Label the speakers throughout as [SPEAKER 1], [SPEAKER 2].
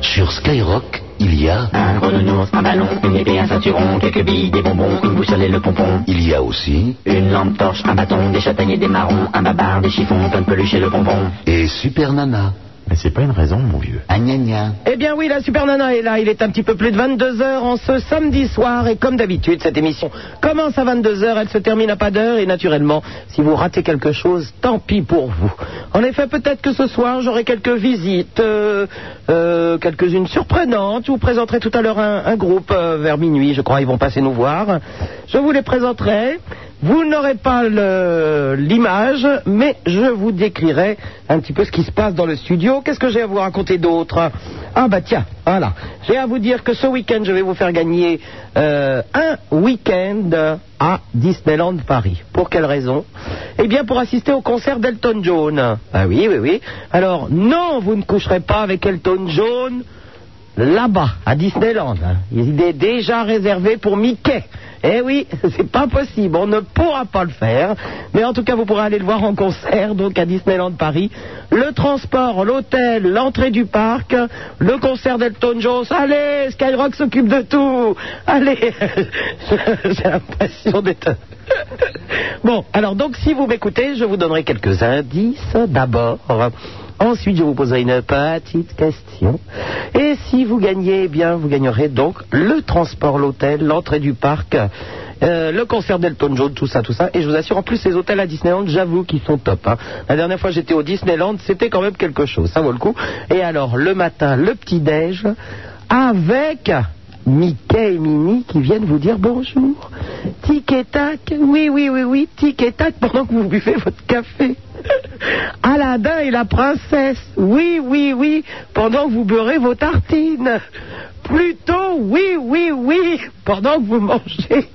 [SPEAKER 1] Sur Skyrock, il y a...
[SPEAKER 2] Un renounours, un ballon, une épée, un ceinturon, quelques billes, des bonbons, une boussole et le pompon.
[SPEAKER 1] Il y a aussi...
[SPEAKER 2] Une lampe torche, un bâton, des châtaigniers, des marrons, un babar, des chiffons, plein de peluches et le bonbon.
[SPEAKER 1] Et Super Nana.
[SPEAKER 3] Mais c'est pas une raison, mon vieux.
[SPEAKER 1] Ah, gna, gna.
[SPEAKER 4] Eh bien oui, la Super Nana est là. Il est un petit peu plus de 22h en ce samedi soir. Et comme d'habitude, cette émission commence à 22h. Elle se termine à pas d'heure. Et naturellement, si vous ratez quelque chose, tant pis pour vous. En effet, peut-être que ce soir, j'aurai quelques visites, euh, euh, quelques-unes surprenantes. Je vous présenterai tout à l'heure un, un groupe euh, vers minuit. Je crois ils vont passer nous voir. Je vous les présenterai. Vous n'aurez pas le- l'image, mais je vous décrirai un petit peu ce qui se passe dans le studio. Qu'est-ce que j'ai à vous raconter d'autre Ah bah tiens, voilà. J'ai à vous dire que ce week-end, je vais vous faire gagner euh, un week-end à Disneyland Paris. Pour quelle raison Eh bien, pour assister au concert d'Elton John. Ah oui, oui, oui. Alors, non, vous ne coucherez pas avec Elton John là-bas, à Disneyland. hein. Il est déjà réservé pour Mickey. Eh oui, c'est pas possible, on ne pourra pas le faire. Mais en tout cas, vous pourrez aller le voir en concert, donc à Disneyland Paris. Le transport, l'hôtel, l'entrée du parc, le concert d'Elton John. Allez, Skyrock s'occupe de tout. Allez, j'ai l'impression d'être... Bon, alors donc si vous m'écoutez, je vous donnerai quelques indices d'abord. Ensuite, je vous poserai une petite question. Et si vous gagnez, eh bien, vous gagnerez donc le transport, l'hôtel, l'entrée du parc, euh, le concert d'Elton John, tout ça, tout ça. Et je vous assure, en plus, les hôtels à Disneyland, j'avoue qu'ils sont top. hein. La dernière fois, j'étais au Disneyland, c'était quand même quelque chose. Ça vaut le coup. Et alors, le matin, le petit-déj, avec Mickey et Minnie qui viennent vous dire bonjour. Tic et tac, oui, oui, oui, oui, tic et tac pendant que vous buvez votre café. Aladdin et la princesse, oui, oui, oui, pendant que vous beurrez vos tartines. Plutôt, oui, oui, oui, pendant que vous mangez.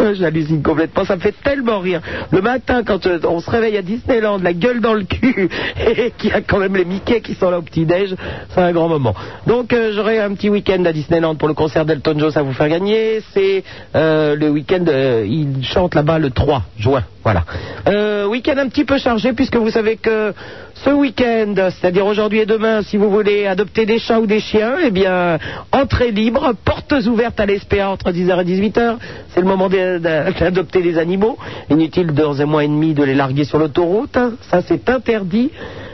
[SPEAKER 4] Euh, J'hallucine complètement, ça me fait tellement rire. Le matin, quand euh, on se réveille à Disneyland, la gueule dans le cul, et qu'il y a quand même les Mickey qui sont là au petit-déj, c'est un grand moment. Donc euh, j'aurai un petit week-end à Disneyland pour le concert d'Elton John à vous faire gagner. C'est euh, le week-end, euh, il chante là-bas le 3 juin. Voilà. Euh, week-end un petit peu chargé puisque vous savez que ce week-end, c'est-à-dire aujourd'hui et demain, si vous voulez adopter des chats ou des chiens, eh bien, entrée libre, portes ouvertes à l'SPA entre 10h et 18h. C'est le moment d'a- d'a- d'adopter les animaux. Inutile dans un mois et demi de les larguer sur l'autoroute. hein. Ça, c'est interdit.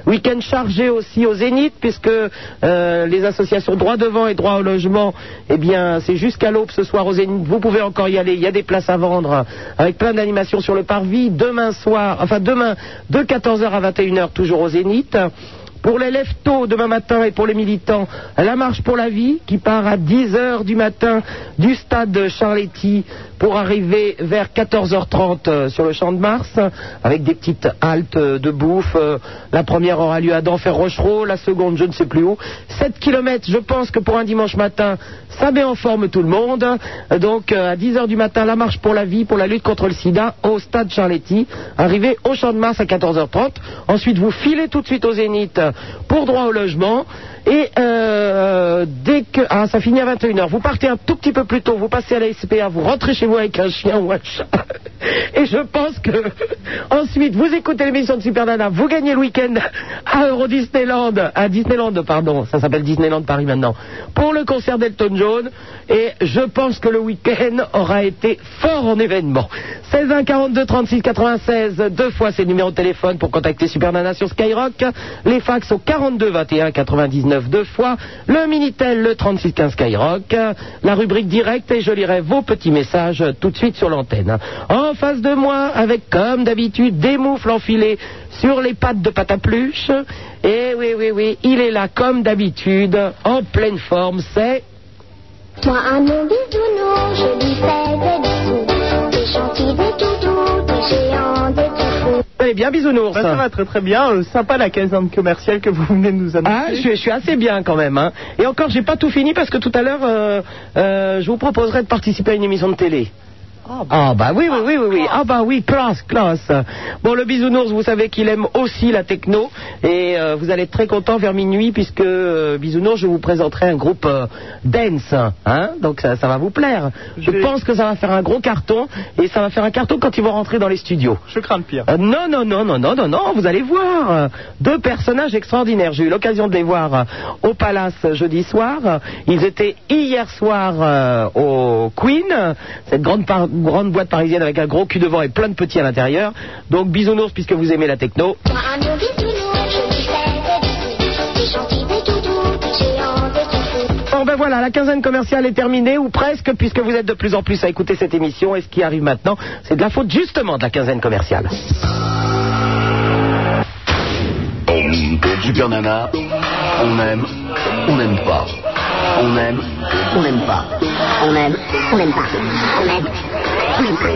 [SPEAKER 4] Week-end chargé aussi au Zénith, puisque euh, les associations Droit Devant et Droit au Logement, eh bien, c'est jusqu'à l'aube ce soir au Zénith. Vous pouvez encore y aller. Il y a des places à vendre hein, avec plein d'animations sur le parvis. Demain soir, enfin demain, de 14h à 21h, toujours au Zénith. Pour les leftos demain matin et pour les militants, la marche pour la vie qui part à 10h du matin du stade de Charletti pour arriver vers 14h30 euh, sur le champ de Mars avec des petites haltes euh, de bouffe. Euh, La première aura lieu à Denfert-Rochereau, la seconde je ne sais plus où. 7 km, je pense que pour un dimanche matin, ça met en forme tout le monde. Euh, Donc euh, à 10h du matin, la marche pour la vie, pour la lutte contre le sida au stade Charletti. Arrivez au champ de Mars à 14h30. Ensuite, vous filez tout de suite au Zénith pour droit au logement. Et euh, dès que... Ah, ça finit à 21h. Vous partez un tout petit peu plus tôt, vous passez à la SPA, vous rentrez chez vous avec un chien ou un chat. Et je pense que... Ensuite, vous écoutez l'émission de Super Nana, vous gagnez le week-end à Euro Disneyland, à Disneyland, pardon, ça s'appelle Disneyland Paris maintenant, pour le concert d'Elton John. Et je pense que le week-end aura été fort en événement. 16 1 42 36 96, deux fois ces numéros de téléphone pour contacter Super Nana sur Skyrock. Les fax au 42 21 99 deux fois. Le Minitel, le 36 15 Skyrock. La rubrique directe et je lirai vos petits messages tout de suite sur l'antenne. En face de moi, avec comme d'habitude des moufles enfilées sur les pattes de patapluche. Et oui, oui, oui, il est là comme d'habitude, en pleine forme, c'est...
[SPEAKER 5] Moi à mon bisounours, je lui fais des bisous. Des gentils, des toutous, des géants, des toutous.
[SPEAKER 4] Allez Eh bien, bisounours
[SPEAKER 6] Bah, ça va très très bien. Euh, sympa la caserne commerciale que vous venez de nous
[SPEAKER 4] Ah,
[SPEAKER 6] annoncer.
[SPEAKER 4] je, je suis assez bien quand même. Hein. Et encore, j'ai pas tout fini parce que tout à l'heure, euh, euh, je vous proposerai de participer à une émission de télé. Ah bah oui, oui, oui, oui, oui. Ah bah oui, classe, classe. Bon, le bisounours, vous savez qu'il aime aussi la techno et euh, vous allez être très content vers minuit puisque euh, bisounours, je vous présenterai un groupe euh, dance, hein. Donc ça, ça va vous plaire. Je
[SPEAKER 6] vais-
[SPEAKER 4] pense que ça va faire un gros carton et ça va faire un carton quand ils vont rentrer dans les studios.
[SPEAKER 6] Je crains le pire.
[SPEAKER 4] Euh, non, non, non, non, non, non, non, vous allez voir. euh, Deux personnages extraordinaires. J'ai eu l'occasion de les voir euh, au Palace euh, jeudi soir. Euh, Ils étaient hier soir euh, au Queen, euh, cette grande, par- grande boîte parisienne avec un gros cul devant et plein de petits à l'intérieur. Donc bisounours puisque vous aimez la techno.
[SPEAKER 5] Moi un beau bisounours, je lui fais des bisous, des gentils, des toutous, des géants, des toutous.
[SPEAKER 4] Bon ben voilà, la quinzaine commerciale est terminée, ou presque, puisque vous êtes de plus en plus à écouter cette émission. Et ce qui arrive maintenant, c'est de la faute justement de la quinzaine commerciale.
[SPEAKER 1] Super Nana, on aime, on n'aime pas. On aime, on n'aime pas.
[SPEAKER 2] On aime, on n'aime pas. On aime.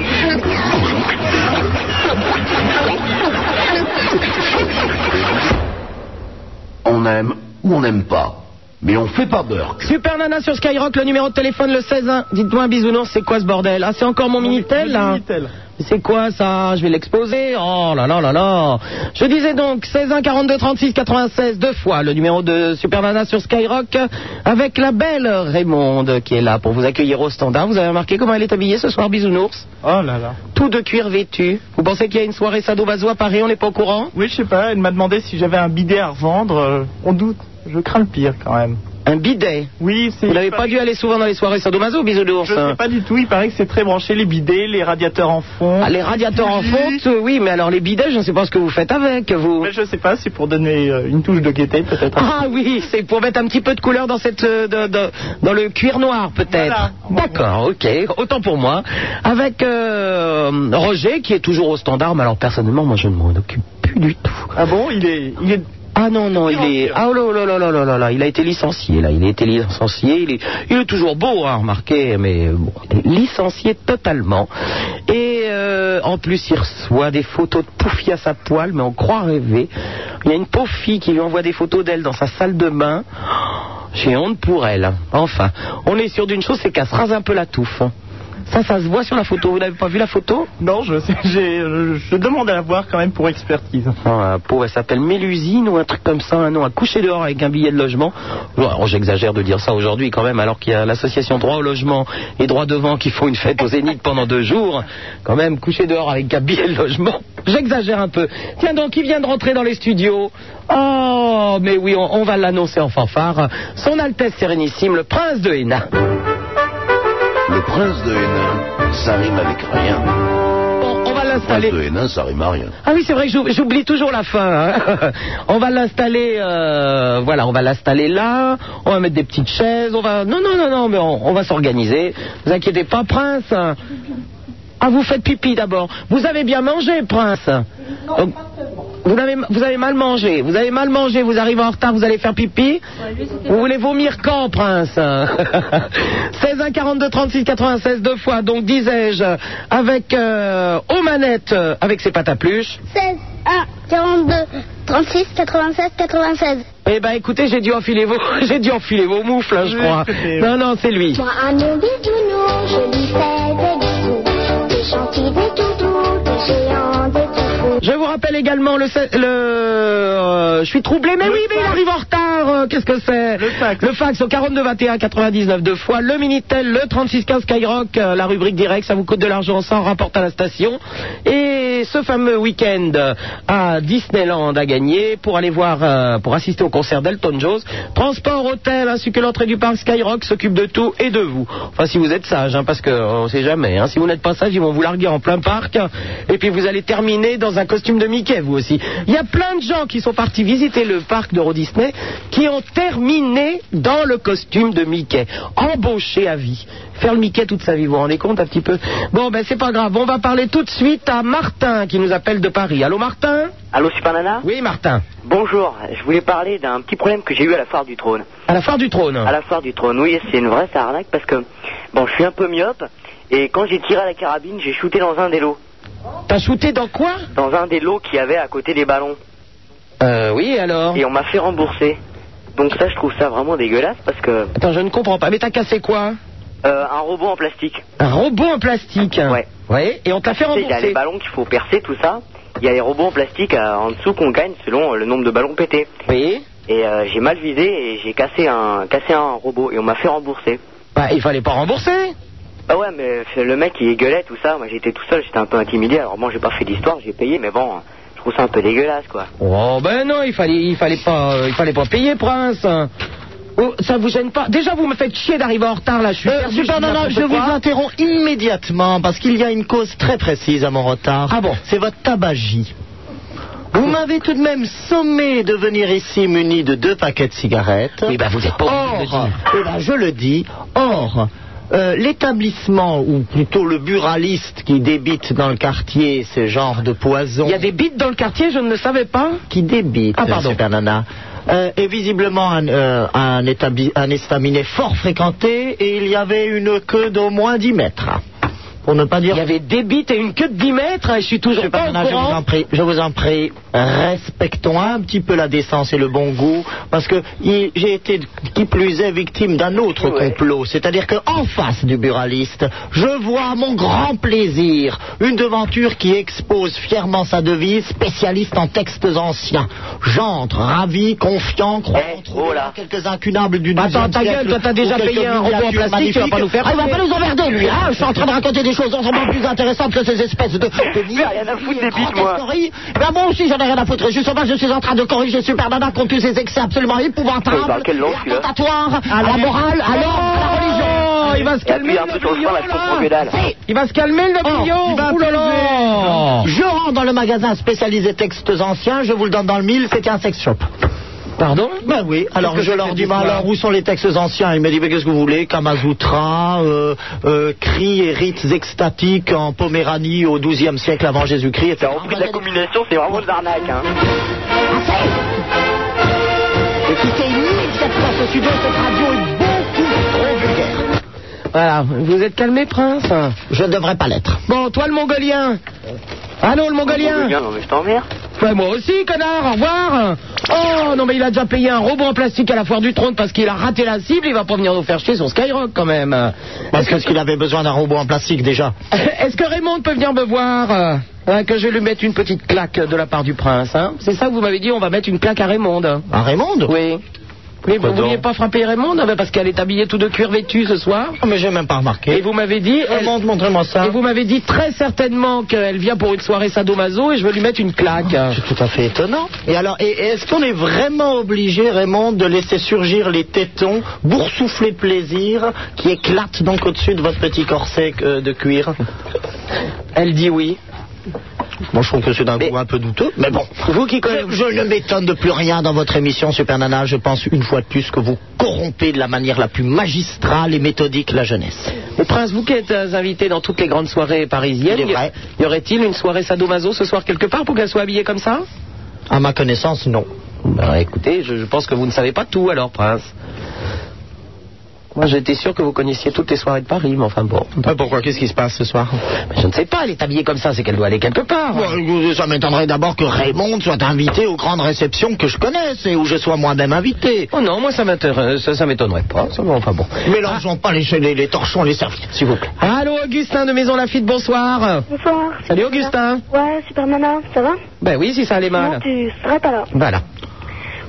[SPEAKER 1] On aime ou on n'aime pas. Mais on fait pas Burke.
[SPEAKER 4] Super Nana sur Skyrock, le numéro de téléphone le 16 1. Dites-moi un bisounours, c'est quoi ce bordel Ah, c'est encore mon Minitel là
[SPEAKER 6] Minitel.
[SPEAKER 4] C'est quoi ça Je vais l'exposer Oh là là là là Je disais donc 16 1 42 36 96 deux fois le numéro de Super Nana sur Skyrock avec la belle Raymonde qui est là pour vous accueillir au standard. Vous avez remarqué comment elle est habillée ce soir bisounours
[SPEAKER 6] Oh là là.
[SPEAKER 4] Tout de cuir vêtu. Vous pensez qu'il y a une soirée sadomaso à Paris, on n'est pas au courant
[SPEAKER 6] Oui, je sais pas, elle m'a demandé si j'avais un bidet à revendre. euh, on doute. Je crains le pire quand même.
[SPEAKER 4] Un bidet.
[SPEAKER 6] Oui, c'est.
[SPEAKER 4] Vous n'avez pas dû aller souvent dans les soirées sadomaso hein. bisounours
[SPEAKER 6] Je sais pas du tout, il paraît que c'est très branché, les bidets, les radiateurs en fond.
[SPEAKER 4] Ah, les radiateurs en fonte, euh, oui, mais alors les bidets, je ne sais pas ce que vous faites avec, vous.
[SPEAKER 6] Mais je sais pas, c'est pour donner euh, une touche de gaieté peut-être.
[SPEAKER 4] Ah oui, c'est pour mettre un petit peu de couleur dans cette, euh, de- de- dans le cuir noir peut-être.
[SPEAKER 6] Voilà.
[SPEAKER 4] D'accord, ok, autant pour moi. Avec euh, Roger qui est toujours au standard, mais alors personnellement, moi je ne m'en occupe plus du tout.
[SPEAKER 6] Ah bon, il est, il est
[SPEAKER 4] Ah non, non, il est. Ah oh là là là là là là là, il a été licencié là, il a été licencié, il est, il est toujours beau, hein, remarquez, mais bon, il est licencié totalement. Et euh, en plus, il reçoit des photos de Poufi à sa poêle, mais on croit rêver. Il y a une pauvre fille qui lui envoie des photos d'elle dans sa salle de bain. J'ai honte pour elle. hein. Enfin, on est sûr d'une chose, c'est qu'elle se rase un peu la touffe. hein. Ça, ça se voit sur la photo. Vous n'avez pas vu la photo
[SPEAKER 6] Non, je, sais- j'ai- je, je demande à la voir quand même pour expertise.
[SPEAKER 4] Non, Ah, la pauvre, elle s'appelle Mélusine ou un truc comme ça, un nom à coucher dehors avec un billet de logement. Bon, alors, j'exagère de dire ça aujourd'hui quand même, alors qu'il y a l'association Droit au Logement et Droit Devant qui font une fête aux Zénith pendant deux jours. Quand même, coucher dehors avec un billet de logement. J'exagère un peu. Tiens donc, qui vient de rentrer dans les studios Oh, mais oui, on, on va l'annoncer en fanfare. Son Altesse Sérénissime, le Prince de Hénin.
[SPEAKER 1] Le prince de Hénin, ça rime avec rien.
[SPEAKER 4] Bon, on va
[SPEAKER 1] Le prince
[SPEAKER 4] l'installer.
[SPEAKER 1] de Hénin, ça rime à rien.
[SPEAKER 4] Ah oui, c'est vrai que j'oub- j'oublie toujours la fin. hein. on va l'installer, euh, voilà, on va l'installer là. On va mettre des petites chaises. On va, non, non, non, non, mais on, on va s'organiser. Vous inquiétez pas, Prince. Ah, vous faites pipi d'abord. Vous avez bien mangé, Prince. Donc, vous avez, vous avez mal mangé. Vous avez mal mangé. Vous arrivez en retard. Vous allez faire pipi. vous voulez vomir quand, Prince 16 1 42 36 96 deux fois. Donc disais-je avec euh, aux manettes euh, avec ses pattes à pluche.
[SPEAKER 5] 16, 1, 42, 36, 96, 96.
[SPEAKER 4] Eh ben écoutez, j'ai dû enfiler vos, j'ai dû enfiler vos moufles, hein, je
[SPEAKER 6] Oui,
[SPEAKER 4] crois.
[SPEAKER 6] c'était-
[SPEAKER 4] Non, non, c'est lui.
[SPEAKER 5] Moi un beau bisounours, je lui fais des bisous, des gentils, des toutous, des géants, des toutous.
[SPEAKER 4] Je vous rappelle également le. se- le euh, je suis troublé, mais oui, mais il arrive en retard. euh, Qu'est-ce que c'est
[SPEAKER 6] Le fax.
[SPEAKER 4] au 42 21 99 deux fois. Le Minitel, le 36 15 Skyrock, euh, la rubrique direct, ça vous coûte de l'argent, ça en rapporte à la station. Et ce fameux week-end à Disneyland à gagner pour aller voir, euh, pour assister au concert d'Elton Jones. Transport, hôtel, ainsi que l'entrée du parc Skyrock s'occupe de tout et de vous. Enfin, si vous êtes sage, hein, parce que euh, on sait jamais. hein. Si vous n'êtes pas sage, ils vont vous larguer en plein parc. Et puis vous allez terminer dans un costume de Mickey, vous aussi. Il y a plein de gens qui sont partis visiter le parc d'Euro Disney qui ont terminé dans le costume de Mickey. Embauché à vie. Faire le Mickey toute sa vie, vous vous rendez compte un petit peu Bon, ben c'est pas grave. On va parler tout de suite à Martin qui nous appelle de Paris. Allô Martin
[SPEAKER 7] Allô Super Nana
[SPEAKER 4] Oui Martin.
[SPEAKER 7] Bonjour, je voulais parler d'un petit problème que j'ai eu à la foire du trône.
[SPEAKER 4] À la foire du trône.
[SPEAKER 7] À la foire du trône, oui, c'est une vraie arnaque parce que, bon, je suis un peu myope et quand j'ai tiré à la carabine, j'ai shooté dans un des lots.
[SPEAKER 4] T'as shooté dans quoi
[SPEAKER 7] Dans un des lots qu'il y avait à côté des ballons.
[SPEAKER 4] Euh, oui alors.
[SPEAKER 7] Et on m'a fait rembourser. Donc ça, je trouve ça vraiment dégueulasse parce que,
[SPEAKER 4] Attends, je ne comprends pas. Mais t'as cassé quoi
[SPEAKER 7] euh, un robot en plastique.
[SPEAKER 4] Un robot en plastique.
[SPEAKER 7] Ouais.
[SPEAKER 4] voyez Et on te l'a fait
[SPEAKER 8] Tu sais, Il y a les
[SPEAKER 4] rembourser.
[SPEAKER 8] ballons qu'il faut percer, tout ça. Il y a les robots en plastique euh, en dessous qu'on gagne selon euh, le nombre de ballons pétés.
[SPEAKER 4] Oui.
[SPEAKER 8] Et euh, j'ai mal visé et j'ai cassé un, cassé un robot et on m'a fait rembourser.
[SPEAKER 4] Bah, il fallait pas rembourser.
[SPEAKER 8] Bah ouais, mais euh, le mec il gueulait tout ça. Moi j'étais tout seul, j'étais un peu intimidé. Alors moi j'ai pas fait d'histoire, j'ai payé, mais bon, je trouve ça un peu dégueulasse quoi.
[SPEAKER 4] Oh ben non, il fallait, il fallait pas, euh, il fallait pas payer, prince. Oh, ça vous gêne pas Déjà, vous me faites chier d'arriver en retard là. Je suis
[SPEAKER 9] Euh,
[SPEAKER 4] perdu,
[SPEAKER 9] super
[SPEAKER 4] je dis
[SPEAKER 9] Nana,
[SPEAKER 4] n'importe
[SPEAKER 9] je vous
[SPEAKER 4] quoi.
[SPEAKER 9] interromps immédiatement parce qu'il y a une cause très précise à mon retard.
[SPEAKER 4] Ah bon
[SPEAKER 9] C'est votre tabagie. Vous m'avez tout de même sommé de venir ici muni de deux paquets de cigarettes.
[SPEAKER 4] Eh ben,
[SPEAKER 10] Oui, bah, vous êtes pas obligé de
[SPEAKER 9] Or, eh ben, je le dis, or, euh, l'établissement, ou plutôt le buraliste qui débite dans le quartier ce genre de poison
[SPEAKER 4] Il y a des bites dans le quartier, je ne le savais pas.
[SPEAKER 9] qui débite,
[SPEAKER 4] Ah, pardon.
[SPEAKER 9] Super Nana, euh, est visiblement un, euh, un, établi- un estaminet fort fréquenté et il y avait une queue d'au moins 10 mètres. Pour ne pas dire...
[SPEAKER 4] Il y avait des bites et une queue de 10 mètres. hein, Je suis toujours
[SPEAKER 9] Super
[SPEAKER 4] pas au
[SPEAKER 9] Nana, je vous
[SPEAKER 4] courant.
[SPEAKER 9] en prie, je vous en prie, respectons un petit peu la décence et le bon goût, parce que il- j'ai été, qui plus est, victime d'un autre
[SPEAKER 8] Ouais.
[SPEAKER 9] complot, c'est-à-dire qu'en face du buraliste, je vois à mon grand plaisir une devanture qui expose fièrement sa devise, spécialiste en textes anciens. J'entre, ravi, confiant, croyant
[SPEAKER 8] Eh,
[SPEAKER 9] trouver
[SPEAKER 8] oh là.
[SPEAKER 9] quelques incunables du
[SPEAKER 4] Attends,
[SPEAKER 9] 19e
[SPEAKER 4] ta gueule,
[SPEAKER 9] siècle
[SPEAKER 4] toi, t'as
[SPEAKER 9] ou
[SPEAKER 4] déjà
[SPEAKER 9] quelques
[SPEAKER 4] payé un robot en
[SPEAKER 9] miniatures
[SPEAKER 4] plastique, tu vas pas nous faire
[SPEAKER 9] magnifiques. Ah, il va pas
[SPEAKER 4] crever.
[SPEAKER 9] nous emmerder, lui, hein Je suis en train de raconter des choses entièrement plus intéressantes que ces espèces de... de
[SPEAKER 8] J'ai rien à foutre des bites, moi.
[SPEAKER 9] Catégorie. Ben moi aussi j'en ai rien à foutre. Justement, je suis en train de corriger Super Nana contre tous ces excès absolument épouvantables,
[SPEAKER 8] Oh, bah, quelle langue, celui-là.
[SPEAKER 9] attentatoires à la morale, à l'ordre, à la religion.
[SPEAKER 4] Oh, il va se
[SPEAKER 8] Et puis
[SPEAKER 4] calmer
[SPEAKER 8] un peu sur
[SPEAKER 4] le
[SPEAKER 8] le front, là je comprends que
[SPEAKER 4] million, oh là.
[SPEAKER 8] dalle.
[SPEAKER 4] Il va se calmer le million.
[SPEAKER 9] Oh, il va
[SPEAKER 4] Ouh là là.
[SPEAKER 9] Je rentre dans le magasin spécialisé textes anciens, je vous le donne dans le mille, c'est un sex shop.
[SPEAKER 4] Pardon
[SPEAKER 9] Ben oui, alors
[SPEAKER 4] que
[SPEAKER 9] je
[SPEAKER 4] c'est
[SPEAKER 9] leur
[SPEAKER 4] cette
[SPEAKER 9] dis, ben
[SPEAKER 4] histoire
[SPEAKER 9] alors où sont les textes anciens Ils me disent, mais qu'est-ce que vous voulez Kamasutra, euh, euh, cris et rites extatiques en Poméranie au XIIe siècle avant Jésus-Christ, etc.
[SPEAKER 8] T'as repris de la combinaison, c'est vraiment de l'arnaque. Hein.
[SPEAKER 9] Et quittez immédiatement ce studio, cette radio est beaucoup trop vulgaire.
[SPEAKER 4] Voilà. Vous êtes calmé, prince
[SPEAKER 9] Je ne devrais pas l'être.
[SPEAKER 4] Bon, toi le mongolien. Allô, le mongolien.
[SPEAKER 8] Non mais je t'emmerde.
[SPEAKER 4] Ouais, moi aussi, connard, au revoir. Oh, non, mais il a déjà payé un robot en plastique à la foire du trône parce qu'il a raté la cible, il va pas venir nous faire chier sur Skyrock quand même.
[SPEAKER 9] Parce que- qu'il avait besoin d'un robot en plastique déjà.
[SPEAKER 4] Est-ce que Raymond peut venir me voir euh, hein, Que je lui mette une petite claque de la part du prince. hein C'est ça que vous m'avez dit, on va mettre une claque à Raymond.
[SPEAKER 9] Un Raymond
[SPEAKER 4] Oui. Oui, vous
[SPEAKER 9] donc.
[SPEAKER 4] ne vouliez pas frapper Raymond Ah ben, Parce qu'elle est habillée tout de cuir vêtu ce soir.
[SPEAKER 9] Oh, Mais j'ai même pas
[SPEAKER 4] Et
[SPEAKER 9] remarqué.
[SPEAKER 4] vous m'avez dit... elle-
[SPEAKER 9] Raymond, montrez-moi ça.
[SPEAKER 4] Et vous m'avez dit très certainement qu'elle vient pour une soirée sadomaso et je veux lui mettre une claque.
[SPEAKER 9] C'est Ah, tout à fait étonnant. Et alors, et- et est-ce qu'on est vraiment obligé, Raymond, de laisser surgir les tétons boursouflés de plaisir qui éclatent donc au-dessus de votre petit corset euh, de cuir
[SPEAKER 4] Elle dit oui.
[SPEAKER 9] Moi, je trouve que c'est d'un goût un peu douteux, mais bon. Vous qui connaissez... Je, je ne m'étonne de plus rien dans votre émission, Super Nana. Je pense une fois de plus que vous corrompez de la manière la plus magistrale et méthodique la jeunesse.
[SPEAKER 4] Le prince, vous qui êtes euh, invité dans toutes les grandes soirées parisiennes,
[SPEAKER 9] Il est vrai.
[SPEAKER 4] y aurait-il une soirée sadomaso ce soir quelque part pour qu'elle soit habillée comme ça
[SPEAKER 9] À ma connaissance, non.
[SPEAKER 4] Bah écoutez, je, je pense que vous ne savez pas tout alors, prince. Moi j'étais sûr que vous connaissiez toutes les soirées de Paris, mais enfin bon.
[SPEAKER 9] pourquoi Qu'est-ce qui se passe ce soir
[SPEAKER 4] Mais je ne sais pas, elle est habillée comme ça, c'est qu'elle doit aller quelque part.
[SPEAKER 9] Ça m'étonnerait d'abord que Raymond soit invité aux grandes réceptions que je connaisse et où je sois moi-même invité.
[SPEAKER 4] Oh non, moi ça m'intéresse, ça, ça m'étonnerait pas. ça, Enfin bon.
[SPEAKER 9] Mélangeons pas les, les, les torchons, les serviettes, s'il vous plaît.
[SPEAKER 4] Allô Augustin de Maison Lafitte, bonsoir.
[SPEAKER 11] Bonsoir.
[SPEAKER 4] Salut Augustin.
[SPEAKER 11] Ouais, super nana, ça va
[SPEAKER 4] Ben oui, si ça allait mal.
[SPEAKER 11] tu serais pas là.
[SPEAKER 4] Voilà.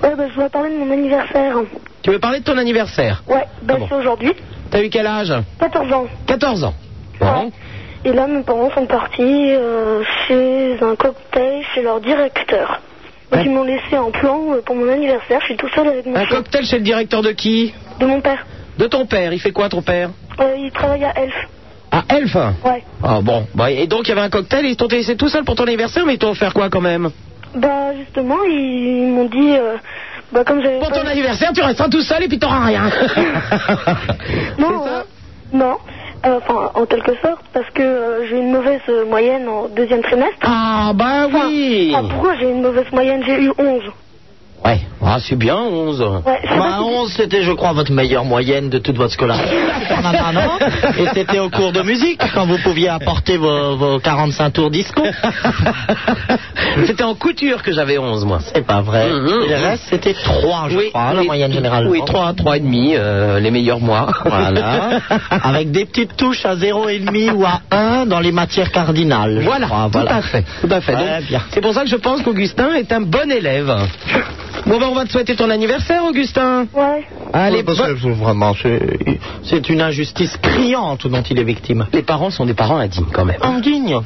[SPEAKER 11] Ouais, bah je voulais parler de mon anniversaire.
[SPEAKER 4] Tu veux parler de ton anniversaire
[SPEAKER 11] Ouais, bah
[SPEAKER 4] Ah bon.
[SPEAKER 11] c'est aujourd'hui,
[SPEAKER 4] T'as eu quel âge
[SPEAKER 11] 14 ans.
[SPEAKER 4] 14 ans. Bon.
[SPEAKER 11] Et là, mes parents sont partis euh, chez un cocktail chez leur directeur. Donc, ils m'ont laissé en plan euh, pour mon anniversaire. Je suis tout seul avec mon
[SPEAKER 4] Un
[SPEAKER 11] chien,
[SPEAKER 4] cocktail chez le directeur de qui
[SPEAKER 11] de mon père.
[SPEAKER 4] De ton père. Il fait quoi ton père
[SPEAKER 11] Euh, il travaille à Elf.
[SPEAKER 4] Ah, Elf
[SPEAKER 11] Ouais.
[SPEAKER 4] Ah bon. Bah, et donc il y avait un cocktail, ils t'ont laissé tout seul pour ton anniversaire, mais ils t'ont offert quoi quand même
[SPEAKER 11] Bah justement, ils, ils m'ont dit, euh, bah comme j'avais
[SPEAKER 4] Pour
[SPEAKER 11] pas-
[SPEAKER 4] ton anniversaire, tu resteras tout seul et puis t'auras rien.
[SPEAKER 11] non, euh, non, Euh, enfin en quelque sorte parce que euh, j'ai eu une mauvaise euh, moyenne en deuxième trimestre.
[SPEAKER 4] ah bah
[SPEAKER 11] Enfin,
[SPEAKER 4] oui
[SPEAKER 11] ah, pourquoi j'ai eu une mauvaise moyenne J'ai eu 11.
[SPEAKER 4] Ouais, Ah, c'est bien, 11.
[SPEAKER 12] Ouais, je sais pas
[SPEAKER 9] Bah,
[SPEAKER 12] si-
[SPEAKER 9] 11, c'était, je crois, votre meilleure moyenne de toute votre scolarité. Pendant un an. Et c'était au cours de musique, quand vous pouviez apporter vos, vos 45 tours disco.
[SPEAKER 4] C'était en couture que j'avais 11, moi.
[SPEAKER 9] C'est pas vrai.
[SPEAKER 4] Mhm.
[SPEAKER 9] Et le reste, c'était 3, je crois, la moyenne générale.
[SPEAKER 4] Oui, 3, 3,5, euh, les meilleurs mois.
[SPEAKER 9] Voilà. Hein Avec des petites touches à 0,5 ou à 1 dans les matières cardinales. je
[SPEAKER 4] Voilà,
[SPEAKER 9] crois,
[SPEAKER 4] tout à fait. Tout à fait. Donc,
[SPEAKER 9] Ouais, bien.
[SPEAKER 4] c'est pour ça que je pense qu'Augustin est un bon élève. Bon, ben, on va te souhaiter ton anniversaire, Augustin.
[SPEAKER 12] Ouais.
[SPEAKER 4] Allez, bah,
[SPEAKER 9] parce
[SPEAKER 4] bon-
[SPEAKER 9] que c'est vraiment, c'est- c'est une injustice criante dont il est victime.
[SPEAKER 4] Les parents sont des parents indignes, quand même.
[SPEAKER 9] Indigne.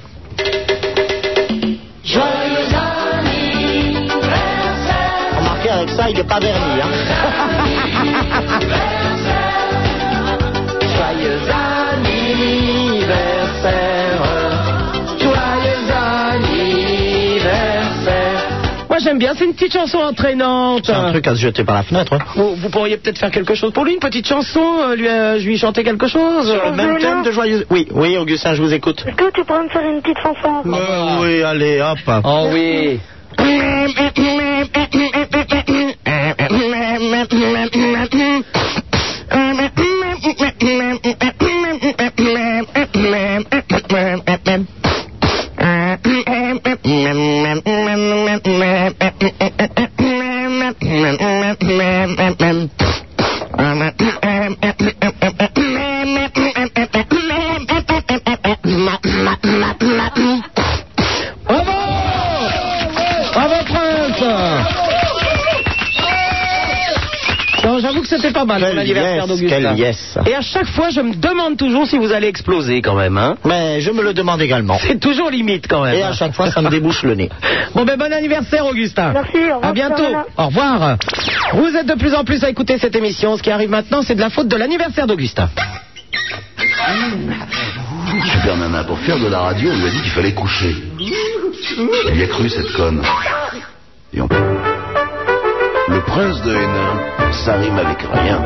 [SPEAKER 9] Remarquez, avec ça, il n'est pas verni. Hein.
[SPEAKER 4] Joyeux anniversaire. Joyeux anniversaire. Moi, j'aime bien. C'est une petite chanson entraînante.
[SPEAKER 9] C'est un truc à se jeter par la fenêtre. hein.
[SPEAKER 4] Vous, vous pourriez peut-être faire quelque chose pour lui, une petite chanson, euh, lui, euh, je lui chanter quelque chose. euh,
[SPEAKER 9] Le même thème de joyeux. Oui, oui, Augustin, je vous écoute.
[SPEAKER 12] Est-ce que tu pourrais me faire une petite fanfare
[SPEAKER 9] Euh, oui, allez, hop.
[SPEAKER 4] Oh oui. Bravo Bravo, Prince Non, j'avoue que c'était pas mal
[SPEAKER 9] Quel
[SPEAKER 4] pour l'anniversaire
[SPEAKER 9] yes,
[SPEAKER 4] d'Augustin.
[SPEAKER 9] quel yes.
[SPEAKER 4] Et à chaque fois, je me demande toujours si vous allez exploser quand même. Hein
[SPEAKER 9] Mais je me le demande également.
[SPEAKER 4] C'est toujours limite quand même.
[SPEAKER 9] Et à chaque fois, ça me débouche le nez.
[SPEAKER 4] Bon ben bon anniversaire Augustin.
[SPEAKER 12] Merci, au revoir,
[SPEAKER 4] À bientôt.
[SPEAKER 12] Carmela.
[SPEAKER 4] Au revoir. Vous êtes de plus en plus à écouter cette émission. Ce qui arrive maintenant, c'est de la faute de l'anniversaire d'Augustin.
[SPEAKER 1] Super Nana, pour faire de la radio, on lui a dit qu'il fallait coucher. Il y a cru, cette conne. Et on... Le prince de Hénin, ça rime avec rien.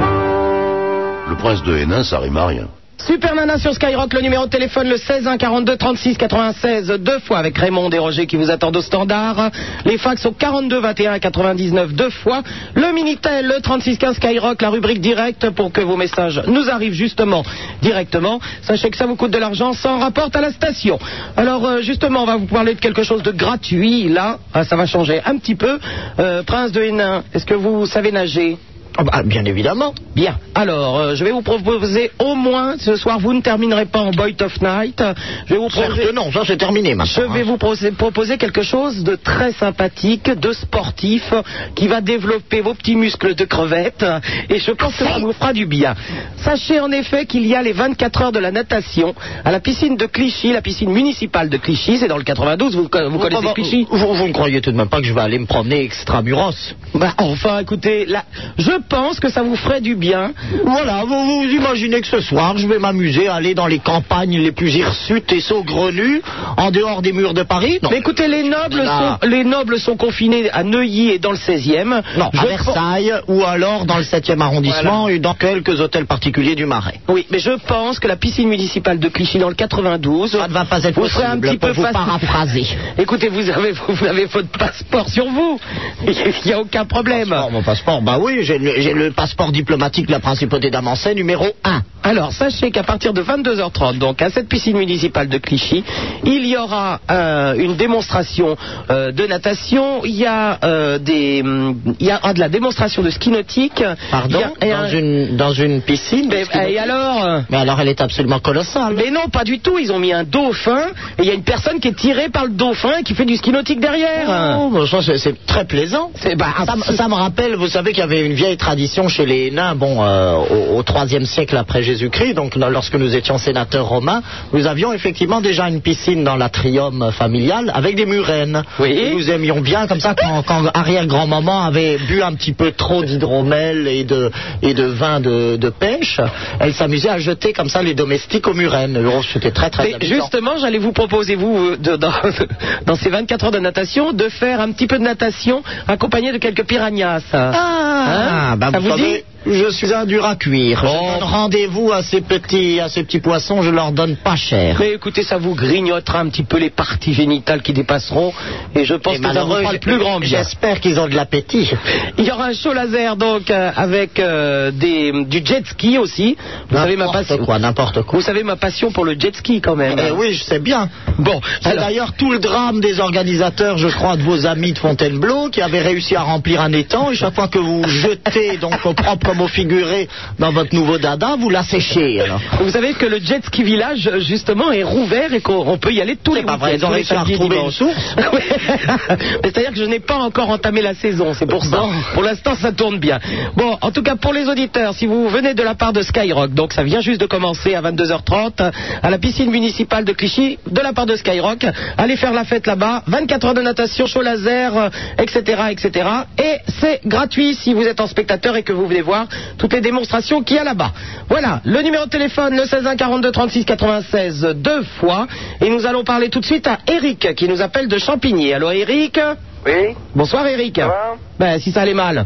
[SPEAKER 1] Le prince de Hénin, ça rime à rien.
[SPEAKER 4] Super Nana sur Skyrock, le numéro de téléphone le 16 1 42 36 96 deux fois avec Raymond et Roger qui vous attendent au standard. Les fax au 42 21 99 deux fois. Le Minitel le 36 15 Skyrock, la rubrique directe pour que vos messages nous arrivent justement directement. Sachez que ça vous coûte de l'argent, ça en rapporte à la station. Alors euh, justement, on va vous parler de quelque chose de gratuit là. Ah, ça va changer un petit peu. Euh, Prince de Hénin, est-ce que vous savez nager
[SPEAKER 9] Ah bah, bien évidemment.
[SPEAKER 4] Bien, alors euh, je vais vous proposer au moins ce soir, vous ne terminerez pas en Boy of Night. Je vais vous, proposer-
[SPEAKER 9] Certes, non, ça c'est terminé
[SPEAKER 4] je
[SPEAKER 9] maintenant.
[SPEAKER 4] vais
[SPEAKER 9] hein.
[SPEAKER 4] vous proposé- proposer quelque chose de très sympathique, de sportif, qui va développer vos petits muscles de crevette et je pense que ça vous fera du bien. Sachez en effet qu'il y a les 24 heures de la natation à la piscine de Clichy, la piscine municipale de Clichy, c'est dans le 92, vous, co- vous connaissez
[SPEAKER 9] Vous-
[SPEAKER 4] Clichy
[SPEAKER 9] vous, vous ne croyez tout de même pas que je vais aller me promener extramuros
[SPEAKER 4] Bah, Enfin écoutez, là, je pense que ça vous ferait du bien.
[SPEAKER 9] Voilà, vous vous imaginez que ce soir, je vais m'amuser à aller dans les campagnes les plus hirsutes et saugrenues, en dehors des murs de Paris Non,
[SPEAKER 4] Mais écoutez, les nobles,
[SPEAKER 9] Ah.
[SPEAKER 4] sont, les nobles sont confinés à Neuilly et dans le 16e.
[SPEAKER 9] non
[SPEAKER 4] Je
[SPEAKER 9] à
[SPEAKER 4] pense-
[SPEAKER 9] Versailles, ou alors dans le 7e arrondissement, et dans quelques hôtels particuliers du Marais.
[SPEAKER 4] Oui, mais je pense que la piscine municipale de Clichy dans le 92.
[SPEAKER 9] Ça ne va pas être
[SPEAKER 4] vous serez
[SPEAKER 9] possible
[SPEAKER 4] un petit
[SPEAKER 9] pour
[SPEAKER 4] peu
[SPEAKER 9] vous
[SPEAKER 4] facile.
[SPEAKER 9] paraphraser.
[SPEAKER 4] Écoutez, vous avez, vous avez votre passeport sur vous. Il n'y a aucun problème.
[SPEAKER 9] Passeport, mon passeport, bah oui, j'ai le, j'ai le passeport diplomatique de la principauté d'Amancé numéro 1.
[SPEAKER 4] Alors, sachez qu'à partir de 22h30, donc à cette piscine municipale de Clichy, il y aura euh, une démonstration euh, de natation. Il y a euh, des, hum, il y a ah, de la démonstration de ski nautique.
[SPEAKER 9] Pardon
[SPEAKER 4] Il y
[SPEAKER 9] dans,
[SPEAKER 4] a- et un-
[SPEAKER 9] une, dans une piscine
[SPEAKER 4] Mais-
[SPEAKER 9] parce que-
[SPEAKER 4] et alors euh,
[SPEAKER 9] Mais alors elle est absolument colossale.
[SPEAKER 4] Mais non, pas du tout. Ils ont mis un dauphin et il y a une personne qui est tirée par le dauphin et qui fait du ski nautique derrière.
[SPEAKER 9] Oh, bah, ça, c'est- c'est très plaisant.
[SPEAKER 4] C'est- bah,
[SPEAKER 9] ça, me- ça me rappelle, vous savez qu'il y avait une vieille tradition chez les nains, bon, euh, au- au IIIe siècle après Jésus-Christ, donc là, lorsque nous étions sénateurs romains, nous avions effectivement déjà une piscine dans l'atrium familial avec des murennes.
[SPEAKER 4] Oui.
[SPEAKER 9] Et nous aimions bien comme ça quand, quand arrière-grand-maman avait bu un petit peu trop d'hydromel et de, et de vin de, de pêche, elle s'amusait à jeter comme ça les domestiques aux murennes. Oh, C'était très très
[SPEAKER 4] Mais
[SPEAKER 9] amusant.
[SPEAKER 4] justement, j'allais vous proposer, vous, euh, de- dans, dans ces 24 heures de natation, de faire un petit peu de natation accompagné de quelques piranhas.
[SPEAKER 9] Ah,
[SPEAKER 4] Hein
[SPEAKER 9] ben ben,
[SPEAKER 4] Ça vous
[SPEAKER 9] savez, je suis un dur à cuire.
[SPEAKER 4] Oh.
[SPEAKER 9] Je donne rendez-vous à ces petits, à ces petits poissons, je leur donne pas cher.
[SPEAKER 4] Mais écoutez, ça vous grignotera un petit peu les parties génitales qui dépasseront, et je pense
[SPEAKER 9] Et
[SPEAKER 4] que ça
[SPEAKER 9] malheureusement,
[SPEAKER 4] fera le plus grand bien.
[SPEAKER 9] J'espère qu'ils ont de l'appétit.
[SPEAKER 4] Il y aura un show laser donc euh, avec euh, des, du jet ski aussi. Vous savez ma
[SPEAKER 9] N'importe
[SPEAKER 4] passion.
[SPEAKER 9] quoi, n'importe quoi.
[SPEAKER 4] Vous savez ma passion pour le jet ski quand même.
[SPEAKER 9] Eh oui, je sais bien.
[SPEAKER 4] Bon,
[SPEAKER 9] C'est
[SPEAKER 4] alors-
[SPEAKER 9] d'ailleurs tout le drame des organisateurs, je crois, de vos amis de Fontainebleau, qui avaient réussi à remplir un étang, et chaque fois que vous jetez, donc au propre comme au figuré, dans votre nouveau dada, vous l'asséchez. alors.
[SPEAKER 4] Vous savez que le jet ski village justement est rouvert et qu'on on peut y aller tous les
[SPEAKER 9] C'est pas
[SPEAKER 4] week-ends.
[SPEAKER 9] vrai, ils ont
[SPEAKER 4] tous les
[SPEAKER 9] réussi à
[SPEAKER 4] samedis,
[SPEAKER 9] retrouver une
[SPEAKER 4] dimanches.
[SPEAKER 9] source.
[SPEAKER 4] Oui. Mais C'est-à-dire que je n'ai pas encore entamé la saison, c'est pour ça.
[SPEAKER 9] Bon.
[SPEAKER 4] Pour l'instant, ça tourne bien. Bon, en tout cas, pour les auditeurs, si vous venez de la part de Skyrock, donc ça vient juste de commencer à 22h30 à la piscine municipale de Clichy, de la part de Skyrock, allez faire la fête là-bas, 24 heures de natation, show laser, euh, etc., etc. Et c'est gratuit si vous êtes en spectateur et que vous venez voir toutes les démonstrations qu'il y a là-bas. Voilà, le numéro de téléphone, le 16 1 42 36 96, deux fois. Et nous allons parler tout de suite à Eric, qui nous appelle de Champigny. Allô Eric
[SPEAKER 13] Oui,
[SPEAKER 4] Bonsoir Eric.
[SPEAKER 13] ça va
[SPEAKER 4] Ben, si ça allait mal.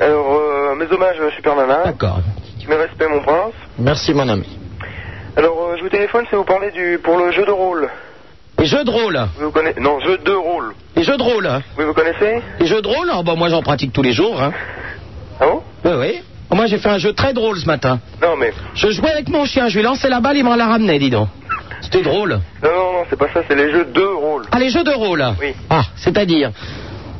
[SPEAKER 13] Alors, euh, mes hommages, euh, Super Nana.
[SPEAKER 4] D'accord.
[SPEAKER 13] Mes respects, mon prince.
[SPEAKER 9] Merci, mon ami.
[SPEAKER 13] Alors, euh, je vous téléphone si vous parlez du pour le jeu de rôle.
[SPEAKER 4] Et jeux de rôle.
[SPEAKER 13] Vous connaissez Non, jeu de rôle.
[SPEAKER 4] Et Ah. jeux de rôle. hein.
[SPEAKER 13] Oui, vous connaissez
[SPEAKER 4] Et jeux de rôle, ah ben, moi j'en pratique tous les jours. Hein.
[SPEAKER 13] Ah bon
[SPEAKER 4] Oui, oui. Moi j'ai fait un jeu très drôle ce matin.
[SPEAKER 13] Non, mais
[SPEAKER 4] Je jouais avec mon chien, je lui lançais la balle, il m'en la ramenait, dis donc. C'était drôle.
[SPEAKER 13] non, non, non, c'est pas ça. C'est les jeux de rôle.
[SPEAKER 4] Ah, les jeux de rôle
[SPEAKER 13] Oui.
[SPEAKER 4] Ah, c'est-à-dire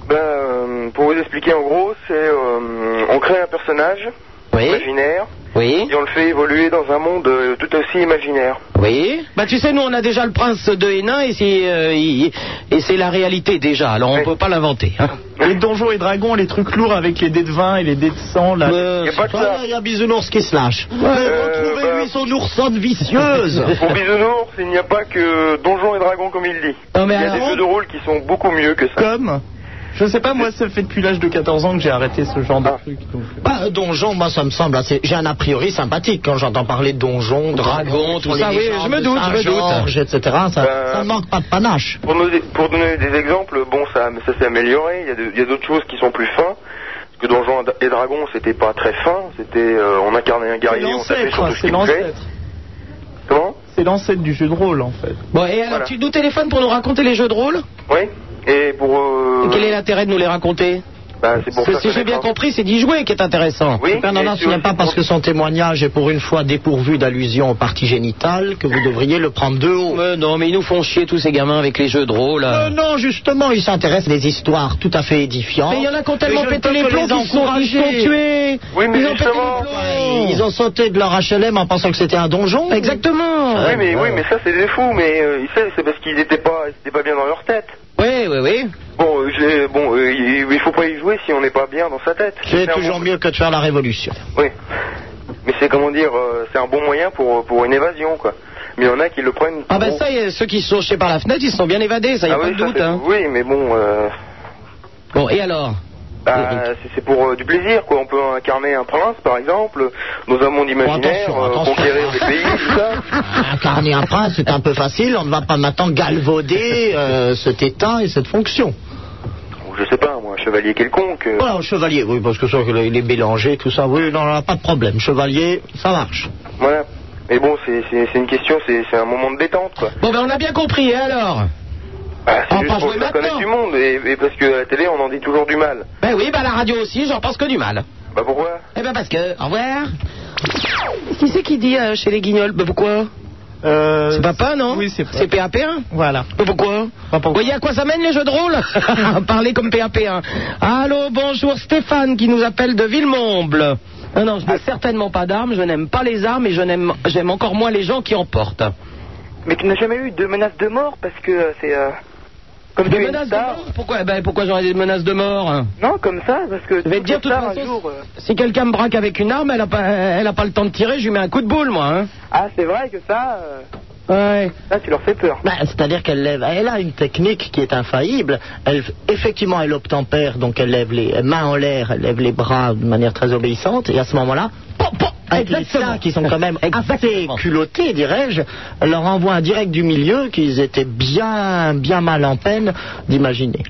[SPEAKER 13] Ben, euh, pour vous expliquer, en gros, c'est euh, on crée un personnage
[SPEAKER 4] Oui.
[SPEAKER 13] imaginaire
[SPEAKER 4] Oui.
[SPEAKER 13] et on le fait évoluer dans un monde euh, tout aussi imaginaire.
[SPEAKER 4] Oui. Bah, tu sais, nous on a déjà le prince de Hénin et c'est, euh, il- et c'est la réalité déjà, alors on
[SPEAKER 13] Oui.
[SPEAKER 4] peut pas l'inventer. Hein.
[SPEAKER 2] Les donjons et dragons, les trucs lourds avec les dés de vin et les dés de sang, là.
[SPEAKER 4] Euh,
[SPEAKER 13] Y a pas de
[SPEAKER 9] Voilà,
[SPEAKER 13] ça.
[SPEAKER 9] il y a Bisounours qui se lâche. Mais
[SPEAKER 13] bah-
[SPEAKER 9] Retrouvez-lui son oursonne vicieuse.
[SPEAKER 13] Pour Bisounours, il n'y a pas que Donjons et Dragons comme il dit.
[SPEAKER 4] Non, mais
[SPEAKER 13] il y a
[SPEAKER 4] alors-
[SPEAKER 13] des jeux de rôle qui sont beaucoup mieux que ça.
[SPEAKER 2] Comme. Je sais pas, moi, ça fait depuis l'âge de 14 ans que j'ai arrêté ce genre de
[SPEAKER 14] Ah.
[SPEAKER 2] truc. donc.
[SPEAKER 9] Bah, donjon, moi, ça me semble assez. J'ai un a priori sympathique quand j'entends parler de donjon, dragon,
[SPEAKER 4] tout
[SPEAKER 9] tous les
[SPEAKER 4] ça, oui,
[SPEAKER 9] légendes
[SPEAKER 4] je me
[SPEAKER 9] de
[SPEAKER 4] doute, je me doute. Bah,
[SPEAKER 9] Saint-Georges, etc. Ça,
[SPEAKER 13] Euh,
[SPEAKER 9] ça ne manque pas de panache.
[SPEAKER 13] Pour, nous- pour donner des exemples, bon, ça, ça s'est amélioré. Il y a de- il y a d'autres choses qui sont plus fins. Parce que Donjons et Dragons, c'était pas très fin. C'était, euh, on incarnait un
[SPEAKER 2] C'est
[SPEAKER 13] guerrier, on tapait sur tout
[SPEAKER 2] l'ancêtre,
[SPEAKER 13] ce
[SPEAKER 2] c'est
[SPEAKER 13] qui bougeait.
[SPEAKER 2] l'ancêtre.
[SPEAKER 13] Comment
[SPEAKER 2] C'est l'ancêtre du jeu de rôle, en fait.
[SPEAKER 4] Bon, et alors
[SPEAKER 13] Voilà.
[SPEAKER 4] tu nous téléphones pour nous raconter les jeux de rôle
[SPEAKER 13] Oui. Et pour, euh,
[SPEAKER 4] Et Quel est l'intérêt de nous les raconter
[SPEAKER 13] bah, c'est pour
[SPEAKER 4] Parce que
[SPEAKER 13] faire
[SPEAKER 4] Si j'ai bien
[SPEAKER 13] connaissance.
[SPEAKER 4] compris, c'est d'y jouer qui est intéressant.
[SPEAKER 13] Oui.
[SPEAKER 9] Non, non,
[SPEAKER 13] et
[SPEAKER 9] non,
[SPEAKER 13] c'est
[SPEAKER 9] ce n'est
[SPEAKER 13] aussi
[SPEAKER 9] pas parce
[SPEAKER 13] pour-
[SPEAKER 9] que son témoignage est pour une fois dépourvu d'allusion aux parties génitales que vous devriez le prendre de haut.
[SPEAKER 4] Mais non, mais ils nous font chier tous ces gamins avec les jeux de rôle.
[SPEAKER 9] Euh, non, justement, il s'intéresse à des histoires tout à fait édifiantes.
[SPEAKER 4] Mais il y en a qui ont
[SPEAKER 9] Et
[SPEAKER 4] tellement
[SPEAKER 9] je ne
[SPEAKER 4] pété
[SPEAKER 9] peux
[SPEAKER 4] les
[SPEAKER 9] que
[SPEAKER 4] plombs qu'ils se sont, ils se sont
[SPEAKER 9] encourager.
[SPEAKER 4] tués.
[SPEAKER 13] Oui, mais
[SPEAKER 4] ils ont pété
[SPEAKER 13] justement.
[SPEAKER 4] les plombs.
[SPEAKER 9] Ils ont sauté de leur HLM en pensant que c'était un donjon. Ah
[SPEAKER 4] Exactement.
[SPEAKER 13] Oui, mais, oui, mais ça, c'est des fous. Mais euh, ça, c'est parce qu'ils étaient pas, ils étaient pas bien dans leur tête.
[SPEAKER 4] Oui, oui, oui.
[SPEAKER 13] Bon, euh, j'ai- bon, euh, il il faut pas y jouer si on n'est pas bien dans sa tête.
[SPEAKER 9] C'est
[SPEAKER 13] un
[SPEAKER 9] toujours
[SPEAKER 13] bon-
[SPEAKER 9] mieux que de faire la révolution.
[SPEAKER 13] Oui. Mais c'est comment dire, euh, c'est un bon moyen pour pour une évasion quoi. Mais il y en a qui le prennent.
[SPEAKER 4] Ah ben
[SPEAKER 13] pour-
[SPEAKER 4] ça, y est, ceux qui se sont jetés par la fenêtre, ils se sont bien évadés, ça y a
[SPEAKER 13] Ah
[SPEAKER 4] pas
[SPEAKER 13] oui,
[SPEAKER 4] de
[SPEAKER 13] ça,
[SPEAKER 4] doute.
[SPEAKER 13] c'est-
[SPEAKER 4] hein.
[SPEAKER 13] Oui, mais bon, euh,
[SPEAKER 4] Bon, et alors
[SPEAKER 13] bah, c'est- c'est pour euh, du plaisir quoi. On peut incarner un prince par exemple dans un monde imaginaire,
[SPEAKER 9] attention,
[SPEAKER 13] euh,
[SPEAKER 9] attention.
[SPEAKER 13] conquérir des pays, tout ça.
[SPEAKER 9] Incarner un prince, c'est un peu facile. On ne va pas maintenant galvauder euh, cet état et cette fonction.
[SPEAKER 13] Ou je sais pas, moi, un chevalier quelconque. euh,
[SPEAKER 9] Voilà, chevalier, oui, parce que ça, il est mélangé, tout ça. Oui, non, non, pas de problème. Chevalier, ça marche.
[SPEAKER 13] Voilà. Mais bon, c'est c'est- c'est une question, c'est c'est un moment de détente quoi.
[SPEAKER 4] Bon, ben on a bien compris, et alors
[SPEAKER 13] Bah,
[SPEAKER 4] On
[SPEAKER 13] c'est
[SPEAKER 4] va
[SPEAKER 13] juste pour
[SPEAKER 4] jouer
[SPEAKER 13] faire connaître
[SPEAKER 4] maintenant.
[SPEAKER 13] du monde et, et parce que à la télé on en dit toujours du mal.
[SPEAKER 4] Ben oui, ben la radio aussi, j'en pense que du mal.
[SPEAKER 13] Bah pourquoi
[SPEAKER 4] Eh ben parce que, au revoir. Qui c'est qui dit euh, chez les guignols Ben pourquoi
[SPEAKER 2] Euh,
[SPEAKER 4] C'est papa, non
[SPEAKER 2] Oui, c'est
[SPEAKER 4] C'est PAP1
[SPEAKER 2] Voilà.
[SPEAKER 4] Ben pourquoi
[SPEAKER 14] Bah,
[SPEAKER 2] Pas pour-
[SPEAKER 4] Vous voyez à quoi ça mène les jeux de rôle Parler comme PAP1. hein. Allô, bonjour Stéphane qui nous appelle de Villemomble. Non, non, je n'ai certainement pas d'armes, je n'aime pas les armes et je n'aime j'aime encore moins les gens qui en portent.
[SPEAKER 14] Mais tu n'as jamais eu de menace de mort parce que euh, c'est. euh, Comme
[SPEAKER 4] Des
[SPEAKER 14] tu es une
[SPEAKER 4] menaces de
[SPEAKER 14] star.
[SPEAKER 4] mort Pourquoi Eh ben, Pourquoi j'aurais des menaces de mort
[SPEAKER 14] Non, comme ça, parce que.
[SPEAKER 4] Je vais te
[SPEAKER 14] toute
[SPEAKER 4] dire, de toute
[SPEAKER 14] star, un
[SPEAKER 4] façon,
[SPEAKER 14] jour, euh,
[SPEAKER 4] si quelqu'un me braque avec une arme, elle a pas, elle a pas le temps de tirer, je lui mets un coup de boule, moi. Hein.
[SPEAKER 14] Ah, c'est vrai que ça. euh,
[SPEAKER 4] Ouais.
[SPEAKER 14] Là, tu leur fais peur.
[SPEAKER 9] Bah, C'est-à-dire qu'elle lève, elle a une technique qui est infaillible. Elle, effectivement, elle obtempère, donc elle lève les mains en l'air, elle lève les bras de manière très obéissante, et à ce moment-là, pom, pom, avec les
[SPEAKER 4] Exactement.
[SPEAKER 9] seins qui sont quand même assez
[SPEAKER 4] Exactement.
[SPEAKER 9] culottés, dirais-je, elle leur envoie un direct du milieu qu'ils étaient bien, bien mal en peine d'imaginer.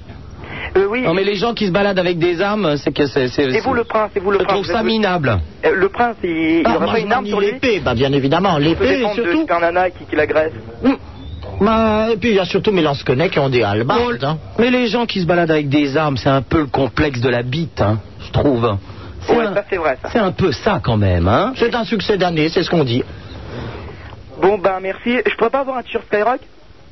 [SPEAKER 14] Euh, oui.
[SPEAKER 4] Non, mais les gens qui se baladent avec des armes, c'est que c'est.
[SPEAKER 14] C'est vous le prince, c'est vous le
[SPEAKER 4] Je
[SPEAKER 14] prince.
[SPEAKER 4] trouve
[SPEAKER 14] vous
[SPEAKER 4] ça
[SPEAKER 14] êtes-
[SPEAKER 4] minable.
[SPEAKER 14] Euh, Le prince, il il
[SPEAKER 9] Ah,
[SPEAKER 14] aurait
[SPEAKER 9] moi,
[SPEAKER 14] pas
[SPEAKER 9] je
[SPEAKER 14] une arme
[SPEAKER 9] m'en
[SPEAKER 14] sur
[SPEAKER 9] dis
[SPEAKER 14] lui
[SPEAKER 9] l'épée, bah, bien évidemment,
[SPEAKER 14] Il peut
[SPEAKER 9] l'épée
[SPEAKER 14] défendre de-
[SPEAKER 9] surtout. Hum.
[SPEAKER 14] d'un nana qui, qui l'agresse.
[SPEAKER 9] Bah, et puis il y a surtout Mélansconnet qui ont des halbardes. hein.
[SPEAKER 4] Mais les gens qui se baladent avec des armes, c'est un peu le complexe de la bite, hein, je trouve. C'est
[SPEAKER 14] Ouais,
[SPEAKER 4] un-
[SPEAKER 14] ça c'est vrai ça.
[SPEAKER 4] c'est un peu ça quand même, hein.
[SPEAKER 9] C'est un succès d'année, c'est ce qu'on dit.
[SPEAKER 14] Bon ben merci. Je pourrais pas avoir un t-shirt Skyrock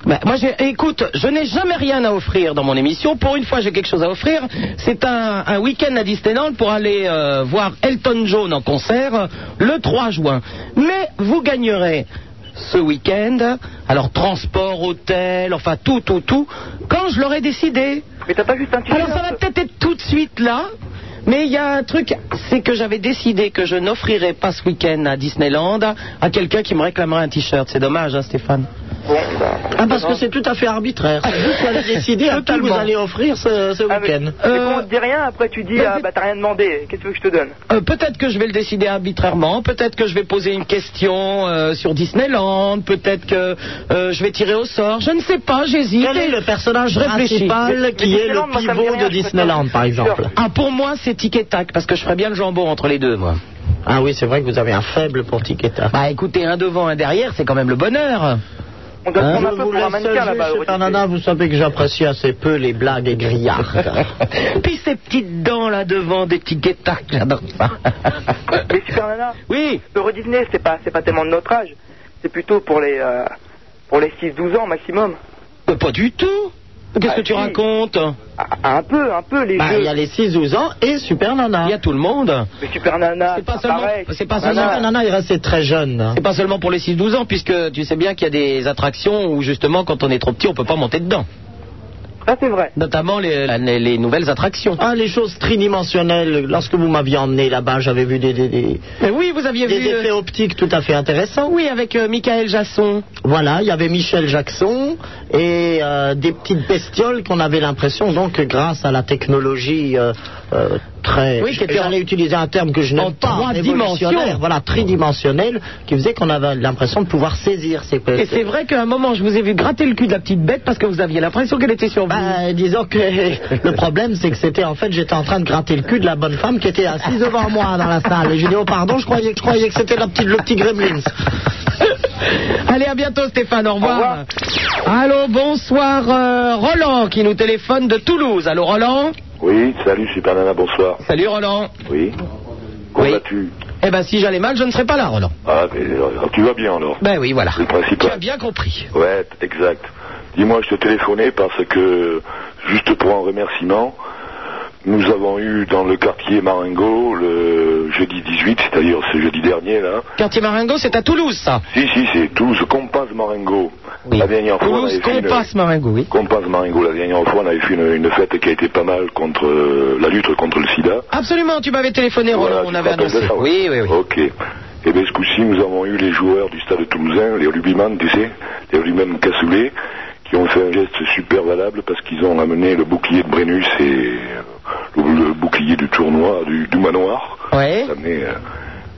[SPEAKER 4] Bah, moi, j'ai- écoute, je n'ai jamais rien à offrir dans mon émission. Pour une fois, j'ai quelque chose à offrir. C'est un, un week-end à Disneyland pour aller euh, voir Elton John en concert euh, le 3 juin. Mais vous gagnerez ce week-end, alors transport, hôtel, enfin tout, tout, tout, quand je l'aurai décidé.
[SPEAKER 14] Mais t'as pas juste un hein, t-shirt
[SPEAKER 4] Alors ça va peut-être être tout de suite là, mais il y a un truc, c'est que j'avais décidé que je n'offrirais pas ce week-end à Disneyland à quelqu'un qui me réclamerait un t-shirt. C'est dommage, hein, Stéphane.
[SPEAKER 14] Bon, ben,
[SPEAKER 9] Ah, parce que c'est tout à fait arbitraire.
[SPEAKER 4] Ah,
[SPEAKER 9] C'est vous qui allez décider à qui vous
[SPEAKER 4] Totalement.
[SPEAKER 9] allez offrir ce, ce
[SPEAKER 14] ah, mais,
[SPEAKER 9] week-end.
[SPEAKER 14] mais quand on te dit rien, après tu dis ah bah t'as rien demandé, qu'est-ce que tu veux que je te donne
[SPEAKER 4] Euh, peut-être que je vais le décider arbitrairement, peut-être que je vais poser une question euh, sur Disneyland, peut-être que euh, je vais tirer au sort, je ne sais pas, j'hésite.
[SPEAKER 9] Quel est le personnage
[SPEAKER 4] Je réfléchis.
[SPEAKER 9] principal
[SPEAKER 14] Mais-
[SPEAKER 9] qui
[SPEAKER 14] mais
[SPEAKER 9] est
[SPEAKER 14] Disneyland,
[SPEAKER 9] le
[SPEAKER 14] moi, ça me dit
[SPEAKER 9] pivot
[SPEAKER 14] rien,
[SPEAKER 9] de
[SPEAKER 14] je préfère
[SPEAKER 9] Disneyland,
[SPEAKER 14] le
[SPEAKER 9] par
[SPEAKER 14] t-shirt.
[SPEAKER 9] exemple
[SPEAKER 4] Ah, pour moi, c'est tic et tac, parce que je ferais bien le jambon entre les deux, moi.
[SPEAKER 9] Ah oui, c'est vrai que vous avez un faible pour Tiketa.
[SPEAKER 4] Bah écoutez, un devant, un derrière, c'est quand même le bonheur.
[SPEAKER 14] On doit
[SPEAKER 4] Hein,
[SPEAKER 14] prendre un
[SPEAKER 9] Je
[SPEAKER 14] peu
[SPEAKER 9] vous
[SPEAKER 14] pour un
[SPEAKER 9] laisse
[SPEAKER 14] mannequin là-bas.
[SPEAKER 9] juger,
[SPEAKER 14] au
[SPEAKER 9] Fernanda, vous savez que j'apprécie assez peu les blagues et grillards.
[SPEAKER 4] Puis ces petites dents là devant, des petits guettacs là dedans
[SPEAKER 14] Disney. Mais super nana,
[SPEAKER 4] oui,
[SPEAKER 14] Euro Disney c'est pas c'est pas tellement de notre âge, c'est plutôt pour les euh, pour les 6-12 ans maximum.
[SPEAKER 4] mais pas du tout. Qu'est-ce
[SPEAKER 14] Ah,
[SPEAKER 4] que tu
[SPEAKER 14] si.
[SPEAKER 4] racontes
[SPEAKER 14] Ah, un peu, un peu les
[SPEAKER 9] Bah,
[SPEAKER 14] jeux.
[SPEAKER 9] il y a les 6-12 ans et Super Nana.
[SPEAKER 4] Il y a tout le monde.
[SPEAKER 14] Mais super nana,
[SPEAKER 4] C'est pas seulement-
[SPEAKER 14] pareil.
[SPEAKER 4] c'est pas
[SPEAKER 14] Super
[SPEAKER 4] seulement-
[SPEAKER 14] Nana.
[SPEAKER 9] Super Nana est resté très jeune. hein.
[SPEAKER 4] C'est pas seulement pour les 6-12 ans, puisque tu sais bien qu'il y a des attractions où justement, quand on est trop petit, on peut pas monter dedans.
[SPEAKER 14] Ça c'est vrai.
[SPEAKER 4] Notamment les, euh, les- les nouvelles attractions.
[SPEAKER 9] Ah, les choses tridimensionnelles. Lorsque vous m'aviez emmené là-bas, j'avais vu des, des, des-
[SPEAKER 4] Mais Eh oui, vous aviez
[SPEAKER 9] des
[SPEAKER 4] vu.
[SPEAKER 9] effets
[SPEAKER 4] euh,
[SPEAKER 9] optiques tout à fait intéressants.
[SPEAKER 4] oui, avec euh, Michael Jasson.
[SPEAKER 9] Voilà, il y avait Michel Jackson et euh, des petites bestioles qu'on avait l'impression, donc grâce à la technologie euh, euh, très...
[SPEAKER 4] Oui, qui était en-
[SPEAKER 9] J'allais utiliser un terme que je
[SPEAKER 4] en
[SPEAKER 9] n'aime pas,
[SPEAKER 4] trois
[SPEAKER 9] révolutionnaire,
[SPEAKER 4] dimensions.
[SPEAKER 9] Voilà, tridimensionnel, qui faisait qu'on avait l'impression de pouvoir saisir ces
[SPEAKER 4] Et c'est vrai qu'à un moment, je vous ai vu gratter le cul de la petite bête parce que vous aviez l'impression qu'elle était sur vous.
[SPEAKER 9] Bah, disons que le problème, c'est que c'était en fait, j'étais en train de gratter le cul de la bonne femme qui était assise devant moi dans la salle. Et j'ai dit, oh pardon, je croyais, je croyais que c'était la petite, le petit Gremlins.
[SPEAKER 4] Allez, à bientôt Stéphane, au revoir.
[SPEAKER 14] revoir.
[SPEAKER 4] Allô, bonsoir euh, Roland qui nous téléphone de Toulouse. Allô Roland
[SPEAKER 15] Oui, salut Super Nana, bonsoir.
[SPEAKER 4] Salut Roland.
[SPEAKER 15] Oui. Comment
[SPEAKER 4] Oui.
[SPEAKER 15] vas-tu
[SPEAKER 4] Eh ben si j'allais mal, je ne serais pas là Roland.
[SPEAKER 15] Ah, mais, euh, tu vas bien alors
[SPEAKER 4] Ben oui, voilà.
[SPEAKER 15] C'est le principal.
[SPEAKER 4] Tu as bien compris.
[SPEAKER 15] Ouais, t- exact. Dis-moi, je te téléphonais parce que, juste pour un remerciement, nous avons eu dans le quartier Marengo le jeudi 18, c'est-à-dire ce jeudi dernier là.
[SPEAKER 4] Quartier Marengo, c'est à Toulouse ça.
[SPEAKER 15] Si, si, c'est Toulouse Compass Marengo. La dernière fois, on
[SPEAKER 4] Toulouse,
[SPEAKER 15] avait fait une-
[SPEAKER 4] Compass Marengo, oui.
[SPEAKER 15] Compass Marengo, la dernière fois, on avait fait une, une fête qui a été pas mal contre euh, la lutte contre le sida.
[SPEAKER 4] Absolument, tu m'avais téléphoné
[SPEAKER 15] Voilà,
[SPEAKER 4] Roland, on
[SPEAKER 15] tu te
[SPEAKER 4] avait
[SPEAKER 15] rappelles
[SPEAKER 4] annoncé.
[SPEAKER 15] de ça,
[SPEAKER 4] Oui,
[SPEAKER 15] ouais.
[SPEAKER 4] oui, oui.
[SPEAKER 15] Ok. Et bien ce coup-ci, nous avons eu les joueurs du stade toulousain, les Rubimans, tu sais, les Rubimans Cassoulets, qui ont fait un geste super valable parce qu'ils ont amené le bouclier de Brennus et le, le bouclier du tournoi, du, du manoir.
[SPEAKER 4] Ouais.
[SPEAKER 15] Ça met, euh,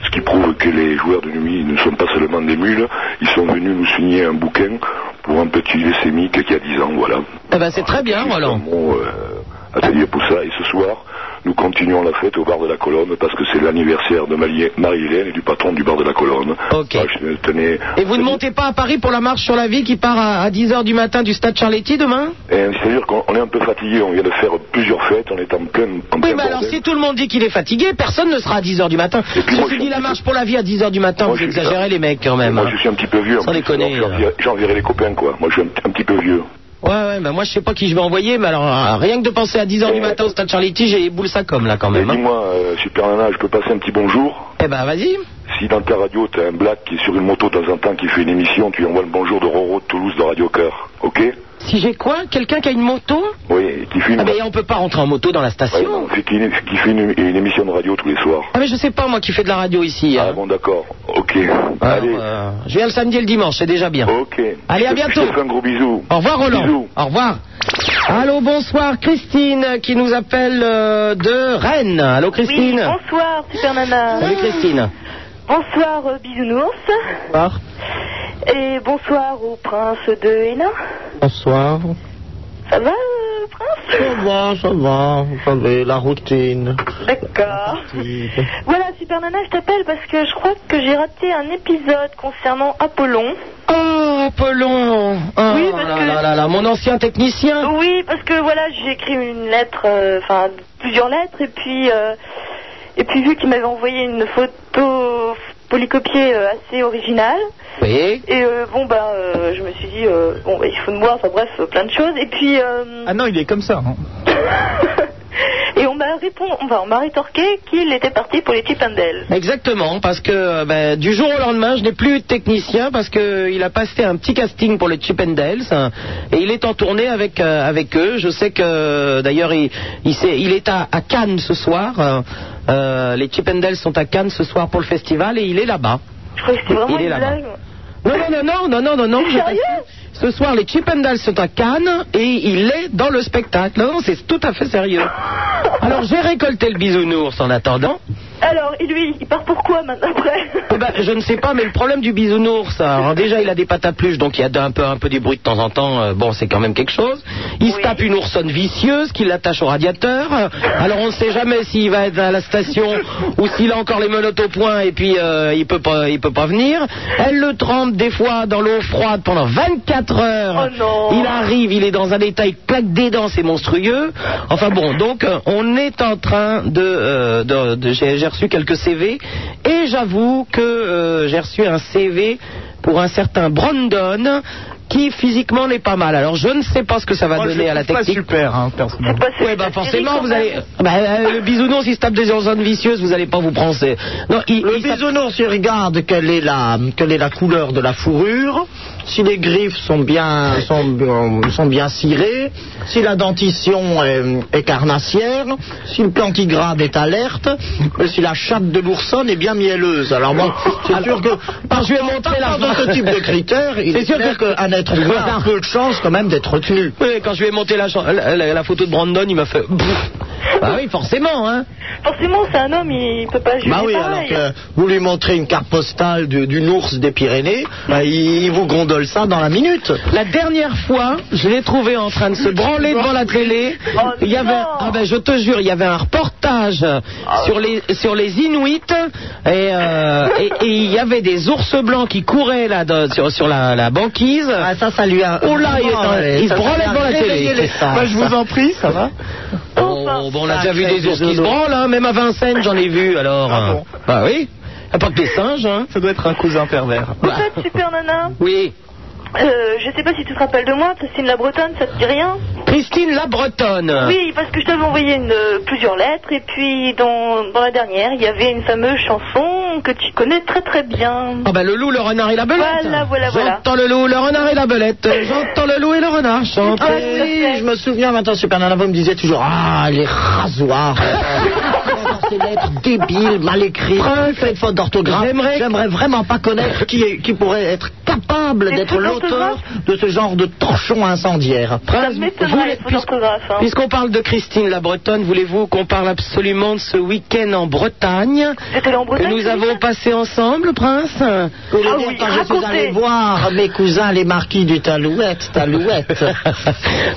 [SPEAKER 15] ce qui prouve que les joueurs de nuit ne sont pas seulement des mules, ils sont venus nous signer un bouquin pour un petit lycémique qui a 10 ans, voilà.
[SPEAKER 4] Eh ben c'est très bien
[SPEAKER 15] Juste un
[SPEAKER 4] Roland.
[SPEAKER 15] mot, euh, à te dire pour ça. Et ce soir, nous continuons la fête au bar de la Colonne parce que c'est l'anniversaire de Mali- Marie-Hélène et du patron du bar de la Colonne.
[SPEAKER 4] Ok.
[SPEAKER 15] Ah, je tenais-
[SPEAKER 4] Et vous ne montez pas à Paris pour la marche sur la vie qui part à, 10h du matin du stade Charletti demain
[SPEAKER 15] Et C'est-à-dire qu'on on est un peu fatigué, on vient de faire plusieurs fêtes, on est en plein. En
[SPEAKER 4] Oui,
[SPEAKER 15] plein
[SPEAKER 4] mais alors
[SPEAKER 15] bordel.
[SPEAKER 4] si tout le monde dit qu'il est fatigué, personne ne sera à 10h du matin.
[SPEAKER 15] Et puis moi,
[SPEAKER 4] Ceci
[SPEAKER 15] je-
[SPEAKER 4] dit, la marche pour la vie à 10h du matin,
[SPEAKER 15] Moi,
[SPEAKER 4] vous
[SPEAKER 15] je suis-
[SPEAKER 4] exagérez les mecs quand
[SPEAKER 15] Et
[SPEAKER 4] même.
[SPEAKER 15] Moi,
[SPEAKER 4] hein.
[SPEAKER 15] je suis un petit peu vieux. en
[SPEAKER 4] Sans
[SPEAKER 15] plus,
[SPEAKER 4] déconner,
[SPEAKER 15] alors j'enverrai- J'enverrai les copains, quoi. Moi, je suis un, petit- un petit peu vieux.
[SPEAKER 4] Ouais, ouais, bah moi je sais pas qui je vais envoyer, mais alors euh, rien que de penser à 10h du matin au stade Charletti, j'ai les boules ça comme là quand
[SPEAKER 15] Mais
[SPEAKER 4] même. hein.
[SPEAKER 15] dis-moi, euh, Super Nana, je peux passer un petit bonjour
[SPEAKER 4] Eh ben vas-y.
[SPEAKER 15] Si dans ta radio, t'as un black qui est sur une moto de temps en temps qui fait une émission, tu lui envoies le bonjour de Roro de Toulouse de Radio Cœur. Ok
[SPEAKER 4] Si j'ai quoi Quelqu'un qui a une moto
[SPEAKER 15] Oui, qui fait une.
[SPEAKER 4] Ah mais on peut pas rentrer en moto dans la
[SPEAKER 15] Ouais,
[SPEAKER 4] station.
[SPEAKER 15] non, c'est qui, qui fait une, une émission de radio tous les soirs.
[SPEAKER 4] Ah mais je sais pas moi qui fais de la radio ici.
[SPEAKER 15] Ah
[SPEAKER 4] hein.
[SPEAKER 15] bon, d'accord. Ok.
[SPEAKER 4] Alors,
[SPEAKER 15] Allez.
[SPEAKER 4] euh, je viens le samedi et le dimanche, c'est déjà bien.
[SPEAKER 15] Ok.
[SPEAKER 4] Allez, à
[SPEAKER 15] Je te-
[SPEAKER 4] bientôt.
[SPEAKER 15] Je te fais un gros bisou.
[SPEAKER 4] Au revoir Roland.
[SPEAKER 15] Bisous.
[SPEAKER 4] Au revoir. Allô, bonsoir Christine qui nous appelle euh, de Rennes. Allô Christine.
[SPEAKER 11] Oui, bonsoir, Super Nana.
[SPEAKER 4] Salut Christine.
[SPEAKER 11] Bonsoir, euh, Bisounours.
[SPEAKER 4] Bonsoir.
[SPEAKER 11] Et bonsoir au prince de Hénin.
[SPEAKER 9] Bonsoir.
[SPEAKER 11] Ça va, euh,
[SPEAKER 9] Ça va, ça va, vous savez, la routine.
[SPEAKER 5] D'accord. Voilà, Super Nana, je t'appelle parce que je crois que j'ai raté un épisode concernant Apollon.
[SPEAKER 4] Oh, Apollon Oh
[SPEAKER 5] Oui, parce
[SPEAKER 4] là
[SPEAKER 5] que-
[SPEAKER 4] là là là, mon ancien technicien
[SPEAKER 5] Oui, parce que voilà, j'ai écrit une lettre, euh, enfin plusieurs lettres, et puis euh, et puis vu qu'il m'avait envoyé une photo polycopiée euh, assez originale.
[SPEAKER 4] Oui.
[SPEAKER 5] Et euh, bon ben, euh, je me suis dit euh, bon bah, il faut me voir, enfin bref, euh, plein de choses. Et puis euh,
[SPEAKER 2] Ah non, il est comme ça. hein.
[SPEAKER 5] et on m'a répondu, enfin, on m'a rétorqué qu'il était parti pour les Chippendales.
[SPEAKER 4] Exactement, parce que euh, ben, du jour au lendemain, je n'ai plus eu de technicien parce qu'il a passé un petit casting pour les Chip and Dales hein, et il est en tournée avec, euh, avec eux. Je sais que euh, d'ailleurs, il, il, s'est- il est à, à Cannes ce soir. hein. Euh, les Chip and Dales sont à Cannes ce soir pour le festival et il est là-bas.
[SPEAKER 5] Je crois que c'était vraiment
[SPEAKER 4] Il est
[SPEAKER 5] une
[SPEAKER 4] là-bas.
[SPEAKER 5] blague.
[SPEAKER 4] Non, non, non, non, non, non, non. je-
[SPEAKER 5] Sérieux
[SPEAKER 4] Ce soir, les Chippendales sont à Cannes et il est dans le spectacle. Non, non, c'est tout à fait sérieux. Alors, j'ai récolté le bisounours en attendant.
[SPEAKER 5] Alors, et lui, il part pourquoi maintenant après
[SPEAKER 4] Eh ben, je ne sais pas, mais le problème du bisounours, hein. alors déjà, il a des pattes à pluche, donc il y a un peu, un peu des bruits de temps en temps. euh, bon, c'est quand même quelque chose. Il se tape une oursonne vicieuse qui l'attache au radiateur. Euh, Alors, on ne sait jamais s'il va être à la station ou s'il a encore les menottes au point et puis euh, il peut pas, il peut pas venir. Elle le trempe des fois dans l'eau froide pendant 24 heures. Il arrive, il est dans un état, il claque des dents, c'est monstrueux. Enfin bon, donc euh, on est en train de. euh, de- de- j'ai j'ai reçu quelques CV et j'avoue que euh, j'ai reçu un CV pour un certain Brandon qui physiquement n'est pas mal. Alors je ne sais pas ce que ça va
[SPEAKER 2] Moi, je
[SPEAKER 4] donner
[SPEAKER 2] le
[SPEAKER 4] à la
[SPEAKER 2] trouve pas
[SPEAKER 4] technique.
[SPEAKER 2] super, hein, personnellement.
[SPEAKER 4] Ouais, bah
[SPEAKER 2] série,
[SPEAKER 4] forcément,
[SPEAKER 2] quand
[SPEAKER 4] vous
[SPEAKER 2] même.
[SPEAKER 4] allez. Bah, euh, le bisounours, il se tape des zones vicieuses, vous allez pas vous prendre. c'est- Non, il,
[SPEAKER 9] Le bisounours, il regarde quelle est la, quelle est la couleur de la fourrure, si les griffes sont bien, sont, euh, sont bien cirées, si la dentition est, est carnassière, si le plantigrade est alerte, et si la chatte de l'oursonne est bien mielleuse. Alors moi, c'est sûr que par
[SPEAKER 4] je lui ai montré la
[SPEAKER 9] partant de ce type de critères, il
[SPEAKER 4] C'est
[SPEAKER 9] est,
[SPEAKER 4] sûr
[SPEAKER 9] clair
[SPEAKER 4] que-
[SPEAKER 9] qu'un être humain a un peu de chance quand même d'être retenu.
[SPEAKER 4] Oui, quand je lui ai monté la, chan- la, la- la photo de Brandon, il m'a fait. Pff. Bah oui, forcément, hein.
[SPEAKER 5] Forcément, c'est un homme, il peut pas juger
[SPEAKER 9] Bah oui, alors
[SPEAKER 5] pareil.
[SPEAKER 9] que vous lui montrez une carte postale du- d'une ours des Pyrénées, bah, il il vous gondole ça dans la minute.
[SPEAKER 4] La dernière fois, je l'ai trouvé en train de se branler devant la télé. Il y avait, ah ben, je te jure, il y avait un reportage
[SPEAKER 9] Ah
[SPEAKER 4] sur les sur les Inuits et, euh, et- et il y avait des ours blancs qui couraient là dans- sur, sur la, la banquise.
[SPEAKER 9] Ah, ça, ça lui a.
[SPEAKER 4] Oh là, il, est en-
[SPEAKER 9] Ouais,
[SPEAKER 4] il se
[SPEAKER 9] ça, ça
[SPEAKER 4] branlait
[SPEAKER 9] lui a
[SPEAKER 4] devant la
[SPEAKER 9] réveillé
[SPEAKER 4] télé.
[SPEAKER 9] les stars,
[SPEAKER 2] Bah, je vous
[SPEAKER 9] ça.
[SPEAKER 2] en prie, ça va
[SPEAKER 4] Oh, bon, on a déjà vu
[SPEAKER 9] sacré
[SPEAKER 4] des ours qui se
[SPEAKER 9] bisounours.
[SPEAKER 4] branlent, hein, même à Vincennes, j'en ai vu. Alors,
[SPEAKER 2] Ah bon
[SPEAKER 4] euh, bah oui, Ah, pas que des singes. Hein.
[SPEAKER 2] Ça doit être un cousin pervers.
[SPEAKER 5] En fait, Super Nana,
[SPEAKER 4] Oui.
[SPEAKER 5] euh, je sais pas si tu te rappelles de moi, Christine la Bretonne, ça te dit rien
[SPEAKER 4] Christine la Bretonne.
[SPEAKER 5] Oui, parce que je t'avais envoyé une, euh, plusieurs lettres, et puis dans, dans la dernière, il y avait une fameuse chanson que tu connais très très bien.
[SPEAKER 4] Ah ben le loup, le renard et la belette.
[SPEAKER 5] Voilà, voilà, voilà.
[SPEAKER 4] J'entends le loup, le renard et la belette. J'entends le loup et le renard chanter.
[SPEAKER 9] Ah oui, je me souviens maintenant, Super Nana, vous me disiez toujours Ah, les rasoirs Dans Ces lettres débiles, mal écrites, faites faute d'orthographe.
[SPEAKER 4] J'aimerais-
[SPEAKER 9] J'aimerais vraiment pas connaître qui, est- qui pourrait être capable
[SPEAKER 5] Des
[SPEAKER 9] d'être
[SPEAKER 5] fautes
[SPEAKER 9] l'auteur
[SPEAKER 5] d'orthographe
[SPEAKER 9] de ce genre de torchon incendiaire.
[SPEAKER 5] Ça
[SPEAKER 4] Prince,
[SPEAKER 5] m'étonnerait,
[SPEAKER 4] voulez-
[SPEAKER 5] les fautes d'orthographe. hein.
[SPEAKER 4] Puisqu'on parle de Christine la Bretonne, voulez-vous qu'on parle absolument de ce week-end en Bretagne
[SPEAKER 5] J'étais allée en
[SPEAKER 4] que
[SPEAKER 5] Bretagne,
[SPEAKER 4] nous
[SPEAKER 5] c'est
[SPEAKER 4] avons
[SPEAKER 5] ça
[SPEAKER 4] passé ensemble, Prince
[SPEAKER 9] Vous voulez
[SPEAKER 5] Ah
[SPEAKER 9] dire,
[SPEAKER 5] oui,
[SPEAKER 9] quand je suis
[SPEAKER 5] racontez.
[SPEAKER 9] allé voir Ah, mes cousins, les marquis du Talouette, Talouette.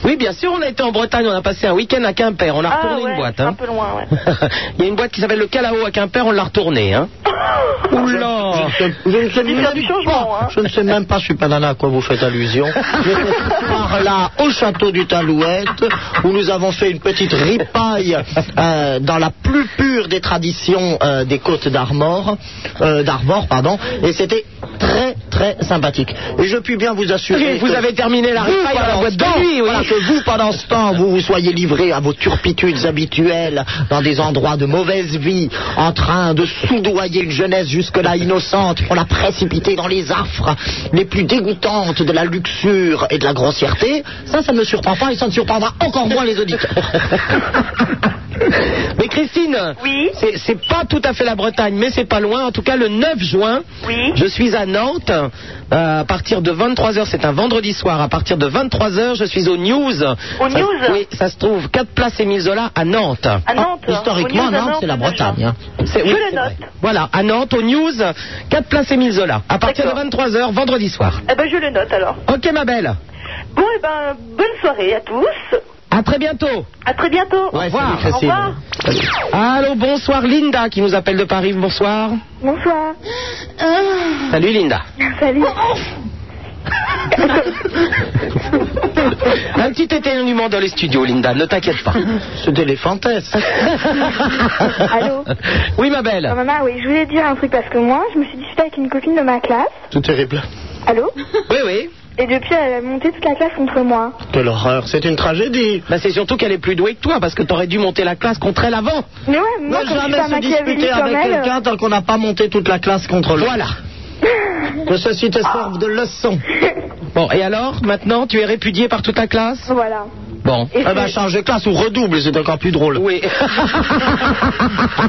[SPEAKER 4] Oui, bien sûr, on a été en Bretagne, on a passé un week-end à Quimper, on a
[SPEAKER 5] Ah
[SPEAKER 4] retourné
[SPEAKER 5] ouais,
[SPEAKER 4] une boîte.
[SPEAKER 5] c'est
[SPEAKER 4] hein.
[SPEAKER 5] un peu loin, ouais.
[SPEAKER 4] Il y a une boîte qui s'appelle le Calao à Quimper, on l'a retournée. Hein.
[SPEAKER 5] Ah,
[SPEAKER 4] Oula
[SPEAKER 9] Je, je ne sais
[SPEAKER 5] Il y a du
[SPEAKER 9] même
[SPEAKER 5] changement, hein.
[SPEAKER 9] pas, je ne sais même pas, Super Nana, à quoi vous faites allusion. J'étais par là, au château du Talouette, où nous avons fait une petite ripaille euh, dans la plus pure des traditions euh, des côtes d'Armor, euh, d'Armor, pardon, et c'était très très sympathique. Et je puis bien vous assurer.
[SPEAKER 4] Oui, vous
[SPEAKER 9] que
[SPEAKER 4] avez terminé la
[SPEAKER 9] vous,
[SPEAKER 4] ripaille dans la
[SPEAKER 9] pendant
[SPEAKER 4] boîte
[SPEAKER 9] ce
[SPEAKER 4] de
[SPEAKER 9] temps,
[SPEAKER 4] nuit, Ah, oui.
[SPEAKER 9] voilà, que vous, pendant ce temps, vous vous soyez livré à vos turpitudes habituelles dans des endroits de mauvaise vie, en train de soudoyer une jeunesse jusque-là innocente pour la précipiter dans les affres les plus dégoûtantes de la luxure et de la grossièreté, ça, ça ne me surprend pas et ça ne surprendra encore moins les auditeurs.
[SPEAKER 4] Mais Christine,
[SPEAKER 5] Oui.
[SPEAKER 4] c'est- c'est pas tout à fait la Bretagne, mais c'est pas loin. En tout cas, le 9 juin,
[SPEAKER 5] Oui.
[SPEAKER 4] je suis à Nantes. Euh, à partir de 23h, c'est un vendredi soir, à partir de 23h, je suis au News. Au
[SPEAKER 5] News
[SPEAKER 4] Oui, ça se trouve, 4 places Émile Zola à Nantes.
[SPEAKER 5] À Nantes. hein.
[SPEAKER 9] Ah, Historiquement,
[SPEAKER 5] Au News à
[SPEAKER 9] non, c'est la
[SPEAKER 5] le machin.
[SPEAKER 9] Bretagne. hein.
[SPEAKER 4] C'est-
[SPEAKER 5] Je le
[SPEAKER 4] c'est
[SPEAKER 5] note.
[SPEAKER 4] vrai. Voilà, à Nantes, au News, 4 places Émile Zola, à partir de
[SPEAKER 5] D'accord.
[SPEAKER 4] 23h, vendredi soir.
[SPEAKER 5] Eh ben, je le note alors.
[SPEAKER 4] Ok, ma belle.
[SPEAKER 5] Bon, eh ben, bonne soirée à tous.
[SPEAKER 4] À très bientôt.
[SPEAKER 5] À très bientôt.
[SPEAKER 4] Au revoir. Allô, bonsoir Linda qui nous appelle de Paris. Bonsoir.
[SPEAKER 16] Bonsoir.
[SPEAKER 9] Ah.
[SPEAKER 4] Salut Linda.
[SPEAKER 16] Salut.
[SPEAKER 4] Un petit éternuement dans les studios, Linda, ne t'inquiète pas. C'est éléphantesque.
[SPEAKER 16] Allô
[SPEAKER 4] Oui, ma belle.
[SPEAKER 16] Oh, maman, oui, je voulais dire un truc parce que moi, je me suis disputée avec une copine de ma classe.
[SPEAKER 9] C'est terrible.
[SPEAKER 16] Allô
[SPEAKER 4] Oui, oui.
[SPEAKER 16] Et depuis, elle a monté toute la classe contre moi.
[SPEAKER 9] Quelle horreur, c'est une tragédie.
[SPEAKER 4] Bah, c'est surtout qu'elle est plus douée que toi, parce que t'aurais dû monter la classe contre elle avant.
[SPEAKER 16] Mais ouais, moi,
[SPEAKER 9] Ne
[SPEAKER 16] quand je suis
[SPEAKER 9] jamais
[SPEAKER 16] pas
[SPEAKER 9] se
[SPEAKER 16] machiavélique
[SPEAKER 9] disputer
[SPEAKER 16] comme
[SPEAKER 9] avec
[SPEAKER 16] elle,
[SPEAKER 9] quelqu'un tant qu'on n'a pas monté toute la classe contre lui. Voilà. Que ceci te serve de leçon.
[SPEAKER 4] Bon, et alors, maintenant, tu es répudiée par toute la classe
[SPEAKER 16] Voilà.
[SPEAKER 4] Bon.
[SPEAKER 9] Eh ben, change de classe ou redouble, c'est encore plus drôle.
[SPEAKER 4] Oui.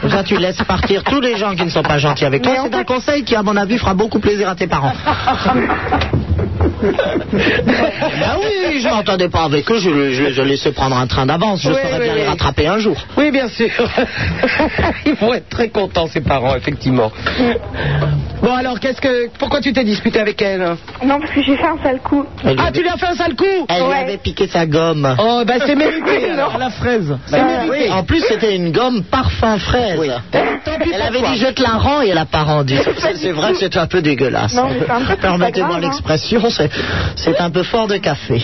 [SPEAKER 9] Comme ça, tu laisses partir tous les gens qui ne sont pas gentils avec toi. C'est un conseil qui, à mon avis, fera beaucoup plaisir à tes parents. ben oui, je m'entendais pas avec eux, je, je- je laissais prendre un train d'avance, je
[SPEAKER 4] Oui,
[SPEAKER 9] saurais
[SPEAKER 4] oui,
[SPEAKER 9] bien
[SPEAKER 4] oui.
[SPEAKER 9] les rattraper un jour.
[SPEAKER 4] Oui, bien sûr. Ils vont être très contents, ses parents, effectivement. Bon, alors, qu'est-ce que, pourquoi tu t'es disputée avec elle
[SPEAKER 16] Non, parce que j'ai fait un sale coup.
[SPEAKER 9] Elle
[SPEAKER 4] Ah, tu lui as fait un sale coup
[SPEAKER 9] Elle lui
[SPEAKER 16] Ouais.
[SPEAKER 9] avait piqué sa gomme.
[SPEAKER 4] Oh, ben c'est mérité.
[SPEAKER 9] Non.
[SPEAKER 4] alors.
[SPEAKER 6] La fraise.
[SPEAKER 4] C'est
[SPEAKER 9] Ben
[SPEAKER 4] mérité.
[SPEAKER 9] oui, En plus, c'était une gomme parfum fraise. Elle avait dit je te la rends et elle l'a pas rendue. Ça, C'est vrai que c'était un peu dégueulasse.
[SPEAKER 16] Non, mais c'est un peu- c'est pas grave,
[SPEAKER 9] Permettez-moi
[SPEAKER 16] hein.
[SPEAKER 9] l'expression, c'est- c'est un peu fort de café.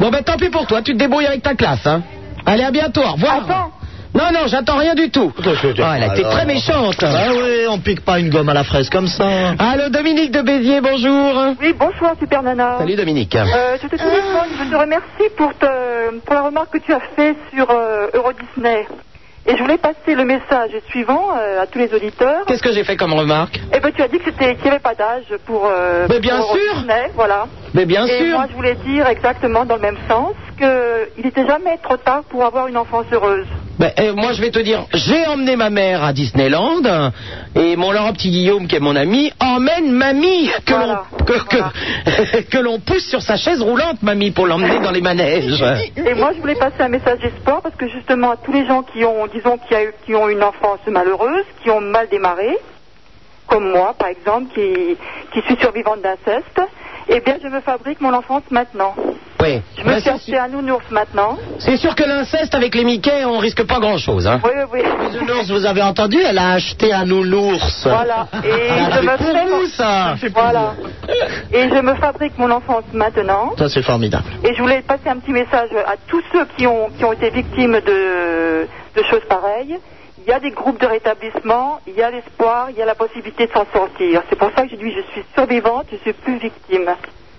[SPEAKER 4] Bon, ben tant pis pour toi, tu te débrouilles avec ta classe. Hein. Allez, à bientôt, au revoir.
[SPEAKER 16] Attends.
[SPEAKER 4] Non, non, j'attends rien du tout. Oh, elle a été très méchante.
[SPEAKER 9] Ah oui, on pique pas une gomme à la fraise comme ça.
[SPEAKER 4] Allô, Dominique de Béziers, bonjour.
[SPEAKER 5] Oui, bonsoir, Super Nana.
[SPEAKER 4] Salut, Dominique.
[SPEAKER 5] Euh, je te téléphone, je te remercie pour, te- pour la remarque que tu as faite sur euh, Euro Disney. Et je voulais passer le message suivant euh, à tous les auditeurs.
[SPEAKER 4] Qu'est-ce que j'ai fait comme remarque
[SPEAKER 5] Eh ben, tu as dit que c'était qu'il n'y avait pas d'âge pour. euh,
[SPEAKER 4] Mais
[SPEAKER 5] pour
[SPEAKER 4] bien
[SPEAKER 5] Euro
[SPEAKER 4] sûr.
[SPEAKER 5] Disney, voilà.
[SPEAKER 4] Mais bien
[SPEAKER 5] Et
[SPEAKER 4] sûr.
[SPEAKER 5] moi, je voulais dire exactement dans le même sens que il n'était jamais trop tard pour avoir une enfance heureuse.
[SPEAKER 4] Ben, eh, moi, je vais te dire, j'ai emmené ma mère à Disneyland et mon Laurent Petit Guillaume, qui est mon ami, emmène mamie que
[SPEAKER 5] Voilà,
[SPEAKER 4] l'on que, que- que l'on pousse sur sa chaise roulante, mamie, pour l'emmener dans les manèges.
[SPEAKER 5] Et moi, je voulais passer un message d'espoir parce que justement, à tous les gens qui ont, disons, qui, a eu- qui ont une enfance malheureuse, qui ont mal démarré, comme moi, par exemple, qui, qui suis survivante d'inceste, eh bien, je me fabrique mon enfance maintenant.
[SPEAKER 4] Oui.
[SPEAKER 5] Je me
[SPEAKER 4] Ben,
[SPEAKER 5] suis
[SPEAKER 4] c'est-
[SPEAKER 5] acheté un nounours maintenant.
[SPEAKER 4] c'est sûr que l'inceste avec les Mickey, on risque pas grand-chose. Hein.
[SPEAKER 5] Oui, oui, oui.
[SPEAKER 9] Nounours, vous avez entendu, elle a acheté un nounours.
[SPEAKER 5] Voilà. Et je me
[SPEAKER 9] pour
[SPEAKER 5] fais mon-
[SPEAKER 9] vous, ça.
[SPEAKER 5] Voilà. Et je me fabrique mon enfance maintenant.
[SPEAKER 9] Ça, c'est formidable.
[SPEAKER 5] Et je voulais passer un petit message à tous ceux qui ont, qui ont été victimes de, de choses pareilles. Il y a des groupes de rétablissement, il y a l'espoir, il y a la possibilité de s'en sortir. C'est pour ça que je dis je suis survivante, je suis plus victime.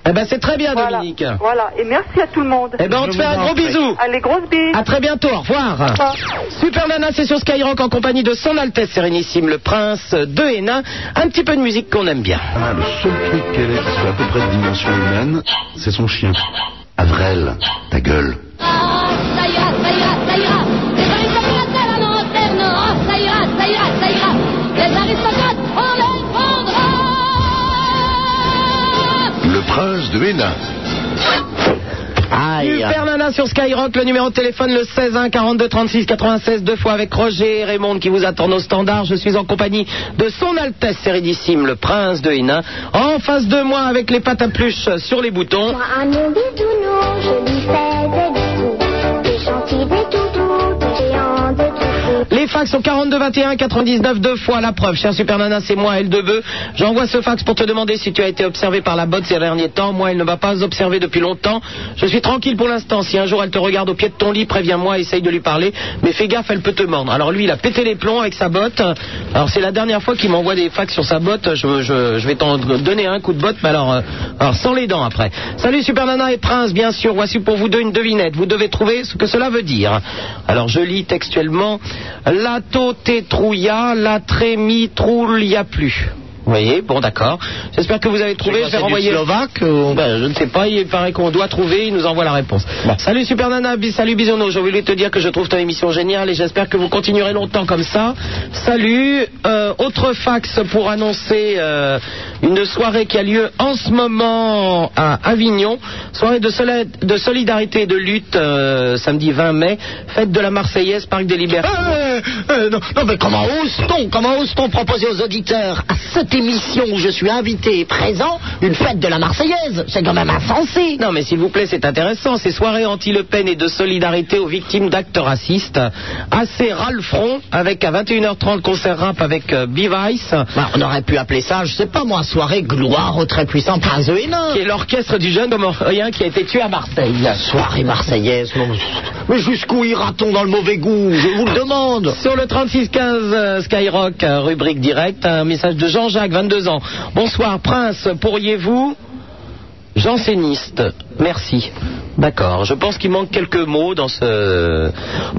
[SPEAKER 4] Eh ben, c'est très bien,
[SPEAKER 5] Voilà.
[SPEAKER 4] Dominique.
[SPEAKER 5] voilà. Et merci à tout le monde.
[SPEAKER 4] Eh ben, on te fait un gros bisou.
[SPEAKER 5] Allez, grosses bises.
[SPEAKER 4] À très bientôt, au revoir.
[SPEAKER 5] revoir.
[SPEAKER 4] Super Nana, c'est sur Skyrock en compagnie de Son Altesse Sérénissime, le Prince de Hénin. Un petit peu de musique qu'on aime bien.
[SPEAKER 1] Ah, le seul truc qu'elle est qui soit à peu près de dimension humaine, c'est son chien. Avrel, ta gueule.
[SPEAKER 17] ça ira, ça ira, ça ira. Les aristocrates à la lanterne, oh, ça ira, ça ira, ça ira. Les aristocrates, on les prendra.
[SPEAKER 1] Le prince de Hénin.
[SPEAKER 9] Aïe.
[SPEAKER 4] Super Nana sur Skyrock, le numéro de téléphone le 16 1 42 36 96 deux fois avec Roger et Raymond qui vous attendent au standard. Je suis en compagnie de son Altesse Sérénissime, le Prince de Hénin, en face de moi avec les pattes à pluche sur les boutons.
[SPEAKER 16] Un nom bisounours, je lui fais des bisous. Des gentils, des toutous, des géants, des toutous.
[SPEAKER 4] Les fax sont 42 21 99 deux fois la preuve. Cher Super Nana, c'est moi, elle de Bœuf. J'envoie ce fax pour te demander si tu as été observé par la botte ces derniers temps. Moi, elle ne m'a pas observé depuis longtemps. Je suis tranquille pour l'instant. Si un jour elle te regarde au pied de ton lit, préviens-moi, essaye de lui parler. Mais fais gaffe, elle peut te mordre. Alors lui, il a pété les plombs avec sa botte. Alors c'est la dernière fois qu'il m'envoie des fax sur sa botte. Je, je- je vais t'en donner un coup de botte, mais alors, euh, alors sans les dents après. Salut Super Nana et Prince, bien sûr. Voici pour vous deux une devinette. Vous devez trouver ce que cela veut dire. Alors je lis textuellement La totétrouilla, la trémitroulia plus. Vous voyez, bon d'accord. J'espère que vous avez trouvé.
[SPEAKER 9] quoi,
[SPEAKER 4] Je vais
[SPEAKER 9] c'est du
[SPEAKER 4] renvoyer.
[SPEAKER 9] Slovaque ou-
[SPEAKER 4] Ben, je ne sais pas, il paraît qu'on doit trouver, il nous envoie la réponse. Salut Super Nana, bis- salut Bisounours. Je voulais te dire que je trouve ton émission géniale et j'espère que vous continuerez longtemps comme ça. Salut. Euh, autre fax pour annoncer euh, une soirée qui a lieu en ce moment à Avignon. Soirée de, sola- de solidarité et de lutte euh, samedi 20 mai. Fête de la Marseillaise, Parc des Libertés.
[SPEAKER 9] Euh, euh, non, non, mais comment ose-t-on, comment ose-t-on proposer aux auditeurs à cet
[SPEAKER 8] émission où je suis invité et présent une fête de la Marseillaise. C'est quand même insensé.
[SPEAKER 4] Non, mais s'il vous plaît, c'est intéressant. Ces soirées anti-Le Pen et de solidarité aux victimes d'actes racistes. Assez ras le front avec à 21h30 concert rap avec euh, Bivice.
[SPEAKER 8] Bah, on aurait pu appeler ça, je sais pas moi, soirée gloire au très puissant prince de Hénin.
[SPEAKER 4] Qui est l'orchestre du jeune Comorien qui a été tué à Marseille.
[SPEAKER 8] Eh, La soirée marseillaise, non, mais- mais jusqu'où ira-t-on dans le mauvais goût Je vous le demande.
[SPEAKER 4] Sur le 3615 euh, Skyrock, euh, rubrique directe, un message de Jean-Jacques, 22 ans. Bonsoir, Prince, pourriez-vous Janséniste, merci. D'accord, je pense qu'il manque quelques mots dans ce...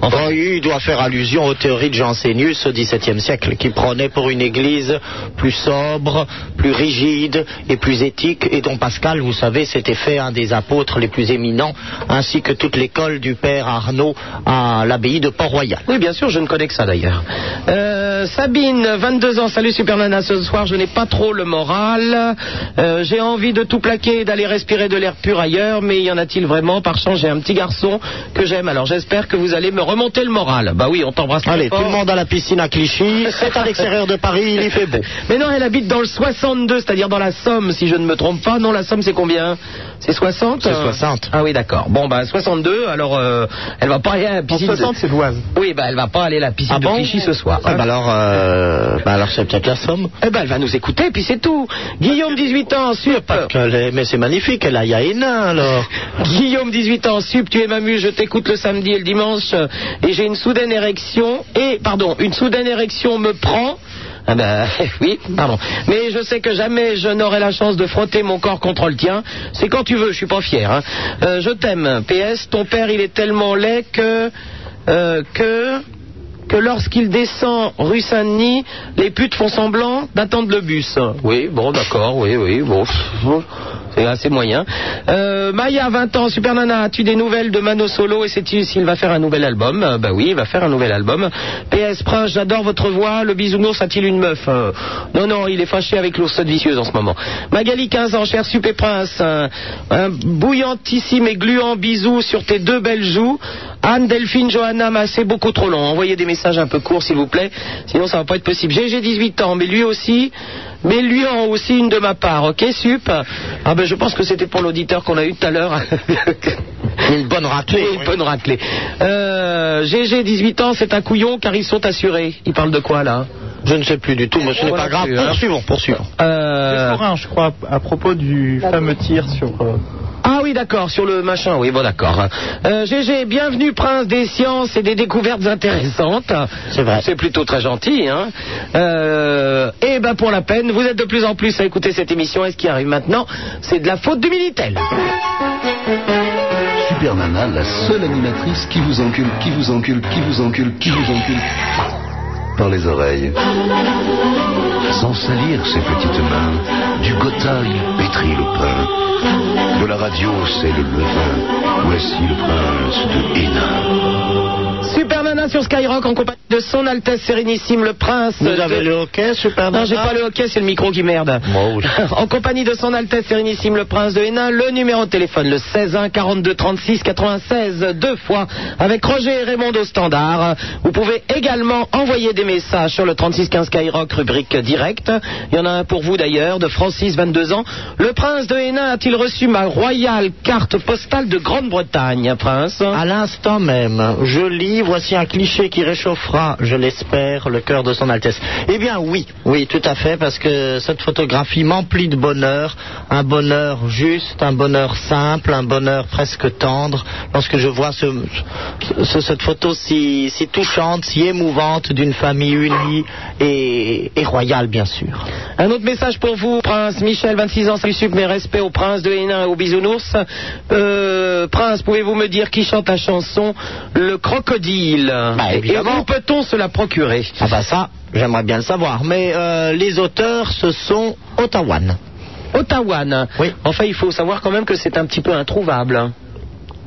[SPEAKER 9] Enfin, il doit faire allusion aux théories de Jansénius au XVIIe siècle, qui prenait pour une église plus sobre, plus rigide et plus éthique, et dont Pascal, vous savez, s'était fait un des apôtres les plus éminents, ainsi que toute l'école du père Arnaud à l'abbaye de Port-Royal.
[SPEAKER 4] Oui, bien sûr, je ne connais que ça d'ailleurs. Euh, Sabine, 22 ans, salut Supernana, ce soir je n'ai pas trop le moral. Euh, j'ai envie de tout plaquer et d'aller respirer de l'air pur ailleurs, mais y en a-t-il vraiment Par chance, j'ai un petit garçon que j'aime, alors j'espère que vous allez me remonter le moral. Bah oui, on t'embrasse. très
[SPEAKER 9] Allez, tout
[SPEAKER 4] fort.
[SPEAKER 9] le monde à la piscine à Clichy, c'est à l'extérieur de Paris, il y fait beau.
[SPEAKER 4] Mais non, elle habite dans le 62, c'est-à-dire dans la Somme, si je ne me trompe pas. Non, la Somme, c'est combien C'est 60
[SPEAKER 9] C'est 60.
[SPEAKER 4] Ah oui, d'accord. Bon, bah 62, alors euh, elle va pas aller à la piscine.
[SPEAKER 6] 60, c'est l'Oise.
[SPEAKER 4] Oui, bah elle va pas aller à la piscine
[SPEAKER 9] Ah
[SPEAKER 4] de
[SPEAKER 9] bon
[SPEAKER 4] Clichy ce soir.
[SPEAKER 9] Ah, bah alors, euh, bah alors c'est peut-être la somme.
[SPEAKER 4] Eh ben, elle va nous écouter, puis c'est tout. Guillaume, 18 ans, sup.
[SPEAKER 9] Allez, Mais c'est magnifique, elle a il y a Hénin alors.
[SPEAKER 4] Guillaume, 18 ans, sup, tu es mamu, je t'écoute le samedi et le dimanche, euh, et j'ai une soudaine érection, et, pardon, une soudaine érection me prend. Ah ben, oui, pardon. Mais je sais que jamais je n'aurai la chance de frotter mon corps contre le tien. C'est quand tu veux, je suis pas fier. hein. Euh, je t'aime. PS, ton père, il est tellement laid que... euh, que que lorsqu'il descend rue Saint-Denis, les putes font semblant d'attendre le bus. Oui, bon, d'accord, oui, oui, bon, pff, bon, c'est assez moyen. Euh, Maya, 20 ans, Super Nana, as-tu des nouvelles de Mano Solo et sais-tu s'il va faire un nouvel album Euh, Bah oui, il va faire un nouvel album. PS Prince, j'adore votre voix, le bisounours a-t-il une meuf Euh, Non, non, il est fâché avec l'oursette vicieuse en ce moment. Magali, 15 ans, cher Super Prince, un, un bouillantissime et gluant bisou sur tes deux belles joues. Anne, Delphine, Johanna, Massé, c'est beaucoup trop long. Envoyez des messages un peu courts, s'il vous plaît. Sinon, ça va pas être possible. GG 18 ans, mais lui aussi, mais lui en aussi une de ma part. Ok, sup. Ah ben, je pense que c'était pour l'auditeur qu'on a eu tout à l'heure.
[SPEAKER 9] Une bonne raclée.
[SPEAKER 4] Une bonne raclée. Euh, GG 18 ans, c'est un couillon car ils sont assurés. Il parle de quoi là
[SPEAKER 9] Je ne sais plus du tout, mais ce n'est
[SPEAKER 4] Voilà
[SPEAKER 9] pas grave.
[SPEAKER 4] plus, hein.
[SPEAKER 9] Poursuivons, poursuivons.
[SPEAKER 4] Euh,
[SPEAKER 6] Forain, je crois, à propos du fameux tir sur. euh,
[SPEAKER 4] Ah oui, d'accord, sur le machin, oui, bon, d'accord. Euh, GG, bienvenue, prince des sciences et des découvertes intéressantes.
[SPEAKER 9] C'est vrai.
[SPEAKER 4] C'est plutôt très gentil, hein. Euh, et ben, pour la peine, vous êtes de plus en plus à écouter cette émission. Et ce qui arrive maintenant, c'est de la faute du Minitel.
[SPEAKER 1] Super Nana, la seule animatrice qui vous encule, qui vous encule, qui vous encule, qui vous encule par les oreilles. Sans salir ses petites mains, du gotha il pétrit le pain. De la radio, c'est le levain. Voici le prince de Hénin.
[SPEAKER 4] Super Nana sur Skyrock en compagnie de son Altesse Sérénissime, le prince.
[SPEAKER 9] Vous
[SPEAKER 4] de-
[SPEAKER 9] avez le hockey, super
[SPEAKER 4] Non,
[SPEAKER 9] Nana
[SPEAKER 4] j'ai pas le hockey, c'est le micro qui merde.
[SPEAKER 9] Moi aussi.
[SPEAKER 4] en compagnie de son Altesse Sérénissime le Prince de Hénin, le numéro de téléphone, le 16 1 42 36 96, deux fois, avec Roger et Raymond au standard. Vous pouvez également envoyer des messages sur le 36 15 Skyrock, rubrique directe. Il y en a un pour vous d'ailleurs, de Francis, 22 ans. Le Prince de Hénin a-t-il reçu ma royale carte postale de Grande-Bretagne, hein, Prince
[SPEAKER 9] À l'instant même, je lis, voici un cliché qui réchauffera, je l'espère, le cœur de son Altesse. Eh bien oui, oui, tout à fait, parce que cette photographie m'emplit de bonheur, un bonheur juste, un bonheur simple, un bonheur presque tendre, lorsque je vois ce- ce- cette photo si, si touchante, si émouvante d'une famille unie et- et royale, bien sûr.
[SPEAKER 4] Un autre message pour vous, Prince Michel, 26 ans, salut sup, mes respects au Prince de Hénin et au Bisounours. Euh, prince, pouvez-vous me dire qui chante la chanson Le Crocodile Et
[SPEAKER 9] évidemment.
[SPEAKER 4] où peut-on se la procurer
[SPEAKER 9] Ah bah ça, j'aimerais bien le savoir. Mais euh, les auteurs, ce sont Ottawan.
[SPEAKER 4] Ottawa.
[SPEAKER 9] Oui.
[SPEAKER 4] Enfin, il faut savoir quand même que c'est un petit peu introuvable.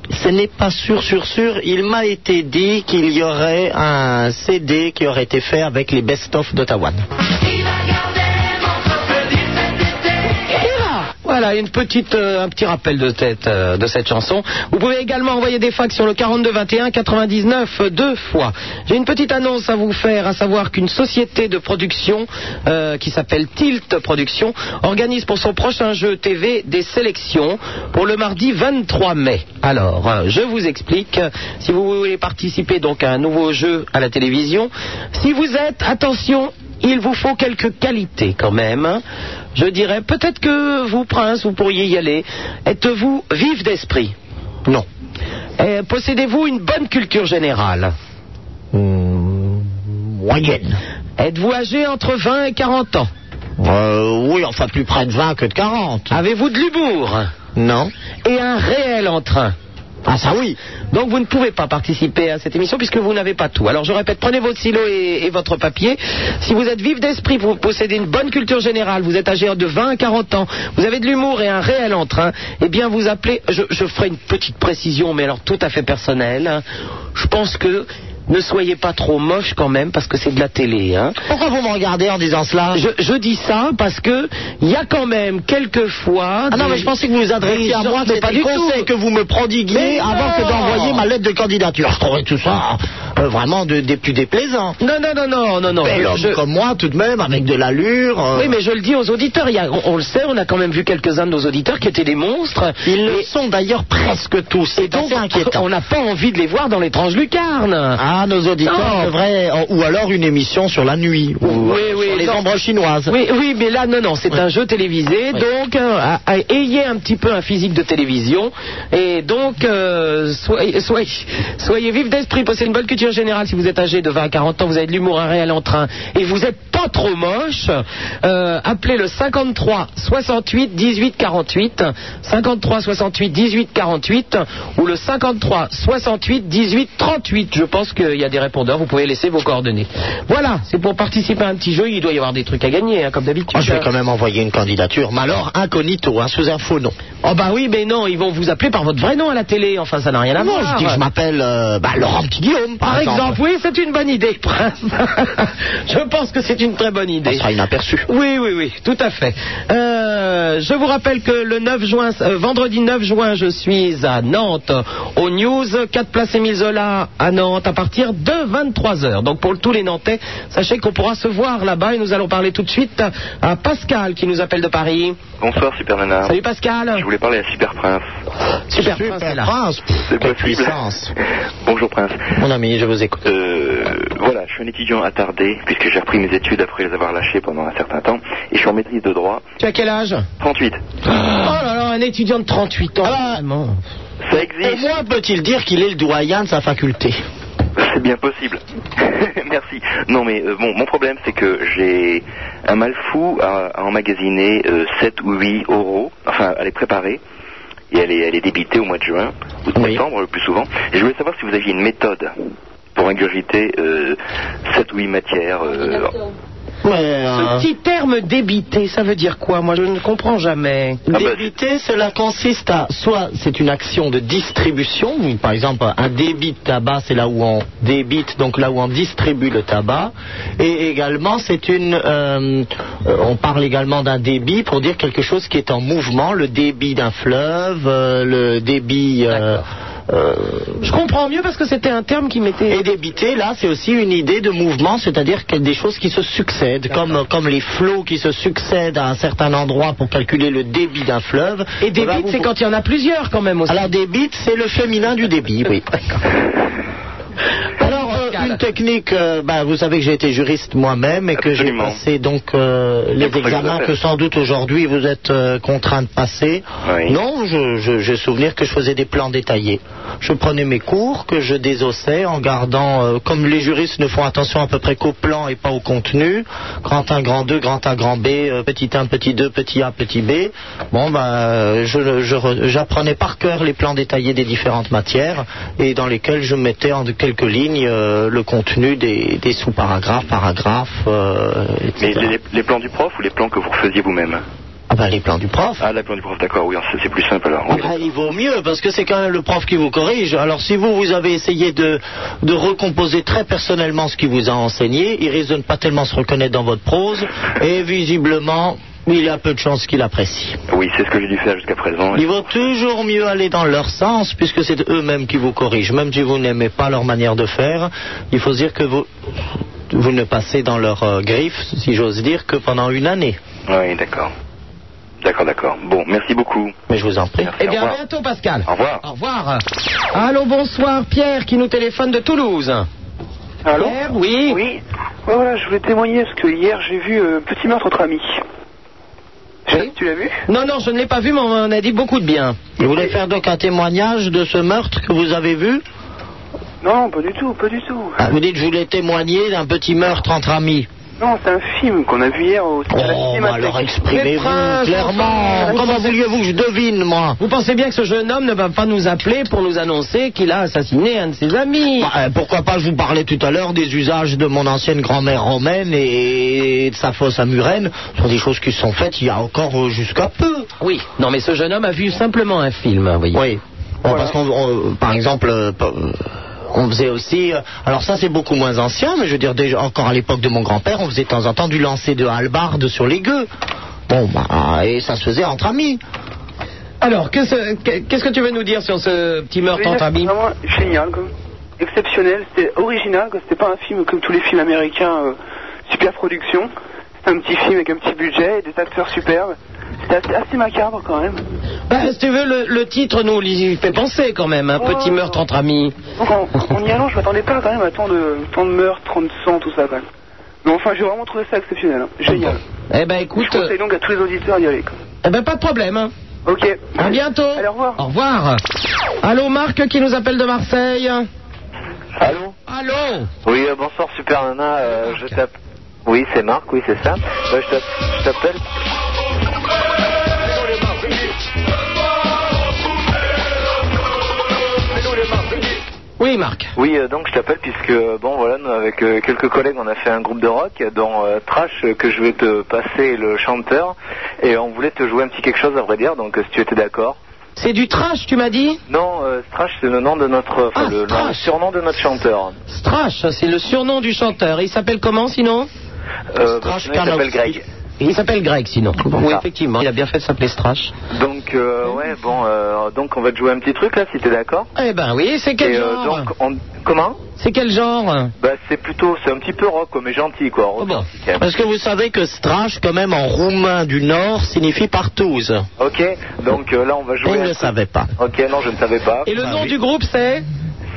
[SPEAKER 9] Ce n'est pas sûr, sûr, sûr. Il m'a été dit qu'il y aurait un CD qui aurait été fait avec les best-of d'Ottawan.
[SPEAKER 4] Voilà, une petite, euh, un petit rappel de tête euh, de cette chanson. Vous pouvez également envoyer des fax sur le 42 21 99 euh, deux fois. J'ai une petite annonce à vous faire, à savoir qu'une société de production euh, qui s'appelle Tilt Production organise pour son prochain jeu TV des sélections pour le mardi 23 mai. Alors, euh, je vous explique. Si vous voulez participer donc à un nouveau jeu à la télévision, si vous êtes, attention, il vous faut quelques qualités quand même. Je dirais, peut-être que vous, prince, vous pourriez y aller. Êtes-vous vif d'esprit Non. Euh, Possédez-vous une bonne culture générale Moyenne. Êtes-vous âgé entre 20 et 40 ans
[SPEAKER 9] Euh,
[SPEAKER 4] Oui, enfin plus près de 20 que de 40. Avez-vous de l'humour Non. Et un réel entrain ah ça oui Donc vous ne pouvez pas participer à cette émission puisque vous n'avez pas tout. Alors je répète, prenez votre stylo et, et votre papier. Si vous êtes vif d'esprit, vous possédez une bonne culture générale, vous êtes âgé de 20 à 40 ans, vous avez de l'humour et un réel entrain, eh bien vous appelez, je, je ferai une petite précision mais alors tout à fait personnelle, hein. je pense que ne soyez pas trop moche quand même parce que c'est de la télé. Hein.
[SPEAKER 9] Pourquoi vous me regardez en disant cela
[SPEAKER 4] Je, je dis ça parce que il y a quand même quelques fois.
[SPEAKER 9] Ah non, mais je pensais que vous vous adressiez à moi, que
[SPEAKER 4] mais
[SPEAKER 9] c'était le conseil que vous me prodiguiez
[SPEAKER 4] Mais
[SPEAKER 9] avant que
[SPEAKER 4] non
[SPEAKER 9] d'envoyer ma lettre de candidature.
[SPEAKER 4] Ah,
[SPEAKER 9] Je trouvais tout ça euh, vraiment de, des plus déplaisants.
[SPEAKER 4] Non, non, non, non, non, non.
[SPEAKER 9] Mais l'homme
[SPEAKER 4] je-
[SPEAKER 9] comme moi, tout de même, avec de l'allure. euh,
[SPEAKER 4] Oui, mais je le dis aux auditeurs. il y a- on, on le sait, on a quand même vu quelques-uns de nos auditeurs qui étaient des monstres.
[SPEAKER 9] Ils le sont d'ailleurs presque tous.
[SPEAKER 4] Et
[SPEAKER 9] C'est
[SPEAKER 4] donc,
[SPEAKER 9] assez inquiétant.
[SPEAKER 4] on n'a pas envie de les voir dans l'étrange lucarne.
[SPEAKER 9] Ah, nos auditeurs
[SPEAKER 4] Non.
[SPEAKER 9] devraient. Ou alors une émission sur la nuit. Ou euh.
[SPEAKER 4] Oui, oui,
[SPEAKER 9] sur les
[SPEAKER 4] non.
[SPEAKER 9] ombres chinoises.
[SPEAKER 4] Oui, oui, mais là, non, non, c'est un jeu télévisé, donc euh, à- à- ayez un petit peu un physique de télévision, et donc euh, soyez, soyez, soyez vif d'esprit, possédez une bonne culture générale si vous êtes âgé de 20 à 40 ans, vous avez de l'humour, un réel entrain, et vous n'êtes pas trop moche, euh, appelez le 53 68 18 48, 53 68 18 48, ou le 53 68 18 38, je pense qu'il y a des répondeurs, vous pouvez laisser vos coordonnées. Voilà, c'est pour participer à un petit jeu, il doit y avoir des trucs à gagner, hein, comme d'habitude.
[SPEAKER 9] Ah, je vais quand même envoyer une candidature, mais alors incognito, hein, sous un faux nom.
[SPEAKER 4] Oh bah oui, mais non, ils vont vous appeler par votre vrai nom à la télé, enfin ça n'a rien à
[SPEAKER 9] non,
[SPEAKER 4] voir.
[SPEAKER 9] je dis que je m'appelle euh, bah, Laurent Petit Guillaume, par,
[SPEAKER 4] Par exemple, oui, c'est une bonne idée, Prince. je pense que c'est une très bonne
[SPEAKER 9] Ça
[SPEAKER 4] idée.
[SPEAKER 9] sera inaperçu.
[SPEAKER 4] Oui, oui, oui, tout à fait. Euh, je vous rappelle que le 9 juin, euh, vendredi 9 juin, je suis à Nantes au News, 4 places Émile Zola à Nantes à partir de 23h. Donc pour tous les Nantais, sachez qu'on pourra se voir là-bas et nous allons parler tout de suite à Pascal qui nous appelle de Paris.
[SPEAKER 14] Bonsoir, Super Nana.
[SPEAKER 4] Salut Pascal.
[SPEAKER 14] Je voulais parler à Super Prince.
[SPEAKER 4] Super, Prince est là.
[SPEAKER 9] Prince,
[SPEAKER 14] C'est
[SPEAKER 9] quelle
[SPEAKER 14] possible.
[SPEAKER 9] puissance.
[SPEAKER 14] Bonjour Prince.
[SPEAKER 9] Mon ami, je vous écoute.
[SPEAKER 14] Euh, voilà, je suis un étudiant attardé puisque j'ai repris mes études après les avoir lâchées pendant un certain temps et je suis en maîtrise de droit
[SPEAKER 4] Tu as quel âge
[SPEAKER 14] 38.
[SPEAKER 9] Ah.
[SPEAKER 4] Oh là là, un étudiant de 38 ans. vraiment.
[SPEAKER 14] Ça
[SPEAKER 9] Au
[SPEAKER 14] existe,
[SPEAKER 9] moins bah, peut-il dire qu'il est le doyen de sa faculté.
[SPEAKER 14] c'est bien possible. Merci. Non mais euh, bon, mon problème c'est que j'ai un mal fou à, à emmagasiner euh, 7 ou 8 euros, enfin à les préparer et à les, à les débiter au mois de juin ou de
[SPEAKER 9] Oui.
[SPEAKER 14] septembre le plus souvent. Et je voulais savoir si vous aviez une méthode pour ingurgiter euh, 7 ou 8 matières. euh,
[SPEAKER 9] Ouais, euh,
[SPEAKER 4] Ce petit terme débité, ça veut dire quoi Moi, je ne comprends jamais.
[SPEAKER 14] Ah bah,
[SPEAKER 9] Débiter, cela consiste à soit c'est une action de distribution, ou par exemple un débit de tabac, c'est là où on débite, donc là où on distribue le tabac, et également c'est une, euh, euh, on parle également d'un débit pour dire quelque chose qui est en mouvement, le débit d'un fleuve, euh, le débit. euh, euh,
[SPEAKER 4] Je comprends mieux parce que c'était un terme qui m'était.
[SPEAKER 9] et débiter, là, c'est aussi une idée de mouvement, c'est-à-dire qu'il y a des choses qui se succèdent, comme, comme les flots qui se succèdent à un certain endroit pour calculer le débit d'un fleuve.
[SPEAKER 4] Et
[SPEAKER 9] Eh ben,
[SPEAKER 4] débite,
[SPEAKER 9] vous
[SPEAKER 4] c'est
[SPEAKER 9] pou-
[SPEAKER 4] quand il y en a plusieurs quand même aussi.
[SPEAKER 9] Alors, débite, c'est le féminin du débit, oui. Alors, euh,
[SPEAKER 4] Pascal.
[SPEAKER 9] une technique, euh, bah, vous savez que j'ai été juriste moi-même et que j'ai
[SPEAKER 14] Absolument.
[SPEAKER 9] passé donc euh, les
[SPEAKER 14] pour ça que je
[SPEAKER 9] examens
[SPEAKER 14] vous
[SPEAKER 9] que
[SPEAKER 14] appelle.
[SPEAKER 9] sans doute aujourd'hui vous êtes euh, contraint de passer.
[SPEAKER 14] Oui.
[SPEAKER 9] Non, je- je- j'ai souvenir que je faisais des plans détaillés. Je prenais mes cours, que je désossais en gardant, euh, comme les juristes ne font attention à peu près qu'au plan et pas au contenu, grand 1, grand 2, grand A, grand B, euh, petit 1, petit 2, petit A, petit B. Bon, bah, euh, je- je re- j'apprenais par cœur les plans détaillés des différentes matières et dans lesquels je mettais en quelques lignes euh, le contenu des, des sous-paragraphes, paragraphes, euh,
[SPEAKER 14] Mais
[SPEAKER 9] etc.
[SPEAKER 14] les, les- les plans du prof ou les plans que vous refaisiez vous-même
[SPEAKER 9] Ah bah, les plans du prof.
[SPEAKER 14] Ah, les plans du prof, d'accord, oui, c'est- c'est plus simple alors.
[SPEAKER 9] Ah
[SPEAKER 14] oui.
[SPEAKER 9] bah, il vaut mieux parce que c'est quand même le prof qui vous corrige. Alors si vous, vous avez essayé de, de recomposer très personnellement ce qu'il vous a enseigné, il risque de ne pas tellement se reconnaître dans votre prose et visiblement mais il y a peu de chances qu'il apprécie.
[SPEAKER 18] Oui, c'est ce que j'ai dû faire jusqu'à présent.
[SPEAKER 9] Il vaut toujours mieux aller dans leur sens, puisque c'est eux-mêmes qui vous corrigent. Même si vous n'aimez pas leur manière de faire, il faut dire que vous, vous ne passez dans leur euh, griffe, si j'ose dire, que pendant une année.
[SPEAKER 18] Oui, d'accord. D'accord, d'accord. Bon, merci beaucoup.
[SPEAKER 9] Mais je vous en prie.
[SPEAKER 4] Eh bien, à bientôt, Pascal.
[SPEAKER 18] Au revoir.
[SPEAKER 4] Au revoir. Allô, bonsoir, Pierre, qui nous téléphone de Toulouse.
[SPEAKER 13] Allô
[SPEAKER 4] Pierre, oui.
[SPEAKER 13] Oui. Ouais, Voilà, je voulais témoigner parce que hier j'ai vu euh, Petit meurtre entre amis.
[SPEAKER 4] Tu l'as vu Non, non, je ne l'ai pas vu, mais on en a dit beaucoup de bien.
[SPEAKER 9] Vous voulez faire donc un témoignage de ce meurtre que vous avez vu
[SPEAKER 13] Non, pas du tout, pas du tout.
[SPEAKER 9] Ah, Vous dites, je voulais témoigner d'un petit meurtre entre amis.
[SPEAKER 13] Non, c'est un film qu'on a vu hier au à la
[SPEAKER 9] Oh, bah
[SPEAKER 13] cinémathèque.
[SPEAKER 9] alors exprimez-vous
[SPEAKER 4] princes,
[SPEAKER 9] clairement.
[SPEAKER 4] enfin,
[SPEAKER 9] Comment vouliez-vous que je devine, moi
[SPEAKER 4] Vous pensez bien que ce jeune homme ne va pas nous appeler pour nous annoncer qu'il a assassiné un de ses amis
[SPEAKER 9] Bah, euh, pourquoi pas, je vous parlais tout à l'heure des usages de mon ancienne grand-mère romaine et de sa fosse à Murène. Ce sont des choses qui se sont faites il y a encore euh, jusqu'à peu.
[SPEAKER 4] Oui, non, mais ce jeune homme a vu simplement un film, hein, vous voyez.
[SPEAKER 9] Oui. Bon, Parce qu'on, on- par exemple, euh, pa- euh, on faisait aussi. euh, alors ça, c'est beaucoup moins ancien, mais je veux dire, déjà, encore à l'époque de mon grand-père, on faisait de temps en temps du lancer de hallebarde sur les gueux. Bon, bah, et ça se faisait entre amis.
[SPEAKER 4] Alors, qu'est-ce que- qu'est-ce que tu veux nous dire sur ce Euh, petit meurtre
[SPEAKER 13] Je veux
[SPEAKER 4] entre amis
[SPEAKER 13] dire, c'est vraiment génial, quoi. exceptionnel, c'était original, quoi. c'était pas un film comme tous les films américains, euh, super production. C'était un petit film avec un petit budget et des acteurs superbes. C'était assez, assez macabre quand même.
[SPEAKER 4] Bah, Si tu veux, le, le titre nous y fait penser quand même, un
[SPEAKER 13] Oh.
[SPEAKER 4] petit meurtre entre amis.
[SPEAKER 13] Donc en, en y allant, je m'attendais pas quand même à tant de, tant de meurtres, tant de sang, tout ça quand même. Mais enfin, j'ai vraiment trouvé ça exceptionnel, hein. génial.
[SPEAKER 4] Eh ben écoute,
[SPEAKER 13] Je conseille donc à tous les auditeurs d'y aller. quoi.
[SPEAKER 4] eh ben pas de problème. Hein.
[SPEAKER 13] Ok.
[SPEAKER 4] À bientôt.
[SPEAKER 13] Allez, au revoir.
[SPEAKER 4] Au revoir. Allô, Marc qui nous appelle de Marseille.
[SPEAKER 14] Allô
[SPEAKER 4] Allô
[SPEAKER 14] Oui, euh, bonsoir Super Nana, euh, je tape. Oui, c'est Marc, oui, c'est ça. Euh, je t'app- je t'appelle.
[SPEAKER 4] Oui, Marc.
[SPEAKER 14] Oui, euh, donc je t'appelle puisque, euh, bon, voilà, nous, avec euh, quelques collègues, on a fait un groupe de rock euh, dont euh, Trash, euh, que je vais te passer le chanteur, et on voulait te jouer un petit quelque chose, à vrai dire, donc euh, si tu étais d'accord.
[SPEAKER 4] C'est du trash, tu m'as dit
[SPEAKER 14] Non, euh, Trash, c'est le nom de notre. enfin,
[SPEAKER 4] Ah,
[SPEAKER 14] le, nom- le surnom de notre chanteur.
[SPEAKER 4] Strash, c'est le surnom du chanteur. Il s'appelle comment sinon
[SPEAKER 14] Euh, sinon, il s'appelle Greg.
[SPEAKER 4] Il s'appelle Greg sinon. Oui, effectivement, il a bien fait de s'appeler Strash.
[SPEAKER 14] Donc, euh, ouais, bon, euh, donc on va te jouer un petit truc là, si t'es d'accord.
[SPEAKER 4] Eh ben oui, c'est quel
[SPEAKER 14] Et, euh,
[SPEAKER 4] genre
[SPEAKER 14] donc, on- Comment
[SPEAKER 4] C'est quel genre Oh
[SPEAKER 14] Bah, c'est plutôt, c'est un petit peu rock, mais gentil, quoi. romantique, hein.
[SPEAKER 9] Parce que vous savez que Strash, quand même, en roumain du Nord, signifie partouze.
[SPEAKER 14] Ok, donc euh, là, on va jouer.
[SPEAKER 9] Vous ne le savez pas.
[SPEAKER 14] Ok, non, je ne savais pas. Ah
[SPEAKER 4] Et le nom du groupe c'est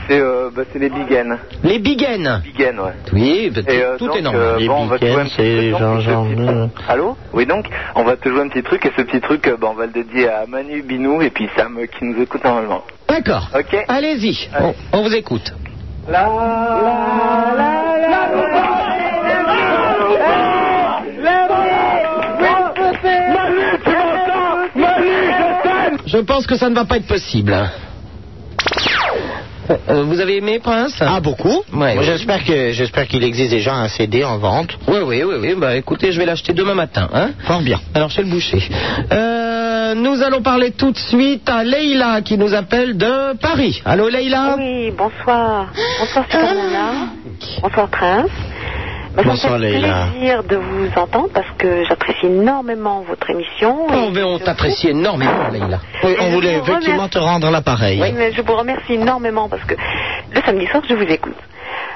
[SPEAKER 14] C'est euh, bah, c'est les Bigaines.
[SPEAKER 4] Les Bigaines.
[SPEAKER 14] Bigaines, ouais.
[SPEAKER 4] Oui, bah,
[SPEAKER 14] Et, euh,
[SPEAKER 4] tout
[SPEAKER 14] donc,
[SPEAKER 4] est normal.
[SPEAKER 14] euh, bon, on va te jouer un petit
[SPEAKER 9] c'est
[SPEAKER 14] truc,
[SPEAKER 9] Jean
[SPEAKER 14] donc,
[SPEAKER 9] Jean
[SPEAKER 14] ce petit-
[SPEAKER 9] Bleu.
[SPEAKER 14] Allô Oui, donc, on va te jouer un petit truc, et ce petit truc, euh, bah, on va le dédier à Manu Binou, et puis Sam euh, qui nous écoute normalement.
[SPEAKER 4] D'accord.
[SPEAKER 14] Ok
[SPEAKER 4] Allez-y, on, on vous écoute. Je pense que ça ne va pas être possible. hein. Euh, euh, vous avez aimé Prince
[SPEAKER 9] Ah, beaucoup
[SPEAKER 4] Ouais, ouais.
[SPEAKER 9] J'espère que- j'espère qu'il existe déjà un CD en vente.
[SPEAKER 4] Oui, oui, oui, oui. Bah, écoutez, je vais l'acheter demain matin. Hein
[SPEAKER 9] Fort bien.
[SPEAKER 4] Alors, chez le boucher. Euh, nous allons parler tout de suite à Leïla qui nous appelle de Paris. Allô, Leïla
[SPEAKER 19] Oui, bonsoir. Bonsoir
[SPEAKER 4] Ah.
[SPEAKER 19] Super Nana. Bonsoir Prince. Bah,
[SPEAKER 9] Bonsoir,
[SPEAKER 19] ça me fait
[SPEAKER 9] Leïla.
[SPEAKER 19] plaisir de vous entendre parce que j'apprécie énormément votre émission.
[SPEAKER 4] Oh, mais on t'apprécie énormément, Leïla.
[SPEAKER 9] Oui, on voulait
[SPEAKER 19] vous
[SPEAKER 9] effectivement
[SPEAKER 19] remercie.
[SPEAKER 9] te rendre l'appareil.
[SPEAKER 19] Oui, mais je vous remercie énormément parce que le samedi soir, je vous écoute.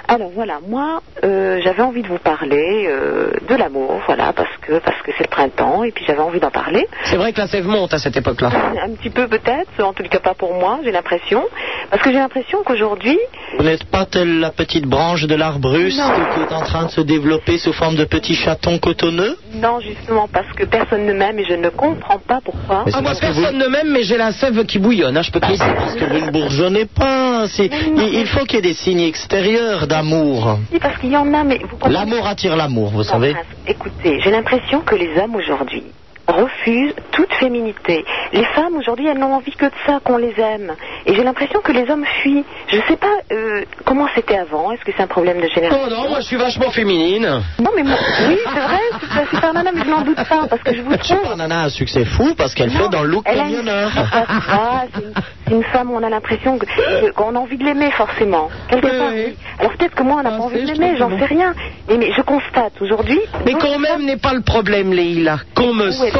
[SPEAKER 19] Alors voilà, moi, euh, j'avais envie de vous parler euh, de l'amour, voilà, parce que parce que c'est le printemps et puis j'avais envie d'en parler.
[SPEAKER 4] C'est vrai que la sève monte à cette
[SPEAKER 9] Ah.
[SPEAKER 4] époque-là.
[SPEAKER 19] Un petit peu peut-être, en tout cas pas pour moi, j'ai l'impression, parce que j'ai l'impression qu'aujourd'hui,
[SPEAKER 9] Vous n'êtes pas telle la petite branche de l'arbre russe qui est en train de se développer sous forme de petits chatons cotonneux
[SPEAKER 19] Non, justement, parce que personne ne m'aime et je ne comprends pas pourquoi.
[SPEAKER 9] Mais c'est
[SPEAKER 4] Ah, moi,
[SPEAKER 9] parce que Ah,
[SPEAKER 4] personne ne m'aime, mais j'ai la sève qui bouillonne, hein, je peux te le dire.
[SPEAKER 9] Parce que vous ne bourgeonnez pas. c'est- Il, il faut qu'il y ait des signes extérieurs d'amour.
[SPEAKER 19] Si, parce qu'il y en a, mais vous comprenez-
[SPEAKER 9] L'amour attire l'amour, vous savez.
[SPEAKER 19] Prince, Écoutez, j'ai l'impression que les hommes aujourd'hui refusent toute féminité. Les femmes aujourd'hui, elles n'ont envie que de ça, qu'on les aime. Et j'ai l'impression que les hommes fuient. Je ne sais pas euh, comment
[SPEAKER 9] Oh,
[SPEAKER 19] c'était avant. Est-ce que c'est un problème de génération
[SPEAKER 4] Oh non, moi, je suis vachement féminine.
[SPEAKER 19] ah, Non, mais moi- oui, c'est vrai, de toute façon. une super nana, mais je n'en doute pas, parce que je vous trouve.
[SPEAKER 9] Super Nana a un succès fou parce qu'elle fait dans le look
[SPEAKER 19] Elle a une-
[SPEAKER 9] camionneur.
[SPEAKER 19] Ah, c'est une- c'est une femme où on a l'impression que- que- qu'on a envie de l'aimer forcément. Quelque part, oui. Alors peut-être que moi on n'a
[SPEAKER 4] Ah,
[SPEAKER 19] pas envie de l'aimer, j'en sais rien. Mais, mais je constate aujourd'hui.
[SPEAKER 4] Mais qu'on m'aime n'est pas le problème, Leïla. Qu'on me saute.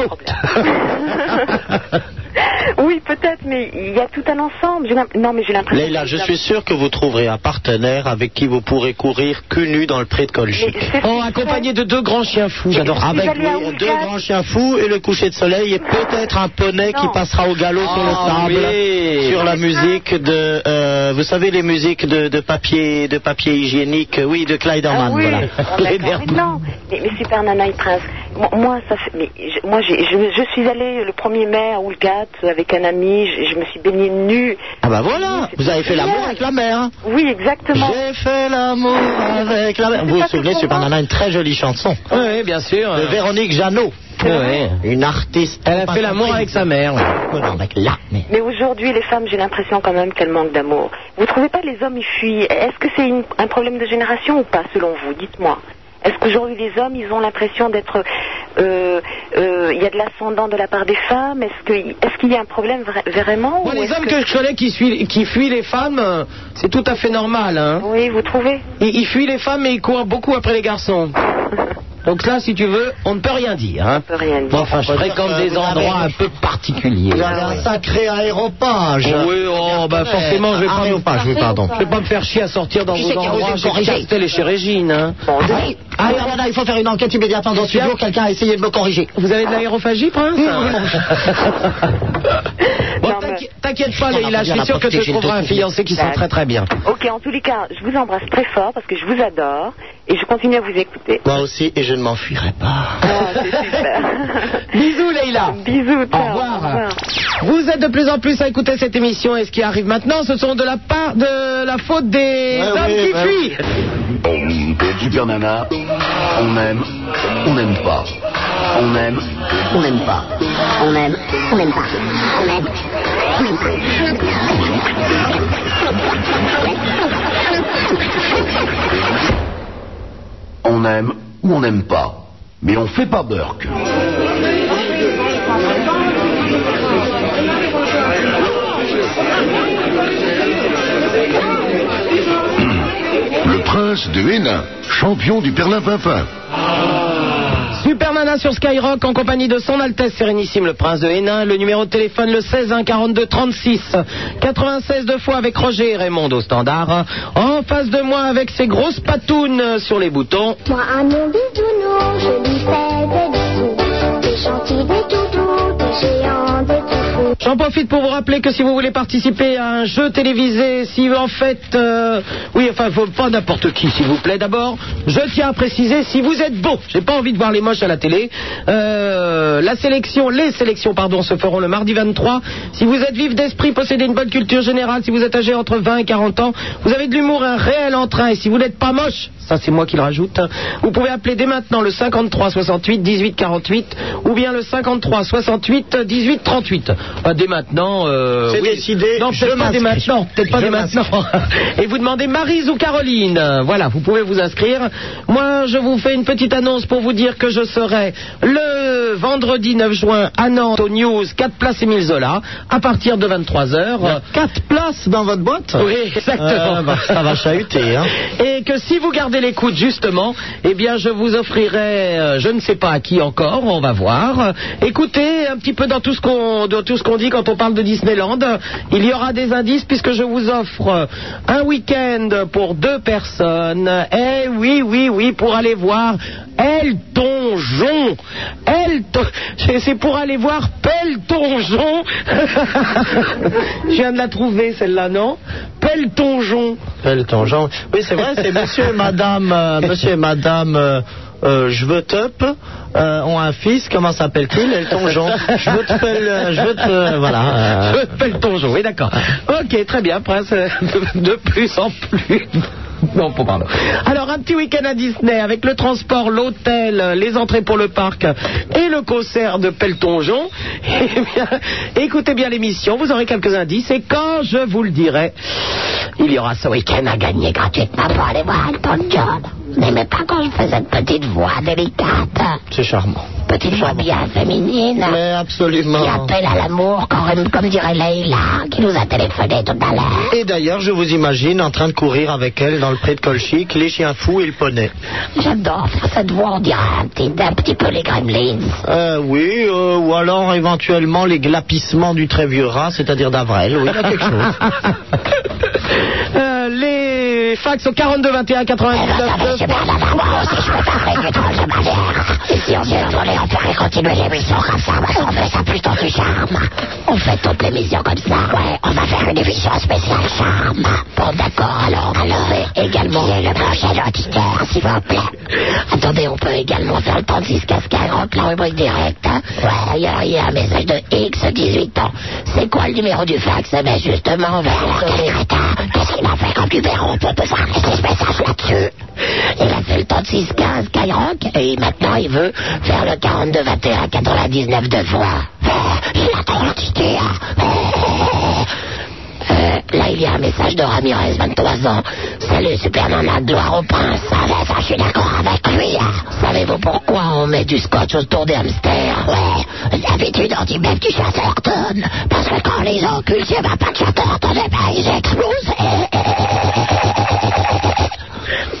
[SPEAKER 19] oui, peut-être, mais il y a tout un ensemble. J'ai l'im- Non, mais j'ai l'impression.
[SPEAKER 9] Leïla, je
[SPEAKER 19] que-
[SPEAKER 9] suis sûr que vous trouverez un partenaire avec qui vous pourrez courir cul nu dans le pré de Colchis.
[SPEAKER 4] Oh, accompagné de deux grands chiens fous, j'adore. ça.
[SPEAKER 9] Avec nous, deux grands chiens fous et le coucher de soleil et peut-être un poney qui passera au galop sur le
[SPEAKER 4] Ah
[SPEAKER 9] sable sur la musique de, euh, vous savez les musiques de, de papier, de papier hygiénique, oui, de Kleiderman,
[SPEAKER 19] Ah oui,
[SPEAKER 9] voilà.
[SPEAKER 19] on est d'accord. Mais non, mais, mais Super Nana et Prince, moi, moi, ça fait, mais je, moi j'ai- je, je suis allée le 1er mai à Oulgat avec un ami, je, je me suis baignée nue.
[SPEAKER 9] Ah bah voilà, vous avez fait l'amour
[SPEAKER 4] Ah,
[SPEAKER 9] avec la mer.
[SPEAKER 19] Oui, exactement.
[SPEAKER 9] J'ai fait l'amour avec la mer. Vous vous souvenez, Super Nana, une très jolie chanson.
[SPEAKER 4] Oui, bien sûr.
[SPEAKER 9] De Véronique Jeannot. Une artiste.
[SPEAKER 4] Eh. Elle a fait l'amour avec sa mère.
[SPEAKER 9] Avec la mère.
[SPEAKER 19] Mais aujourd'hui, les femmes, j'ai l'impression quand même qu'elles manquent d'amour. Vous trouvez pas les hommes, ils fuient Est-ce que c'est une- un problème de génération ou pas, selon vous Dites-moi. Est-ce qu'aujourd'hui, les hommes, ils ont l'impression d'être... euh, euh, Il y a de l'ascendant de la part des femmes Est-ce que- est-ce qu'il y a un problème vra- vraiment
[SPEAKER 4] Moi,
[SPEAKER 19] ou
[SPEAKER 4] les
[SPEAKER 19] est-ce
[SPEAKER 4] hommes que, je connais qui, suivent- qui fuient les femmes, euh, c'est tout à fait normal. Hein.
[SPEAKER 19] Oui, vous trouvez
[SPEAKER 4] ils, ils fuient les femmes et ils courent beaucoup après les garçons. Donc là, si tu veux, on ne peut rien dire. Hein.
[SPEAKER 19] On peut rien dire.
[SPEAKER 4] Bon, enfin, je fréquente des endroits un peu particuliers.
[SPEAKER 9] Vous avez un sacré aéropage.
[SPEAKER 4] Oui, oh, bah forcément, je vais pas, me...
[SPEAKER 9] Aéropage, oui, pardon.
[SPEAKER 4] Je vais pas me faire chier à sortir dans
[SPEAKER 9] Qui
[SPEAKER 4] vos
[SPEAKER 9] c'est qui a osé
[SPEAKER 4] endroits
[SPEAKER 9] me
[SPEAKER 4] chez
[SPEAKER 9] corriger
[SPEAKER 4] Castel et chez Régine. hein.
[SPEAKER 9] Ah, là, là, là, il faut faire une enquête immédiatement dans ce studio. Quelqu'un a essayé de me corriger.
[SPEAKER 4] Vous avez de l'aérophagie, Prince Bon, t'inqui- t'inquiète pas, Leïla, je suis sûr que tu trouveras un fiancé qui
[SPEAKER 9] Bah,
[SPEAKER 4] sera très très bien.
[SPEAKER 19] Ok, en tous les cas, je vous embrasse très fort parce que je vous adore et je continue à vous écouter.
[SPEAKER 9] Moi aussi, et je ne m'enfuirai pas.
[SPEAKER 4] Bisous, Leïla.
[SPEAKER 19] Bisous,
[SPEAKER 4] au revoir. Vous êtes de plus en plus à écouter cette émission et ce qui arrive maintenant, ce sont de la part de la faute des
[SPEAKER 1] Ouais,
[SPEAKER 4] hommes
[SPEAKER 1] ouais,
[SPEAKER 4] qui
[SPEAKER 1] ouais.
[SPEAKER 4] fuient.
[SPEAKER 1] Super Nana, on aime, on n'aime pas. On aime, on n'aime pas.
[SPEAKER 2] On aime, on n'aime pas. On aime, on n'aime pas.
[SPEAKER 1] On aime ou on n'aime pas. Mais on fait pas Burke.
[SPEAKER 20] Le prince de Hénin, champion du Perlin-Pinpin.
[SPEAKER 4] Super Nana sur Skyrock en compagnie de son Altesse Sérénissime le Prince de Hénin. Le numéro de téléphone le 16 1 42 36 96 deux fois avec Roger et Raymond au standard. En face de moi avec ses grosses patounes sur les boutons.
[SPEAKER 16] Moi, à mon bisounours, je lui fais des bisous. Des gentils, des toutous, des géants, des tout fous.
[SPEAKER 4] J'en profite pour vous rappeler que si vous voulez participer à un jeu télévisé, si en fait, euh, oui, enfin, faut pas n'importe qui, s'il vous plaît. D'abord, je tiens à préciser, si vous êtes beau, j'ai pas envie de voir les moches à la télé. euh, la sélection, les sélections, pardon, se feront le mardi 23. Si vous êtes vif d'esprit, possédez une bonne culture générale, si vous êtes âgé entre 20 et 40 ans, vous avez de l'humour, un réel entrain, et si vous n'êtes pas moche, ça c'est moi qui le rajoute, vous pouvez appeler dès maintenant le 53 68 18 48 ou bien le 53 68 18 38. Pas Bah, dès maintenant. euh,
[SPEAKER 9] C'est
[SPEAKER 4] oui.
[SPEAKER 9] décidé,
[SPEAKER 4] Non,
[SPEAKER 9] je
[SPEAKER 4] peut-être pas dès
[SPEAKER 9] m'inscris.
[SPEAKER 4] maintenant. Peut-être pas
[SPEAKER 9] Je
[SPEAKER 4] dès maintenant. Et vous demandez Marise ou Caroline. Euh, Voilà, vous pouvez vous inscrire. Moi, je vous fais une petite annonce pour vous dire que je serai le vendredi 9 juin à Nantes au News, 4 places Émile Zola, à partir de 23h.
[SPEAKER 9] 4 places dans votre boîte
[SPEAKER 4] Oui, exactement.
[SPEAKER 9] Ah, bah, ça va chahuter, hein.
[SPEAKER 4] Et que si vous gardez l'écoute justement, eh bien je vous offrirai, euh, je ne sais pas à qui encore, on va voir. Euh, Écoutez un petit peu dans tout ce qu'on dans tout ce qu'on dit quand on parle de Disneyland, Euh, il y aura des indices puisque je vous offre euh, un week-end pour deux personnes. Eh oui, oui, oui, pour aller voir Elton John. Elton, c'est c'est pour aller voir Pelton John. je viens de la trouver celle-là, non Pelton John.
[SPEAKER 9] Pelton Jean. Oui, c'est vrai, c'est monsieur et madame, euh, monsieur et madame, euh, euh, je veux top, euh, ont un fils, comment s'appelle-t-il Elton Jean. Je veux te pel- euh, je veux te, euh, voilà.
[SPEAKER 4] Je
[SPEAKER 9] euh,
[SPEAKER 4] m'appelle Tonjon, oui, d'accord. Ok, très bien, Prince. euh, De plus en plus. Non, pour pardon. Alors, un petit week-end à Disney avec le transport, l'hôtel, euh, les entrées pour le parc et le concert de Peltonjon. Eh bien, écoutez bien l'émission, vous aurez quelques indices et quand je vous le dirai, il y aura ce week-end à gagner gratuitement pour aller voir Elton John.
[SPEAKER 21] n'aimais pas quand je faisais de petites voix délicates.
[SPEAKER 9] C'est charmant.
[SPEAKER 21] Petite voix bien féminine.
[SPEAKER 9] Mais absolument.
[SPEAKER 21] Qui appelle à l'amour, comme, comme dirait Leïla, qui nous a téléphoné tout à l'heure.
[SPEAKER 9] Et d'ailleurs, je vous imagine en train de courir avec elle dans le pré de Colchic, les chiens fous et le poney.
[SPEAKER 21] J'adore faire cette voix, on dirait un petit, un petit peu les gremlins.
[SPEAKER 9] Euh, oui, euh, ou alors éventuellement les glapissements du très vieux rat, c'est-à-dire d'Avrel. Oui, il y a quelque chose.
[SPEAKER 4] Euh, les fax au 42 21 99 2.
[SPEAKER 21] Et si on se voulait, on pourrait continuer l'émission comme ça, parce qu'on fait ça plutôt du charme. On fait toute l'émission comme ça. Ouais, on va faire une émission spéciale charme. Bon, d'accord, alors on fait également... Qui est le prochain auditeur, s'il vous plaît Attendez, on peut également faire le 36 15 40, la rubrique directe. hein. Ouais, alors, il y a un message de X, 18 ans. C'est quoi le numéro du fax Ben justement, vers la secrétaire. Qu'est-ce qu'il a fait comme numéro pour pouvoir laisser ce message là-dessus Il a fait le 36 15 Skyrock et maintenant il veut faire le 42 21 99 deux fois. Oh, la quantité, hein. Oh, oh, oh. Euh, là, il y a un message de Ramirez, 23 ans. Salut, super nana, gloire au prince. Ah, ben, ça, je suis d'accord avec lui. hein. Savez-vous pourquoi on met du scotch autour des hamsters Ouais, d'habitude, on dit même du Chatterton. Parce que quand les enculent, s'il n'y a pas de Chatterton, eh ben, ils explosent.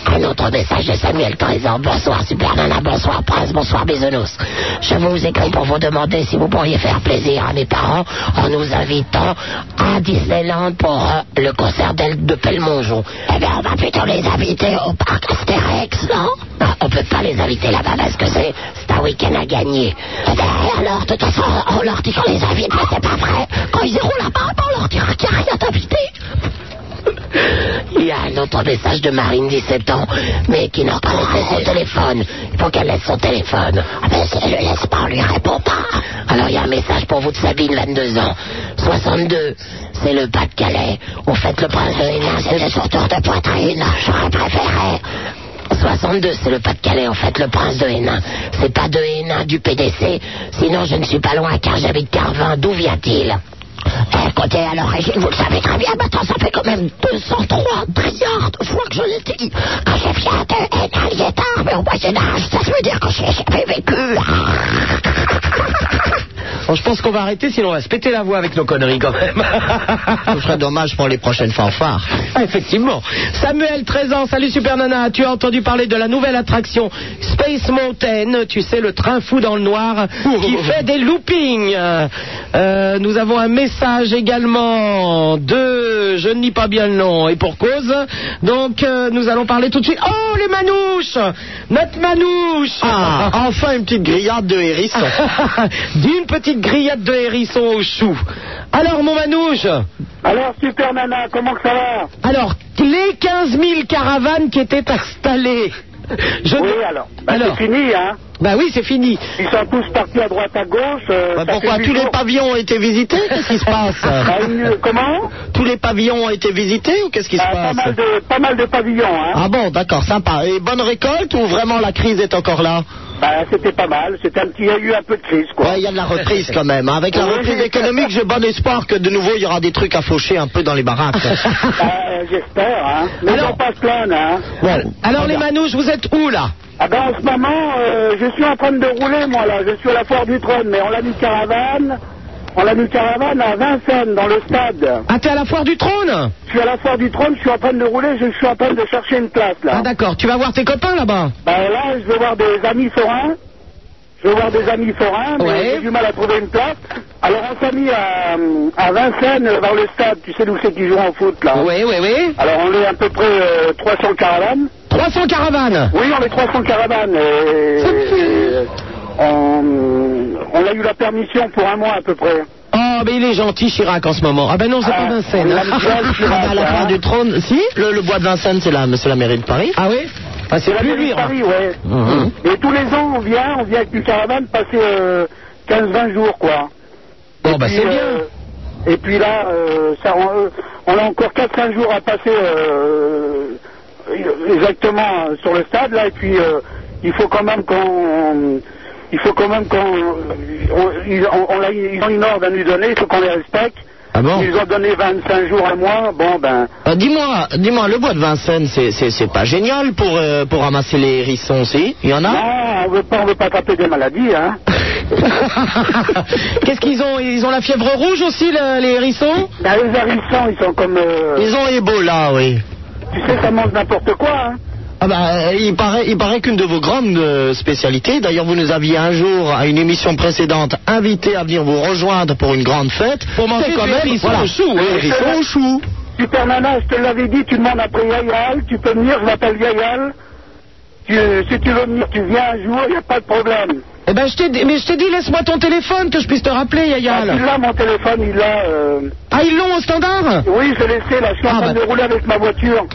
[SPEAKER 21] Un autre message de Samuel Trésor. Bonsoir Super Nana, bonsoir Prince, bonsoir Bisounours. Je vous écris pour vous demander si vous pourriez faire plaisir à mes parents en nous invitant à Disneyland pour euh, le concert d'El- de Pelmonjon. Eh bien, on va plutôt les inviter au parc Astérix, non Non, On peut pas les inviter là-bas parce que c'est c'est un week-end à gagner. Eh bien, alors, de toute façon, on leur dit qu'on les invite, mais c'est pas vrai. Quand ils iront là-bas, ben, on leur dira qu'il n'y a rien d'invité. Il y a un autre message de Marine, 17 ans, mais qui n'a pas laissé son téléphone. Il faut qu'elle laisse son téléphone. Ah ben, si elle le laisse pas, on lui répond pas. Alors, il y a un message pour vous de Sabine, 22 ans. 62, c'est le Pas-de-Calais. Au fait, le prince de Hénin, c'est le sorteur de poitrine. J'aurais préféré. 62, c'est le Pas-de-Calais, en fait, le prince de Hénin. C'est pas de Hénin du PDC, sinon je ne suis pas loin car j'habite Carvin. D'où vient-il Écoutez, alors, Régine, vous le savez très bien, maintenant, ça fait quand même 203 milliards de fois que je l'ai dit. Quand je viens de Hénin, il est tard, mais au Moyen-Âge, ça veut dire que j'ai jamais vécu. hein.
[SPEAKER 4] Bon, je pense qu'on va arrêter, sinon on va se péter la voix avec nos conneries quand même.
[SPEAKER 9] Ce serait dommage pour les prochaines fanfares.
[SPEAKER 4] Ah, effectivement. Samuel, 13 ans, salut Super Nana, tu as entendu parler de la nouvelle attraction Space Mountain, tu sais, le train fou dans le noir
[SPEAKER 9] Oh.
[SPEAKER 4] qui fait des loopings. Euh, nous avons un message également de, je ne lis pas bien le nom, et pour cause. Donc, euh, nous allons parler tout de suite. Oh, les manouches Notre manouche
[SPEAKER 9] Ah, enfin une petite grillade de hérisson.
[SPEAKER 4] D'une petite grillade de hérisson au chou. Alors, mon manouche
[SPEAKER 22] Alors, super nana, comment que ça va
[SPEAKER 4] Alors, les 15 000 caravanes qui étaient installées.
[SPEAKER 22] Oui, alors. Bah, c'est fini, hein
[SPEAKER 4] Bah oui, c'est fini.
[SPEAKER 22] Ils sont tous partis à droite, à gauche. euh,
[SPEAKER 9] Bah,
[SPEAKER 22] ça
[SPEAKER 9] pourquoi
[SPEAKER 22] fait huit
[SPEAKER 9] tous les
[SPEAKER 22] jours.
[SPEAKER 9] pavillons ont été visités Qu'est-ce qui se passe
[SPEAKER 22] Ah, une- Comment Ah,
[SPEAKER 9] Tous les pavillons ont été visités ou qu'est-ce qui se
[SPEAKER 22] pas
[SPEAKER 9] passe
[SPEAKER 22] mal, de, pas mal de pavillons, hein
[SPEAKER 9] Ah bon, d'accord, sympa. Et bonne récolte ou vraiment la crise est encore là
[SPEAKER 22] Bah, c'était pas mal. C'était un petit... Il y a eu un peu de crise, quoi.
[SPEAKER 9] Ouais, il y a de la reprise quand même. hein. Avec la
[SPEAKER 22] Oui.
[SPEAKER 9] reprise économique, j'ai bon espoir que de nouveau il y aura des trucs à faucher un peu dans les baraques.
[SPEAKER 22] Euh, J'espère, hein Mais
[SPEAKER 4] Alors-
[SPEAKER 22] on pas se plaindre, hein
[SPEAKER 9] Bon,
[SPEAKER 4] Alors, les manouches, vous êtes où là
[SPEAKER 22] Ah ben, en ce moment, euh, je suis en train de rouler, moi, là. Je suis à la foire du trône, mais on l'a mis caravane. On l'a mis caravane à Vincennes, dans le stade.
[SPEAKER 4] Ah, t'es à la foire du trône
[SPEAKER 22] Je suis à la foire du trône, je suis en train de rouler, je suis en train de chercher une place, là.
[SPEAKER 4] Ah, d'accord. Tu vas voir tes copains là-bas
[SPEAKER 22] Ben là, je veux voir des amis forains. Je veux voir des amis forains, mais j'ai du mal à trouver une place. Alors on s'est mis à, à Vincennes, euh, vers le stade. Tu sais d'où c'est qu'ils jouent en foot, là
[SPEAKER 4] Oui, oui, oui.
[SPEAKER 22] Alors on est à peu près euh, 300 caravanes.
[SPEAKER 4] 300 caravanes
[SPEAKER 22] Oui, on est 300 caravanes. Et, on, on a eu la permission pour un mois, à peu près.
[SPEAKER 4] Oh, mais il est gentil, Chirac, en ce moment. Ah, ben non, c'est pas Vincennes.
[SPEAKER 9] Ah, bah, à la
[SPEAKER 22] hein.
[SPEAKER 9] foire du trône, si le, le bois de Vincennes, c'est la, c'est la mairie de Paris.
[SPEAKER 4] Ah oui Ah, c'est plus
[SPEAKER 22] mairie de
[SPEAKER 4] dur.
[SPEAKER 22] Paris, ouais.
[SPEAKER 9] Mhm.
[SPEAKER 22] Et tous les ans, on vient, on vient avec une caravane passer euh, 15-20 jours, quoi.
[SPEAKER 4] Bon, bah,
[SPEAKER 22] Puis,
[SPEAKER 4] c'est
[SPEAKER 22] euh,
[SPEAKER 4] bien.
[SPEAKER 22] Et puis là, euh, ça, on, euh, on a encore 4-5 jours à passer euh, exactement euh, sur le stade, là, et puis euh, il faut quand même qu'on... Il faut quand même qu'on... On, ils- on- on l'a- ils ont une ordre à nous donner, il faut qu'on les respecte.
[SPEAKER 9] Ah bon
[SPEAKER 22] Ils ont donné 25 jours à moi, bon ben.
[SPEAKER 9] Euh, dis-moi, dis-moi, le bois de Vincennes, c'est, c'est, c'est pas génial pour, euh, pour ramasser les hérissons, si Il y en a
[SPEAKER 22] Non, on veut pas, on veut pas taper des maladies, hein.
[SPEAKER 4] Qu'est-ce qu'ils ont Ils ont la fièvre rouge aussi, le- les hérissons
[SPEAKER 22] Ben, les hérissons, ils sont comme. euh,
[SPEAKER 9] Ils ont Ebola, Oh oui.
[SPEAKER 22] Tu sais, ça mange n'importe quoi, hein.
[SPEAKER 9] Ah bah, euh, il paraît, il paraît qu'une de vos grandes euh, spécialités, d'ailleurs vous nous aviez un jour à une émission précédente invité à venir vous rejoindre pour une grande fête,
[SPEAKER 4] pour
[SPEAKER 9] c'est quand même voilà, les hérissons au chou. hein.
[SPEAKER 22] Super Nana, je te l'avais dit, tu demandes après Yayal, tu peux venir, je m'appelle Yayal. Tu, si tu veux venir, tu viens un jour, il n'y a pas de problème.
[SPEAKER 4] Eh ben, je t'ai dit, mais je t'ai dit, laisse-moi ton téléphone que je puisse te rappeler, Yayal.
[SPEAKER 22] Ah, il l'a, mon téléphone, il l'a. euh,
[SPEAKER 4] Ah, ils l'ont au standard bah.
[SPEAKER 22] Oui, je l'ai laissé, là, je suis en train de rouler avec ma voiture.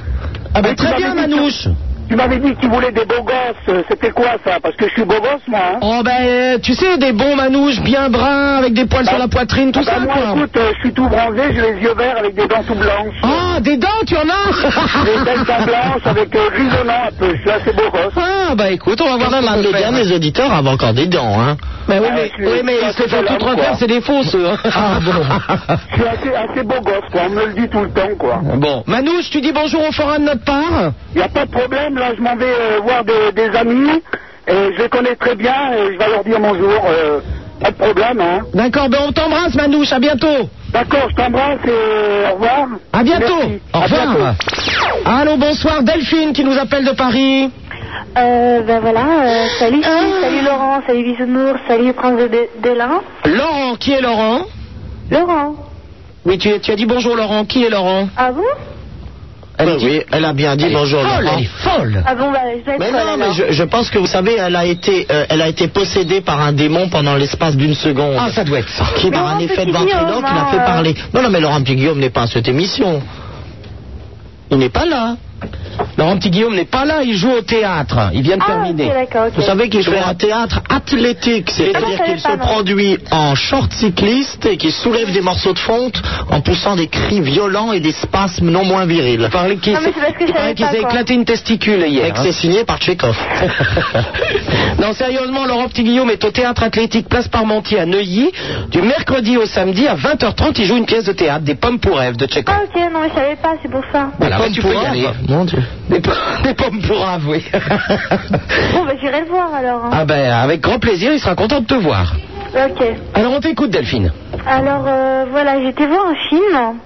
[SPEAKER 4] Ah ben,
[SPEAKER 22] Mais tu
[SPEAKER 4] très
[SPEAKER 22] m'avais
[SPEAKER 4] bien,
[SPEAKER 22] dit que-
[SPEAKER 4] Manouche.
[SPEAKER 22] Tu m'avais dit que tu voulais des beaux gosses, euh, c'était quoi ça Parce que je suis beau gosse, moi. hein.
[SPEAKER 4] Oh ben, tu sais, des bons manouches bien bruns, avec des poils sur la poitrine, tout
[SPEAKER 22] Ah,
[SPEAKER 4] ça,
[SPEAKER 22] moi,
[SPEAKER 4] quoi.
[SPEAKER 22] écoute, euh, je suis tout bronzé, j'ai les yeux verts avec des dents tout blanches.
[SPEAKER 4] Ah, des dents, tu en as
[SPEAKER 22] Des dents blanches avec euh, grisonnant un peu, je suis assez beau gosse.
[SPEAKER 4] Ah, bah écoute, on va voir
[SPEAKER 9] Quand même,
[SPEAKER 4] ce qu'on
[SPEAKER 9] un
[SPEAKER 4] peut
[SPEAKER 9] peu
[SPEAKER 4] faire.
[SPEAKER 9] bien, les auditeurs avaient encore des dents, hein.
[SPEAKER 4] Bah oui,
[SPEAKER 22] Ah,
[SPEAKER 4] mais,
[SPEAKER 22] je suis-
[SPEAKER 4] oui, mais
[SPEAKER 22] je
[SPEAKER 4] ils
[SPEAKER 22] suis
[SPEAKER 4] se font
[SPEAKER 22] assez
[SPEAKER 4] tout
[SPEAKER 22] lame,
[SPEAKER 4] refaire,
[SPEAKER 22] quoi.
[SPEAKER 4] c'est des fausses, eux. hein.
[SPEAKER 9] Ah,
[SPEAKER 22] Je suis assez, assez beau gosse, quoi, on me le dit tout le temps, quoi.
[SPEAKER 4] Bon, Manouche, tu dis bonjour au forum de notre part
[SPEAKER 22] Il n'y a pas de problème, là, je m'en vais euh, voir des, des amis, et je les connais très bien, et je vais leur dire bonjour. euh, pas de problème, hein.
[SPEAKER 4] D'accord, ben on t'embrasse, Manouche, à bientôt.
[SPEAKER 22] D'accord, je t'embrasse et euh, au revoir.
[SPEAKER 4] À bientôt.
[SPEAKER 22] Merci.
[SPEAKER 4] Au
[SPEAKER 22] À
[SPEAKER 4] revoir.
[SPEAKER 22] bientôt.
[SPEAKER 4] Allô, bonsoir, Delphine qui nous appelle de Paris.
[SPEAKER 11] Euh, ben voilà, euh, salut,
[SPEAKER 5] Ah.
[SPEAKER 11] Steve, salut Laurent, salut Bisounours, salut Prince de, de, de Lin.
[SPEAKER 4] Laurent, qui est Laurent
[SPEAKER 11] Laurent,
[SPEAKER 4] Oui, tu, tu as dit bonjour, Laurent. Qui est Laurent
[SPEAKER 11] ah bon
[SPEAKER 9] Elle oui, elle a bien dit
[SPEAKER 4] Elle est
[SPEAKER 9] bonjour.
[SPEAKER 4] folle,
[SPEAKER 9] Laurent.
[SPEAKER 4] elle est folle.
[SPEAKER 11] Ah bon, bah je dois être
[SPEAKER 9] Mais
[SPEAKER 11] folle,
[SPEAKER 9] non, mais
[SPEAKER 11] alors.
[SPEAKER 9] je, je pense que vous savez, elle a été, euh, elle a été possédée par un démon pendant l'espace d'une seconde.
[SPEAKER 4] Ah, ça doit être ça.
[SPEAKER 9] Qui par
[SPEAKER 11] Laurent
[SPEAKER 9] un effet de
[SPEAKER 11] Petit-Guillaume,
[SPEAKER 9] ventriloque l'a
[SPEAKER 11] hein,
[SPEAKER 9] fait
[SPEAKER 11] euh.
[SPEAKER 9] parler. Non, non, mais Laurent Petit Guillaume n'est pas à cette émission. Il n'est pas là.
[SPEAKER 4] Laurent Petit Guillaume n'est pas là, il joue au théâtre. Il vient de
[SPEAKER 11] Ah,
[SPEAKER 4] terminer.
[SPEAKER 11] ok, d'accord, ok.
[SPEAKER 9] Vous savez qu'il fait un théâtre athlétique,
[SPEAKER 11] Ah, je
[SPEAKER 9] c'est-à-dire
[SPEAKER 11] savais
[SPEAKER 9] qu'il
[SPEAKER 11] pas,
[SPEAKER 9] se
[SPEAKER 11] non.
[SPEAKER 9] produit en short cycliste et qu'il soulève des morceaux de fonte en poussant des cris violents et des spasmes non moins virils.
[SPEAKER 4] Parler qui
[SPEAKER 11] Non, mais c'est parce que je savais
[SPEAKER 4] qu'il
[SPEAKER 11] pas,
[SPEAKER 4] s'est
[SPEAKER 11] quoi.
[SPEAKER 4] éclaté une testicule
[SPEAKER 9] Et
[SPEAKER 4] hier. hein.
[SPEAKER 9] que c'est signé par Tchékov.
[SPEAKER 4] non, sérieusement, Laurent Petit-Guillaume est au Théâtre Athlétique Place Parmentier à Neuilly. Du mercredi au samedi à 20h30, il joue une pièce de théâtre, Des pommes pour rêve de Tchekhov.
[SPEAKER 11] Ah ok, non mais je savais pas, c'est pour ça.
[SPEAKER 4] Voilà,
[SPEAKER 9] Comme
[SPEAKER 4] mais tu peux y
[SPEAKER 9] pour
[SPEAKER 4] aller.
[SPEAKER 9] Havre. Mon Dieu.
[SPEAKER 4] Des, po- des pommes pour rêve, oui.
[SPEAKER 11] Bon, bah j'irai le voir alors. hein.
[SPEAKER 4] ah ben, avec grand plaisir, il sera content de te voir.
[SPEAKER 11] Ok.
[SPEAKER 4] Alors, on t'écoute, Delphine.
[SPEAKER 11] Alors euh, voilà, j'étais voir un film,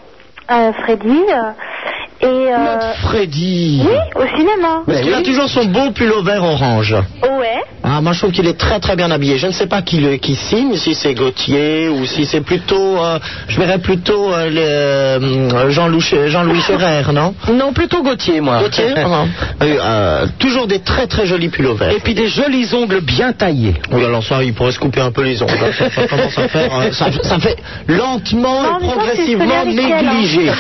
[SPEAKER 11] euh, Freddy, euh, et... Euh...
[SPEAKER 4] Freddy.
[SPEAKER 11] Oui, au cinéma.
[SPEAKER 4] Ben
[SPEAKER 9] Parce qu'il a toujours son beau pull vert orange.
[SPEAKER 11] ouais.
[SPEAKER 9] Ah, moi je trouve qu'il est très très bien habillé. Je ne sais pas qui, le- qui signe, si c'est Gauthier ou si c'est plutôt, euh, je verrais plutôt euh, le, euh, Jean-Louis Jean Ferrer, non
[SPEAKER 4] Non, plutôt Gauthier, moi.
[SPEAKER 9] Gauthier pardon. Euh, euh, Toujours des très très jolis pulls verts.
[SPEAKER 4] Et puis des jolis ongles bien taillés.
[SPEAKER 9] Oh là là, ça, il pourrait se couper un peu les ongles. hein. Ça, ça commence à faire, euh, ça, ça fait lentement
[SPEAKER 11] Non,
[SPEAKER 9] et
[SPEAKER 11] mais ça, c'est
[SPEAKER 9] progressivement
[SPEAKER 11] Solary Ciel, hein.
[SPEAKER 9] négligé.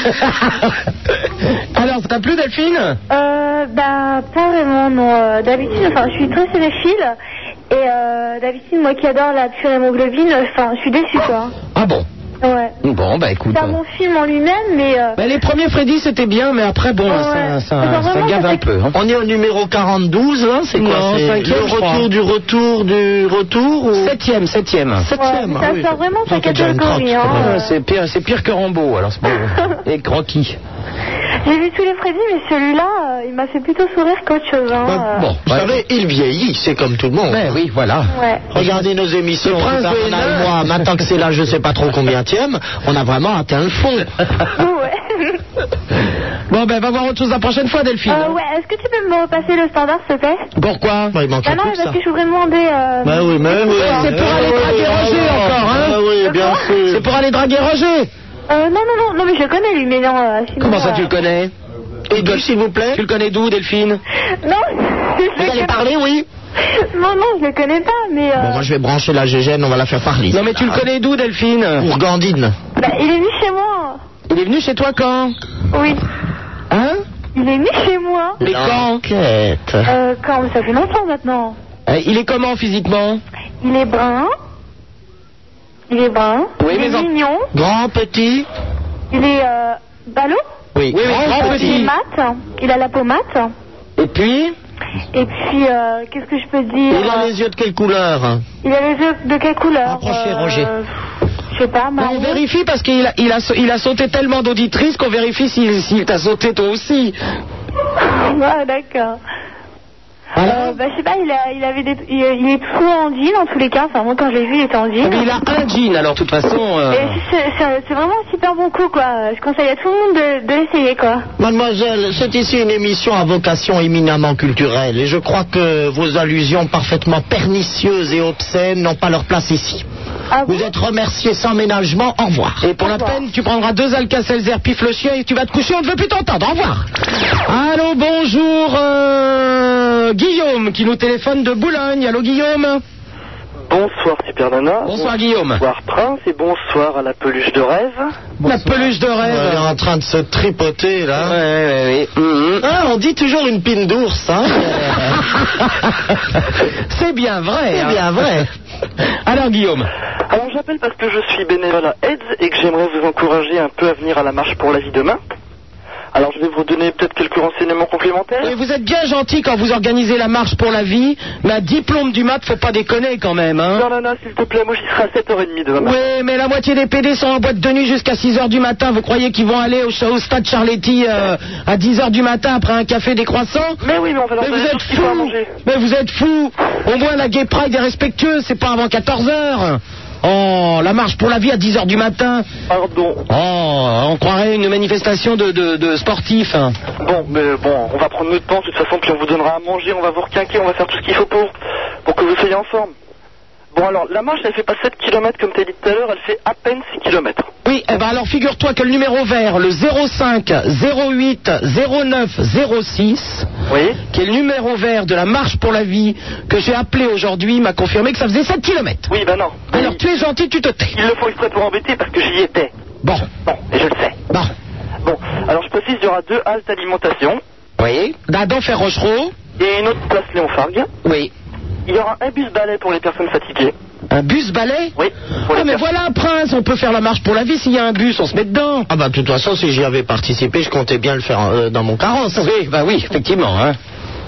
[SPEAKER 4] Alors, ça t'a plu, Delphine
[SPEAKER 11] Euh, bah, pas vraiment, non. Euh, D'habitude, enfin, je suis très cinéphile. Et euh, d'habitude, moi qui adore la pure hémoglobine, euh, enfin, je suis déçue, quoi.
[SPEAKER 4] Ah bon
[SPEAKER 11] Ouais.
[SPEAKER 4] Bon, bah écoute.
[SPEAKER 11] C'est un bon film en lui-même, mais... euh,
[SPEAKER 4] Bah, les premiers Freddy, c'était bien, mais après, bon,
[SPEAKER 11] Ouais.
[SPEAKER 4] ça, ça,
[SPEAKER 11] Alors,
[SPEAKER 4] Euh, ça
[SPEAKER 11] vraiment,
[SPEAKER 4] gave
[SPEAKER 11] ça
[SPEAKER 4] un
[SPEAKER 11] fait-
[SPEAKER 4] peu. hein.
[SPEAKER 9] On est au numéro 42, là, c'est quoi
[SPEAKER 4] Non,
[SPEAKER 9] C'est
[SPEAKER 4] cinquième,
[SPEAKER 9] Le
[SPEAKER 4] je crois.
[SPEAKER 9] retour du retour du retour ou...
[SPEAKER 4] Septième, septième.
[SPEAKER 11] ouais, mais
[SPEAKER 9] septième,
[SPEAKER 11] ça
[SPEAKER 9] ah oui,
[SPEAKER 11] sort vraiment de sa
[SPEAKER 9] donc t'as déjà une
[SPEAKER 11] catégorie,
[SPEAKER 9] crotte,
[SPEAKER 11] hein.
[SPEAKER 9] quoi.
[SPEAKER 11] Euh,
[SPEAKER 4] Ah, c'est pire, c'est pire que Rambo, alors c'est bon. Et Croquis.
[SPEAKER 11] J'ai vu tous les Freddy, mais celui-là, euh, il m'a fait plutôt sourire qu'autre chose, hein. euh.
[SPEAKER 9] Bon, vous
[SPEAKER 4] Ouais.
[SPEAKER 9] savez, il vieillit, c'est comme tout le monde.
[SPEAKER 4] Ben oui, voilà.
[SPEAKER 11] Ouais.
[SPEAKER 9] Regardez nos émissions,
[SPEAKER 4] Le prince
[SPEAKER 9] Bernard
[SPEAKER 4] de
[SPEAKER 9] et
[SPEAKER 4] Hénin.
[SPEAKER 9] moi, maintenant que c'est là, je sais pas trop combien tième, on a vraiment atteint le fond.
[SPEAKER 11] ouais.
[SPEAKER 4] Bon, ben, va voir autre chose la prochaine fois, Delphine.
[SPEAKER 11] Euh, ouais, est-ce que tu peux me repasser le standard, s'il te plaît
[SPEAKER 4] Pourquoi
[SPEAKER 9] Bah, il manque
[SPEAKER 11] Bah non,
[SPEAKER 9] plus
[SPEAKER 11] mais
[SPEAKER 9] que ça.
[SPEAKER 11] parce que je voudrais demander... Euh...
[SPEAKER 9] Bah oui, mais oui.
[SPEAKER 4] C'est pour aller
[SPEAKER 9] Ah oui,
[SPEAKER 4] draguer
[SPEAKER 9] ah
[SPEAKER 4] Roger
[SPEAKER 9] oui,
[SPEAKER 4] encore, hein
[SPEAKER 9] Ah oui, bien
[SPEAKER 4] C'est
[SPEAKER 9] sûr.
[SPEAKER 4] pour aller draguer Roger
[SPEAKER 11] euh, non, non, non, non, mais je le connais, lui, mais non... euh, sinon,
[SPEAKER 4] Comment ça,
[SPEAKER 11] euh,
[SPEAKER 4] tu le connais
[SPEAKER 9] Et d'où, s'il vous plaît
[SPEAKER 4] Tu le connais d'où, Delphine
[SPEAKER 11] Non, je
[SPEAKER 9] Vous
[SPEAKER 11] le
[SPEAKER 9] allez
[SPEAKER 11] connais-
[SPEAKER 9] parler, oui
[SPEAKER 11] Non, non, je le connais pas, mais... euh,
[SPEAKER 9] Bon, moi, je vais brancher la GGN, on va la faire parler.
[SPEAKER 4] Non, mais tu le connais d'où, Delphine
[SPEAKER 9] Ourgandine.
[SPEAKER 11] Bah, il est venu chez moi.
[SPEAKER 4] Il est venu chez toi quand
[SPEAKER 11] Oui.
[SPEAKER 4] Hein
[SPEAKER 11] Il est venu chez moi.
[SPEAKER 4] Mais quand
[SPEAKER 9] L'enquête.
[SPEAKER 11] Euh, quand mais Ça fait longtemps maintenant.
[SPEAKER 4] Euh, Il est comment physiquement
[SPEAKER 11] Il est brun. Il est brun.
[SPEAKER 4] Oui,
[SPEAKER 11] il est
[SPEAKER 4] mais en-
[SPEAKER 11] mignon.
[SPEAKER 9] Grand, petit
[SPEAKER 11] Il est euh, ballot.
[SPEAKER 9] Oui,
[SPEAKER 4] oui, grand,
[SPEAKER 11] Il est
[SPEAKER 4] petit.
[SPEAKER 11] mat. Il a la peau mate.
[SPEAKER 4] Et puis
[SPEAKER 11] Et puis, euh, qu'est-ce que je peux dire
[SPEAKER 9] Il a les yeux de quelle couleur
[SPEAKER 4] Ah,
[SPEAKER 11] Il a les yeux de quelle couleur euh,
[SPEAKER 9] Rapprochez, Roger.
[SPEAKER 11] Je Je sais pas,
[SPEAKER 4] on vérifie parce qu'il a, il a, sa- il a sauté tellement d'auditrices qu'on vérifie s'il s'il t'a sauté toi aussi.
[SPEAKER 11] Ah, d'accord. Euh, bah, je sais pas, il, a- il avait des- il, il est toujours en jean en tous les cas. Enfin, moi quand j'ai vu, il était en jean.
[SPEAKER 4] Ah, Mais il a un jean, alors de toute façon. euh,
[SPEAKER 11] Et c'est- c'est c'est vraiment un super bon coup quoi. Je conseille à tout le monde de, de l'essayer quoi.
[SPEAKER 9] Mademoiselle, c'est ici une émission à vocation éminemment culturelle et je crois que vos allusions parfaitement pernicieuses et obscènes n'ont pas leur place ici. Vous êtes remercié sans ménagement, au revoir.
[SPEAKER 4] Et pour la peine, tu prendras deux Alka-Seltzer, pif le chien, et tu vas te coucher, on ne veut plus t'entendre. Au revoir. Allô, bonjour, euh, Guillaume, qui nous téléphone de Boulogne. Allô, Guillaume
[SPEAKER 14] Bonsoir Super Nana.
[SPEAKER 4] Bonsoir, Guillaume.
[SPEAKER 14] Bonsoir Prince et bonsoir à la peluche de rêve.
[SPEAKER 4] La peluche de rêve.
[SPEAKER 9] Elle est en train de se tripoter là.
[SPEAKER 4] Mm-hmm.
[SPEAKER 9] Ah, on dit toujours une pine d'ours, hein.
[SPEAKER 4] C'est bien vrai. hein.
[SPEAKER 9] C'est bien vrai.
[SPEAKER 4] Alors Guillaume.
[SPEAKER 14] Alors j'appelle parce que je suis bénévole à AIDS et que j'aimerais vous encourager un peu à venir à la marche pour la vie demain. Alors je vais vous donner peut-être quelques renseignements complémentaires.
[SPEAKER 4] Et vous êtes bien gentil quand vous organisez la marche pour la vie, mais un diplôme du mat, faut pas déconner quand même. Hein.
[SPEAKER 14] Non, non, non, s'il te plaît, moi j'y serai à 7h30 demain. matin.
[SPEAKER 4] Oui, mais la moitié des PD sont en boîte de nuit jusqu'à 6h du matin. Vous croyez qu'ils vont aller au, cha- au stade Charletti euh, à 10h du matin après un café des croissants
[SPEAKER 14] Mais oui, mais on va leur
[SPEAKER 4] vous
[SPEAKER 14] donner tout
[SPEAKER 4] êtes
[SPEAKER 14] ce qu'il faut à
[SPEAKER 4] fous
[SPEAKER 14] manger.
[SPEAKER 4] Mais vous êtes fous Au moins la Gay Pride est respectueuse, c'est pas avant 14h Oh, la marche pour la vie à 10h du matin
[SPEAKER 14] Pardon.
[SPEAKER 4] Oh, on croirait une manifestation de, de- de sportifs. hein.
[SPEAKER 14] Bon, mais bon, on va prendre notre temps de toute façon, puis on vous donnera à manger, on va vous requinquer, on va faire tout ce qu'il faut pour, pour que vous soyez en forme. Bon alors, la marche, elle fait pas 7 km comme t'as dit tout à l'heure, elle fait à peine 6 km.
[SPEAKER 4] Oui, eh ben alors figure-toi que le numéro vert, le 05 08 09 06, qui est le numéro vert de la marche pour la vie que j'ai appelé aujourd'hui, m'a confirmé que ça faisait 7 km.
[SPEAKER 14] Oui, ben non.
[SPEAKER 4] Alors tu es gentil, tu te tais.
[SPEAKER 14] Ils le font exprès pour embêter parce que j'y étais.
[SPEAKER 4] Bon.
[SPEAKER 14] Bon, et je le sais.
[SPEAKER 4] Bon.
[SPEAKER 14] Bon, alors je précise, il y aura deux haltes alimentation.
[SPEAKER 4] Oui. D'Adam Ferrochereau.
[SPEAKER 14] Et une autre place Léon Fargue.
[SPEAKER 4] Oui.
[SPEAKER 14] Il y aura un bus balai pour les personnes fatiguées.
[SPEAKER 4] Un bus balai
[SPEAKER 14] Oui.
[SPEAKER 4] Ah mais voilà un prince, on peut faire la marche pour la vie s'il y a un bus, on se met dedans.
[SPEAKER 9] Ah bah de toute façon, si j'y avais participé, je comptais bien le faire euh, dans mon carrosse.
[SPEAKER 4] Oui, bah oui, effectivement. Hein.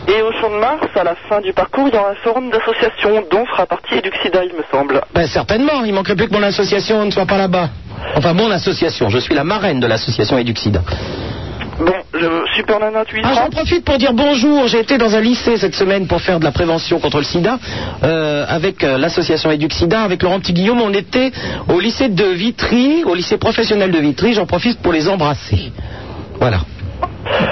[SPEAKER 14] Et au champ de Mars, à la fin du parcours, il y aura un forum d'associations dont fera partie Eduxida, il me semble.
[SPEAKER 4] Ben certainement, il manquerait plus que mon association ne soit pas là-bas. Enfin mon association, je suis la marraine de l'association Eduxida.
[SPEAKER 14] Bon, je- Super Nana, tu y
[SPEAKER 4] Ah,
[SPEAKER 14] seras
[SPEAKER 4] j'en profite pour dire bonjour. J'ai été dans un lycée cette semaine pour faire de la prévention contre le sida euh, avec euh, l'association Eduxida. Avec Laurent Petit-Guillaume, on était au lycée de Vitry, au lycée professionnel de Vitry. J'en profite pour les embrasser. Voilà.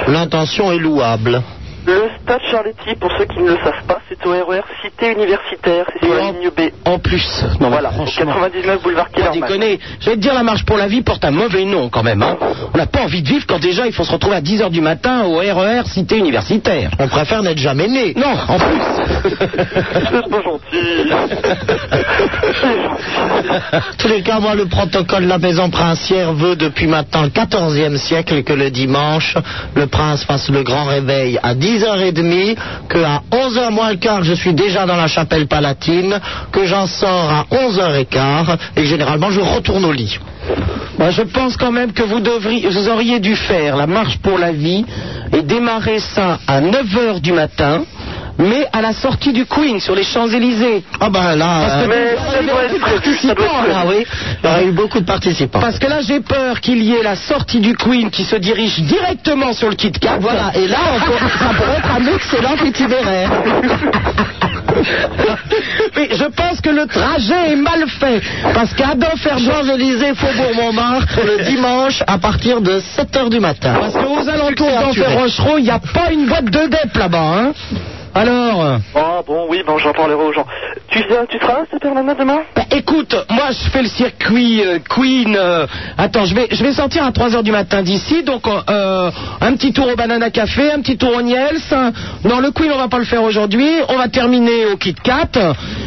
[SPEAKER 9] L'intention est louable.
[SPEAKER 14] Le stade Charletti, pour ceux qui ne le savent pas, c'est au RER Cité Universitaire, c'est sur la ligne B.
[SPEAKER 4] En plus, non,
[SPEAKER 14] voilà, au
[SPEAKER 4] franchement.
[SPEAKER 14] 99 boulevard
[SPEAKER 4] Pas
[SPEAKER 14] Kellerman.
[SPEAKER 4] déconner. Je vais te dire, la marche pour la vie porte un mauvais nom quand même. hein. On n'a pas envie de vivre quand déjà il faut se retrouver à 10h du matin au RER Cité Universitaire.
[SPEAKER 9] On préfère n'être jamais né.
[SPEAKER 4] Non, en plus.
[SPEAKER 14] C'est pas gentil.
[SPEAKER 9] En tous les cas, moi, le protocole de la maison princière veut depuis maintenant le 14e siècle que le dimanche, le prince fasse le grand réveil à 10h30, que à 11h moins le quart, je suis déjà dans la chapelle palatine, que j'en sors à 11h15 et que généralement je retourne au lit.
[SPEAKER 4] Moi, je pense quand même que vous, devriez, vous auriez dû faire la marche pour la vie et démarrer ça à 9h du matin, mais à la sortie du Queen sur les Champs-Élysées.
[SPEAKER 9] Ah ben là,
[SPEAKER 4] Parce que
[SPEAKER 9] euh,
[SPEAKER 4] vous auriez beaucoup de participants, là.
[SPEAKER 9] ah oui, il y aurait eu beaucoup de participants.
[SPEAKER 4] Parce que là, j'ai peur qu'il y ait la sortie du Queen qui se dirige directement sur le Kit Kat.
[SPEAKER 9] Ah, Voilà, et là, on peut- ça pourrait être un excellent itinéraire.
[SPEAKER 4] Mais je pense que le trajet est mal fait. Parce qu'Adam Fergeant,
[SPEAKER 9] Champs-Élysées, Faubourg Montmartre, le dimanche à partir de 7h du matin.
[SPEAKER 4] Parce qu'aux alentours
[SPEAKER 9] Succès
[SPEAKER 4] d'Enfer
[SPEAKER 9] assuré.
[SPEAKER 4] Rochereau, il n'y a pas une boîte de dep là-bas. Hein Alors euh,
[SPEAKER 14] Ah bon, oui, bon, j'en parlerai aux gens. Tu, viens- tu seras là, Super Nana, demain
[SPEAKER 4] bah, Écoute, moi je fais le circuit euh, Queen. euh, attends, je vais, je vais sortir à 3h du matin d'ici. Donc euh, un petit tour au Banana Café, un petit tour au Niels. un- Non, le Queen, on va pas le faire aujourd'hui. On va terminer au Kit Kat.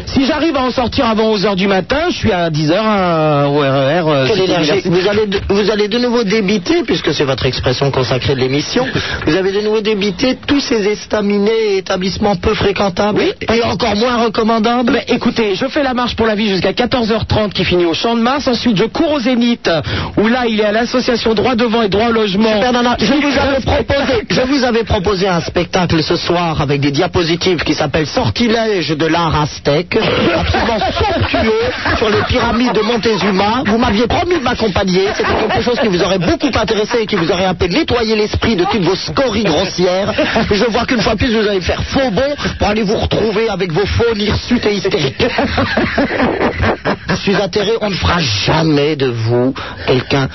[SPEAKER 4] Si j'arrive à en sortir avant 11h du matin, je suis à 10h à- au RER. euh,
[SPEAKER 9] Quelle
[SPEAKER 4] Cité
[SPEAKER 9] énergie.
[SPEAKER 4] Universitaire.
[SPEAKER 9] Vous allez, de, vous allez de nouveau débiter, puisque c'est votre expression consacrée de l'émission, vous avez de nouveau débité tous ces estaminets et établissements déplacement peu fréquentable
[SPEAKER 4] et encore moins recommandable Écoutez, je fais la marche pour la vie jusqu'à 14h30 qui finit au Champ de Mars. Ensuite, je cours au Zénith où là, il est à l'association Droit Devant et Droit au Logement.
[SPEAKER 9] Super Nana, je vous avais proposé, je vous avais proposé un spectacle ce soir avec des diapositives qui s'appelle Sortilège de l'art aztèque, absolument somptueux sur les pyramides de Montezuma. Vous m'aviez promis de m'accompagner. C'était quelque chose qui vous aurait beaucoup intéressé et qui vous aurait un peu nettoyé l'esprit de toutes vos scories grossières. Et je vois qu'une fois de plus vous allez faire faux bon pour aller vous retrouver avec vos faux hirsutes et hystériques. je suis atterré, on ne fera jamais de vous quelqu'un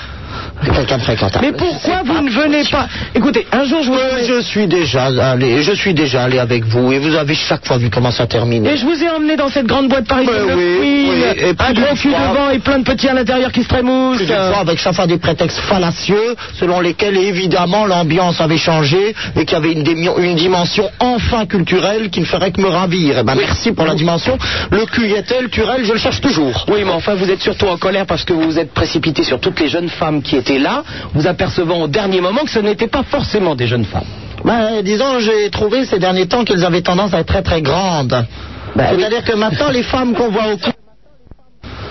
[SPEAKER 9] quelqu'un de fréquentable.
[SPEAKER 4] Mais pourquoi vous ne venez pas Écoutez, un jour je vous
[SPEAKER 9] Mais je suis déjà allé, je suis déjà allé avec vous et vous avez chaque fois vu comment ça termine.
[SPEAKER 4] Et je vous ai emmené dans cette grande boîte parisienne
[SPEAKER 9] Mais
[SPEAKER 4] de
[SPEAKER 9] Bah oui,
[SPEAKER 4] Queen,
[SPEAKER 9] oui, et plus
[SPEAKER 4] un gros
[SPEAKER 9] d'une
[SPEAKER 4] cul
[SPEAKER 9] fois-
[SPEAKER 4] devant et plein de petits à l'intérieur qui se trémoussent.
[SPEAKER 9] Plusieurs fois avec chaque fois des prétextes fallacieux selon lesquels évidemment l'ambiance avait changé et qu'il y avait une, démi- une dimension enfin culturelle qui ne ferait que me ravir. Eh ben merci pour la dimension. Le cul y est-elle, Turel, je le cherche toujours.
[SPEAKER 4] Oui, mais enfin, vous êtes surtout en colère parce que vous vous êtes précipité sur toutes les jeunes femmes qui étaient là, vous apercevant au dernier moment que ce n'étaient pas forcément des jeunes femmes.
[SPEAKER 9] Ben, disons, j'ai trouvé ces derniers temps qu'elles avaient tendance à être très très grandes.
[SPEAKER 4] Bah
[SPEAKER 9] C'est-à-dire que maintenant, les femmes qu'on voit au Queen-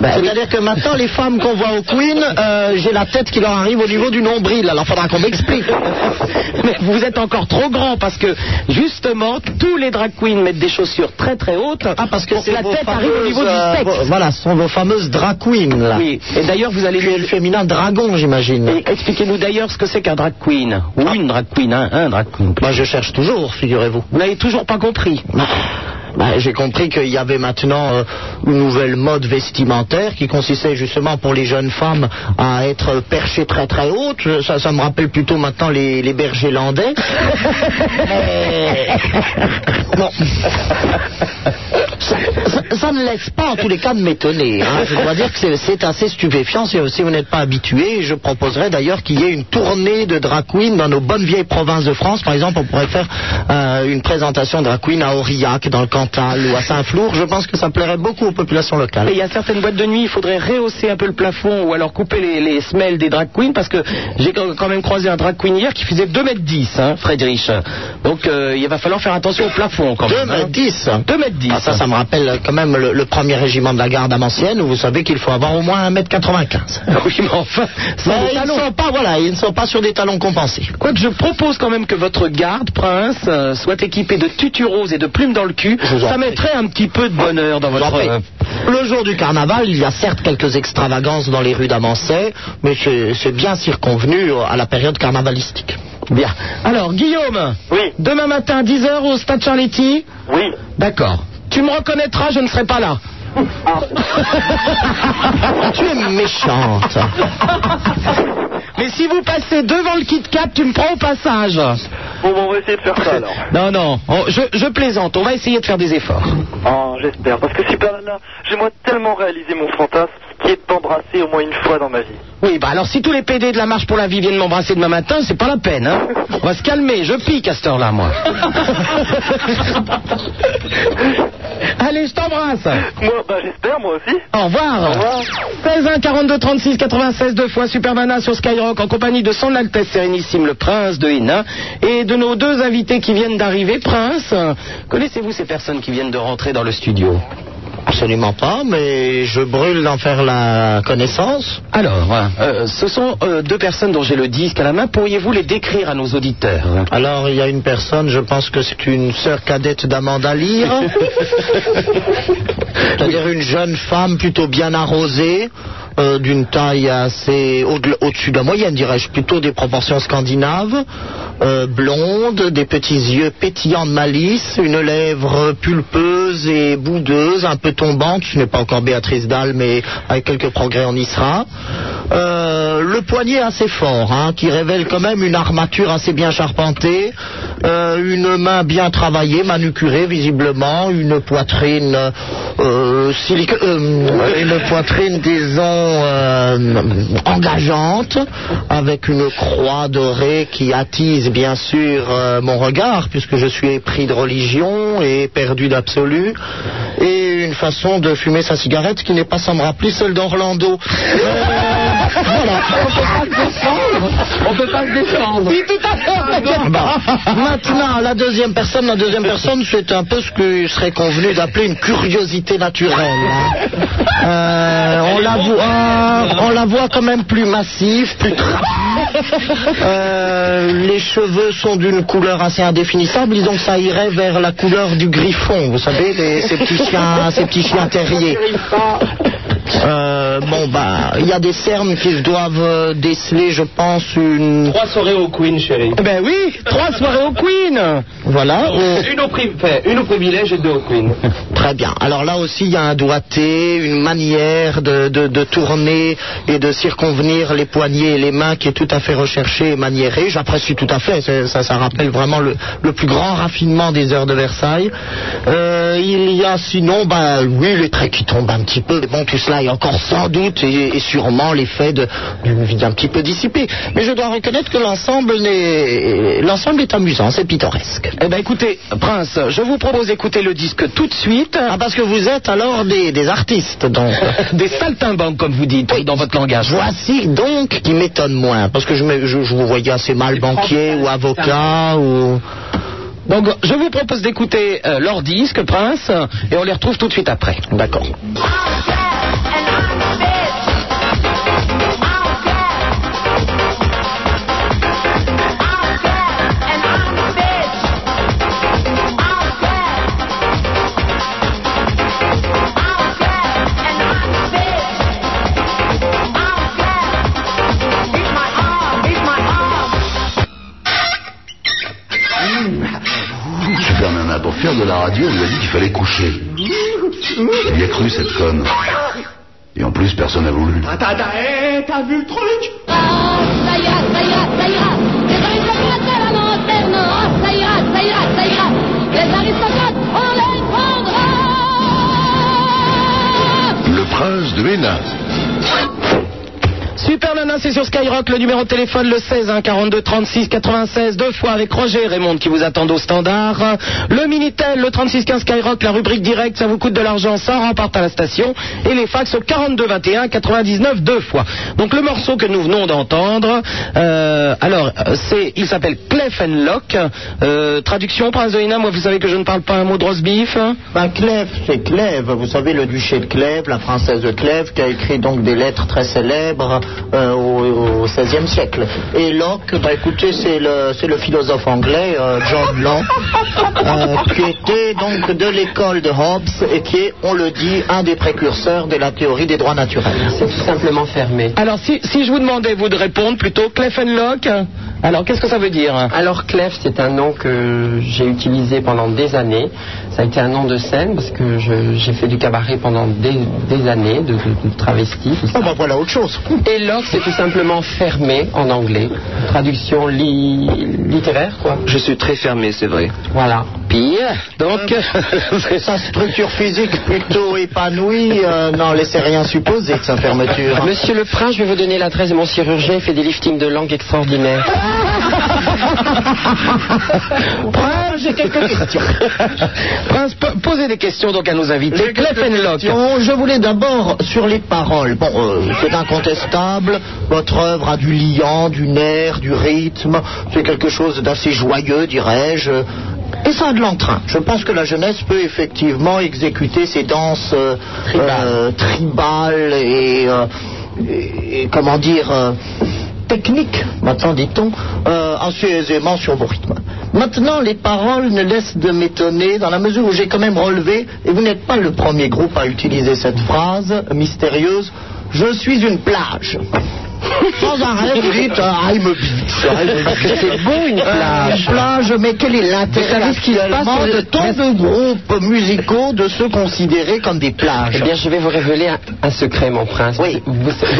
[SPEAKER 4] Bah
[SPEAKER 9] C'est-à-dire que maintenant, les femmes qu'on voit au Queen, euh, j'ai la tête qui leur arrive au niveau du nombril. Alors, faudra qu'on m'explique.
[SPEAKER 4] Mais vous êtes encore trop grand parce que justement tous les drag queens mettent des chaussures très très hautes ah, parce que la
[SPEAKER 9] vos
[SPEAKER 4] tête arrive au niveau
[SPEAKER 9] fameuses,
[SPEAKER 4] du
[SPEAKER 9] euh,
[SPEAKER 4] sexe.
[SPEAKER 9] vo- Voilà, ce sont vos fameuses drag queens, là.
[SPEAKER 4] Oui, et d'ailleurs vous allez...
[SPEAKER 9] Puis le féminin dragon, j'imagine.
[SPEAKER 4] Et Expliquez-nous d'ailleurs ce que c'est qu'un drag queen ou une drag queen, hein, un drag queen.
[SPEAKER 9] Moi, je cherche toujours, figurez-vous.
[SPEAKER 4] Vous n'avez toujours pas compris.
[SPEAKER 9] Ben, J'ai compris qu'il y avait maintenant euh, une nouvelle mode vestimentaire qui consistait justement pour les jeunes femmes à être perchées très très hautes. Je- Ça, ça me rappelle plutôt maintenant les, les bergers landais. Mais- Bon. Ça, ça- ça ne laisse pas en tous les cas de m'étonner. hein. Je dois dire que c'est- c'est assez stupéfiant si, si vous n'êtes pas habitué. Je proposerais d'ailleurs qu'il y ait une tournée de drag queen dans nos bonnes vieilles provinces de France. Par exemple, on pourrait faire euh, une présentation drag queen à Aurillac, dans le Cantal ou à Saint-Flour. Je pense que ça plairait beaucoup aux populations locales.
[SPEAKER 4] Et il y a certaines boîtes de nuit, il faudrait rehausser un peu le plafond ou alors couper les, les semelles des drag queens parce que j'ai quand quand même croisé un drag queen hier qui faisait 2m10, hein, Friedrich. Donc euh, il va falloir faire attention au plafond quand même.
[SPEAKER 9] 2
[SPEAKER 4] hein.
[SPEAKER 9] mètres 10.
[SPEAKER 4] 2 mètres 10.
[SPEAKER 9] Ah, ça, ça me rappelle quand même le, le premier régiment de la garde à Mancienne où vous savez qu'il faut avoir au moins 1 mètre 95.
[SPEAKER 4] Oui, mais enfin, sans
[SPEAKER 9] Mais
[SPEAKER 4] les
[SPEAKER 9] ils ne
[SPEAKER 4] talons.
[SPEAKER 9] sont pas, voilà, ils ne sont pas sur des talons compensés.
[SPEAKER 4] Quoique je propose quand même que votre garde, prince, euh, soit équipée de tutus roses et de plumes dans le cul. Ça mettrait un petit peu de bonheur dans votre...
[SPEAKER 9] prie.
[SPEAKER 4] euh,
[SPEAKER 9] Le jour du carnaval, il y a certes quelques extravagances dans les rues d'Amancet, mais c'est c'est bien circonvenu à la période carnavalistique.
[SPEAKER 4] Bien. Alors, Guillaume. Oui. Demain matin, 10h au Stade Charletti. Oui. D'accord. Tu me reconnaîtras, je ne serai pas là.
[SPEAKER 9] tu es méchante.
[SPEAKER 4] Mais si vous passez devant le Kit Kat, tu me prends au passage.
[SPEAKER 14] Bon, bon, on va essayer de faire ça alors.
[SPEAKER 4] Non, non, on- je, je plaisante, on va essayer de faire des efforts.
[SPEAKER 14] Oh, j'espère, parce que Super Nana, j'aimerais tellement réaliser mon fantasme qui est de t'embrasser au moins une fois dans ma vie.
[SPEAKER 4] Oui, bah alors si tous les PD de la marche pour la vie viennent m'embrasser demain matin, c'est pas la peine, hein. On va se calmer, je pique à cette heure-là, moi. Allez, je t'embrasse.
[SPEAKER 14] Moi, bah j'espère, moi aussi.
[SPEAKER 4] Au revoir.
[SPEAKER 14] Au revoir.
[SPEAKER 4] 16 1 42 36 96 deux fois Supermana sur Skyrock en compagnie de son Altesse Sérénissime le Prince de Hénin et de nos deux invités qui viennent d'arriver. Prince, euh, connaissez-vous ces personnes qui viennent de rentrer dans le studio
[SPEAKER 9] Absolument pas, mais je brûle d'en faire la connaissance.
[SPEAKER 4] Alors, euh, ce sont euh, deux personnes dont j'ai le disque à la main. Pourriez-vous les décrire à nos auditeurs
[SPEAKER 9] Alors, il y a une personne, je pense que c'est une sœur cadette d'Amanda Lear. C'est-à-dire une jeune femme plutôt bien arrosée, euh, d'une taille assez au-delà- au-dessus de la moyenne, dirais-je, plutôt des proportions scandinaves, euh, blonde, des petits yeux pétillants de malice, une lèvre pulpeuse et boudeuse, un peu tombante, ce n'est pas encore Béatrice Dalle, mais avec quelques progrès on y sera. Euh, le poignet assez fort, hein, qui révèle quand même une armature assez bien charpentée, euh, une main bien travaillée, manucurée visiblement, une poitrine euh, silic- euh, une poitrine disons euh, engageante, avec une croix dorée qui attise bien sûr euh, mon regard, puisque je suis épris de religion et perdu d'absolu, et une façon de fumer sa cigarette qui n'est pas sans me rappeler celle d'Orlando.
[SPEAKER 17] Voilà, on peut pas se descendre.
[SPEAKER 9] On peut pas se Bah. descendre.
[SPEAKER 17] Oui, tout à fait.
[SPEAKER 9] Bon. Maintenant, la deuxième personne, la deuxième personne, c'est un peu ce que serait convenu d'appeler une curiosité naturelle. hein. Euh, on la voit, euh, on la voit quand même plus massive, plus trapue. Euh, les cheveux sont d'une couleur assez indéfinissable. Disons que ça irait vers la couleur du griffon, vous savez, les- ces petits chiens, ces petits chiens terriers. Euh, bon, bah, il y a des cernes qui doivent euh, déceler, je pense, une.
[SPEAKER 4] Trois soirées au Queen, chérie.
[SPEAKER 9] Ben oui, trois soirées au Queen Voilà.
[SPEAKER 4] Une au, pri- enfin, une au privilège et deux au Queen.
[SPEAKER 9] Très bien. Alors là aussi, il y a un doigté, une manière de, de- de tourner et de circonvenir les poignets et les mains qui est tout à fait recherchée et maniérée. J'apprécie tout à fait. C'est- Ça, ça rappelle vraiment le, le plus grand raffinement des heures de Versailles. Euh, il y a sinon, bah, oui, les traits qui tombent un petit peu. Mais bon, tout cela est encore sans doute et, et sûrement l'effet de- d'une vie un petit peu dissipée. Mais je dois reconnaître que l'ensemble n'est- l'ensemble est amusant, c'est pittoresque.
[SPEAKER 4] Eh ben écoutez, Prince, je vous propose d'écouter le disque tout de suite.
[SPEAKER 9] Ah, parce que vous êtes alors des, des artistes, donc.
[SPEAKER 4] des saltimbanques, comme vous dites, dans votre langage.
[SPEAKER 9] Voici donc qui m'étonne moins, parce que je, me- je- je vous voyais assez mal banquier ou avocat ou.
[SPEAKER 4] Donc, je vous propose d'écouter euh, leur disque, Prince, et on les retrouve tout de suite après.
[SPEAKER 9] D'accord.
[SPEAKER 1] Super Nana, pour faire de la radio, on lui a dit qu'il fallait coucher. Il y a cru cette conne. Et en plus, personne n'a voulu.
[SPEAKER 17] Attends, attends, hé, eh, t'as vu le truc Ah, ça ira, ça ira, ça ira. Les aristocrates à la lanterne. Ah, ça ira, ça ira, ça ira. Les aristocrates, on les prendra.
[SPEAKER 23] Le prince de Hénin.
[SPEAKER 4] Super Nana, c'est sur Skyrock, le numéro de téléphone le hein, 16 1 42 36 96, deux fois avec Roger et Raymond qui vous attendent au standard. Le Minitel, le 36 15 Skyrock, la rubrique directe, ça vous coûte de l'argent, ça remporte à la station. Et les fax au 42 21 99, deux fois. Donc le morceau que nous venons d'entendre, euh, alors, euh, c'est, il s'appelle Clef and Lock. Euh, traduction, Prince de Hénin, moi vous savez que je ne parle pas un mot de roast beef. hein.
[SPEAKER 9] Ben, Clèves, c'est Clèves. Vous savez, le duché de Clèves, la française de Clèves, qui a écrit donc des lettres très célèbres euh, au XVIe siècle. Et Locke, ben, écoutez, c'est le, c'est le philosophe anglais, euh, John Locke, euh, qui était donc de l'école de Hobbes et qui est, on le dit, un des précurseurs de la théorie des droits naturels. C'est tout simplement fermé.
[SPEAKER 4] Alors, si, si je vous demandais, vous de répondre plutôt Clef and Lock, alors qu'est-ce que ça veut dire
[SPEAKER 3] Alors Clef, c'est un nom que j'ai utilisé pendant des années. Ça a été un nom de scène parce que je- j'ai fait du cabaret pendant des, des années, de, de, de travesti.
[SPEAKER 7] Ah,
[SPEAKER 9] Oh bah voilà autre chose.
[SPEAKER 3] Et lock, c'est tout simplement fermé en anglais. Traduction li- littéraire, quoi.
[SPEAKER 24] Je suis très fermé, c'est vrai.
[SPEAKER 3] Voilà.
[SPEAKER 9] Pire. Donc, Euh, sa structure physique plutôt épanouie, euh, non, laissez rien supposer de sa fermeture.
[SPEAKER 3] Monsieur le prince, je vais vous donner l'adresse de mon chirurgien. Il fait des liftings de langue extraordinaires.
[SPEAKER 4] Ah, Prince, j'ai quelques questions. Prince, po- posez des questions donc à nos invités. Clef and Lock.
[SPEAKER 9] Question, Je voulais d'abord sur les paroles. Bon, euh, c'est incontestable. Votre œuvre a du liant, du nerf, du rythme. C'est quelque chose d'assez joyeux, dirais-je. Et ça a de l'entrain. Je pense que la jeunesse peut effectivement exécuter ces danses euh, euh, tribales et, euh, et- et, comment dire euh, techniques, maintenant dit-on, euh, assez aisément sur vos rythmes. Maintenant, les paroles ne laissent de m'étonner dans la mesure où j'ai quand même relevé, et vous n'êtes pas le premier groupe à utiliser cette phrase mystérieuse, je suis une plage. Sans arrêt, vous dites ah, I'm a beach. I'm a beach.
[SPEAKER 17] C'est beau, une plage.
[SPEAKER 9] Euh, plage, mais quel est l'intérêt
[SPEAKER 3] Mais ce qui se passe
[SPEAKER 9] actuellement
[SPEAKER 3] sur les-
[SPEAKER 9] de tant de groupes musicaux de se considérer comme des plages
[SPEAKER 3] Eh bien, je vais vous révéler un, un secret, mon prince. Oui.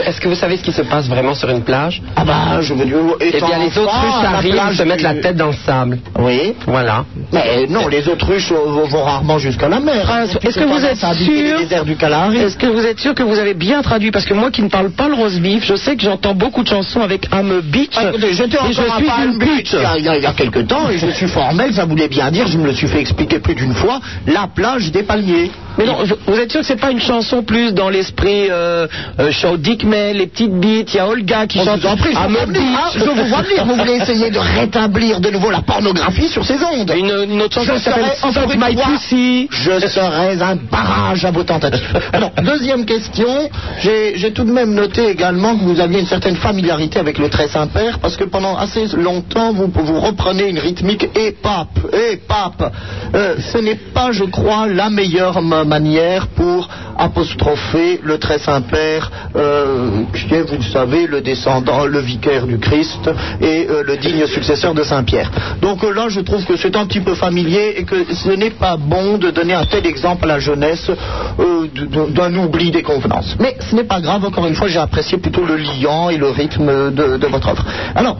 [SPEAKER 3] Est-ce que vous savez ce qui se passe vraiment sur une plage
[SPEAKER 9] Ah bah, je veux dire,
[SPEAKER 3] Eh
[SPEAKER 9] étant
[SPEAKER 3] bien, les
[SPEAKER 9] enfant,
[SPEAKER 3] autruches
[SPEAKER 9] à la
[SPEAKER 3] arrivent,
[SPEAKER 9] plage,
[SPEAKER 3] se mettent
[SPEAKER 9] tu-
[SPEAKER 3] la tête dans le sable.
[SPEAKER 9] Oui.
[SPEAKER 3] Voilà.
[SPEAKER 9] Mais non, les autruches euh, Ah, vont, vont rarement jusqu'à la mer. hein.
[SPEAKER 4] Prince,
[SPEAKER 9] Puis
[SPEAKER 4] est-ce que
[SPEAKER 9] c'est
[SPEAKER 4] vous
[SPEAKER 9] tendance
[SPEAKER 4] êtes
[SPEAKER 9] à habiter les
[SPEAKER 4] sûr
[SPEAKER 9] déserts du Kalahari.
[SPEAKER 4] Est-ce que vous êtes sûr que vous avez bien traduit Parce que moi qui ne parle pas le rose beef, je sais que j'entends j'entends beaucoup de chansons avec I'm a bitch.
[SPEAKER 9] Ah, Écoutez, j'étais
[SPEAKER 4] et je
[SPEAKER 9] encore à
[SPEAKER 4] suis
[SPEAKER 9] Palm
[SPEAKER 4] une
[SPEAKER 9] Beach
[SPEAKER 4] bitch.
[SPEAKER 9] il y a- il y, a- il y a quelque temps et je suis formel, ça voulait bien dire, je me le suis fait expliquer plus d'une fois, la plage des palmiers.
[SPEAKER 4] Mais non, vous- vous êtes sûr que c'est pas une chanson plus dans l'esprit euh, euh, Shaw Dickman, les petites bites, il y a Olga qui
[SPEAKER 9] On
[SPEAKER 4] chante
[SPEAKER 9] vous en prie, je
[SPEAKER 4] I'm
[SPEAKER 9] vous
[SPEAKER 4] a
[SPEAKER 9] revenir, hein,
[SPEAKER 4] bitch.
[SPEAKER 9] je vous vois venir, vous voulez essayer de rétablir de nouveau la pornographie sur ces ondes.
[SPEAKER 4] Une, une autre chanson
[SPEAKER 9] Je
[SPEAKER 4] qui s'appelle
[SPEAKER 9] serai encore
[SPEAKER 4] Suck
[SPEAKER 9] une
[SPEAKER 4] My
[SPEAKER 9] fois-
[SPEAKER 4] Pussy.
[SPEAKER 9] Je serais un barrage à vos tentatives. Alors, deuxième question, j'ai j'ai tout de même noté également que vous aviez une certaine familiarité avec le trait Saint-Père, parce que pendant assez longtemps, vous, vous reprenez une rythmique et pape, et pape. Euh, ce n'est pas, je crois, la meilleure ma- manière pour apostropher le trait Saint-Père, euh, qui est, vous le savez, le descendant, le vicaire du Christ et euh, le digne successeur de Saint-Pierre. Donc euh, là, je trouve que c'est un petit peu familier et que ce n'est pas bon de donner un tel exemple à la jeunesse euh, d- d- d'un oubli des convenances. Mais ce n'est pas grave, encore une fois, j'ai apprécié plutôt le liant et le rythme de, de votre offre. Alors,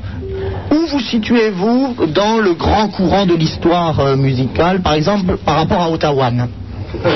[SPEAKER 9] où vous situez-vous dans le grand courant de l'histoire euh, musicale, par exemple par rapport à Ottawa Comment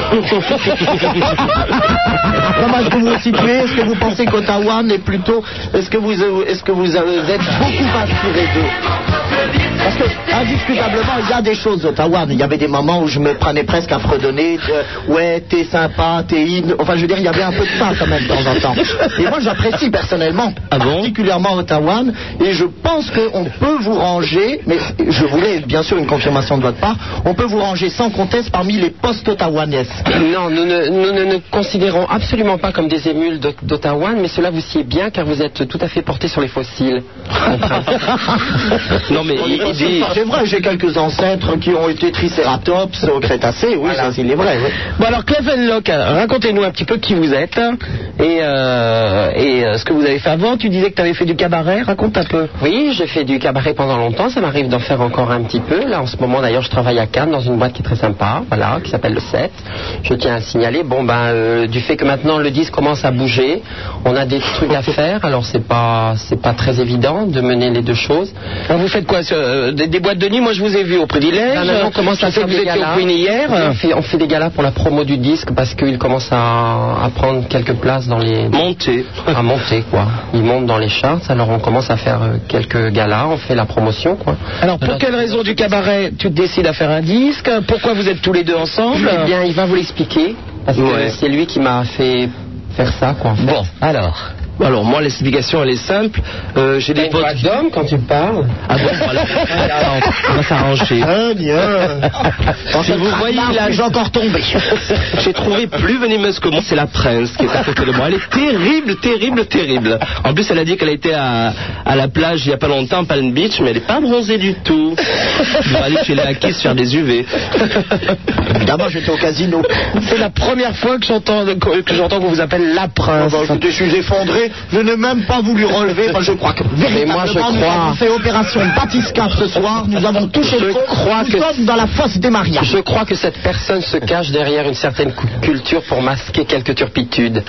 [SPEAKER 9] est-ce que vous vous situez Est-ce que vous pensez qu'Ottawa est plutôt. Est-ce que vous, est-ce que vous êtes beaucoup inspiré d'eux Parce que, indiscutablement, il y a des choses d'Ottawa. Il y avait des moments où je me prenais presque à fredonner. de, ouais, t'es sympa, t'es in. Enfin, je veux dire, il y avait un peu de ça quand même de temps en temps. Et moi, j'apprécie personnellement, particulièrement Ottawa. Et je pense qu'on peut vous ranger, mais je voulais bien sûr une confirmation de votre part, on peut vous ranger sans conteste parmi les post-ottawanaises.
[SPEAKER 3] Non, nous ne nous ne nous considérons absolument pas comme des émules d'O- d'Ottawa, mais cela vous sied bien car vous êtes tout à fait porté sur les fossiles.
[SPEAKER 9] non mais c'est vrai, j'ai quelques ancêtres qui ont été tricératops au Crétacé, oui, ça c'est il est vrai. oui.
[SPEAKER 4] Bon alors Clef Lock, euh, racontez-nous un petit peu qui vous êtes hein, et, euh, et euh, ce que vous avez fait avant. Tu disais que tu avais fait du cabaret, raconte un peu.
[SPEAKER 3] Oui, j'ai fait du cabaret pendant longtemps, ça m'arrive d'en faire encore un petit peu. Là, en ce moment, d'ailleurs, je travaille à Cannes dans une boîte qui est très sympa, voilà, qui s'appelle le 7. Je tiens à le signaler, bon, ben, euh, du fait que maintenant le 10 commence à bouger, on a des trucs à faire, alors c'est pas, c'est pas très évident de mener les deux choses.
[SPEAKER 4] Alors, vous faites quoi sur- euh, des, des boîtes de nuit Moi je vous ai vu au privilège.
[SPEAKER 3] Non, non, non, on commence
[SPEAKER 4] Je
[SPEAKER 3] à
[SPEAKER 4] sais
[SPEAKER 3] faire
[SPEAKER 4] que vous
[SPEAKER 3] des
[SPEAKER 4] étiez
[SPEAKER 3] galas.
[SPEAKER 4] au Queen hier.
[SPEAKER 3] On fait, on fait des galas pour la promo du disque parce qu'il commence à, à prendre quelques places dans les. Monter. À monter, quoi. Il monte dans les charts, alors on commence à faire euh, quelques galas, on fait la promotion, quoi.
[SPEAKER 4] Alors pour quelle raison du cabaret tu te décides à faire un disque Pourquoi vous êtes tous les deux ensemble
[SPEAKER 3] Eh bien, il va vous l'expliquer. Parce que c'est lui qui m'a fait faire ça, quoi. Bon,
[SPEAKER 7] alors. Bah Alors moi l'explication elle est simple. Euh, j'ai des potes.
[SPEAKER 3] d'homme quand tu parles.
[SPEAKER 7] Ah bon alors, attends, on va s'arranger. Si vous voyez la
[SPEAKER 9] j'ai encore tombé.
[SPEAKER 7] J'ai trouvé plus venimeuse que moi, c'est la prince qui est à côté de moi. Elle est terrible, terrible, terrible. En plus, elle a dit qu'elle était à, à la plage il n'y a pas longtemps, Palm Beach, mais elle n'est pas bronzée du tout. Je vais aller chez les Hakis faire des UV.
[SPEAKER 9] Évidemment, j'étais au casino.
[SPEAKER 4] C'est la première fois que j'entends que j'entends qu'on vous appelle la prince.
[SPEAKER 9] Ah bah, écoutez, je suis effondré, je n'ai même pas voulu relever, enfin, je crois que
[SPEAKER 4] Mais
[SPEAKER 9] véritablement
[SPEAKER 4] moi, je
[SPEAKER 9] nous
[SPEAKER 4] crois.
[SPEAKER 9] avons fait opération batiscaf ce soir, nous avons touché le fond, nous sommes dans la fosse des mariages.
[SPEAKER 3] Je crois que cette personne se cache derrière une certaine cou- culture pour masquer quelques turpitudes.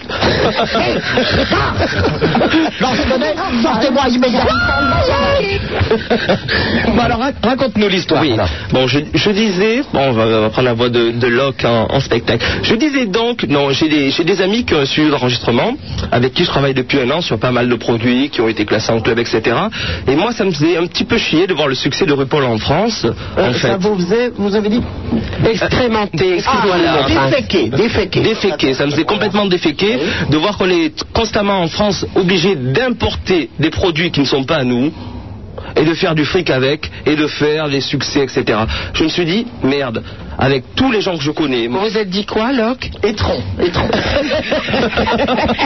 [SPEAKER 9] Lorsque sortez-moi immédiatement.
[SPEAKER 7] Bon, Bah alors raconte-nous l'histoire. Bon, je, je disais, bon, on va, on va prendre la voix de, de Locke en, en spectacle. Je disais donc, non, j'ai des, j'ai des amis qui ont suivi l'enregistrement, avec qui je travaille depuis un an sur pas mal de produits qui ont été classés en club, etc. Et moi, ça me faisait un petit peu chier de voir le succès de RuPaul en France. en fait.
[SPEAKER 9] Euh, Ça vous faisait, vous avez dit
[SPEAKER 3] excrémenté,
[SPEAKER 7] excusez-moi.
[SPEAKER 9] Ah,
[SPEAKER 7] la race.
[SPEAKER 9] déféqué, déféqué.
[SPEAKER 7] Déféqué, ça me faisait complètement déféquer de voir qu'on est constamment en France obligé d'importer des produits qui ne sont pas à nous et de faire du fric avec et de faire des succès, etc. Je me suis dit, merde, avec tous les gens que je connais. Vous
[SPEAKER 3] vous êtes dit quoi, Locke
[SPEAKER 7] Étron, étron.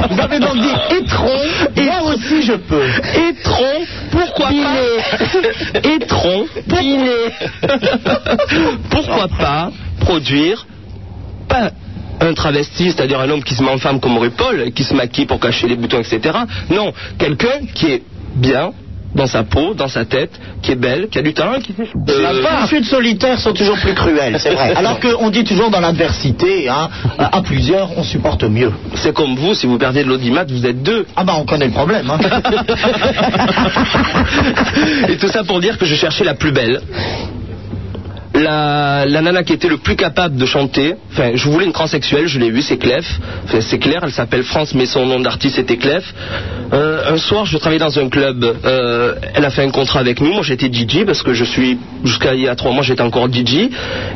[SPEAKER 9] Vous avez donc dit étron, moi aussi je peux.
[SPEAKER 7] Étron, pourquoi pas Étron, pour- pourquoi pas produire pas un travesti, c'est-à-dire un homme qui se met en femme comme RuPaul, qui se maquille pour cacher les boutons, etc. Non, quelqu'un qui est bien dans sa peau, dans sa tête, qui est belle, qui a du talent, qui...
[SPEAKER 3] Euh,
[SPEAKER 7] euh,
[SPEAKER 9] Les chutes solitaires sont toujours plus cruelles, c'est vrai. Alors qu'on dit toujours dans l'adversité, hein, à à plusieurs, on supporte mieux.
[SPEAKER 7] C'est comme vous, si vous perdez de l'audimat, vous êtes deux.
[SPEAKER 9] Ah bah on connaît le problème. hein.
[SPEAKER 7] Et tout ça pour dire que je cherchais la plus belle, la, la nana qui était le plus capable de chanter, enfin, je voulais une transsexuelle, je l'ai vue, c'est Clef. Enfin, c'est clair, elle s'appelle France, mais son nom d'artiste était Clef. Euh, un soir, je travaillais dans un club. euh, elle a fait un contrat avec nous. Moi, j'étais DJ parce que je suis, jusqu'à il y a trois mois, j'étais encore DJ.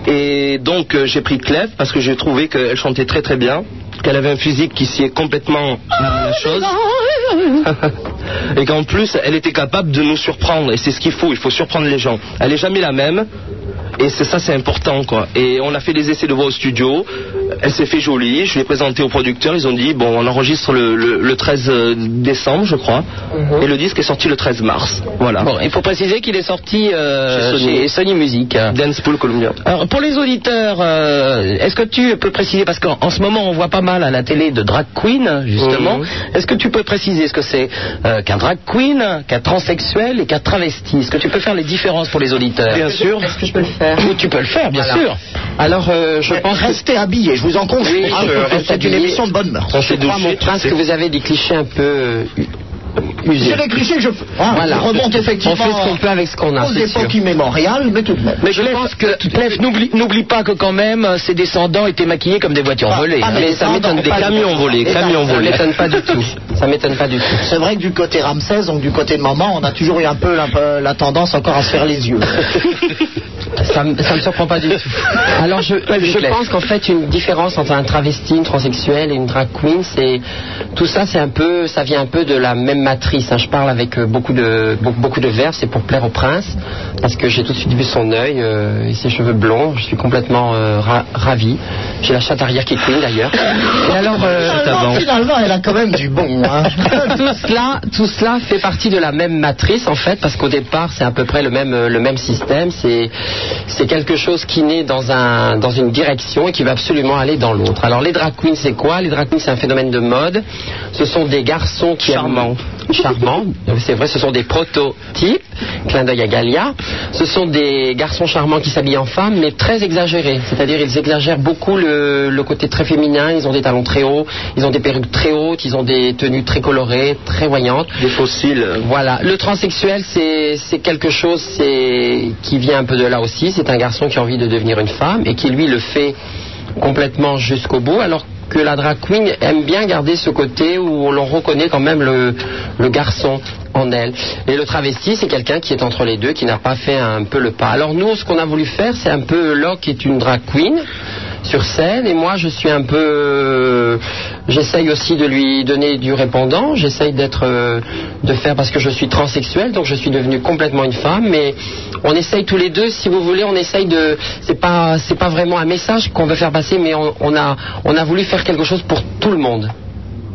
[SPEAKER 7] Et donc, euh, j'ai pris Clef parce que j'ai trouvé qu'elle chantait très très bien, qu'elle avait un physique qui s'y est complètement à la chose. et qu'en plus, elle était capable de nous surprendre. Et c'est ce qu'il faut, il faut surprendre les gens. Elle n'est jamais la même. Et c'est ça, c'est important, quoi. Et on a fait des essais de voix au studio. Elle s'est fait jolie. Je l'ai présentée aux producteurs. Ils ont dit, bon, on enregistre le, le- le 13 décembre, je crois. Et le disque est sorti le 13 mars. Voilà.
[SPEAKER 3] Bon, Mhm.
[SPEAKER 9] euh,
[SPEAKER 3] il faut préciser qu'il est sorti euh,
[SPEAKER 7] Chez Sony.
[SPEAKER 3] chez Sony Music.
[SPEAKER 7] Dance Pool Columbia.
[SPEAKER 3] Alors, pour les auditeurs, euh, est-ce que tu peux préciser, parce qu'en en ce moment on voit pas mal à la télé de drag queen, justement, est-ce que tu peux préciser ce que c'est euh, qu'un drag queen, qu'un transsexuel et qu'un travesti Est-ce que tu peux faire les différences pour les auditeurs
[SPEAKER 7] Bien sûr.
[SPEAKER 3] Est-ce que je peux le faire Tu peux le faire, bien
[SPEAKER 7] Voilà.
[SPEAKER 3] sûr.
[SPEAKER 7] Alors, je pense.
[SPEAKER 9] Restez habillés, je vous en conjure.
[SPEAKER 3] Oui,
[SPEAKER 9] Ah,
[SPEAKER 3] je
[SPEAKER 9] c'est
[SPEAKER 3] reste
[SPEAKER 9] une
[SPEAKER 3] habillé.
[SPEAKER 9] émission de bonne mœurs.
[SPEAKER 3] Je crois, mon prince, que vous avez des clichés un peu euh, usés.
[SPEAKER 9] J'ai les clichés, je ah,
[SPEAKER 3] Voilà.
[SPEAKER 9] je remonte effectivement.
[SPEAKER 3] On fait ce qu'on peut avec ce qu'on a,
[SPEAKER 9] Aux
[SPEAKER 3] c'est sûr.
[SPEAKER 9] époques immémoriales, mais tout de même.
[SPEAKER 3] Mais je pense que, Clef, n'oublie n'oublie pas que quand même, euh, ses descendants étaient maquillés comme des voitures volées.
[SPEAKER 9] pas
[SPEAKER 3] hein.
[SPEAKER 9] des
[SPEAKER 3] mais ça
[SPEAKER 9] descendants,
[SPEAKER 3] m'étonne
[SPEAKER 9] pas des descendants. Et ça- ça
[SPEAKER 3] Ça m'étonne
[SPEAKER 9] m'étonne
[SPEAKER 3] pas du tout. Ça m'étonne pas du tout.
[SPEAKER 9] C'est vrai que du côté Ramsès, donc du côté de maman, on a toujours eu un peu la, la tendance encore à se faire les yeux.
[SPEAKER 3] Ça, me- ça me surprend pas du tout. Alors je, je
[SPEAKER 9] Clef.
[SPEAKER 3] pense qu'en fait une différence entre un travesti, une transsexuelle et une drag queen, c'est tout ça, c'est un peu, ça vient un peu de la même matrice. hein. Je parle avec euh, beaucoup de beaucoup, beaucoup de verve, c'est pour plaire au prince, parce que j'ai tout de suite vu son œil euh, et ses cheveux blonds. Je suis complètement euh, ra- ravi. J'ai la chatte arrière qui est queen d'ailleurs. Et alors euh,
[SPEAKER 9] finalement, Ah, finalement, elle a quand même du bon. Hein.
[SPEAKER 3] tout cela, tout cela fait partie de la même matrice en fait, parce qu'au départ c'est à peu près le même euh, le même système. C'est c'est quelque chose qui naît dans un dans une direction et qui va absolument aller dans l'autre. Alors les drag queens c'est quoi Les drag queens c'est un phénomène de mode. Ce sont des garçons qui charmants, charmants. C'est vrai, ce sont des prototypes. Clin d'œil à Galia. Ce sont des garçons charmants qui s'habillent en femmes, mais très exagérés. C'est-à-dire ils exagèrent beaucoup le, le côté très féminin. Ils ont des talons très hauts, ils ont des perruques très hautes, ils ont des tenues très colorées, très voyantes.
[SPEAKER 7] Des fossiles.
[SPEAKER 3] Voilà. Le transsexuel, c'est c'est quelque chose c'est- qui vient un peu de là aussi. C'est un garçon qui a envie de devenir une femme et qui, lui, le fait complètement jusqu'au bout, alors que la drag queen aime bien garder ce côté où l'on reconnaît quand même le, le garçon en elle. Et le travesti, c'est quelqu'un qui est entre les deux, qui n'a pas fait un peu le pas. Alors nous, ce qu'on a voulu faire, c'est un peu Locke est une drag queen sur scène et moi je suis un peu euh, j'essaye aussi de lui donner du répondant j'essaye d'être euh, de faire parce que je suis transsexuel donc je suis devenu complètement une femme mais on essaye tous les deux si vous voulez on essaye de c'est pas c'est pas vraiment un message qu'on veut faire passer mais on, on a on a voulu faire quelque chose pour tout le monde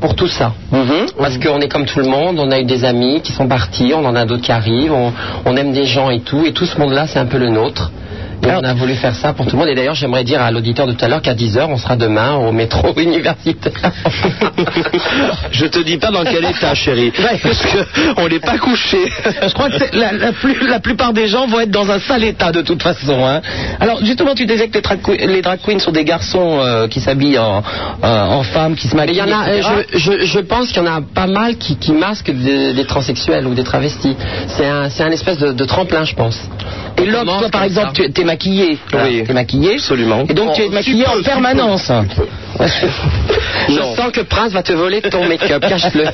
[SPEAKER 3] pour tout ça. Mhm. Parce qu'on est comme tout le monde, on a eu des amis qui sont partis, on en a d'autres qui arrivent, on, on aime des gens et tout, et tout ce monde-là, c'est un peu le nôtre. Et on a voulu faire ça pour tout le monde. Et d'ailleurs, j'aimerais dire à l'auditeur de tout à l'heure qu'à 10h, on sera demain au métro universitaire.
[SPEAKER 7] Je te dis pas dans quel état, chérie. Parce qu'on n'est pas couché.
[SPEAKER 4] Je crois que c'est- la, la plus- la plupart des gens vont être dans un sale état de toute façon. hein. Alors justement, tu disais que les, drag que- les drag queens sont des garçons euh, qui s'habillent en, euh, en femmes, qui se
[SPEAKER 3] Mais il
[SPEAKER 4] maquillent.
[SPEAKER 3] y en a,
[SPEAKER 4] etc.
[SPEAKER 3] euh, je, je- je pense qu'il y en a pas mal qui, qui masquent des, des transsexuels ou des travestis. C'est un, c'est un espèce de, de tremplin, je pense. Et l'homme, toi par exemple, tu es maquillé.
[SPEAKER 7] Oui.
[SPEAKER 3] T'es maquillé.
[SPEAKER 7] Absolument.
[SPEAKER 3] Et donc Oh, tu es
[SPEAKER 7] On
[SPEAKER 3] maquillé en
[SPEAKER 7] suppose,
[SPEAKER 3] permanence. Je
[SPEAKER 7] Non.
[SPEAKER 3] sens que Prince va te voler ton make-up, cache-le.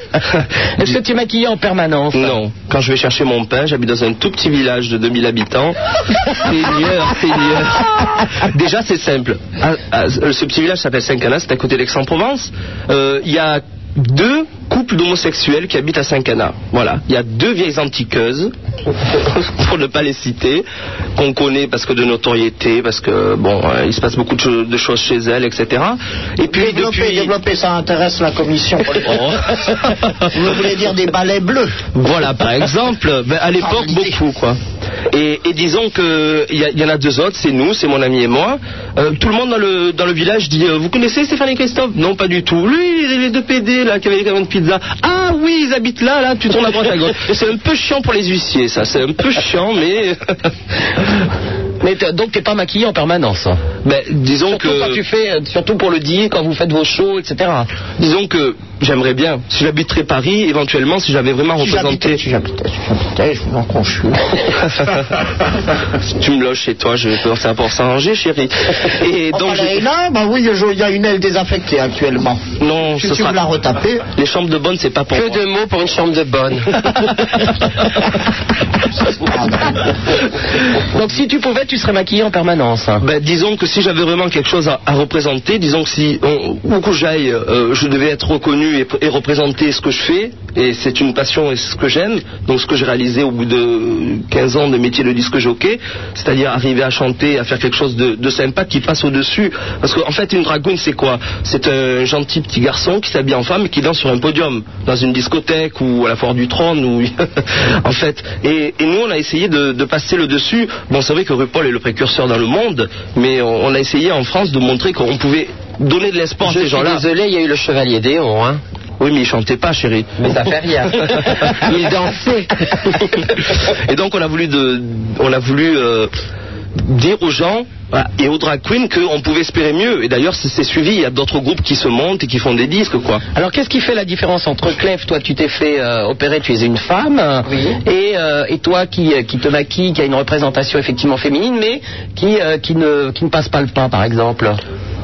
[SPEAKER 4] Est-ce que tu es maquillé en permanence
[SPEAKER 7] Non. Quand je vais chercher mon pain, j'habite dans un tout petit village de 2000 habitants. Seigneur, Seigneur. Déjà, c'est simple. Ah, ah, Ce petit village s'appelle Saint-Cana, c'est à côté d'Aix-en-Provence. Euh, Il y a deux couples d'homosexuels qui habitent à Saint-Cana. Voilà. Il y a deux vieilles antiqueuses, pour ne pas les citer, qu'on connaît parce que de notoriété, parce que, bon, euh, il se passe beaucoup de, cho- de choses chez elles, etc. Et puis,
[SPEAKER 9] développer,
[SPEAKER 7] depuis...
[SPEAKER 9] développer, ça intéresse la commission. Vous voulez dire des balais bleus
[SPEAKER 7] Voilà, par exemple, ben, à
[SPEAKER 4] Ah,
[SPEAKER 7] l'époque, beaucoup, quoi. Et, et disons qu'il y, a- il y en a deux autres, c'est nous, c'est mon ami et moi. Euh, tout le monde dans le, dans le village dit euh, Vous connaissez Stéphane et Christophe Non, pas du tout. Lui, les, les deux PD, là, qui avaient les camions de pizza. Ah oui, ils habitent là, là, tu tournes à droite, à gauche. Et C'est un peu chiant pour les huissiers, ça. C'est un peu chiant, mais.
[SPEAKER 4] Mais t'es- donc t'es pas maquillé en permanence.
[SPEAKER 7] Ben, disons
[SPEAKER 4] surtout
[SPEAKER 7] que-
[SPEAKER 4] quand tu fais, euh, surtout pour le dire, quand vous faites vos shows, etc.
[SPEAKER 7] Disons que j'aimerais bien, si j'habiterais Paris, éventuellement, si j'avais vraiment représenté. Si j'habitais, si j'habitais, je vous en conjure. tu me loges chez toi, je vais faire ça pour s'arranger, chérie. Et donc, je-
[SPEAKER 9] là, bah oui, je- il y a une aile désaffectée actuellement.
[SPEAKER 7] Non,
[SPEAKER 9] si
[SPEAKER 7] ce
[SPEAKER 9] tu
[SPEAKER 7] sera-
[SPEAKER 9] me la retapée.
[SPEAKER 7] les chambres de bonne, c'est pas pour
[SPEAKER 3] Que
[SPEAKER 7] moi.
[SPEAKER 3] de mots pour une chambre de bonne.
[SPEAKER 4] Donc si tu pouvais, tu serais maquillé en permanence.
[SPEAKER 7] Ben, disons que si j'avais vraiment quelque chose à, à représenter, disons que si on- où que j'aille, euh, je devais être reconnu et, et représenter ce que je fais, et c'est une passion et c'est ce que j'aime, donc ce que j'ai réalisé au bout de 15 ans de métier de disque jockey, c'est-à-dire arriver à chanter, à faire quelque chose de, de sympa qui passe au-dessus. Parce qu'en fait, une dragoune, c'est quoi C'est un gentil petit garçon qui s'habille en femme et qui danse sur un podium, dans une discothèque ou à la foire du trône, ou en fait. Et, et nous, on a essayé de, de passer le dessus. Bon, c'est vrai que RuPaul est le précurseur dans le monde, mais on, on a essayé en France de montrer qu'on pouvait donner de l'espoir à
[SPEAKER 3] Je
[SPEAKER 7] ces
[SPEAKER 3] suis
[SPEAKER 7] gens-là.
[SPEAKER 3] désolé, il y a eu le Chevalier Déon, hein.
[SPEAKER 7] Oui, mais il chantait pas, chérie.
[SPEAKER 3] Mais ça fait rien. il dansait.
[SPEAKER 7] Et donc on a voulu, de- on a voulu euh, dire aux gens voilà, et aux drag queens qu'on pouvait espérer mieux. Et d'ailleurs, c'est c'est suivi. Il y a d'autres groupes qui se montent et qui font des disques, quoi.
[SPEAKER 4] Alors qu'est-ce qui fait la différence entre Clef, toi tu t'es fait euh, opérer, tu es une femme, euh, et, euh, et toi qui, euh, qui te maquille, qui a une représentation effectivement féminine, mais qui, euh, qui, ne, qui ne passe pas le pas par exemple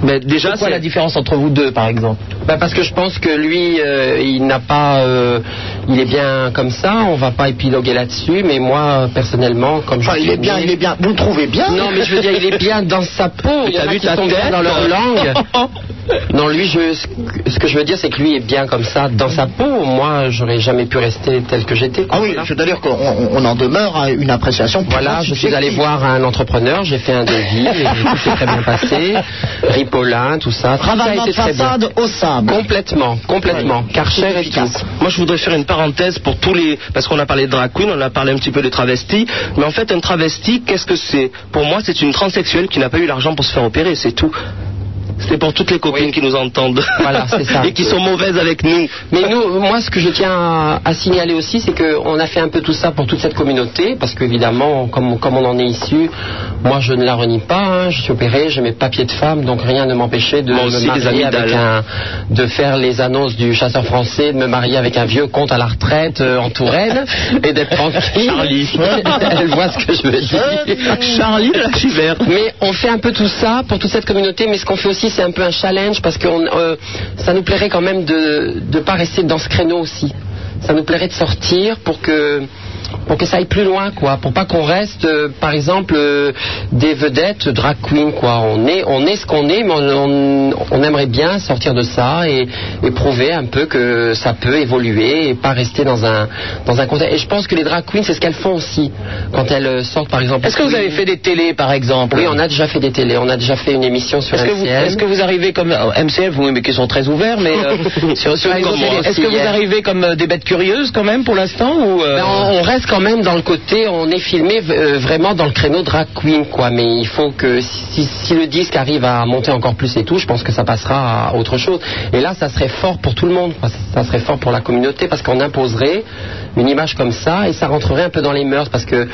[SPEAKER 7] mais déjà,
[SPEAKER 4] c'est quoi
[SPEAKER 3] c'est-
[SPEAKER 4] la différence entre vous deux, par exemple
[SPEAKER 3] Bah, parce que je pense que lui, euh, il n'a pas, euh, il est bien comme ça. On va pas épiloguer là-dessus. Mais moi, personnellement, comme je
[SPEAKER 9] Enfin, il est bien, il est bien. Vous le trouvez bien
[SPEAKER 3] Non, mais je veux dire, il est bien dans sa peau.
[SPEAKER 9] Mais
[SPEAKER 3] Il y en
[SPEAKER 9] t'as
[SPEAKER 3] a
[SPEAKER 9] vu
[SPEAKER 3] qui
[SPEAKER 9] ta
[SPEAKER 3] sont bien
[SPEAKER 9] tête
[SPEAKER 3] dans leur langue. Non, lui, je, ce que- ce que je veux dire, c'est que lui est bien comme ça dans sa peau. Moi, j'aurais jamais pu rester tel que j'étais.
[SPEAKER 9] Ah oui, c'est-à-dire qu'on on- on en demeure à une appréciation.
[SPEAKER 7] Ah,
[SPEAKER 3] Voilà, je suis allé voir un entrepreneur, j'ai fait un devis, et tout s'est très bien passé. Ripolin, tout ça. Tout ça a
[SPEAKER 9] Ravalement de
[SPEAKER 3] été très bien.
[SPEAKER 9] façade au sable.
[SPEAKER 3] Complètement, complètement. Karcher et tout.
[SPEAKER 7] Moi, je voudrais faire une parenthèse pour tous les. Parce qu'on a parlé de drag queen, on a parlé un petit peu de travesti. Mais en fait, un travesti, qu'est-ce que c'est Pour moi, c'est une transsexuelle qui n'a pas eu l'argent pour se faire opérer, c'est tout. C'est pour toutes les copines qui nous entendent.
[SPEAKER 3] Voilà, c'est ça.
[SPEAKER 7] et qui sont mauvaises avec nous.
[SPEAKER 3] Mais nous, moi, ce que je tiens à, à signaler aussi, c'est qu'on a fait un peu tout ça pour toute cette communauté, parce qu'évidemment, comme, comme on en est issu, moi, je ne la renie pas. hein, je suis opéré, j'ai mes papiers de femme, donc rien ne m'empêchait de me
[SPEAKER 7] Moi Ah, aussi, les
[SPEAKER 3] marier
[SPEAKER 7] amygdales.
[SPEAKER 3] avec un, de faire les annonces du chasseur français, de me marier avec un vieux comte à la retraite euh, en Touraine et d'être tranquille. Charlie, elle voit ce que je veux dire.
[SPEAKER 7] Charlie de la chivère.
[SPEAKER 3] Mais on fait un peu tout ça pour toute cette communauté, mais ce qu'on fait aussi, c'est un peu un challenge parce que on, euh, ça nous plairait quand même de ne pas rester dans ce créneau aussi. Ça nous plairait de sortir pour que pour que ça aille plus loin, quoi, pour pas qu'on reste, euh, par exemple, euh, des vedettes drag queen, quoi. On est, on est ce qu'on est, mais on, on- on aimerait bien sortir de ça et, et prouver un peu que ça peut évoluer et pas rester dans un dans un contexte. Et je pense que les drag queens, c'est ce qu'elles font aussi quand elles euh, sortent, par exemple.
[SPEAKER 4] Est-ce que vous avez fait des télés, par exemple
[SPEAKER 3] Oui, on a déjà fait des télés, on a déjà fait une émission sur
[SPEAKER 4] Est-ce que, vous,
[SPEAKER 3] LCN.
[SPEAKER 4] est-ce que vous arrivez comme euh, MCF, oui, mais qui sont très ouverts, mais euh, sur, sur
[SPEAKER 3] Comme
[SPEAKER 4] les autres
[SPEAKER 3] moi
[SPEAKER 4] télés,
[SPEAKER 3] aussi,
[SPEAKER 4] est-ce que vous
[SPEAKER 3] hier.
[SPEAKER 4] arrivez comme euh, des bêtes curieuses quand même pour l'instant ou euh,
[SPEAKER 3] Ben, on, on reste quand même dans le côté, on est filmé v- euh, vraiment dans le créneau drag queen, quoi. Mais il faut que si, si le disque arrive à monter encore plus et tout, je pense que ça passera à autre chose. Et là, ça serait fort pour tout le monde, quoi. ça serait fort pour la communauté parce qu'on imposerait une image comme ça et ça rentrerait un peu dans les mœurs parce que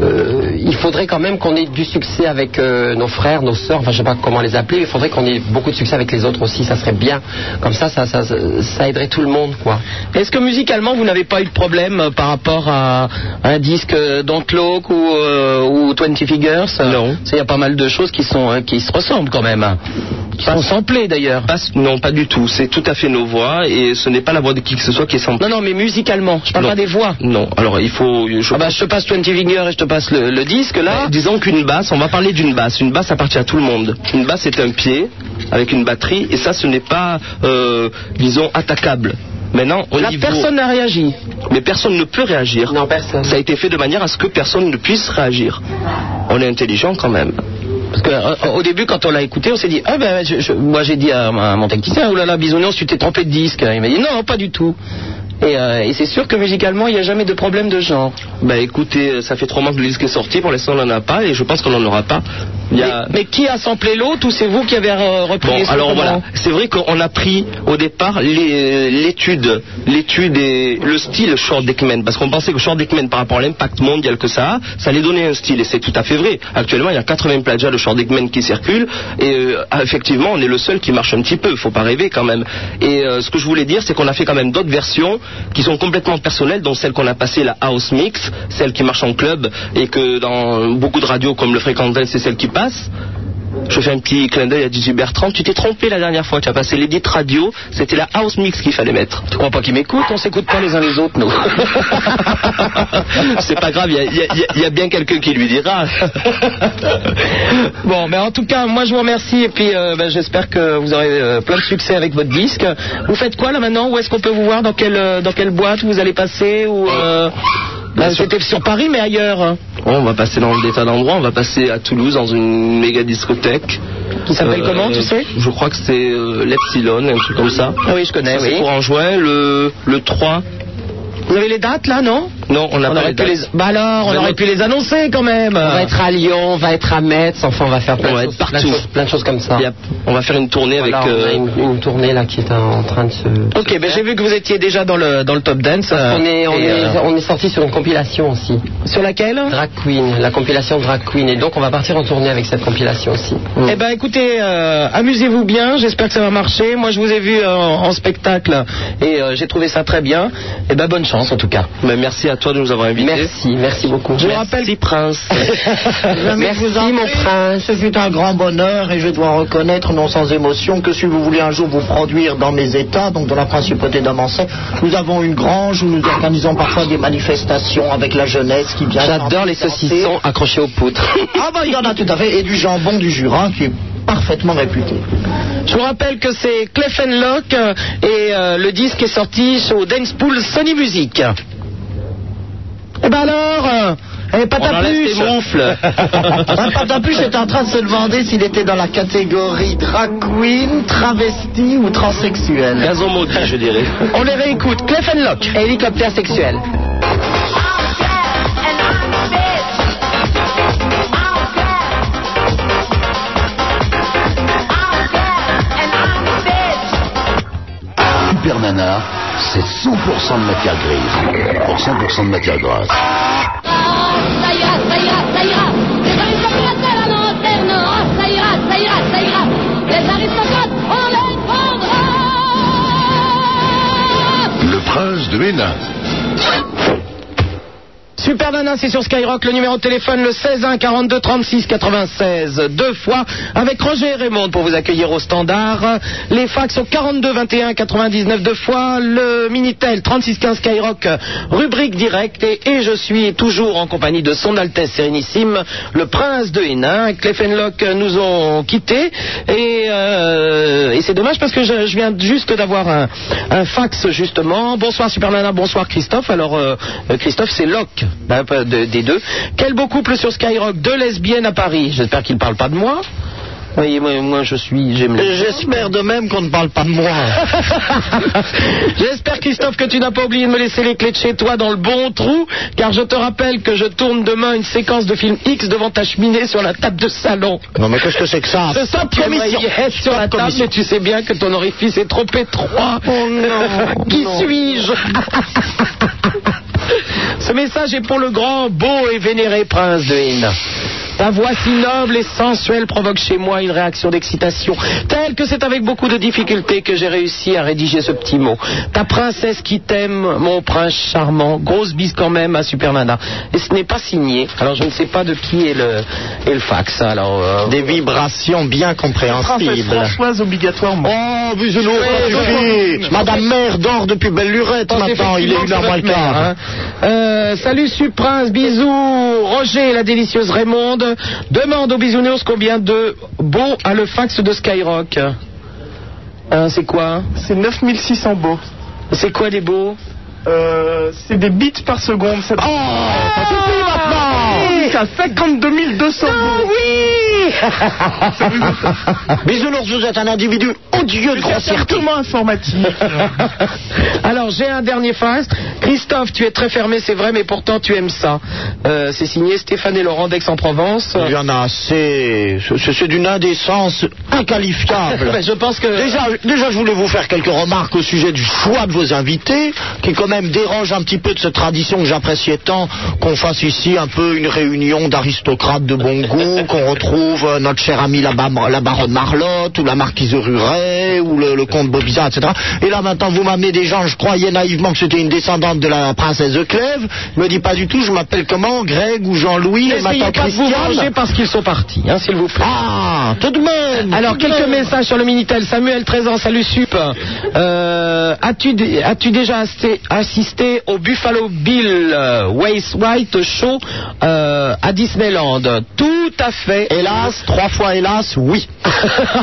[SPEAKER 3] euh, il faudrait quand même qu'on ait du succès avec euh, nos frères, nos sœurs, enfin je sais pas comment les appeler, il faudrait qu'on ait beaucoup de succès avec les autres aussi, ça serait bien. Comme ça, ça, ça, ça aiderait tout le monde, quoi.
[SPEAKER 4] Est-ce que musicalement vous n'avez pas eu de problème euh, par rapport à un disque euh, Don't Look ou, euh, ou 20 Figures Non. Il y a pas mal de choses qui, sont, euh, qui se ressemblent quand même. hein. Qui sont samplées d'ailleurs.
[SPEAKER 7] Non, pas du tout. C'est tout à fait nos voix et ce n'est pas la voix de qui que ce soit qui est sans.
[SPEAKER 4] Non, non, mais musicalement, je parle
[SPEAKER 7] Non.
[SPEAKER 4] pas des voix.
[SPEAKER 7] Non, alors il faut. Je...
[SPEAKER 4] Ah bah, je te passe 20 Figures et je te passe le, le disque là.
[SPEAKER 7] Mais disons qu'une basse, on va parler d'une basse. Une basse appartient à tout le monde. Une basse est un pied avec une batterie et ça, ce n'est pas, euh, disons, attaquable. Maintenant, au
[SPEAKER 4] Là,
[SPEAKER 7] niveau-
[SPEAKER 4] personne n'a réagi.
[SPEAKER 7] Mais personne ne peut réagir.
[SPEAKER 3] Non, personne.
[SPEAKER 7] Ça a été fait de manière à ce que personne ne puisse réagir. On est intelligent quand même.
[SPEAKER 4] Parce que, euh, au début, quand on l'a écouté, on s'est dit, ah ben, je- je- moi j'ai dit à, à mon technicien, oh là là, bisounours, tu t'es trompé de disque. Il m'a dit, non, pas du tout. Et, euh, et c'est sûr que musicalement, il n'y a jamais de problème de genre.
[SPEAKER 7] euh, Bah écoutez, ça fait trois mois que le disque est sorti, pour l'instant on n'en a pas et je pense qu'on n'en aura pas. Il y a-
[SPEAKER 4] Mais qui a samplé l'autre ou c'est vous qui avez euh, repris les
[SPEAKER 7] Bon,
[SPEAKER 4] sons
[SPEAKER 7] alors
[SPEAKER 4] comment
[SPEAKER 7] voilà, c'est vrai qu'on a pris au départ les- euh, l'étude, l'étude et le style Short Deckman, parce qu'on pensait que Short Deckman, par rapport à l'impact mondial que ça a, ça allait donner un style, et c'est tout à fait vrai. Actuellement, il y a 80 plagiats de Short Deckman qui circulent, et euh, effectivement, on est le seul qui marche un petit peu, faut pas rêver quand même. Et euh, ce que je voulais dire, c'est qu'on a fait quand même d'autres versions qui sont complètement personnelles, dont celle qu'on a passée, la House Mix, celle qui marche en club, et que dans beaucoup de radios comme le Fréquent 20, c'est celle qui passe. Je fais un petit clin d'œil à Gigi Bertrand. Tu t'es trompé la dernière fois. Tu as passé l'édite radio. C'était la house mix qu'il fallait mettre. Tu crois pas qu'il m'écoute On s'écoute pas les uns les autres, nous. C'est pas grave. Il y a- il y, a- il y a- il y a bien quelqu'un qui lui dira.
[SPEAKER 4] Bon, mais en tout cas, moi je vous remercie et puis euh, ben, j'espère que vous aurez euh, plein de succès avec votre disque. Vous faites quoi là maintenant Où est-ce qu'on peut vous voir Dans quelle, euh, dans quelle boîte vous allez passer ou euh, ben, C'était sur Paris, mais ailleurs.
[SPEAKER 7] on va passer dans des tas d'endroits. On va passer à Toulouse dans une méga discothèque. Euh,
[SPEAKER 4] Qui s'appelle comment, tu sais
[SPEAKER 7] Je crois que c'est euh, l'Epsilon, un truc comme ça.
[SPEAKER 4] Ah oui, je connais,
[SPEAKER 7] Ça, c'est
[SPEAKER 4] oui.
[SPEAKER 7] pour en juin, le, le 3.
[SPEAKER 4] Vous avez les dates là, non
[SPEAKER 7] Non, on n'a pas
[SPEAKER 4] aurait
[SPEAKER 7] les
[SPEAKER 4] pu
[SPEAKER 7] dates.
[SPEAKER 4] les... Bah alors, on
[SPEAKER 7] Ben
[SPEAKER 4] aurait
[SPEAKER 7] non.
[SPEAKER 4] pu les annoncer quand même.
[SPEAKER 3] On va être à Lyon, on va être à Metz, enfin on va faire plein,
[SPEAKER 7] On va
[SPEAKER 3] de, choses,
[SPEAKER 7] être
[SPEAKER 3] plein de
[SPEAKER 7] partout.
[SPEAKER 3] choses- plein de choses comme ça.
[SPEAKER 7] On va faire une tournée
[SPEAKER 3] Voilà,
[SPEAKER 7] avec. euh,
[SPEAKER 3] on a une, une tournée là qui est en train de se.
[SPEAKER 4] Ok, ben j'ai vu que vous étiez déjà dans le, dans le top dance.
[SPEAKER 3] On est, on,
[SPEAKER 4] Et,
[SPEAKER 3] est,
[SPEAKER 4] euh,
[SPEAKER 3] on est sorti sur une compilation aussi.
[SPEAKER 4] Sur laquelle
[SPEAKER 3] Drag Queen, la compilation Drag Queen. Et donc on va partir en tournée avec cette compilation aussi.
[SPEAKER 4] Eh ben écoutez, euh, amusez-vous bien, j'espère que ça va marcher. Moi je vous ai vu euh, en, en spectacle et euh, j'ai trouvé ça très bien. Eh ben bonne chance en tout cas.
[SPEAKER 7] ben, merci à toi de nous avoir invités.
[SPEAKER 3] Merci, merci beaucoup.
[SPEAKER 7] Je vous rappelle. Prince.
[SPEAKER 9] Merci, mon prince. Ce fut un grand bonheur et je dois reconnaître, non sans émotion, que si vous voulez un jour vous produire dans mes États, donc dans la principauté d'Amancet, nous avons une grange où nous organisons parfois des manifestations avec la jeunesse qui vient.
[SPEAKER 3] J'adore les saucissons accrochés aux poutres.
[SPEAKER 9] Ah bah il y en a tout à fait, et du jambon du Jura qui est parfaitement réputé.
[SPEAKER 4] Je vous rappelle que c'est Clef Lock euh, et euh, le disque est sorti au Dance Pool Sony Music. Eh ben alors euh, eh,
[SPEAKER 9] On en laisse
[SPEAKER 4] patapuche
[SPEAKER 9] des ronfles. Un patapuche Eh, est en train de se demander s'il était dans la catégorie drag queen, travesti ou transsexuel.
[SPEAKER 7] Gazon maudit, je dirais.
[SPEAKER 4] On les réécoute. Clef Lock, hélicoptère sexuel.
[SPEAKER 1] Super Nana, c'est 100% de matière grise pour 100% de matière grasse.
[SPEAKER 17] Ça ira, ça ira, ça ira. Les aristocrates à la lanterne. Ah, ça ira, ça ira, ça ira. Les aristocrates, on les prendra.
[SPEAKER 25] Le prince de Hénin.
[SPEAKER 4] Super Nana, c'est sur Skyrock, le numéro de téléphone le 16 1 42 36 96, deux fois, avec Roger et Raymond pour vous accueillir au standard. Les fax au 42 21 99, deux fois, le Minitel 36 15 Skyrock, rubrique directe, et, et je suis toujours en compagnie de son Altesse Sérénissime, le Prince de Hénin. Clefenlock nous ont quittés, et, euh, et c'est dommage parce que je, je viens juste d'avoir un, un fax justement. Bonsoir Super Nana, bonsoir Christophe. Alors euh, euh, Christophe, c'est Locke hein, pas de- des deux. Quel beau couple sur Skyrock, deux lesbiennes à Paris. J'espère qu'il ne parle pas de moi. Oui, moi, moi, je suis, j'aime les-
[SPEAKER 9] J'espère de même qu'on ne parle pas de moi.
[SPEAKER 4] J'espère, Christophe, que tu n'as pas oublié de me laisser les clés de chez toi dans le bon trou, car je te rappelle que je tourne demain une séquence de film X devant ta cheminée sur la table de salon.
[SPEAKER 9] Non mais qu'est-ce que c'est que ça
[SPEAKER 4] Ah, C'est ça, tu aimerais y être sur la table, mais tu sais bien que ton orifice est trop
[SPEAKER 9] Oh,
[SPEAKER 4] étroit. Qui suis-je Ce message est pour le grand, beau et vénéré prince de Hénin. Ta voix si noble et sensuelle provoque chez moi une réaction d'excitation, telle que c'est avec beaucoup de difficulté que j'ai réussi à rédiger ce petit mot. Ta princesse qui t'aime, mon prince charmant, grosse bise quand même à Supernana. Et ce n'est pas signé, alors je ne sais pas de qui est le, est le fax. Alors, euh,
[SPEAKER 9] Des vibrations bien compréhensibles.
[SPEAKER 14] Françoise obligatoirement.
[SPEAKER 9] Oh, bisounours, ça suffit. Madame Mère dort depuis belle lurette maintenant, il est une heure moins le quart.
[SPEAKER 4] hein. Euh, salut Suprince, bisous Roger et la délicieuse Raymonde. Demande aux bisounours combien de beaux a le fax de Skyrock. Hein, c'est quoi
[SPEAKER 14] C'est 9600 beaux.
[SPEAKER 4] C'est quoi les beaux
[SPEAKER 14] Euh, c'est des bits par seconde. Oh, ça suffit maintenant Oui, c'est à 52 200
[SPEAKER 9] Ah
[SPEAKER 14] oui
[SPEAKER 26] Bisounours, vous êtes un individu odieux de grossièreté.
[SPEAKER 14] informatique.
[SPEAKER 4] Alors, j'ai un dernier faste. Christophe, tu es très fermé, c'est vrai, mais pourtant tu aimes ça. Euh, c'est signé Stéphane et Laurent d'Aix-en-Provence.
[SPEAKER 9] Il y en a assez. C'est- C'est c'est d'une indécence inqualifiable.
[SPEAKER 4] Ben, je pense que-
[SPEAKER 9] Déjà, déjà, je voulais vous faire quelques remarques au sujet du choix de vos invités, qui quand même dérange un petit peu de cette tradition que j'appréciais tant, qu'on fasse ici un peu une réunion d'aristocrates de bon goût, qu'on retrouve euh, notre cher ami la, ba- la baronne Marlotte, ou la marquise Ruret, ou le, le comte Bobizard, etc. Et là, maintenant, vous m'amenez des gens, je croyais naïvement que c'était une descendante de la princesse de Clèves. Me dis pas du tout, je m'appelle comment Greg ou Jean-Louis, et
[SPEAKER 4] N'essayez
[SPEAKER 9] maintenant
[SPEAKER 4] pas de vous
[SPEAKER 9] Christiane.
[SPEAKER 4] venger parce qu'ils sont partis, hein, s'il vous plaît.
[SPEAKER 9] Ah, tout de même
[SPEAKER 4] Alors, quelques messages sur le Minitel. Samuel, 13 ans, salut Sup. Euh, As-tu dé- as-tu déjà assisté, assisté au Buffalo Bill euh, Waste White Show euh, à Disneyland Tout à fait.
[SPEAKER 9] Hélas, trois fois hélas, oui.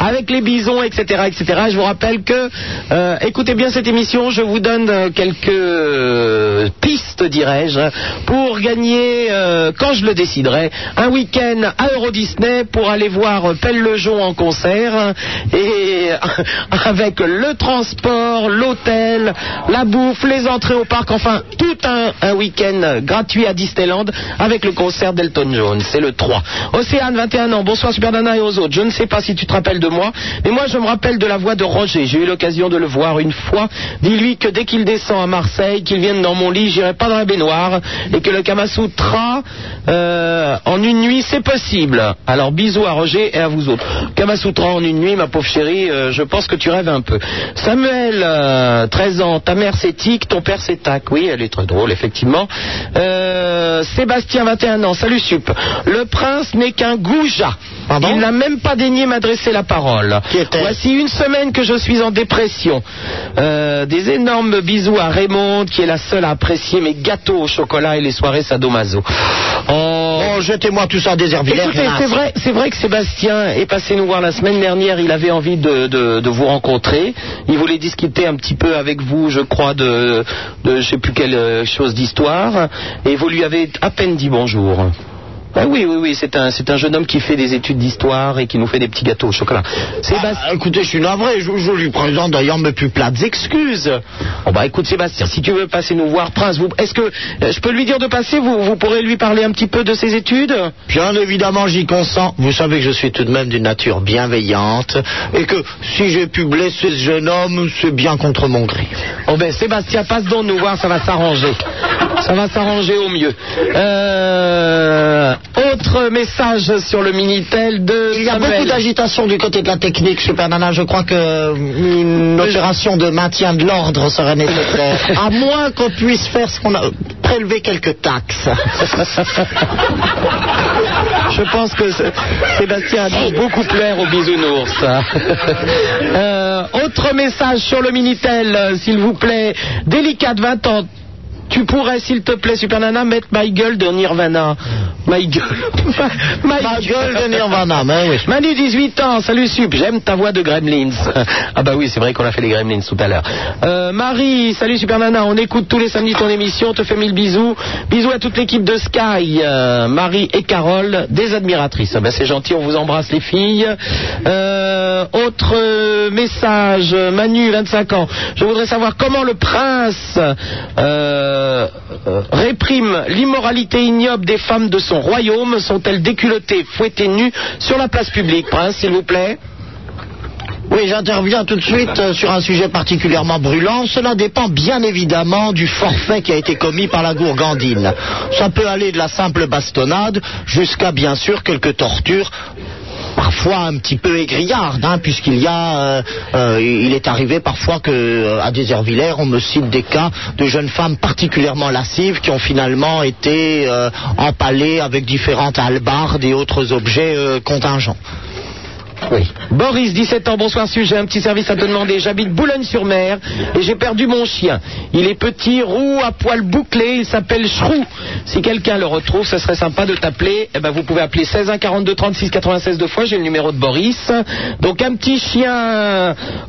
[SPEAKER 4] Avec les bisons, etc., etc. Je vous rappelle que, euh, écoutez bien cette émission, je vous donne euh, quelques euh, pistes, dirais-je, pour gagner, euh, quand je le déciderai, un week-end à Euro Disney pour aller voir euh, Pelle Lejon en concert et avec le transport, l'hôtel, la bouffe, les entrées au parc, enfin tout un, un week-end gratuit à Disneyland avec le concert d'Elton John. C'est le 3. Océane, 21 ans. Bonsoir Super Nana et aux autres. Je ne sais pas si tu te rappelles de moi, mais moi je me rappelle de la voix de Roger. J'ai eu l'occasion de le voir une fois. Dis-lui que dès qu'il descend à Marseille, qu'il vienne dans mon lit, j'irai pas dans la baignoire et que le Kamasutra euh, en une nuit c'est possible. Alors bisous à Roger et à vous autres. Kamasutra en une nuit, ma pauvre chérie, euh, je pense que tu rêves un peu. Samuel, euh, 13 ans, ta mère c'est tic, ton père c'est tac. Oui, elle est très drôle, effectivement. Euh, Sébastien, 21 ans, salut Sup. Le prince n'est qu'un goujat.
[SPEAKER 9] Ah
[SPEAKER 4] Il n'a même pas daigné m'adresser la parole. Voici une semaine que je suis en dépression. Euh, des énormes bisous à Raymond, qui est la seule à apprécier mes gâteaux au chocolat et les soirées sadomaso. Oh,
[SPEAKER 9] jetez-moi tout ça à des herbilaires,
[SPEAKER 4] Écoutez,
[SPEAKER 9] il y en a
[SPEAKER 4] c'est
[SPEAKER 9] assez.
[SPEAKER 4] vrai, c'est vrai que Sébastien est passé nous voir la semaine dernière. Il avait envie de, de- de vous rencontrer. Il voulait discuter un petit peu avec vous, je crois, de, de je sais plus quelle euh, chose d'histoire. Et vous lui avez à peine dit bonjour. Ah oui, oui, oui, c'est un, c'est un jeune homme qui fait des études d'histoire et qui nous fait des petits gâteaux au chocolat.
[SPEAKER 9] Bah, écoutez, je suis navré, je, je lui présente d'ailleurs mes plus plates excuses.
[SPEAKER 4] Bon bah écoute Sébastien, si tu veux passer nous voir Prince, vous- est-ce que euh, je peux lui dire de passer vous, vous pourrez lui parler un petit peu de ses études
[SPEAKER 9] Bien évidemment, j'y consens. Vous savez que je suis tout de même d'une nature bienveillante et que si j'ai pu blesser ce jeune homme, c'est bien contre mon gré.
[SPEAKER 4] Oh ben Sébastien, passe donc nous voir, ça va s'arranger. Ça va s'arranger au mieux. Euh, autre message sur le Minitel de
[SPEAKER 9] Il y a beaucoup d'agitation du côté de la technique, Super Nana. Je crois qu'une opération de maintien de l'ordre serait nécessaire. à moins qu'on puisse faire ce qu'on a. prélever quelques taxes.
[SPEAKER 4] Je pense que c'est- Sébastien a dû beaucoup plaire au bisounours. hein. Euh, autre message sur le Minitel, euh, s'il vous plaît. Délicate, 20 ans. Tu pourrais, s'il te plaît, Super Nana, mettre My Gueule de Nirvana. My Gueule. My,
[SPEAKER 9] Gueule de Nirvana, mais oui.
[SPEAKER 4] Manu, 18 ans. Salut, Sup. J'aime ta voix de Gremlins. Ah bah oui, c'est vrai qu'on a fait les Gremlins tout à l'heure. Euh, Marie, salut, Super Nana. On écoute tous les samedis ton émission. On te fait mille bisous. Bisous à toute l'équipe de Sky. Euh, Marie et Carole, des admiratrices. Ah bah, c'est gentil, on vous embrasse, les filles. Euh, autre euh, message. Manu, 25 ans. Je voudrais savoir comment le prince euh, euh, réprime l'immoralité ignoble des femmes de son royaume. Sont-elles déculottées, fouettées nues sur la place publique, prince, s'il vous plaît
[SPEAKER 9] Oui, j'interviens tout de suite euh, sur un sujet particulièrement brûlant. Cela dépend bien évidemment du forfait qui a été commis par la gourgandine. Ça peut aller de la simple bastonnade jusqu'à bien sûr quelques tortures. Parfois un petit peu aigrillardes, hein, puisqu'il y a, euh, euh, il est arrivé parfois que euh, à Déservillers, on me cite des cas de jeunes femmes particulièrement lascives qui ont finalement été euh, empalées avec différentes halbardes et autres objets euh, contingents.
[SPEAKER 4] Boris, 17 ans, bonsoir Sue, j'ai un petit service à te demander. J'habite Boulogne-sur-Mer et j'ai perdu mon chien. Il est petit, roux, à poils bouclés, il s'appelle Chrou. Si quelqu'un le retrouve, ce serait sympa de t'appeler. Eh ben, vous pouvez appeler 16 1 42 36 96 deux fois, j'ai le numéro de Boris. Donc un petit chien,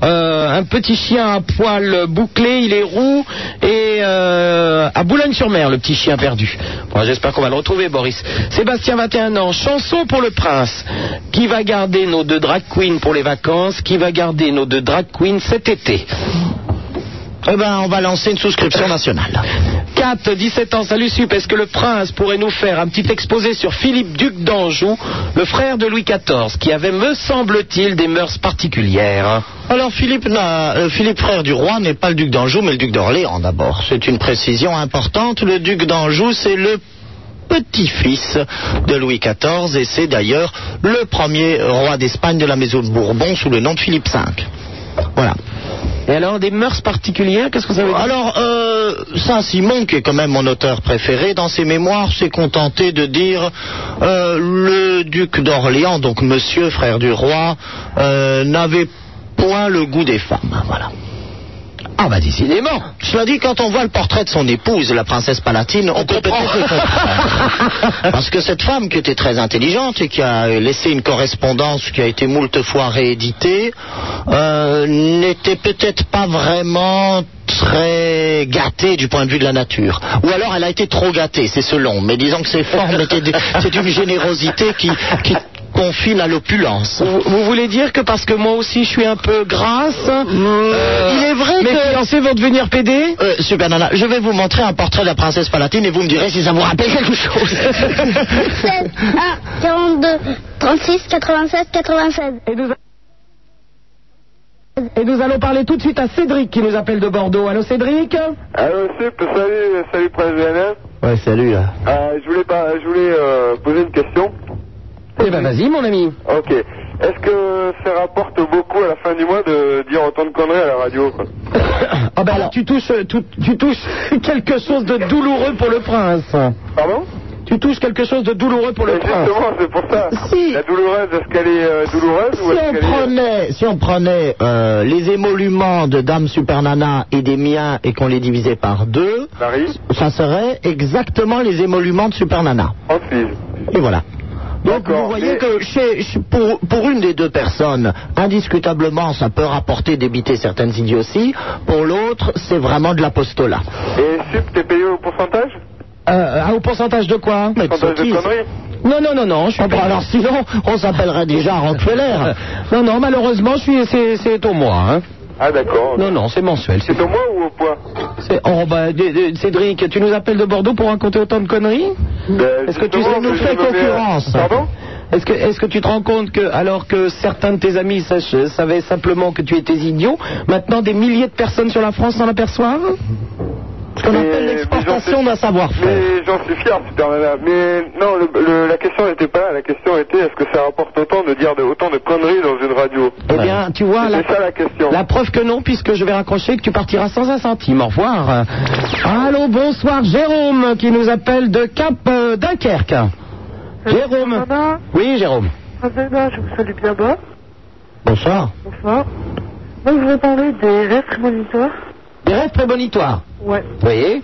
[SPEAKER 4] euh, un petit chien à poils bouclés, il est roux et est euh, à Boulogne-sur-Mer, le petit chien perdu. Bon, J'espère qu'on va le retrouver, Boris. Sébastien, 21 ans, chanson pour le prince. Qui va garder nos deux drag queens pour les vacances Qui va garder nos deux drag queens cet été
[SPEAKER 9] Eh ben, on va lancer une souscription nationale.
[SPEAKER 4] 4, 17 ans, salut Sup, est-ce que le prince pourrait nous faire un petit exposé sur Philippe Duc d'Anjou, le frère de Louis XIV, qui avait, me semble-t-il, des mœurs particulières
[SPEAKER 9] Alors Philippe, n'a- euh, Philippe frère du roi n'est pas le duc d'Anjou, mais le duc d'Orléans d'abord. C'est une précision importante. Le duc d'Anjou, c'est le petit-fils de Louis XIV et c'est d'ailleurs le premier roi d'Espagne de la maison de Bourbon sous le nom de Philippe V. Voilà.
[SPEAKER 4] Et alors, des mœurs particulières, qu'est-ce que ça veut dire
[SPEAKER 9] Alors, euh, Saint-Simon, qui est quand même mon auteur préféré, dans ses mémoires, s'est contenté de dire euh, le duc d'Orléans, donc monsieur, frère du roi, euh, n'avait point le goût des femmes. Voilà. Ah bah décidément Cela dit, quand on voit le portrait de son épouse, la princesse Palatine, on comprend. Parce que cette femme qui était très intelligente et qui a laissé une correspondance qui a été moult fois rééditée, euh, n'était peut-être pas vraiment très gâtée du point de vue de la nature. Ou alors elle a été trop gâtée, c'est selon. Mais disons que ses formes étaient... des- C'est une générosité qui... qui confine à l'opulence.
[SPEAKER 4] Vous, vous voulez dire que parce que moi aussi je suis un peu grasse,
[SPEAKER 9] euh,
[SPEAKER 4] Euh.
[SPEAKER 9] il est vrai
[SPEAKER 4] mes
[SPEAKER 9] que-
[SPEAKER 4] fiancés vont devenir PD
[SPEAKER 9] Euh, super Nana, je vais vous montrer un portrait de la princesse Palatine et vous me direz si ça vous rappelle quelque chose.
[SPEAKER 16] 7, 1, 42, 36, 96, 96.
[SPEAKER 4] Et nous allons parler tout de suite à Cédric qui nous appelle de Bordeaux. Allô Cédric
[SPEAKER 13] Ah,
[SPEAKER 5] Allô, Sup, salut, salut, Prince Vianel.
[SPEAKER 9] Ouais, salut là.
[SPEAKER 5] Euh, je voulais, pas, je voulais euh, poser une question.
[SPEAKER 4] Eh ben vas-y mon ami.
[SPEAKER 5] Ok. Est-ce que ça rapporte beaucoup à la fin du mois de dire autant de conneries à la radio quoi
[SPEAKER 4] Ah ben alors tu touches, euh, tout- tu touches quelque chose de douloureux pour le prince.
[SPEAKER 5] Pardon
[SPEAKER 4] Tu touches quelque chose de douloureux pour le prince.
[SPEAKER 5] Justement, c'est pour ça. La douloureuse, est-ce qu'elle est euh, douloureuse
[SPEAKER 9] Si
[SPEAKER 5] ou est-ce
[SPEAKER 9] on
[SPEAKER 5] qu'elle est...
[SPEAKER 9] prenait, si on prenait euh, les émoluments de Dame Super Nana et des miens et qu'on les divisait par deux, ça serait exactement les émoluments de Super Nana. Et voilà. Donc vous voyez que chez- chez- pour, pour une des deux personnes, indiscutablement, ça peut rapporter d'éviter certaines idioties. Pour l'autre, c'est vraiment de l'apostolat.
[SPEAKER 5] Et Sup, t'es payé au pourcentage
[SPEAKER 4] Euh, ah, au pourcentage de
[SPEAKER 9] hein,
[SPEAKER 4] quoi
[SPEAKER 5] Pourcentage de conneries
[SPEAKER 4] Non, non, non, non, je suis pas...
[SPEAKER 9] bah, alors sinon, on s'appellerait déjà Rockefeller.
[SPEAKER 4] non, non, malheureusement, je suis, c'est, c'est au mois. hein.
[SPEAKER 5] Ah d'accord.
[SPEAKER 4] Non, non, c'est mensuel.
[SPEAKER 5] C'est au mois ou au poids
[SPEAKER 4] C'est- Oh, bah, d- d- Cédric, tu nous appelles de Bordeaux pour raconter autant de conneries Est-ce que tu
[SPEAKER 5] Ben, justement,
[SPEAKER 4] nous
[SPEAKER 5] je
[SPEAKER 4] fais
[SPEAKER 5] me mets à-
[SPEAKER 4] concurrence
[SPEAKER 5] Pardon
[SPEAKER 4] est-ce que, est-ce que tu te rends compte que, alors que certains de tes amis sach- savaient simplement que tu étais idiot, maintenant des milliers de personnes sur la France s'en aperçoivent
[SPEAKER 9] Ce qu'on appelle l'exportation d'un savoir-faire.
[SPEAKER 5] Mais j'en suis fier, Super Nana. Mais non, le- le- la question n'était pas là. La question était est-ce que ça rapporte autant de dire de- autant de conneries dans une radio
[SPEAKER 4] Eh bien, tu vois, la,
[SPEAKER 5] C'est ça la question.
[SPEAKER 4] la preuve que non, puisque je vais raccrocher et que tu partiras sans un centime. Au revoir. Allô, bonsoir, Jérôme, qui nous appelle de Cap euh, Dunkerque. Jérôme. Oui, Jérôme.
[SPEAKER 27] Ah ben là, je vous salue bien bas.
[SPEAKER 9] Bonsoir.
[SPEAKER 27] Bonsoir. Moi, je voulais parler des rêves prémonitoires.
[SPEAKER 4] Des rêves prémonitoires
[SPEAKER 27] Ouais.
[SPEAKER 4] Oui.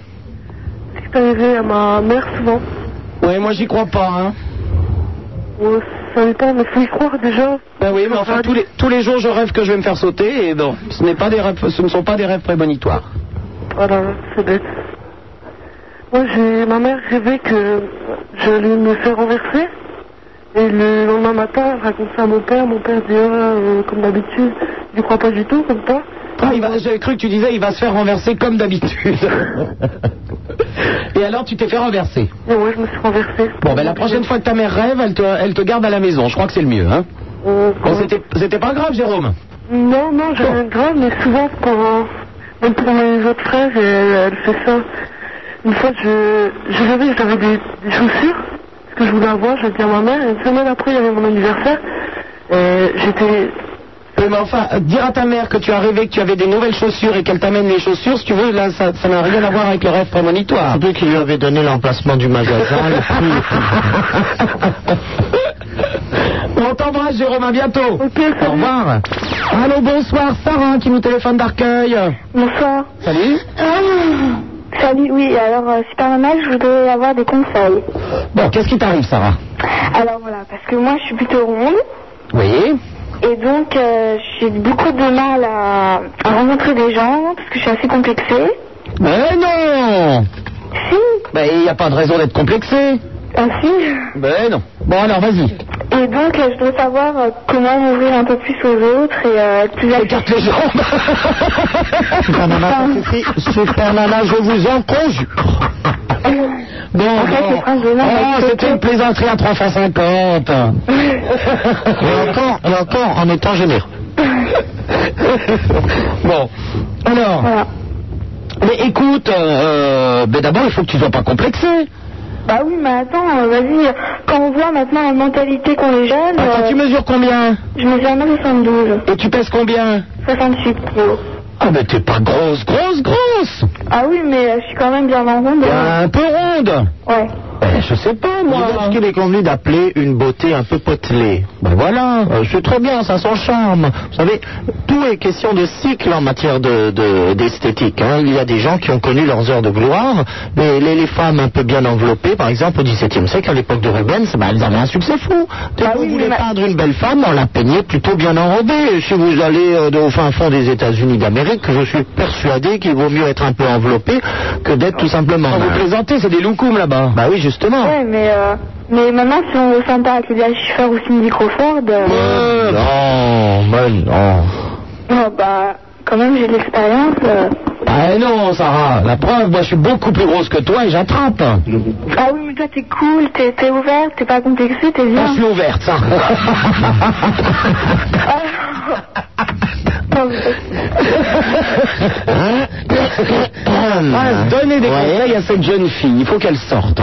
[SPEAKER 27] C'est arrivé à ma mère souvent.
[SPEAKER 4] Ouais, moi, j'y crois pas, hein.
[SPEAKER 27] Ouais, ça dépend, mais faut y croire déjà.
[SPEAKER 4] Ben oui, mais enfin, tous les, tous les jours, je rêve que je vais me faire sauter, et non, ce, n'est pas des rêves, ce ne sont pas des rêves prémonitoires.
[SPEAKER 27] Voilà, c'est bête. Moi, j'ai... ma mère rêvait que j'allais me faire renverser. Et le lendemain matin, elle raconte ça à mon père. Mon père dit, ah, euh, comme d'habitude, il croit pas du tout, comme ça. Bah.
[SPEAKER 4] Ah, il va- j'avais cru que tu disais, il va se faire renverser comme d'habitude. et alors, tu t'es fait renverser
[SPEAKER 27] Et ouais, je me suis renversée.
[SPEAKER 4] Bon, ben la prochaine fois que ta mère rêve, elle te, elle te garde à la maison. Je crois que c'est le mieux, hein.
[SPEAKER 27] Euh,
[SPEAKER 4] Bon, c'était- c'était pas grave, Jérôme.
[SPEAKER 27] Non, non, j'ai rien de grave, mais souvent, quand, même pour mes autres frères, elle, elle fait ça. Une fois, je, je rêvais que j'avais des, des chaussures, parce que je voulais avoir, je dit à ma mère, et une semaine après, il y avait mon anniversaire, et j'étais...
[SPEAKER 4] Oui, mais enfin, euh, dire à ta mère que tu as rêvé que tu avais des nouvelles chaussures et qu'elle t'amène les chaussures, si tu veux, là, ça ça n'a rien à voir avec le rêve prémonitoire.
[SPEAKER 9] Surtout qu'il lui avait donné l'emplacement du magasin, le prix.
[SPEAKER 4] On t'embrasse, Jérôme, à bientôt. Au revoir. Allô, bonsoir, Sarah qui nous téléphone d'Arcueil.
[SPEAKER 27] Bonsoir.
[SPEAKER 4] Salut.
[SPEAKER 11] Ah, Salut, oui, alors euh, Super Nana, je voudrais avoir des conseils.
[SPEAKER 4] Bon, qu'est-ce qui t'arrive, Sarah
[SPEAKER 11] Alors voilà, parce que moi je suis plutôt ronde
[SPEAKER 4] Oui.
[SPEAKER 11] et donc euh, j'ai beaucoup de mal à, à rencontrer des gens parce que je suis assez complexée.
[SPEAKER 22] Mais non Si Ben, il n'y a pas de raison d'être complexé.
[SPEAKER 11] Ah si
[SPEAKER 22] Ben non. Bon, alors, vas-y.
[SPEAKER 11] Et donc, euh, je voudrais savoir euh, comment m'ouvrir un peu plus aux autres et euh, être plus Écarte
[SPEAKER 22] les jambes
[SPEAKER 11] Super Nana,
[SPEAKER 4] Super Nana, je vous en conjure.
[SPEAKER 22] Bon, bon. Oh, c'était une plaisanterie à 3 francs 50.
[SPEAKER 4] Et encore, et encore, en étant généreux.
[SPEAKER 22] bon, alors. Mais écoute, euh, euh, ben d'abord, il faut que tu sois pas complexé.
[SPEAKER 11] Bah oui, mais attends, euh, vas-y, quand on voit maintenant la mentalité qu'on est jeune...
[SPEAKER 22] Attends, tu mesures combien
[SPEAKER 11] euh, Je mesure 1m72.
[SPEAKER 22] Et tu pèses combien
[SPEAKER 11] 68 kilos.
[SPEAKER 22] Ah, mais t'es pas grosse, grosse, grosse
[SPEAKER 11] Ah oui, mais euh, je suis quand même bien en ronde.
[SPEAKER 22] Un peu ronde
[SPEAKER 11] Ouais.
[SPEAKER 22] Ben, je sais pas, moi.
[SPEAKER 9] Est-ce qu'il est convenu d'appeler une beauté un peu potelée
[SPEAKER 22] Ben voilà.
[SPEAKER 9] Euh, c'est très bien, ça a son charme. Vous savez, tout est question de cycle en matière de- de- d'esthétique. De, Il y a des gens qui ont connu leurs heures de gloire, mais les, les femmes un peu bien enveloppées, par exemple, au XVIIe siècle, à l'époque de Rubens, ben, elles avaient un succès fou. Si vous voulez peindre une belle femme, on la peignait plutôt bien enrobée. Et si vous allez euh, au fin fond des États-Unis d'Amérique, je suis persuadé qu'il vaut mieux être un peu enveloppé que d'être tout simplement.
[SPEAKER 22] Quand vous plaisantez, c'est des loukoums là-bas.
[SPEAKER 9] Bah oui, justement.
[SPEAKER 11] Ouais, mais, euh, mais maintenant, si on ne sent pas avec Léa Schiffer ou Cindy Crawford... euh,
[SPEAKER 9] Non, mais non.
[SPEAKER 11] ah bah, quand même, j'ai de l'expérience. euh.
[SPEAKER 22] Ah non, Sarah, la preuve, moi je suis beaucoup plus grosse que toi et j'attrape.
[SPEAKER 11] Ah oui, mais toi, t'es cool, t'es t'es ouverte, t'es pas complexée, t'es bien.
[SPEAKER 22] Je suis ouverte, ça.
[SPEAKER 9] Ah,
[SPEAKER 22] donnez des conseils à cette jeune fille, il faut qu'elle sorte.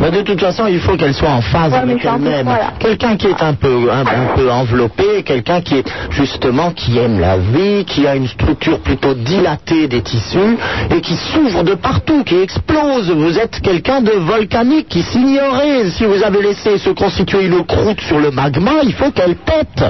[SPEAKER 9] Mais de toute façon, il faut qu'elle soit en phase avec elle-même. Quelqu'un qui est un peu, un, un peu enveloppé, quelqu'un qui est justement qui aime la vie, qui a une structure plutôt dilatée des tissus et qui s'ouvre de partout, qui explose. Vous êtes quelqu'un de volcanique qui s'ignorait. Si vous avez laissé se constituer une croûte sur le magma, il faut qu'elle pète.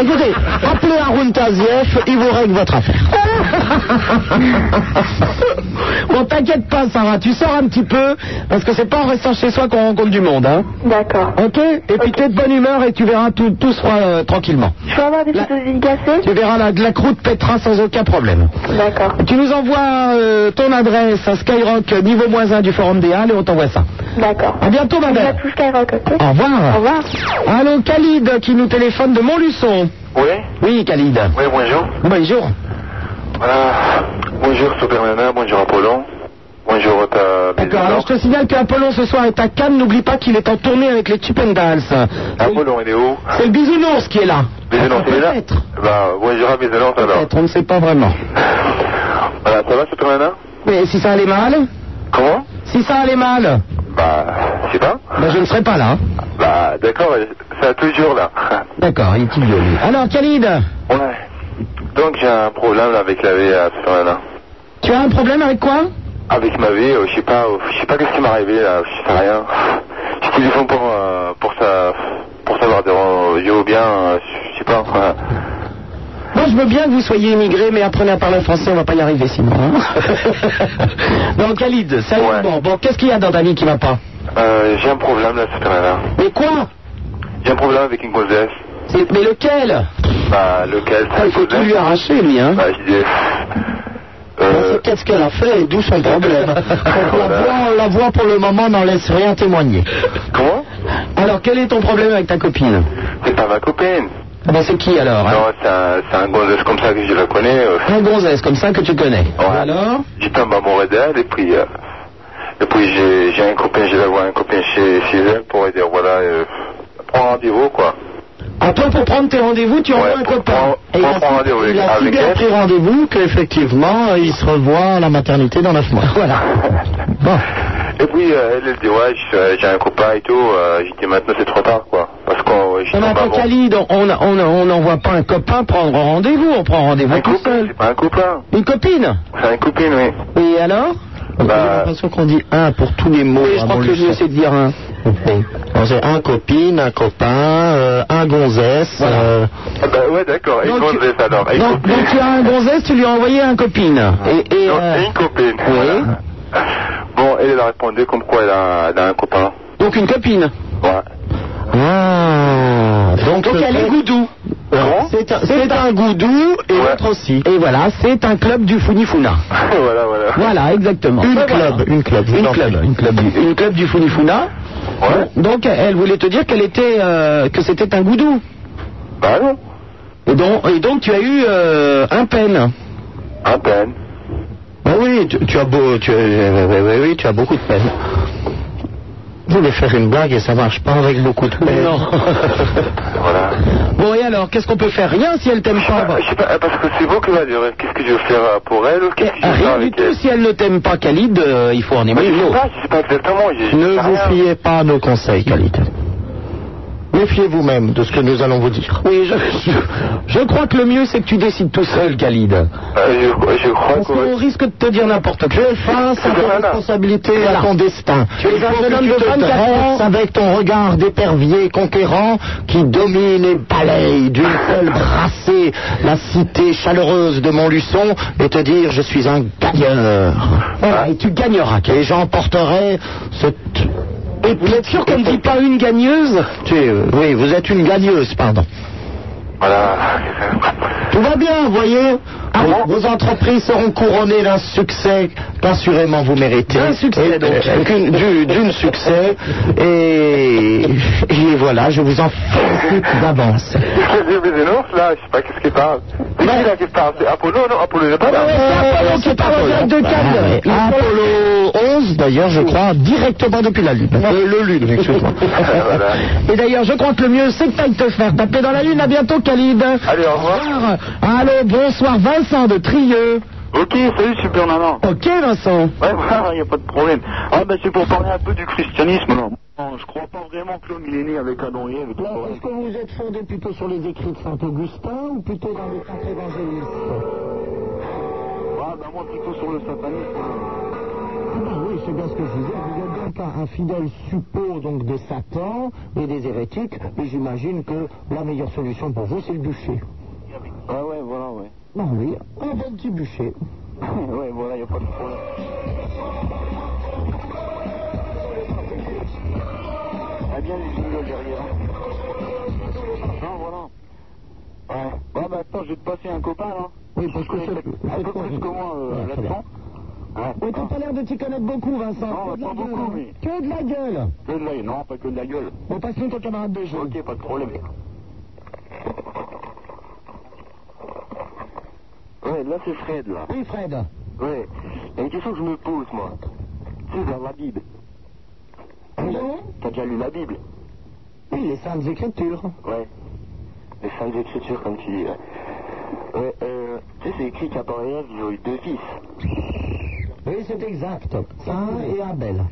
[SPEAKER 9] Écoutez, appelez Arun Taziev, il vous règle votre affaire.
[SPEAKER 22] Bon, t'inquiète pas, Sarah, tu sors un petit peu, parce que c'est pas en restant chez soi qu'on rencontre du monde, hein.
[SPEAKER 11] D'accord.
[SPEAKER 22] Ok Et puis t'es de bonne humeur et tu verras, tout, tout se fera euh, tranquillement.
[SPEAKER 11] Je peux avoir des photos dédicacées
[SPEAKER 22] Tu verras, la, la croûte pètera sans aucun problème.
[SPEAKER 11] D'accord.
[SPEAKER 22] Tu nous envoies euh, ton adresse à Skyrock niveau moins 1 du forum des Halles et on t'envoie ça.
[SPEAKER 11] D'accord.
[SPEAKER 22] À bientôt, ma belle. Au revoir. Au revoir. Allô, Khalid qui nous téléphone de Montluçon.
[SPEAKER 13] Oui
[SPEAKER 22] Oui, Khalid.
[SPEAKER 13] Oui, bonjour.
[SPEAKER 22] Bonjour.
[SPEAKER 13] Ah, bonjour Superman, bonjour Apollon, bonjour ta
[SPEAKER 22] D'accord, alors je te signale qu'Apollon ce soir est à Cannes, n'oublie pas qu'il est en tournée avec les Chippendales.
[SPEAKER 13] Apollon, il est où
[SPEAKER 22] C'est le bisounours qui est là.
[SPEAKER 4] Ah,
[SPEAKER 13] Bézélan, il est là Bah, bonjour à Bézélan alors.
[SPEAKER 22] On ne sait pas vraiment.
[SPEAKER 13] Voilà, ça va Superman
[SPEAKER 22] Mais si ça allait mal
[SPEAKER 13] Comment
[SPEAKER 22] Si ça allait mal
[SPEAKER 13] Bah, je sais pas.
[SPEAKER 22] ben, Je ne serais pas là. hein.
[SPEAKER 13] Bah, d'accord, ça a toujours là.
[SPEAKER 22] D'accord, il est idiot lui. Alors Khalid,
[SPEAKER 13] Ouais. Donc j'ai un problème là, avec la vie à Superman.
[SPEAKER 22] tu as un problème avec quoi
[SPEAKER 13] Avec ma vie, euh, je sais pas, euh, je sais pas qu'est-ce qui m'est arrivé là, je sais rien. Je téléphone pour, euh, pour ça, pour savoir de radio bien, euh, je sais pas. euh,
[SPEAKER 22] Moi, je veux bien que vous soyez immigré, mais apprenez à parler français, on va pas y arriver sinon. hein. bon, Khalid, salut. Bon, bon, qu'est-ce qu'il y a dans ta vie qui va pas
[SPEAKER 13] euh, j'ai un problème là, Superman.
[SPEAKER 22] Mais quoi
[SPEAKER 13] J'ai un problème avec une gonzesse.
[SPEAKER 22] C'est- Mais lequel
[SPEAKER 13] Bah, lequel
[SPEAKER 22] Ah, Il faut tout lui arracher, lui, hein.
[SPEAKER 13] Bah, je dis,
[SPEAKER 9] Euh, Qu'est-ce qu'elle a fait et d'où son problème
[SPEAKER 4] On la voit, on la voit pour le moment, n'en laisse rien témoigner.
[SPEAKER 13] Comment
[SPEAKER 22] Alors, quel est ton problème avec ta copine
[SPEAKER 13] c'est pas ma copine.
[SPEAKER 22] Ah ben, c'est qui alors hein
[SPEAKER 13] Non, c'est un, c'est un gonzesse comme ça que je le connais. euh,
[SPEAKER 22] Un gonzesse comme ça que tu connais. Alors
[SPEAKER 13] Je tombe amoureux d'elle et puis, euh, et puis j'ai, j'ai un copain, je vais voir un copain chez, chez elle pour lui dire voilà, euh, prends rendez-vous quoi.
[SPEAKER 22] À toi, pour prendre tes rendez-vous, tu envoies un copain.
[SPEAKER 9] Et il a,
[SPEAKER 13] Prends rendez-vous avec,
[SPEAKER 9] il a si
[SPEAKER 13] avec
[SPEAKER 9] bien
[SPEAKER 13] elle.
[SPEAKER 9] pris rendez-vous qu'effectivement, euh, il se revoit à la maternité dans 9 mois. Voilà.
[SPEAKER 13] Et puis euh, elle, elle dit ouais, je- j'ai un copain et tout. Euh, j'ai dit maintenant c'est trop tard quoi. Parce qu'on, je
[SPEAKER 22] Non, mais
[SPEAKER 13] tombe
[SPEAKER 22] attends,
[SPEAKER 13] amoureux.
[SPEAKER 22] Khalid, on n'envoie on, on envoie pas un copain prendre rendez-vous, on prend rendez-vous tout seul.
[SPEAKER 13] C'est pas un copain,
[SPEAKER 22] Une copine
[SPEAKER 13] c'est un copine, oui. Bah,
[SPEAKER 22] Et alors
[SPEAKER 9] J'ai l'impression qu'on dit un pour tous les mots.
[SPEAKER 22] Je crois que le mieux, c'est de dire un.
[SPEAKER 9] c'est un copine, un copain, euh, un gonzesse. euh,
[SPEAKER 13] Ah bah ouais, d'accord, une gonzesse alors. Une
[SPEAKER 22] Donc,
[SPEAKER 13] copine.
[SPEAKER 22] donc tu as un gonzesse, tu lui as envoyé un copine. Et, et,
[SPEAKER 13] Non,
[SPEAKER 22] euh,
[SPEAKER 13] une copine. Voilà. Bon, elle, elle a répondu comme quoi elle a, elle a un copain.
[SPEAKER 22] donc une copine.
[SPEAKER 13] Ouais.
[SPEAKER 9] Ah,
[SPEAKER 4] Donc,
[SPEAKER 17] il y a
[SPEAKER 4] le-
[SPEAKER 17] les goudous.
[SPEAKER 4] C'est un, c'est un goudou et l'autre aussi. Et voilà, c'est un club du Funifuna.
[SPEAKER 13] voilà, voilà.
[SPEAKER 4] Voilà, exactement.
[SPEAKER 13] Une
[SPEAKER 4] Ben voilà.
[SPEAKER 13] club, une club, je
[SPEAKER 4] une
[SPEAKER 13] t'en
[SPEAKER 4] club,
[SPEAKER 13] prie.
[SPEAKER 4] une club, du- une club du Funifuna. Donc elle voulait te dire qu'elle était, euh, que c'était un goudou.
[SPEAKER 13] Bah non.
[SPEAKER 4] Et donc, et donc tu as eu euh, un peine.
[SPEAKER 13] Un peine.
[SPEAKER 9] Bah oui, tu, tu as beau, tu, as-
[SPEAKER 14] euh,
[SPEAKER 9] oui, oui, oui, oui, tu as beaucoup de peine. Vous voulez faire une blague et ça marche pas avec beaucoup de peine.
[SPEAKER 4] Bon et alors, qu'est-ce qu'on peut faire Rien si elle t'aime pas.
[SPEAKER 13] Je sais pas, euh, parce que c'est beau que va durer. Qu'est-ce que je vais faire euh, pour elle Qu'est-ce que je vais faire
[SPEAKER 4] Rien du tout. Si elle ne t'aime pas, Khalid, euh, il faut en aimer une
[SPEAKER 13] Je sais
[SPEAKER 4] autre.
[SPEAKER 13] pas, je sais pas exactement. j'ai-
[SPEAKER 9] Ne
[SPEAKER 13] j'ai
[SPEAKER 9] vous
[SPEAKER 13] rien.
[SPEAKER 9] fiez pas à nos conseils, Khalid. Méfiez-vous même de ce que nous allons vous dire.
[SPEAKER 4] Oui, je, je crois que le mieux c'est que tu décides tout seul, Khalid.
[SPEAKER 13] Euh, je, je crois
[SPEAKER 4] Parce qu'on risque de te dire n'importe quoi. Je
[SPEAKER 9] face à ta responsabilité et à ton destin.
[SPEAKER 4] Tu es
[SPEAKER 9] Il
[SPEAKER 4] un
[SPEAKER 9] faut
[SPEAKER 4] jeune
[SPEAKER 9] que
[SPEAKER 4] homme
[SPEAKER 9] tu
[SPEAKER 4] de
[SPEAKER 9] te
[SPEAKER 4] 24
[SPEAKER 9] dresses
[SPEAKER 4] ans.
[SPEAKER 9] avec ton regard d'épervier conquérant qui domine et balaye d'une seule brassée la cité chaleureuse de Montluçon et te dire je suis un gagneur.
[SPEAKER 4] et tu gagneras.
[SPEAKER 9] Et j'emporterai cette...
[SPEAKER 4] Et vous êtes sûr qu'on ne dit pas une gagneuse
[SPEAKER 9] Oui, vous êtes une gagneuse, pardon. Tout va bien, vous voyez
[SPEAKER 4] Ah
[SPEAKER 9] vos, vos entreprises seront couronnées d'un succès qu'assurément vous méritez.
[SPEAKER 4] D'un succès,
[SPEAKER 9] Et-
[SPEAKER 4] donc.
[SPEAKER 9] euh, qu'une- du- D'une succès. Et, et voilà, je vous en félicite d'avance.
[SPEAKER 13] Qu'est-ce que j'ai oublié des ours, là Je sais pas qu'est-ce qu'il parle. C'est qui là qui parle C'est Apollo Non, Apollo n'est pas là.
[SPEAKER 9] c'est Ah, Apollo 11, d'ailleurs, je crois, directement depuis la Lune. Euh, le Lune, excuse-moi.
[SPEAKER 14] Ah,
[SPEAKER 4] Et d'ailleurs, je crois que le mieux, c'est que t'ailles te faire taper dans la lune. À bientôt, Khalid. Allez, au revoir. Allô, bonsoir, Vincent de Trieux.
[SPEAKER 14] Ok, salut Super Nana.
[SPEAKER 4] Ok, Vincent.
[SPEAKER 14] Ouais, voilà, y a pas de problème. Ah, ben c'est pour parler un peu du christianisme. Non, Non, je crois pas vraiment que l'homme il est né avec Adam et Ève. et tout ça.
[SPEAKER 22] Est-ce que vous êtes fondé plutôt sur les écrits de saint Augustin ou plutôt dans les saints évangélistes
[SPEAKER 14] Ah, ben moi plutôt sur le satanisme.
[SPEAKER 22] Ah Oui, c'est bien ce que je vous dis. Vous êtes donc un, un fidèle suppôt donc de Satan et des hérétiques, et j'imagine que la meilleure solution pour vous, c'est le bûcher.
[SPEAKER 14] Ah ouais, voilà, ouais.
[SPEAKER 22] Non, oui, un bon petit bûcher.
[SPEAKER 14] ouais, voilà, y a pas de problème. Ah bien les jingles derrière. Non, voilà. Ouais. Bon, bah attends, je vais te passer un copain, là.
[SPEAKER 22] Oui, parce que c'est...
[SPEAKER 14] Un peu plus que moi, euh, là-dedans.
[SPEAKER 22] Et t'as pas l'air de t'y connaître beaucoup, Vincent.
[SPEAKER 14] Non,
[SPEAKER 22] Que de la
[SPEAKER 14] pas
[SPEAKER 22] gueule,
[SPEAKER 14] beaucoup,
[SPEAKER 22] hein.
[SPEAKER 14] mais-
[SPEAKER 22] Que de la gueule
[SPEAKER 14] Que de la- Non, pas que de la gueule.
[SPEAKER 22] Bon, passe-nous ton camarade de jeu.
[SPEAKER 14] Ok, pas de problème. Ouais, là c'est Fred, là.
[SPEAKER 22] Oui, Fred.
[SPEAKER 14] Ouais. Il y a une question que je me pose, moi. Tu sais, dans la Bible. T'as déjà lu la Bible
[SPEAKER 22] Oui, les saintes écritures.
[SPEAKER 14] Ouais. Les saintes écritures, comme tu dis, ouais. Ouais, euh, tu sais, c'est écrit qu'Adam et Ève, ils ont eu deux fils.
[SPEAKER 22] Oui, c'est exact. Saint et Abel.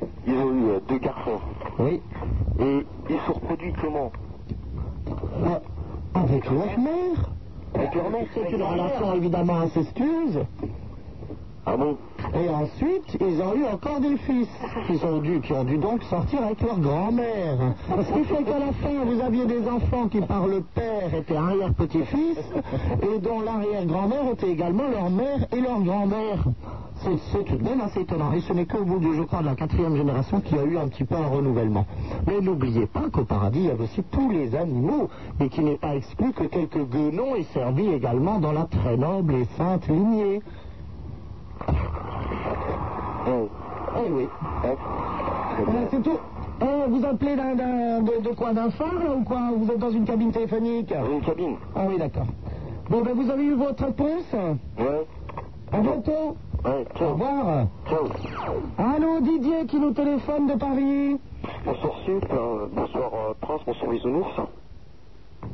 [SPEAKER 14] Ah, Ils ont eu euh, deux garçons.
[SPEAKER 22] Oui.
[SPEAKER 14] Et ils se reproduisent comment
[SPEAKER 22] Ah, avec leur mère Avec leur mère, c'est une relation évidemment incestueuse.
[SPEAKER 14] Ah bon
[SPEAKER 22] Et ensuite, ils ont eu encore des fils qui, sont dû, qui ont dû donc sortir avec leur grand-mère. Ce qui fait qu'à la fin, vous aviez des enfants qui, par le père, étaient arrière-petits-fils et dont l'arrière-grand-mère était également leur mère et leur grand-mère. C'est- C'est tout de même assez étonnant. Et ce n'est qu'au bout, de, je crois, de la quatrième génération qu'il y a eu un petit peu un renouvellement. Mais n'oubliez pas qu'au paradis, il y avait aussi tous les animaux et qu'il n'est pas exclu que quelques guenons aient servi également dans la très noble et sainte lignée. Eh oui. Euh, c'est tout. Euh, vous appelez d'un, d'un- de, de quoi D'un phare là, ou quoi Vous êtes dans une cabine téléphonique
[SPEAKER 14] Une cabine.
[SPEAKER 22] Ah oui, d'accord. Bon, ben vous avez eu votre réponse
[SPEAKER 14] Ouais.
[SPEAKER 22] À bientôt.
[SPEAKER 14] Ouais,
[SPEAKER 22] Au revoir.
[SPEAKER 14] Ciao.
[SPEAKER 22] Allô, Didier qui nous téléphone de Paris.
[SPEAKER 14] Bonsoir Sup, euh, bonsoir euh, Prince, bonsoir Bisounours.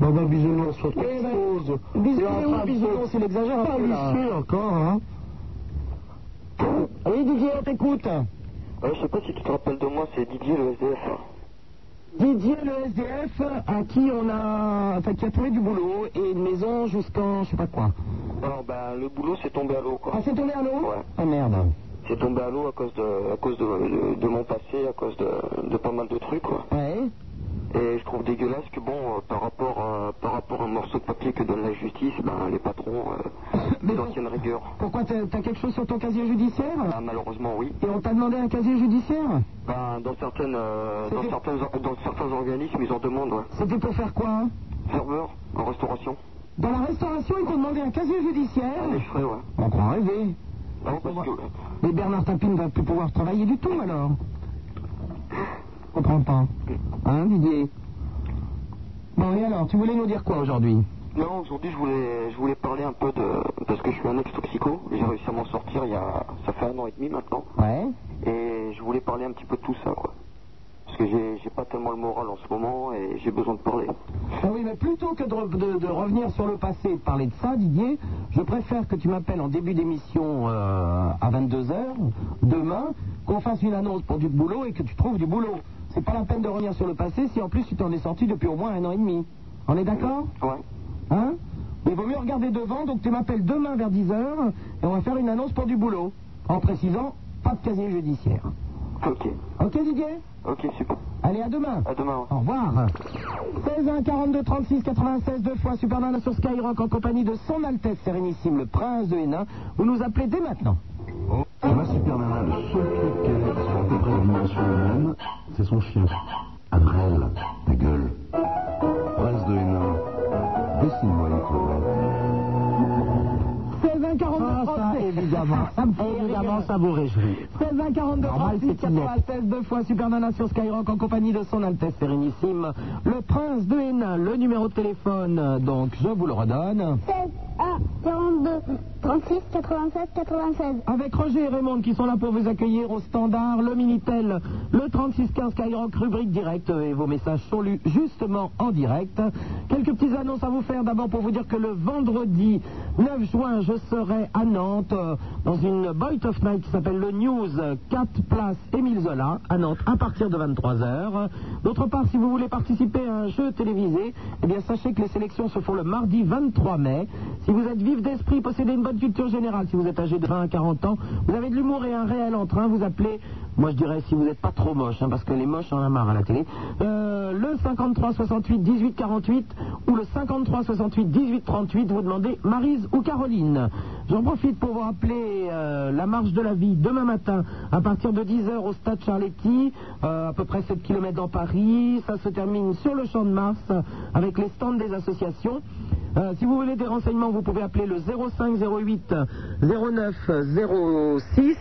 [SPEAKER 22] Bon, ben bisounours, autre chose. Bisounours, bisounours, il exagère un peu là. encore, hein Oui, Didier, on t'écoute.
[SPEAKER 14] Ouais, je sais pas si tu te rappelles de moi, c'est Didier le SDF.
[SPEAKER 22] Didier, le SDF, à qui on a, enfin, qui a trouvé du boulot et une maison jusqu'en, je sais pas quoi.
[SPEAKER 14] Alors ben le boulot c'est tombé à l'eau quoi.
[SPEAKER 22] Ah, c'est tombé à l'eau
[SPEAKER 14] Ouais.
[SPEAKER 22] Ah merde.
[SPEAKER 14] C'est tombé à l'eau à cause de à cause de, de- de mon passé, à cause de, de pas mal de trucs quoi.
[SPEAKER 22] Ouais.
[SPEAKER 14] Et je trouve dégueulasse que bon, euh, par rapport à, par rapport à un morceau de papier que donne la justice, ben, les patrons, euh, de l'ancienne rigueur.
[SPEAKER 4] Pourquoi t'as t'as quelque chose sur ton casier judiciaire
[SPEAKER 14] Ah, malheureusement, oui.
[SPEAKER 4] Et on t'a demandé un casier judiciaires
[SPEAKER 14] Ben, dans certaines, euh, dans certaines, or- dans certains organismes, ils en demandent, ouais.
[SPEAKER 4] C'était pour faire quoi hein
[SPEAKER 14] Serveur, en restauration.
[SPEAKER 4] Dans la restauration, ils t'ont demandé un casier judiciaire
[SPEAKER 14] Les frais, ouais.
[SPEAKER 4] On croit rêver.
[SPEAKER 14] Non, Ah, parce que,
[SPEAKER 4] Mais Bernard Tapie ne va plus pouvoir travailler du tout alors. Je comprends pas. Hein, Didier Bon, et alors, tu voulais nous dire quoi aujourd'hui
[SPEAKER 14] Non, aujourd'hui je voulais, je voulais parler un peu de. Parce que je suis un ex-toxico, j'ai réussi à m'en sortir il y a. Ça fait un an et demi maintenant.
[SPEAKER 4] Ouais.
[SPEAKER 14] Et je voulais parler un petit peu de tout ça, quoi. Parce que j'ai j'ai pas tellement le moral en ce moment et j'ai besoin de parler.
[SPEAKER 4] Ah oui, mais plutôt que de, re- de- de revenir sur le passé et de parler de ça, Didier, je préfère que tu m'appelles en début d'émission euh, à 22h, demain, qu'on fasse une annonce pour du boulot et que tu trouves du boulot. C'est pas la peine de revenir sur le passé si en plus tu t'en es sorti depuis au moins un an et demi. On est d'accord
[SPEAKER 14] Mmh. Ouais.
[SPEAKER 4] Hein Il vaut mieux regarder devant, donc tu m'appelles demain vers 10h et on va faire une annonce pour du boulot. En précisant, pas de casier judiciaire.
[SPEAKER 14] Ok.
[SPEAKER 4] Ok Didier
[SPEAKER 14] Ok, super.
[SPEAKER 4] Allez, à demain.
[SPEAKER 14] À demain.
[SPEAKER 4] Au revoir. 16 1 42 36 96 deux fois Superman sur Skyrock en compagnie de son Altesse Sérénissime le Prince de Hénin. Vous nous appelez dès maintenant.
[SPEAKER 1] Ma super nana, le seul truc qu'elle est, c'est à peu près une dimension humaine, c'est son chien. Adrel, ta gueule. Prince de Hénin, dessine-moi une
[SPEAKER 4] 16 1 42
[SPEAKER 1] toilette.
[SPEAKER 22] Ah, ça,
[SPEAKER 4] 36
[SPEAKER 22] évidemment. Ça me- évidemment, ça vous réjouit.
[SPEAKER 4] 16 1 42
[SPEAKER 22] Normal,
[SPEAKER 4] 36
[SPEAKER 22] c'est inné.
[SPEAKER 4] 96 deux fois Superman sur Skyrock en compagnie de son Altesse Sérénissime le Prince de Hénin. Le numéro de téléphone, euh, donc je vous le redonne.
[SPEAKER 16] 16 1 42 36 96 96.
[SPEAKER 4] Avec Roger et Raymond qui sont là pour vous accueillir au standard, le Minitel, le 3615 Skyrock, rubrique directe et vos messages sont lus justement en direct. Quelques petites annonces à vous faire d'abord pour vous dire que le vendredi 9 juin, je serai à Nantes euh, dans une Boy of Night qui s'appelle le News 4 Place Émile Zola à Nantes à partir de 23h. D'autre part, si vous voulez participer à un jeu télévisé, eh bien sachez que les sélections se font le mardi 23 mai. Si vous êtes vif d'esprit, possédez une bonne culture générale, si vous êtes âgé de 20 à 40 ans, vous avez de l'humour et un réel entrain, vous appelez, moi je dirais si vous n'êtes pas trop moche, hein, parce que les moches en ont marre à la télé, Euh, le 53 68 18 48 ou le 53 68 18 38, vous demandez Marise ou Caroline. J'en profite pour vous rappeler euh, la marche de la vie demain matin à partir de 10h au stade Charletti, euh, à peu près 7 km dans Paris, ça se termine sur le champ de Mars euh, avec les stands des associations. Euh, si vous voulez des renseignements, vous pouvez appeler le 05 08 09 06.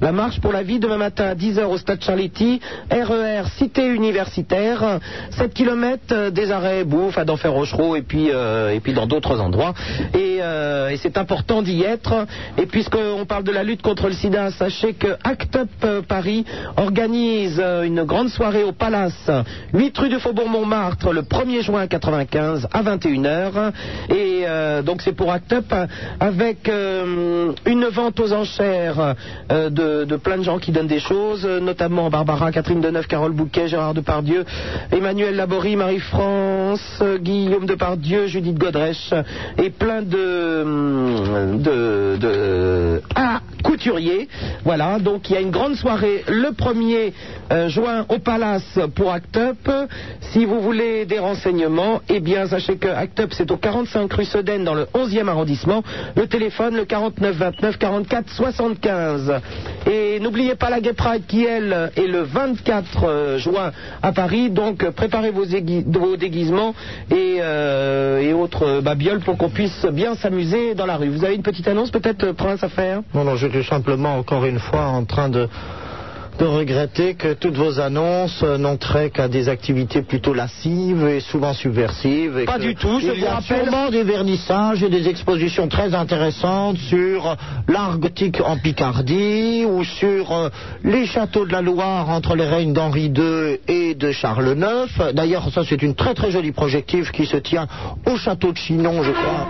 [SPEAKER 28] La marche pour la vie demain matin à 10h au stade Charletti, RER Cité Universitaire, 7 km des arrêts Bouffe, à denfert rochereau et puis, euh, et puis dans d'autres endroits. Et, euh, et c'est important d'y être. Et puisqu'on parle de la lutte contre le sida, sachez que Act Up euh, Paris organise euh, une grande soirée au Palace, 8 rue du Faubourg-Montmartre, le 1er juin 95 à 21h. Et euh, donc c'est pour Act Up euh, avec euh, une vente aux enchères euh, de, de plein de gens qui donnent des choses, euh, notamment Barbara, Catherine Deneuve, Carole Bouquet, Gérard Depardieu, Emmanuel Laborie, Marie-France, euh, Guillaume Depardieu, Judith Godrèche et plein de, hum, de, de- ah, couturiers. Voilà, donc il y a une grande soirée le 1er euh, juin au Palace pour Act Up. Si vous voulez des renseignements, eh bien sachez que Act Up c'est au 45 rue Sedaine dans le 11e arrondissement. Le téléphone le 49 29 44 75. Et n'oubliez pas la Gay Pride qui elle est le 24 euh, juin à Paris. Donc euh, préparez vos, égui- vos déguisements et, euh, et autres euh, babioles pour qu'on puisse bien s'amuser dans la rue. Vous avez une petite annonce peut-être euh, Prince à faire
[SPEAKER 9] Non, non, je suis simplement encore une fois en train de de regretter que toutes vos annonces euh, n'ont trait qu'à des activités plutôt lascives et souvent subversives. et
[SPEAKER 22] Pas
[SPEAKER 9] que
[SPEAKER 22] du tout, je
[SPEAKER 9] il y
[SPEAKER 22] vous
[SPEAKER 9] a
[SPEAKER 22] rappelle-
[SPEAKER 9] sûrement des vernissages et des expositions très intéressantes sur euh, l'Arctique en Picardie ou sur euh, les châteaux de la Loire entre les règnes d'Henri II et de Charles IX. D'ailleurs, ça c'est une très très jolie projective qui se tient au château de Chinon, je crois.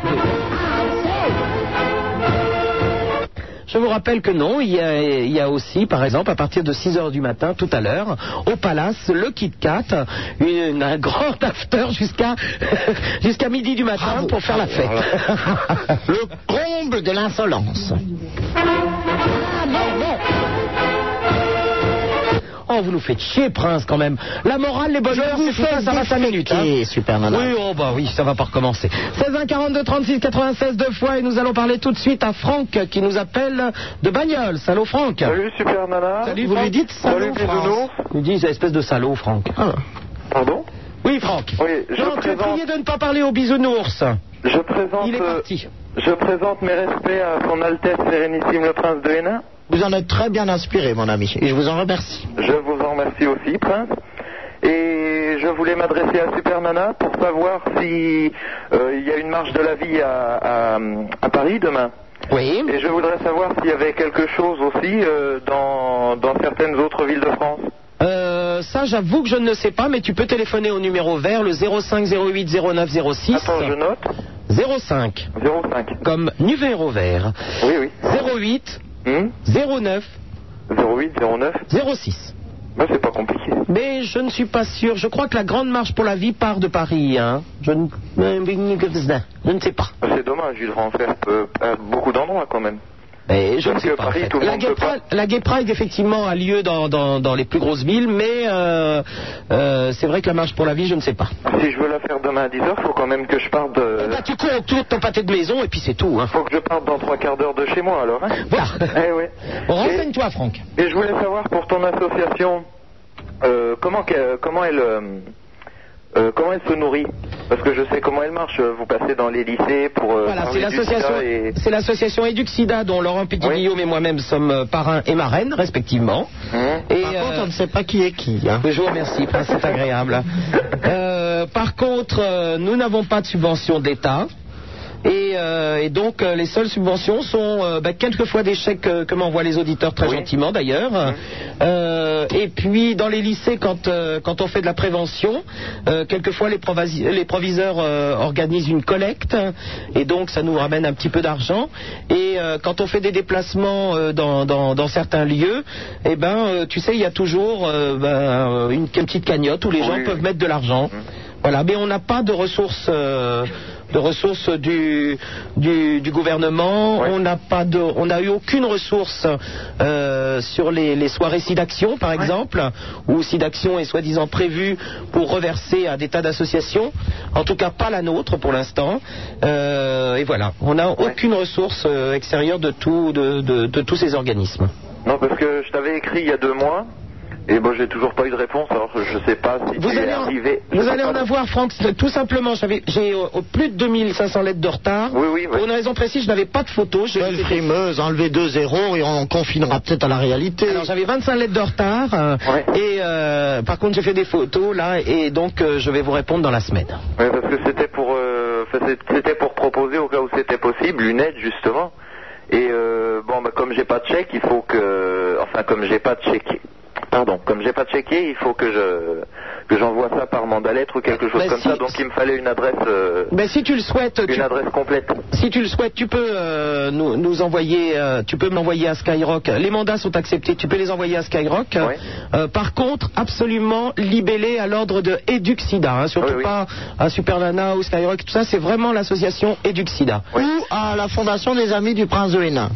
[SPEAKER 28] Je vous rappelle que non, il y a, il y a aussi, par exemple, à partir de 6 heures du matin, tout à l'heure, au Palace, le Kit Kat, une, une- un grand after jusqu'à jusqu'à midi du matin pour faire la fête.
[SPEAKER 9] le comble de l'insolence.
[SPEAKER 4] Oh, vous nous faites chier, Prince, quand même. La morale, les
[SPEAKER 29] Je
[SPEAKER 4] bonheurs,
[SPEAKER 29] vous
[SPEAKER 4] c'est tout ça,
[SPEAKER 29] fais
[SPEAKER 4] ça va 5 minutes. Hein.
[SPEAKER 30] Super
[SPEAKER 4] Oui, oh bah oui, ça va pas recommencer. 16 1 42 36 96 deux fois et nous allons parler tout de suite à Franck qui nous appelle de Bagnoles. Salut Franck.
[SPEAKER 14] Salut Super Nana.
[SPEAKER 4] Salut, vous lui dites salaud, France. Vous lui dites espèce de salaud, Franck.
[SPEAKER 14] Pardon
[SPEAKER 4] Oui, Franck.
[SPEAKER 14] Oui, je
[SPEAKER 4] Non, tu as
[SPEAKER 14] présente-
[SPEAKER 4] prié de ne pas parler aux bisounours.
[SPEAKER 14] Je présente, euh, je présente mes respects à son Altesse Sérénissime le Prince de Hénin.
[SPEAKER 9] Vous en êtes très bien inspiré, mon ami, et je vous en remercie.
[SPEAKER 14] Je vous en remercie aussi, Prince. Et je voulais m'adresser à Super Nana pour savoir si euh, il y a une marche de la vie à, à- à Paris demain.
[SPEAKER 4] Oui.
[SPEAKER 14] Et je voudrais savoir s'il y avait quelque chose aussi euh, dans, dans certaines autres villes de France.
[SPEAKER 4] Euh, ça, j'avoue que je ne le sais pas, mais tu peux téléphoner au numéro vert, le 05 08 09 06. Attends, je
[SPEAKER 14] note.
[SPEAKER 4] 05.
[SPEAKER 14] 05.
[SPEAKER 4] Comme numéro vert.
[SPEAKER 14] Oui, oui.
[SPEAKER 4] 08
[SPEAKER 14] Hmm
[SPEAKER 4] 09
[SPEAKER 14] 08 09
[SPEAKER 4] 06.
[SPEAKER 14] Bah, c'est pas compliqué.
[SPEAKER 4] Mais je ne suis pas sûr. Je crois que la Grande Marche pour la Vie part de Paris. Hein. Je, ne... je ne sais pas.
[SPEAKER 14] C'est dommage, ils vont en faire euh, à beaucoup d'endroits quand même.
[SPEAKER 4] Et je ne
[SPEAKER 14] Parce
[SPEAKER 4] sais
[SPEAKER 14] que
[SPEAKER 4] pas. en
[SPEAKER 14] Paris,
[SPEAKER 4] fait.
[SPEAKER 14] tout le
[SPEAKER 4] la,
[SPEAKER 14] monde
[SPEAKER 4] Gay
[SPEAKER 14] peut pas.
[SPEAKER 4] Pride, la Gay Pride, effectivement, a lieu dans, dans- dans les plus grosses villes, mais euh, euh, c'est vrai que la Marche pour la Vie, je ne sais pas.
[SPEAKER 14] Si je veux la faire demain à 10h, faut quand même que je parte de...
[SPEAKER 4] Bah, tu cours autour de ton pâté de maison et puis c'est tout. Hein.
[SPEAKER 14] Faut que je parte dans trois quarts d'heure de chez moi alors. hein.
[SPEAKER 4] Voilà.
[SPEAKER 14] Eh oui.
[SPEAKER 4] Oh, Renseigne-toi, Franck.
[SPEAKER 14] Et je voulais savoir pour ton association, euh, comment, qu'elle- comment, elle, euh, euh, comment elle se nourrit Parce que je sais comment elle marche. Vous passez dans les lycées pour... euh,
[SPEAKER 4] Voilà, c'est
[SPEAKER 14] parler du
[SPEAKER 4] l'association,
[SPEAKER 14] sida et-
[SPEAKER 4] c'est l'association Eduxida dont Laurent Petit Guillaume et moi-même sommes euh, parrains et marraines respectivement.
[SPEAKER 14] Mmh.
[SPEAKER 4] Et, par contre, on ne sait pas qui est qui. hein. Je vous remercie, Prince, c'est agréable. Euh, par contre, euh, nous n'avons pas de subvention d'État. Et, euh, et donc euh, les seules subventions sont euh, bah, quelquefois des chèques euh, que m'envoient les auditeurs très gentiment d'ailleurs. Euh, et puis dans les lycées quand euh, quand on fait de la prévention, euh, quelquefois les, provasi- les proviseurs euh, organisent une collecte et donc ça nous ramène un petit peu d'argent. Et euh, quand on fait des déplacements euh, dans, dans- dans certains lieux, eh ben euh, tu sais il y a toujours euh, ben, euh, une, une petite cagnotte où les gens peuvent mettre de l'argent. Voilà, mais on n'a pas de ressources, euh, de ressources du, du, du gouvernement. On n'a pas de, on n'a eu aucune ressource euh, sur les, les soirées SIDAction, par exemple, où SIDAction est soi-disant prévue pour reverser à des tas d'associations. En tout cas, pas la nôtre pour l'instant. Euh, et voilà, on n'a aucune ressource euh, extérieure de, tout, de, de- de tous ces organismes.
[SPEAKER 14] Non, parce que je t'avais écrit il y a deux mois. Et bon, j'ai toujours pas eu de réponse, alors je sais pas si
[SPEAKER 4] Vous
[SPEAKER 14] tu es
[SPEAKER 4] allez, en,
[SPEAKER 14] arrivé.
[SPEAKER 4] vous allez en avoir, Franck, c'est tout simplement. j'avais- J'ai euh, plus de 2500 lettres de retard. Pour une raison précise, je n'avais pas de photo. Je,
[SPEAKER 9] Belle frimeuse, enlever deux zéros et on confinera peut-être à la réalité.
[SPEAKER 4] Alors j'avais 25 lettres de retard. euh, Et euh, par contre, j'ai fait des photos là, et donc euh, je vais vous répondre dans la semaine.
[SPEAKER 14] Oui, parce que c'était pour, euh, enfin, c'est- c'était pour proposer au cas où c'était possible une aide justement. Et euh, bon, bah, comme j'ai pas de chèque, il faut que, enfin, comme j'ai pas de chèque, pardon, comme j'ai pas de chéquier, il faut que je, que j'envoie ça par mandat lettre ou quelque chose
[SPEAKER 4] Bah,
[SPEAKER 14] comme
[SPEAKER 4] si-
[SPEAKER 14] ça. Donc il me fallait une adresse, euh,
[SPEAKER 4] Ben si tu le souhaites,
[SPEAKER 14] une
[SPEAKER 4] tu,
[SPEAKER 14] adresse complète.
[SPEAKER 4] si tu le souhaites, tu peux euh, nous, nous envoyer, euh, tu peux m'envoyer à Skyrock. Les mandats sont acceptés, tu peux les envoyer à Skyrock. Euh, par contre, absolument libellé à l'ordre de Eduxida, hein, surtout pas à Super Nana ou Skyrock. Tout ça, c'est vraiment l'association Eduxida.
[SPEAKER 9] Ou à la fondation des amis du prince de Hénin.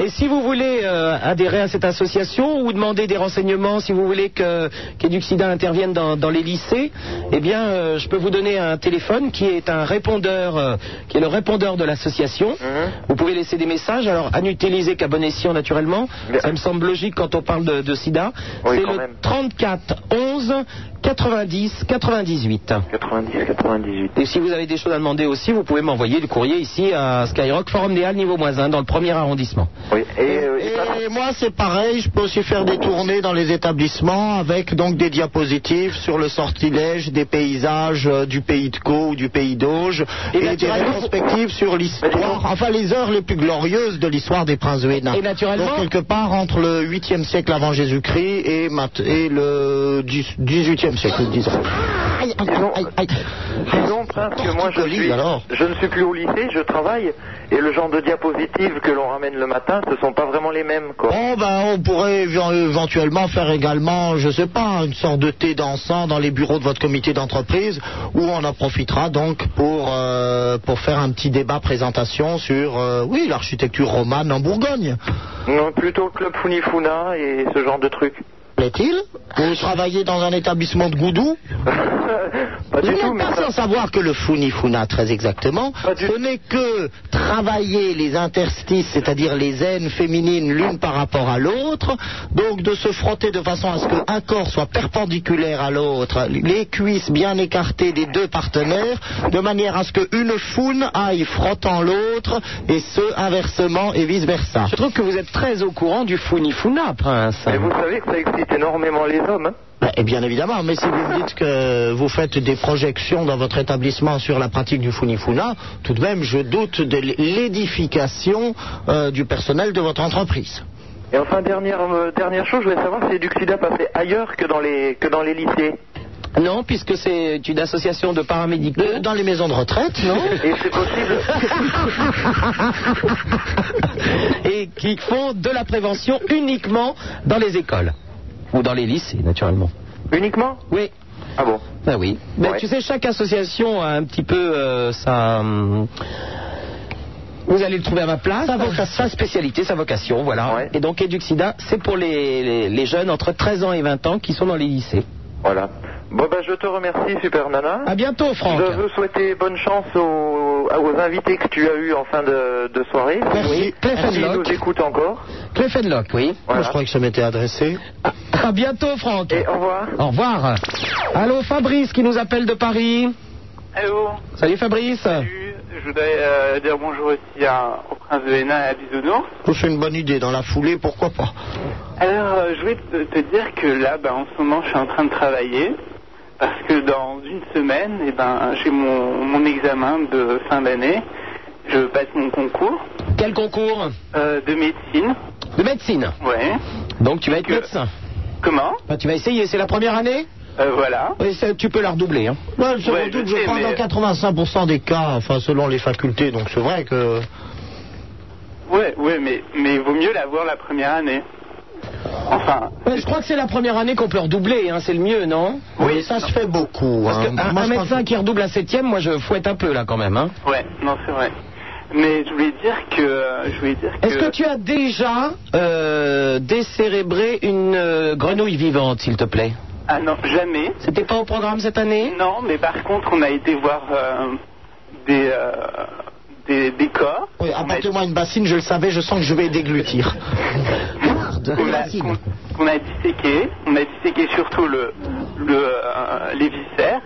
[SPEAKER 4] Et si vous voulez euh, adhérer à cette association ou demander des renseignements, si vous voulez que qu'Eduxida intervienne dans, dans les lycées, eh bien, euh, je peux vous donner un téléphone qui est un répondeur, euh, qui est le répondeur de l'association.
[SPEAKER 14] Mmh.
[SPEAKER 4] Vous pouvez laisser des messages, alors à n'utiliser qu'à bon escient naturellement. Ça me semble logique quand on parle de, de SIDA. C'est le 34 11 90 98.
[SPEAKER 14] 90 98.
[SPEAKER 4] Et si vous avez des choses à demander aussi, vous pouvez m'envoyer le courrier ici à Skyrock Forum des Halles niveau moins 1 dans le premier arrondissement.
[SPEAKER 14] Oui. Et, euh,
[SPEAKER 9] Et moi, c'est pareil, je peux aussi faire des tournées dans les établissements avec donc des diapositives sur le sortilège, des paysages euh, du pays de Caux ou du pays d'Auge, et, des rétrospectives sur l'histoire, enfin les heures les plus glorieuses de l'histoire des princes de Hénin.
[SPEAKER 4] Et naturellement-
[SPEAKER 9] Donc, quelque part entre le 8e siècle avant Jésus-Christ et, mat- et le 10 18e siècle, disons. Aïe, aïe, aïe, aïe.
[SPEAKER 14] Sinon, Prince, que moi je, suis, je ne suis plus au lycée, je travaille, et le genre de diapositives que l'on ramène le matin, ce sont pas vraiment les mêmes. Quoi.
[SPEAKER 9] Bon, ben, on pourrait éve- éventuellement faire également, je sais pas, une sorte de thé dansant dans les bureaux de votre comité d'entreprise, où on en profitera donc pour, euh, pour faire un petit débat présentation sur, euh, oui, l'architecture romane en Bourgogne.
[SPEAKER 14] Non, plutôt le club Funifuna et ce genre de trucs.
[SPEAKER 9] plaît-il Vous travaillez dans un établissement de goudou Vous n'êtes pas sans savoir que le funifuna, très exactement, ce n'est que travailler les interstices, c'est-à-dire les aines féminines l'une par rapport à l'autre, donc de se frotter de façon à ce qu'un corps soit perpendiculaire à l'autre, les cuisses bien écartées des deux partenaires, de manière à ce qu'une foune aille frottant l'autre, et ce, inversement, et vice-versa.
[SPEAKER 4] Je trouve que vous êtes très au courant du funifuna, Prince.
[SPEAKER 5] Mais vous savez que ça excite énormément les hommes, hein
[SPEAKER 9] Bah, et bien évidemment, mais si vous me dites que vous faites des projections dans votre établissement sur la pratique du funifuna, tout de même, je doute de l'édification euh, du personnel de votre entreprise.
[SPEAKER 5] Et enfin, dernière, euh, dernière chose, je voulais savoir si Duxida passait ailleurs que dans les, que dans les lycées.
[SPEAKER 3] Non, puisque c'est une association de paramédicaux.
[SPEAKER 9] dans les maisons de retraite, non
[SPEAKER 5] Et c'est possible
[SPEAKER 4] et qui font de la prévention uniquement dans les écoles ou dans les lycées, naturellement.
[SPEAKER 5] Uniquement
[SPEAKER 4] Oui.
[SPEAKER 5] Ah bon
[SPEAKER 4] Ben oui. Mais
[SPEAKER 5] Ouais.
[SPEAKER 4] tu sais, chaque association a un petit peu euh, sa. hum, Vous allez le trouver à ma place. Sa, spécialité, sa vocation, voilà. Et donc, Eduxida, c'est pour les, les- les jeunes entre 13 ans et 20 ans qui sont dans les lycées.
[SPEAKER 5] Voilà. Bon, ben, je te remercie, Super Nana.
[SPEAKER 4] À bientôt, Franck.
[SPEAKER 5] Je veux souhaiter bonne chance aux, aux invités que tu as eus en fin de, de soirée.
[SPEAKER 9] Merci. Clef and
[SPEAKER 5] Merci.
[SPEAKER 9] Lock.
[SPEAKER 5] Ils nous écoutent encore.
[SPEAKER 4] Clef Henlock, oui.
[SPEAKER 5] Voilà.
[SPEAKER 9] Je crois que ça m'était adressé.
[SPEAKER 4] À bientôt, Franck.
[SPEAKER 5] Et au revoir.
[SPEAKER 4] Au revoir. Allô, Fabrice qui nous appelle de Paris.
[SPEAKER 2] Allô,
[SPEAKER 4] Salut, Fabrice.
[SPEAKER 2] je voudrais euh, dire bonjour aussi à, au prince de Hénin et à Bisounours.
[SPEAKER 9] C'est une bonne idée, dans la foulée, pourquoi pas
[SPEAKER 2] Alors, euh, je voulais te, te dire que là, ben, en ce moment, je suis en train de travailler parce que dans une semaine, eh ben, j'ai mon, mon examen de fin d'année. Je passe mon concours
[SPEAKER 4] Quel concours
[SPEAKER 2] euh, de médecine.
[SPEAKER 4] De médecine.
[SPEAKER 2] Ouais. euh,
[SPEAKER 4] Donc, tu vas être médecin.
[SPEAKER 2] Comment
[SPEAKER 4] Bah, tu vas essayer, c'est la première année
[SPEAKER 2] Euh, Voilà.
[SPEAKER 4] Oui, ça, tu peux la redoubler. Hein.
[SPEAKER 9] Ouais, je
[SPEAKER 2] Ouais,
[SPEAKER 9] redoute,
[SPEAKER 2] je
[SPEAKER 9] je
[SPEAKER 2] sais,
[SPEAKER 9] crois,
[SPEAKER 2] mais-
[SPEAKER 9] dans 85% des cas, enfin selon les facultés, donc c'est vrai que...
[SPEAKER 2] Ouais, ouais, mais mais il vaut mieux l'avoir la première année. Enfin,
[SPEAKER 4] Ouais, je crois que c'est la première année qu'on peut redoubler, hein, c'est le mieux, non
[SPEAKER 9] Oui, ça se fait beaucoup.
[SPEAKER 4] Parce
[SPEAKER 9] hein.
[SPEAKER 4] qu'un un,
[SPEAKER 9] Moi, je pense-
[SPEAKER 4] médecin qui redouble la septième, moi je fouette un peu là quand même. Hein.
[SPEAKER 2] ouais, non, c'est vrai. Mais je voulais dire que euh, je voulais dire
[SPEAKER 4] Est-ce que tu as déjà euh, décérébré une euh, grenouille vivante, s'il te plaît
[SPEAKER 2] Ah non, jamais.
[SPEAKER 4] C'était pas au programme cette année
[SPEAKER 2] Non, mais par contre, on a été voir euh, des, euh, des, des corps.
[SPEAKER 9] Oui, apportez-moi une bassine, je le savais, je sens que je vais déglutir.
[SPEAKER 2] On a, qu'on- qu'on a disséqué, on a disséqué surtout le, le, euh, les viscères.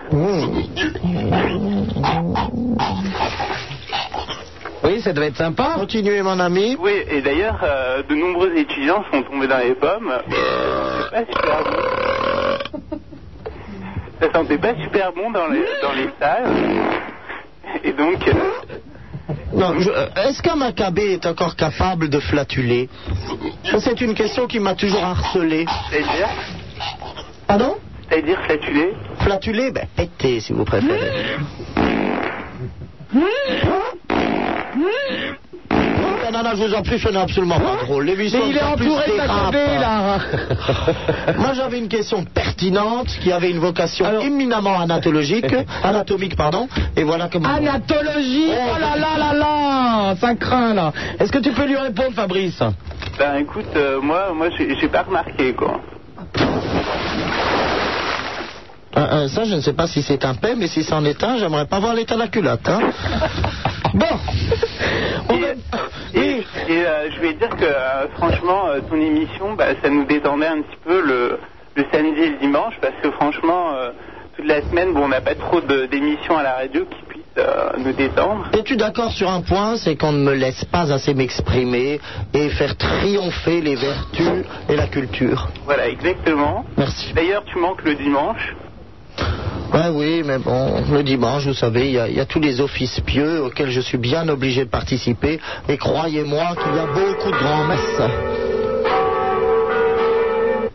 [SPEAKER 4] Oui, ça devait être sympa.
[SPEAKER 9] Continuez, mon ami.
[SPEAKER 2] Oui, et d'ailleurs, euh, de nombreux étudiants sont tombés dans les pommes. Bah, C'est pas super bon. Ça sentait pas super bon dans les, dans les salles. Et donc, euh,
[SPEAKER 9] Non, je- euh, Est-ce qu'un macabé est encore capable de flatuler C'est une question qui m'a toujours harcelé.
[SPEAKER 2] c'est-à-dire,
[SPEAKER 9] Pardon
[SPEAKER 2] c'est-à-dire flatulé.
[SPEAKER 9] Flatuler Ben, péter, si vous
[SPEAKER 4] Mmh.
[SPEAKER 9] préférez. Non, non, non, je vous en prie, ce n'est absolument pas drôle. L'émission
[SPEAKER 4] Hein Mais il est
[SPEAKER 9] encore plus
[SPEAKER 4] entouré de
[SPEAKER 9] dérape,
[SPEAKER 4] macabées, là.
[SPEAKER 9] hein. Moi, j'avais une question pertinente qui avait une vocation éminemment anatologique, anatomique, pardon, et voilà comment...
[SPEAKER 4] Anatologie Oh là là là là Ça craint là Est-ce que tu peux lui répondre, Fabrice
[SPEAKER 2] Ben écoute, euh, moi, moi, j'ai j'ai pas remarqué quoi.
[SPEAKER 9] Euh, euh, ça, je ne sais pas si c'est un paix, mais si c'en est un, j'aimerais pas voir l'état de la culotte. hein. bon,
[SPEAKER 2] Et, et, euh, je vais dire que euh, franchement, euh, ton émission, bah, ça nous détendait un petit peu le, le samedi et le dimanche parce que franchement, euh, toute la semaine, bon, on n'a pas trop de- d'émissions à la radio qui puissent euh, nous détendre.
[SPEAKER 9] es-tu d'accord sur un point C'est qu'on ne me laisse pas assez m'exprimer et faire triompher les vertus et la culture.
[SPEAKER 2] Voilà, exactement.
[SPEAKER 9] Merci.
[SPEAKER 2] D'ailleurs, tu manques le dimanche.
[SPEAKER 9] Ouais, Ben oui, mais bon, le dimanche, vous savez, il y, a- il y a tous les offices pieux auxquels je suis bien obligé de participer. Et croyez-moi qu'il y a beaucoup de grands-messes.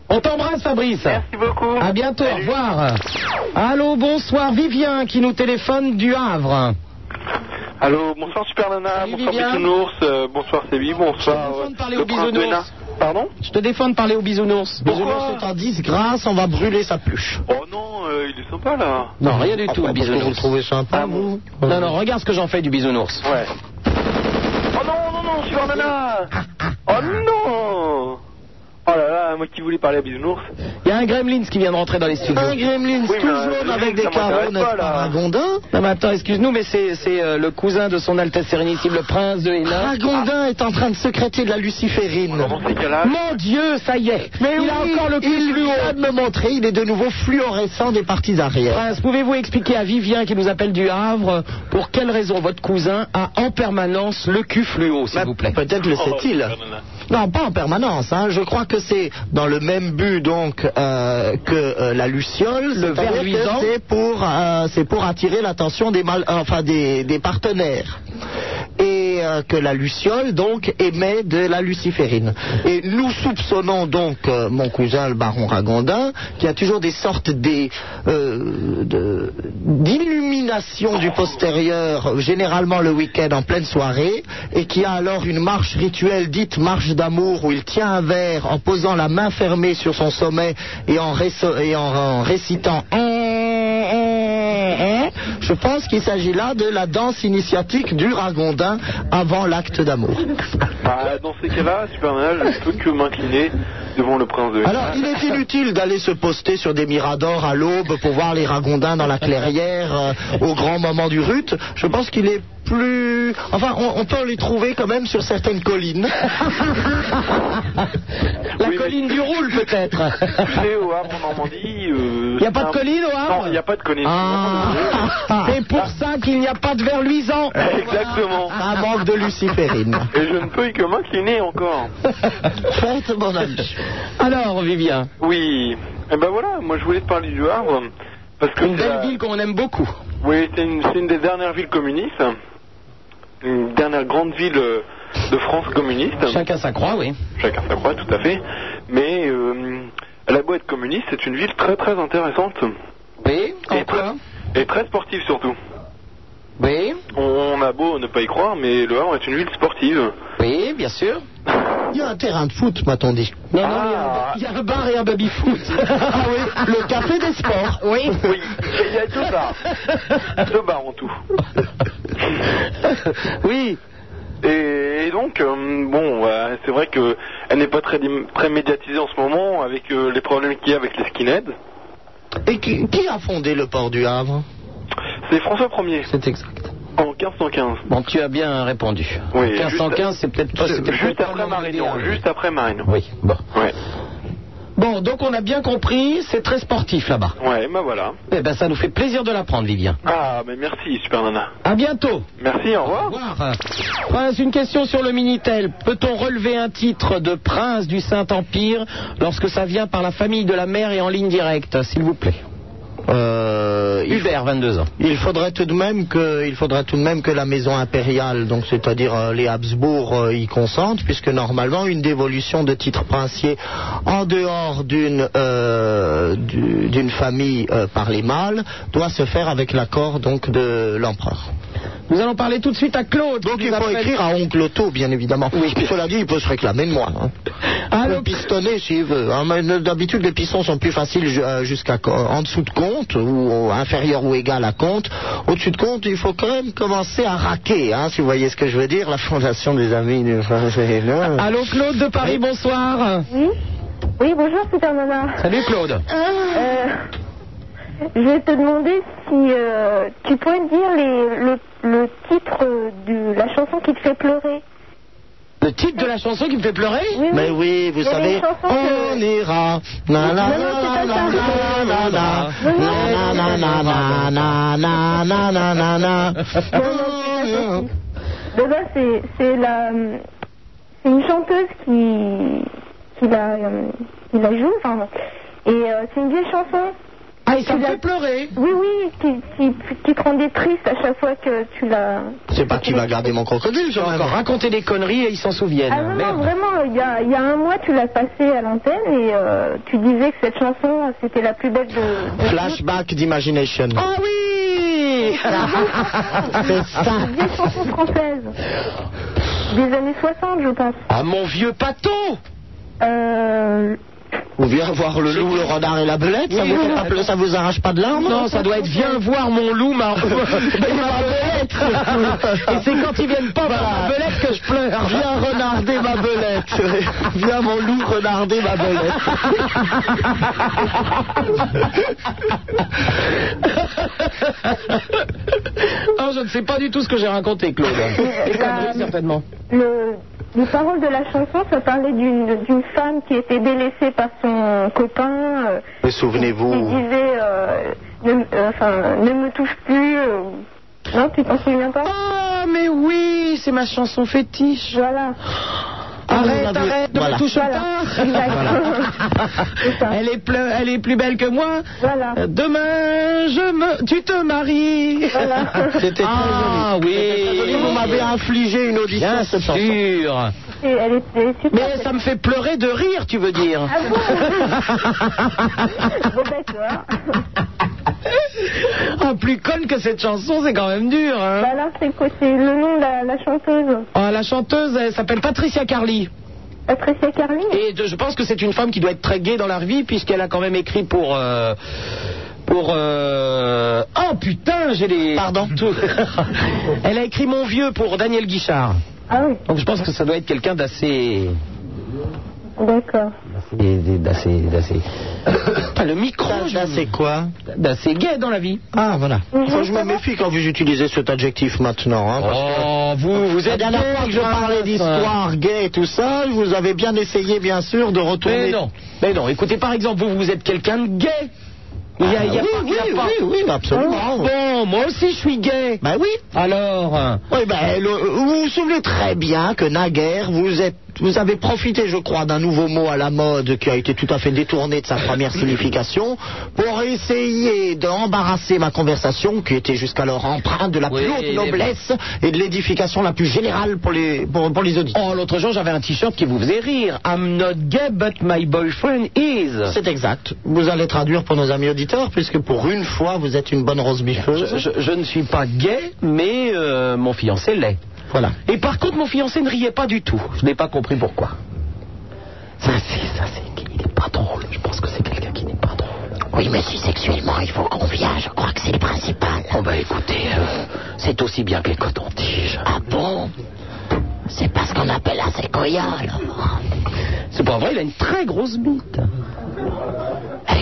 [SPEAKER 4] On t'embrasse, Fabrice
[SPEAKER 2] Merci beaucoup.
[SPEAKER 4] À bientôt, au revoir Allô, bonsoir, Vivien qui nous téléphone du Havre.
[SPEAKER 19] Allô, bonsoir Super Nana, bonsoir
[SPEAKER 4] Vivian.
[SPEAKER 19] Bisounours, euh, bonsoir Sébi, bonsoir.
[SPEAKER 4] Je vais vous entendre parler
[SPEAKER 19] le
[SPEAKER 4] au
[SPEAKER 19] prince de
[SPEAKER 4] bisounours.
[SPEAKER 19] Hénin. Pardon
[SPEAKER 4] Je te défends de parler au bisounours.
[SPEAKER 9] Bisounours est en disgrâce, on va brûler sa pluche.
[SPEAKER 19] Oh non, euh, il est sympa là.
[SPEAKER 4] Non, rien du
[SPEAKER 9] Ah,
[SPEAKER 4] tout,
[SPEAKER 9] bah,
[SPEAKER 4] le
[SPEAKER 9] parce que
[SPEAKER 4] bisounours. Ah,
[SPEAKER 9] vous le trouvez sympa, vous
[SPEAKER 4] Non, non, regarde ce que j'en fais du bisounours.
[SPEAKER 19] Ouais. Oh non, non, non, Super Nana Oh non Oh là là,
[SPEAKER 13] moi qui voulais parler à Bisounours.
[SPEAKER 4] Il y a un Gremlins qui vient de rentrer dans les studios. euh,
[SPEAKER 13] Un Gremlins Oui, tout mais un jaune Gremlins, avec des ça m'intéresse carreaux, n'est-ce pas, pas, là. un
[SPEAKER 4] Gondin Non, mais attends, excuse-nous, mais c'est c'est, euh, le cousin de son Altesse Sérénissime, le prince de
[SPEAKER 9] Ah,
[SPEAKER 4] Hénin.
[SPEAKER 9] Ragondin est en train de secréter de la luciférine.
[SPEAKER 4] Mon Dieu, ça y est
[SPEAKER 9] Mais
[SPEAKER 4] Il
[SPEAKER 9] oui,
[SPEAKER 4] a encore le cul
[SPEAKER 9] il
[SPEAKER 4] fluo.
[SPEAKER 9] vient de me montrer, il est de nouveau fluorescent des parties arrière.
[SPEAKER 4] Prince, pouvez-vous expliquer à Vivien qui nous appelle du Havre euh, pour quelle raison votre cousin a en permanence le cul fluo, s'il vous plaît
[SPEAKER 9] Peut-être le sait-il. Oh, Non, pas en permanence. hein. Je crois que c'est dans le même but donc euh, que euh, la luciole.
[SPEAKER 4] Le
[SPEAKER 9] c'est-à-dire
[SPEAKER 4] ver
[SPEAKER 9] que
[SPEAKER 4] luisant.
[SPEAKER 9] C'est pour euh, c'est pour attirer l'attention des mal- euh, enfin des, des partenaires. Et euh, que la luciole donc émet de la luciférine. Et nous soupçonnons donc euh, mon cousin le baron Ragondin qui a toujours des sortes des euh, de- d'illumination du postérieur généralement le week-end en pleine soirée et qui a alors une marche rituelle dite marche d'amour où il tient un verre en posant la main fermée sur son sommet et en, réso- et en- en récitant Hein, je pense qu'il s'agit là de la danse initiatique du ragondin avant l'acte d'amour.
[SPEAKER 13] Bah, dans ces cas-là, Supernana, je peux que m'incliner devant le prince de Hénin.
[SPEAKER 9] Alors, il est inutile d'aller se poster sur des miradors à l'aube pour voir les ragondins dans la clairière euh, au grand moment du rut. Je pense qu'il est plus... Enfin, on, on peut les trouver quand même sur certaines collines.
[SPEAKER 4] La colline du roule, peut-être
[SPEAKER 13] C'est au
[SPEAKER 4] hein
[SPEAKER 13] Havre, en Normandie. Il
[SPEAKER 4] Y a pas de colline au Havre
[SPEAKER 13] euh,
[SPEAKER 4] Ah.
[SPEAKER 13] Non, il n'y a pas de colline.
[SPEAKER 4] C'est pour ça qu'il n'y a pas de ver luisant Ah,
[SPEAKER 13] Exactement.
[SPEAKER 9] Un manque de luciférine.
[SPEAKER 13] Et je ne peux que m'incliner encore.
[SPEAKER 9] Faites mon ami.
[SPEAKER 4] Alors, Vivien
[SPEAKER 13] Oui. Et ben voilà, moi je voulais te parler du Havre. Parce que
[SPEAKER 4] Une
[SPEAKER 13] c'est
[SPEAKER 4] belle
[SPEAKER 13] la-
[SPEAKER 4] ville qu'on aime beaucoup.
[SPEAKER 13] Oui, c'est une, c'est une des dernières villes communistes. Une dernière grande ville euh, de France communiste.
[SPEAKER 4] Chacun sa croix, oui.
[SPEAKER 13] Chacun sa croix, tout à fait. Mais euh, elle a beau être communiste, c'est une ville très très intéressante.
[SPEAKER 4] Oui,
[SPEAKER 13] et très, et très sportive surtout.
[SPEAKER 4] Oui.
[SPEAKER 13] On a beau ne pas y croire, mais Le Havre est une ville sportive.
[SPEAKER 4] Oui, bien sûr.
[SPEAKER 9] Il y a un terrain de foot, Ah. m'a-t-on dit.
[SPEAKER 4] Non, non, il y a un- il y, a un bar et un baby-foot.
[SPEAKER 9] Ah oui, le café des sports.
[SPEAKER 4] Oui.
[SPEAKER 13] Oui, il y a deux bars. deux bars en tout.
[SPEAKER 4] oui.
[SPEAKER 13] Et, et donc, euh, bon, euh, c'est vrai que elle n'est pas très, dim- très médiatisée en ce moment avec euh, les problèmes qu'il y a avec les skinheads.
[SPEAKER 9] Et qui, qui a fondé le port du Havre
[SPEAKER 13] C'est François Ier.
[SPEAKER 4] C'est exact.
[SPEAKER 13] En 1515.
[SPEAKER 4] Bon, tu as bien répondu.
[SPEAKER 13] Oui,
[SPEAKER 4] 1515,
[SPEAKER 13] juste-
[SPEAKER 4] c'est peut-être pas. c'était
[SPEAKER 13] Juste
[SPEAKER 4] peut-être
[SPEAKER 13] après
[SPEAKER 4] pas le
[SPEAKER 13] Marignan.
[SPEAKER 4] moment idéal.
[SPEAKER 13] Juste après Marignan.
[SPEAKER 4] Oui, bon.
[SPEAKER 13] Ouais.
[SPEAKER 4] Bon, donc on a bien compris, c'est très sportif là-bas.
[SPEAKER 13] Ouais, ben voilà.
[SPEAKER 4] Eh ben, ça nous fait plaisir de l'apprendre, Vivien.
[SPEAKER 13] Ah, mais merci, Super Nana.
[SPEAKER 4] À bientôt.
[SPEAKER 13] Merci, au revoir.
[SPEAKER 4] Prince, une question sur le Minitel. Peut-on relever un titre de prince du Saint-Empire lorsque ça vient par la famille de la mère et en ligne directe, s'il vous plaît
[SPEAKER 9] Euh, il-
[SPEAKER 4] Hubert, 22 ans.
[SPEAKER 9] Il faudrait tout de même que, il faudrait tout de même que la maison impériale, donc c'est-à-dire euh, les Habsbourg, euh, y consentent, puisque normalement une dévolution de titre princier en dehors d'une euh, du- d'une famille euh, par les mâles doit se faire avec l'accord donc de l'empereur.
[SPEAKER 4] Nous allons parler tout de suite à Claude.
[SPEAKER 9] Donc il faut écrire à oncle Otto, bien évidemment. Cela dit, il peut se réclamer de moi. hein.
[SPEAKER 4] Ah,
[SPEAKER 9] Il peut pistonner s'il veut. hein, mais ne- D'habitude, les pistons sont plus faciles ju- euh, jusqu'à co- en dessous de compte, ou euh, inférieur ou égal à compte. Au-dessus de compte, il faut quand même commencer à raquer, hein, si vous voyez ce que je veux dire. La fondation des amis du...
[SPEAKER 4] Allô, Claude de Paris, bonsoir.
[SPEAKER 11] Oui, bonjour Supermana.
[SPEAKER 4] Salut, Claude.
[SPEAKER 11] Euh, je vais te demander si euh, tu pourrais me dire les- le, le titre euh, de la chanson qui te fait pleurer.
[SPEAKER 4] Le titre de la chanson qui me fait pleurer
[SPEAKER 9] Mais oui, vous
[SPEAKER 11] Il y avait
[SPEAKER 9] savez,
[SPEAKER 11] une chanson
[SPEAKER 9] on ira. Na, na,
[SPEAKER 11] Non,
[SPEAKER 9] na,
[SPEAKER 11] non, c'est pas
[SPEAKER 9] na,
[SPEAKER 11] ça.
[SPEAKER 9] na, na, na. Na, na, na, na, na, na, na, na, na, na.
[SPEAKER 4] Oh,
[SPEAKER 11] De là, c'est c'est la euh, c'est une chanteuse qui qui la euh, qui la joue enfin et euh, c'est une vieille chanson.
[SPEAKER 4] Ah, et ça
[SPEAKER 11] Tu
[SPEAKER 4] me
[SPEAKER 11] la-
[SPEAKER 4] fait pleurer.
[SPEAKER 11] Oui oui, qui, qui, qui te rendait triste à chaque fois que tu la
[SPEAKER 9] C'est pas qui va garder mon crocodile,
[SPEAKER 4] J'ai encore raconté des conneries et ils s'en souviennent.
[SPEAKER 11] Ah non, non,
[SPEAKER 4] Merde.
[SPEAKER 11] vraiment, il y a, il y a un mois, tu l'as passée à l'antenne et euh, tu disais que cette chanson, c'était la plus belle de... de
[SPEAKER 9] Flashback d'imagination.
[SPEAKER 4] Ah oui
[SPEAKER 9] C'est ça.
[SPEAKER 11] toutes. Des chansons françaises. Des années 60, je pense.
[SPEAKER 4] Ah, mon vieux pâteau
[SPEAKER 11] Euh...
[SPEAKER 9] Ou viens voir le loup, le renard et la belette, ça,
[SPEAKER 4] Oui,
[SPEAKER 9] vous,
[SPEAKER 4] oui.
[SPEAKER 9] fait pas- ça vous arrache pas de larmes
[SPEAKER 4] Non, ça doit être viens voir mon loup, ma, ma belette. Et c'est quand ils viennent pas voir ma belette que je pleure.
[SPEAKER 9] Viens renarder ma belette. Viens mon loup renarder ma
[SPEAKER 4] Ah, je ne sais pas du tout ce que j'ai raconté, Claude. Et Fabrice,
[SPEAKER 11] Euh,
[SPEAKER 4] certainement.
[SPEAKER 11] Le- les paroles de la chanson, ça parlait d'une d'une femme qui était délaissée par son copain, euh,
[SPEAKER 9] Mais
[SPEAKER 11] qui
[SPEAKER 9] souvenez-vous,
[SPEAKER 11] disait euh, ne, euh, enfin, ne me touche plus. euh, non, tu t'en souviens pas
[SPEAKER 4] Ah, mais oui, c'est ma chanson fétiche.
[SPEAKER 11] Voilà.
[SPEAKER 4] Arrête,
[SPEAKER 11] Vous avez-
[SPEAKER 4] arrête, ne
[SPEAKER 11] Voilà.
[SPEAKER 4] me touche
[SPEAKER 11] Voilà.
[SPEAKER 4] pas.
[SPEAKER 11] Exact.
[SPEAKER 4] Elle est, pleu- elle est plus belle que moi. Euh, Demain, je me, tu te maries.
[SPEAKER 9] C'était
[SPEAKER 4] ah oui.
[SPEAKER 9] vous m'avez infligé une audition.
[SPEAKER 4] Bien
[SPEAKER 9] cette chanson.
[SPEAKER 4] sûr. Mais ça me fait pleurer de rire, tu veux dire.
[SPEAKER 11] bah,
[SPEAKER 4] Ah, plus conne que cette chanson, c'est quand même dur. Hein.
[SPEAKER 11] Bah alors, c'est quoi C'est le nom de euh, la, la chanteuse
[SPEAKER 4] Ah, la chanteuse, elle s'appelle Patricia Carly.
[SPEAKER 11] Patricia Carly
[SPEAKER 4] Et de- je pense que c'est une femme qui doit être très gaie dans la vie, puisqu'elle a quand même écrit pour. euh, pour. euh, Oh putain, j'ai les. Pardon Elle a écrit Mon vieux pour Daniel Guichard.
[SPEAKER 11] Ah oui.
[SPEAKER 4] Donc je pense que ça doit être quelqu'un d'assez.
[SPEAKER 11] D'accord.
[SPEAKER 4] Et des- d'assez. d'assez. Putain, le micro D'assez
[SPEAKER 9] quoi
[SPEAKER 4] D'assez gay dans la vie.
[SPEAKER 9] Ah, voilà. Faut que je me méfie quand vous utilisez cet adjectif maintenant. hein, parce
[SPEAKER 4] Oh, vous, vous
[SPEAKER 9] La
[SPEAKER 4] êtes
[SPEAKER 9] dernière
[SPEAKER 4] gay,
[SPEAKER 9] fois que je parlais
[SPEAKER 4] mince.
[SPEAKER 9] d'histoire gay et tout ça, je vous avez bien essayé, bien sûr, de retourner.
[SPEAKER 4] Mais non. Mais non, écoutez, par exemple, vous, vous êtes quelqu'un de gay. Il y a,
[SPEAKER 9] Ah,
[SPEAKER 4] il y a
[SPEAKER 9] oui,
[SPEAKER 4] pas- il y a
[SPEAKER 9] oui,
[SPEAKER 4] pas-
[SPEAKER 9] oui, oui, absolument.
[SPEAKER 4] Ah Bon, moi aussi, je suis gay.
[SPEAKER 9] Ben oui.
[SPEAKER 4] Alors. euh,
[SPEAKER 9] Oui, ben, le- vous vous souvenez très bien que naguère, vous êtes, vous avez profité, je crois, d'un nouveau mot à la mode qui a été tout à fait détourné de sa première signification pour essayer d'embarrasser ma conversation qui était jusqu'alors empreinte de la
[SPEAKER 4] Oui,
[SPEAKER 9] plus haute
[SPEAKER 4] mais bon.
[SPEAKER 9] noblesse et de l'édification la plus générale pour les, pour, pour les auditeurs.
[SPEAKER 4] Oh, l'autre jour, j'avais un t-shirt qui vous faisait rire. I'm not gay, but my boyfriend is.
[SPEAKER 9] C'est exact. Vous allez traduire pour nos amis auditeurs, puisque pour une fois, vous êtes une bonne rose biffeuse.
[SPEAKER 4] Je, je- je ne suis pas gay, mais euh, mon fiancé l'est.
[SPEAKER 9] Voilà.
[SPEAKER 4] Et par contre, mon fiancé ne riait pas du tout. Je n'ai pas compris pourquoi. Ça, c'est ça, c'est qu'il n'est pas drôle. Je pense que c'est quelqu'un qui n'est pas drôle.
[SPEAKER 21] Oui, mais si sexuellement il faut qu'on vienne, je crois que c'est le principal.
[SPEAKER 4] Oh bah écoutez, euh, c'est aussi bien que les cotons-tiges.
[SPEAKER 21] Ah bon C'est pas ce qu'on appelle un séquoia, alors.
[SPEAKER 4] C'est pas vrai, il a une très grosse bite.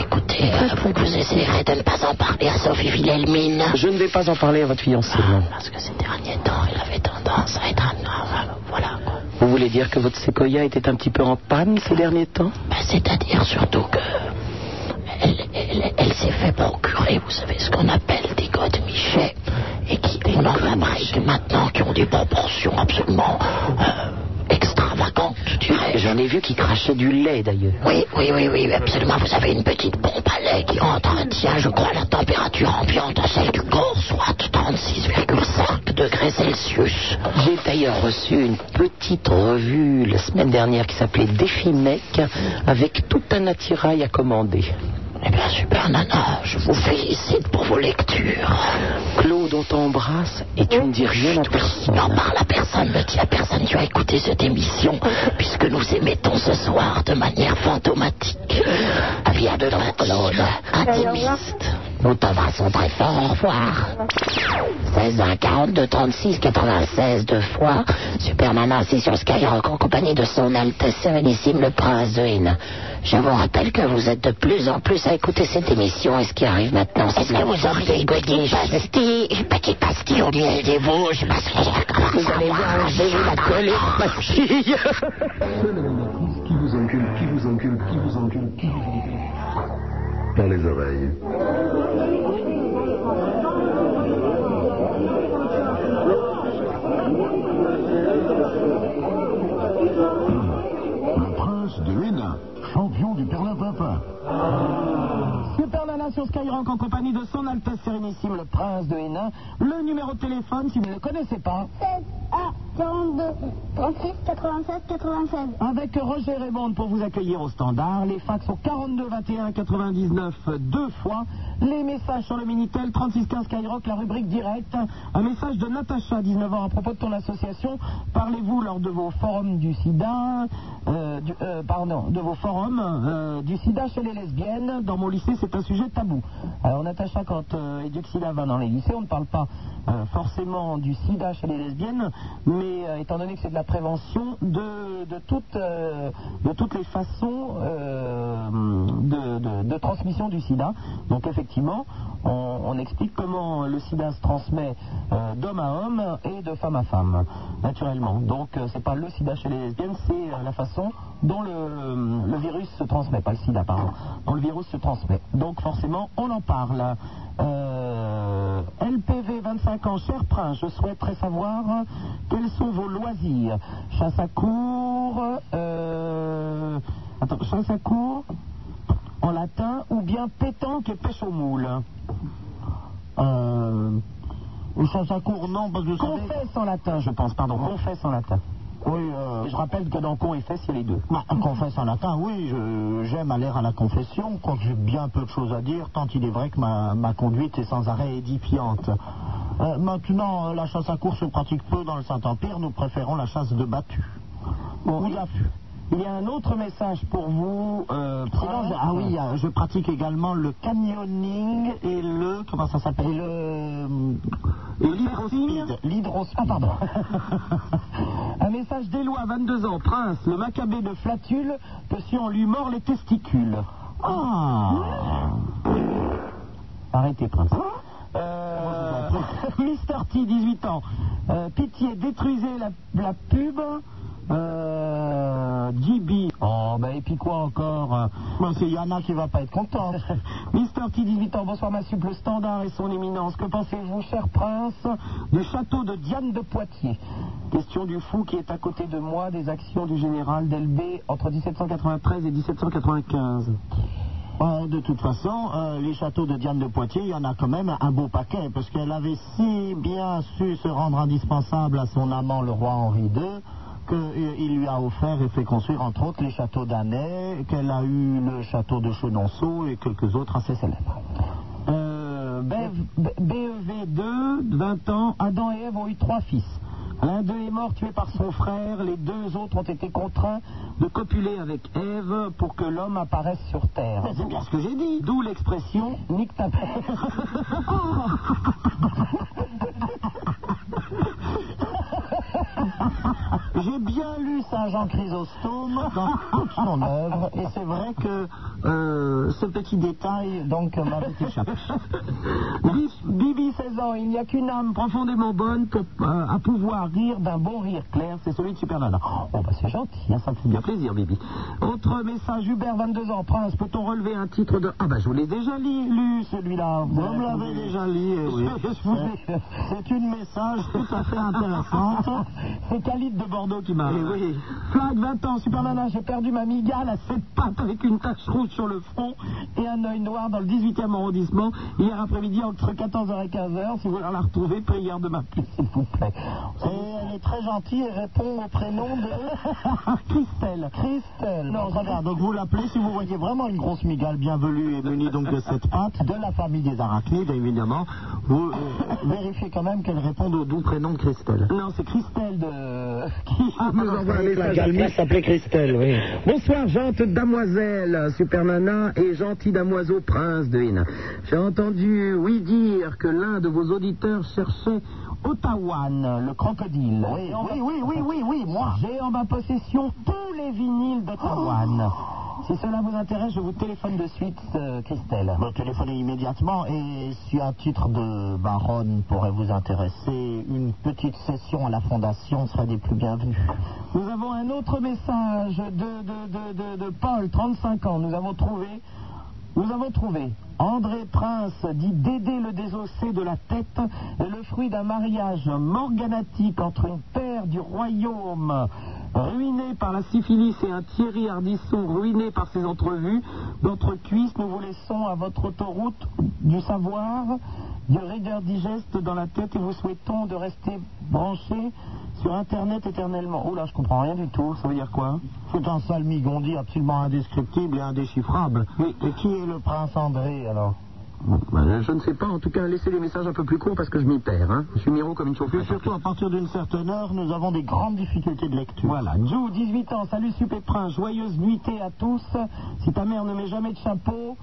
[SPEAKER 21] Écoutez, euh, vous, vous essayerez de ne pas en parler à Sophie Wilhelmine.
[SPEAKER 4] Je ne vais pas en parler à votre fiancé, non.
[SPEAKER 21] Parce que ces derniers temps, elle avait tendance à être un homme. Voilà. quoi.
[SPEAKER 4] Vous voulez dire que votre séquoia était un petit peu en panne ces derniers temps
[SPEAKER 21] Ben, C'est-à-dire surtout que. Elle, elle- elle s'est fait procurer, vous savez, ce qu'on appelle des godes Michet, et qui, on en fabrique maintenant, qui ont des proportions absolument euh, extravagantes, tu dirais.
[SPEAKER 4] J'en ai vu qui crachait du lait d'ailleurs.
[SPEAKER 21] Oui, oui, oui, oui, absolument. Vous avez une petite pompe à lait qui entretient, je crois, la température ambiante de celle du corps, soit 36,5 degrés Celsius.
[SPEAKER 31] J'ai d'ailleurs reçu une petite revue la semaine dernière qui s'appelait Défi Mec avec tout un attirail à commander.
[SPEAKER 21] Eh bien, super nana, je vous félicite pour vos lectures. Oh,
[SPEAKER 31] Claude, on t'embrasse et tu ne dis rien à personne.
[SPEAKER 21] N'en parle à personne, ne dis à personne, tu as écouté cette émission, puisque nous émettons ce soir de manière fantomatique. À bientôt, Claude. Intimiste. Nous t'embrassons très fort, au revoir. 16 1 42 36 96 deux fois. Superman assis sur Skyrock en compagnie de son Altesse Sérénissime le Prince de Hénin. Je vous rappelle que vous êtes de plus en plus à écouter cette émission et ce qui arrive maintenant. Est-ce que vous auriez une petite pastille, une petite pastille au miel des Vosges parce que vous allez voir, je vais la coller, pastille.
[SPEAKER 17] Qui vous encule, qui vous encule, qui vous encule, qui vous encule. Par les oreilles. Le prince de Hénin, champion du Perlin-Pimpin.
[SPEAKER 32] Superman sur Skyrock en compagnie de son Altesse Sérénissime, le Prince de Hénin. Le numéro de téléphone, si vous ne le connaissez pas.
[SPEAKER 16] 16 à 42 36 96 96.
[SPEAKER 32] Avec Roger Raymond pour vous accueillir au standard. Les fax sont 42 21 99 deux fois.
[SPEAKER 4] les messages sur le Minitel 3615 Skyrock, la rubrique directe. Un message de Natacha, 19 ans, à propos de ton association. Parlez-vous lors de vos forums du sida, euh, du- euh, pardon, de vos forums euh, du sida chez les lesbiennes. Dans mon lycée, c'est un sujet tabou. Alors Natacha, quand euh, Eduxila va dans les lycées, on ne parle pas euh, forcément du sida chez les lesbiennes, mais euh, étant donné que c'est de la prévention de, de, toutes, euh, de toutes les façons euh, de, de- de transmission du sida. Donc effectivement, on, on explique comment le sida se transmet euh, d'homme à homme et de femme à femme, naturellement. Donc euh, c'est pas le sida chez les lesbiennes, c'est euh, la façon dont le, le virus se transmet, pas le sida, pardon, dont le virus se transmet. Donc forcément, on en parle. Euh, LPV 25 ans, cher prince, je souhaiterais savoir quels sont vos loisirs. Chasse à cour, euh, attends, chasse à cour en latin ou bien pétanque et pêche au moule. Euh, chasse à cour, non, parce que confesse en latin, je pense, pardon, confesse en latin.
[SPEAKER 9] Oui, euh,
[SPEAKER 4] Et je rappelle que dans con et fesse, il y a les deux.
[SPEAKER 9] bah, confesse en latin, oui, je- j'aime aller à la confession, quoique j'ai bien peu de choses à dire, tant il est vrai que ma, ma conduite est sans arrêt édifiante. Euh, maintenant, euh, la chasse à course se pratique peu dans le Saint-Empire, nous préférons la chasse de battu.
[SPEAKER 4] Ou d'affût. Il y a un autre message pour vous. euh,
[SPEAKER 9] Sinon, je- ah oui, euh, je pratique également le canyoning et le. Comment ça s'appelle Et le.
[SPEAKER 4] Et l'hydrospeed. Ah, pardon. Un message d'Éloi, 22 ans, prince. Le macabé de flatule que si on lui mord les testicules. Ah Arrêtez, prince. Euh, Mister T, 18 ans. Euh, pitié, détruisez la, la pub. Euh, GB. Oh, ben et puis quoi encore Bon, c'est Yana qui va pas être contente. Mister T, 18 ans. Bonsoir, ma sup, le standard et son éminence. Que pensez-vous, cher prince, du château de Diane de Poitiers Question du fou qui est à côté de moi des actions du général Delbé entre 1793 et 1795.
[SPEAKER 9] Euh, de toute façon, euh, les châteaux de Diane de Poitiers, il y en a quand même un beau paquet, parce qu'elle avait si bien su se rendre indispensable à son amant le roi Henri II qu'il lui a offert et fait construire entre autres les châteaux d'Annay, qu'elle a eu le château de Chenonceau et quelques autres assez célèbres.
[SPEAKER 4] Euh, BEV, E 2, 20 ans, Adam et Ève ont eu trois fils. L'un d'eux est mort tué par son frère, les deux autres ont été contraints de copuler avec Ève pour que l'homme apparaisse sur Terre. C'est bien ce que j'ai dit. D'où l'expression « nique ta mère
[SPEAKER 9] J'ai bien lu Saint Jean Chrysostome dans toute son œuvre, et c'est vrai que euh, ce petit détail donc m'avait échappé.
[SPEAKER 4] Bibi, 16 ans, il n'y a qu'une âme profondément bonne que- euh, à pouvoir rire d'un bon rire clair, c'est celui de Super Nana. Oh, bah c'est gentil, hein, ça me fait bien plaisir, Bibi. Autre message, Hubert, 22 ans, Prince, peut-on relever un titre de... Ah, bah je vous l'ai déjà li- lu, celui-là. Vous me l'avez déjà lu, oui. C'est une message tout à fait intéressante. c'est Khalid de Bordeaux qui m'a... Eh oui. Flag, 20 ans, Super Nana, j'ai perdu ma migale à sept pattes avec une tache rouge sur le front et un œil noir dans le 18e arrondissement, hier après-midi entre 14h et 15h. Si vous voulez la retrouver, prière de ma s'il vous plaît.
[SPEAKER 9] Et elle est très gentille et répond au prénom de
[SPEAKER 4] Christelle.
[SPEAKER 9] Christelle. Non, regarde, donc vous l'appelez si vous voyez vraiment une grosse migale bienvenue et munie donc de cette pâte de la famille des arachnides, évidemment. Vous euh, vérifiez quand même qu'elle réponde au doux prénom de Christelle. euh,
[SPEAKER 4] Non, c'est Christelle de... qui
[SPEAKER 9] nous envoie un message.
[SPEAKER 4] Calmie
[SPEAKER 9] s'appelait Christelle, oui.
[SPEAKER 33] Bonsoir, gente damoiselle, super nana et gentil damoiseau prince de Hénin.
[SPEAKER 4] J'ai entendu, oui, dire que l'un de vos auditeurs cherchait Ottawan, le crocodile.
[SPEAKER 9] Oui, oui, oui, oui, oui, oui, moi.
[SPEAKER 4] J'ai en ma possession tous les vinyles d'Ottawan. Si cela vous intéresse, je vous téléphone de suite, euh, Christelle.
[SPEAKER 9] Bah, téléphonez immédiatement et si un titre de baronne pourrait vous intéresser, une petite session à la fondation serait des plus bienvenues.
[SPEAKER 4] Nous avons un autre message de, de, de, de, de Paul, 35 ans. Nous avons trouvé, nous avons trouvé André Prince, dit Dédé le désossé de la tête, est le fruit d'un mariage morganatique entre une paire du royaume ruinée par la syphilis et un Thierry Ardisson ruiné par ses entrevues. D'entre cuisses, nous vous laissons à votre autoroute du savoir, du Reader Digest dans la tête et vous souhaitons de rester branchés sur Internet éternellement. Oh là, je comprends rien du tout. Ça veut dire quoi
[SPEAKER 9] C'est un salmigondi absolument indescriptible et indéchiffrable. Et qui est le prince André alors
[SPEAKER 22] Voilà, je ne sais pas, en tout cas, laissez les messages un peu plus courts parce que je m'y
[SPEAKER 4] Eh
[SPEAKER 22] perds.
[SPEAKER 4] ben,
[SPEAKER 22] hein. Je suis miro comme une chauffure.
[SPEAKER 34] Surtout à partir d'une certaine heure, nous avons des grandes difficultés de lecture.
[SPEAKER 22] Voilà, Joe, 18 ans, salut Super Prince, joyeuse nuitée à tous. Si ta mère ne met jamais de chapeau,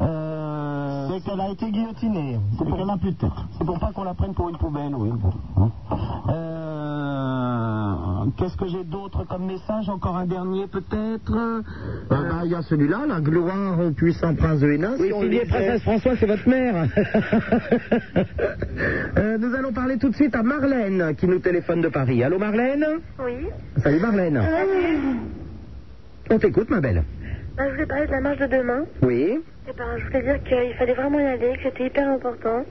[SPEAKER 22] euh, c'est qu'elle a été guillotinée. C'est pour qu'elle n'a plus de tête. C'est pour pas qu'on la prenne pour une poubelle, oui. bon, hein. Euh, Qu'est-ce que j'ai d'autre comme message Encore un dernier peut-être
[SPEAKER 34] Euh, ben, Il y a celui-là, la gloire au puissant prince de Hénin.
[SPEAKER 4] Oui, Sylvie et Princesse François, c'est votre mère. Euh, nous allons parler tout de suite à Marlène qui nous téléphone de Paris. Allô Marlène
[SPEAKER 11] Oui.
[SPEAKER 4] Salut Marlène.
[SPEAKER 11] Ah
[SPEAKER 4] On t'écoute ma belle.
[SPEAKER 11] Bah, je voulais parler de la marche de demain.
[SPEAKER 4] Oui.
[SPEAKER 11] Eh ben, je voulais dire qu'il fallait vraiment y aller, que c'était hyper important.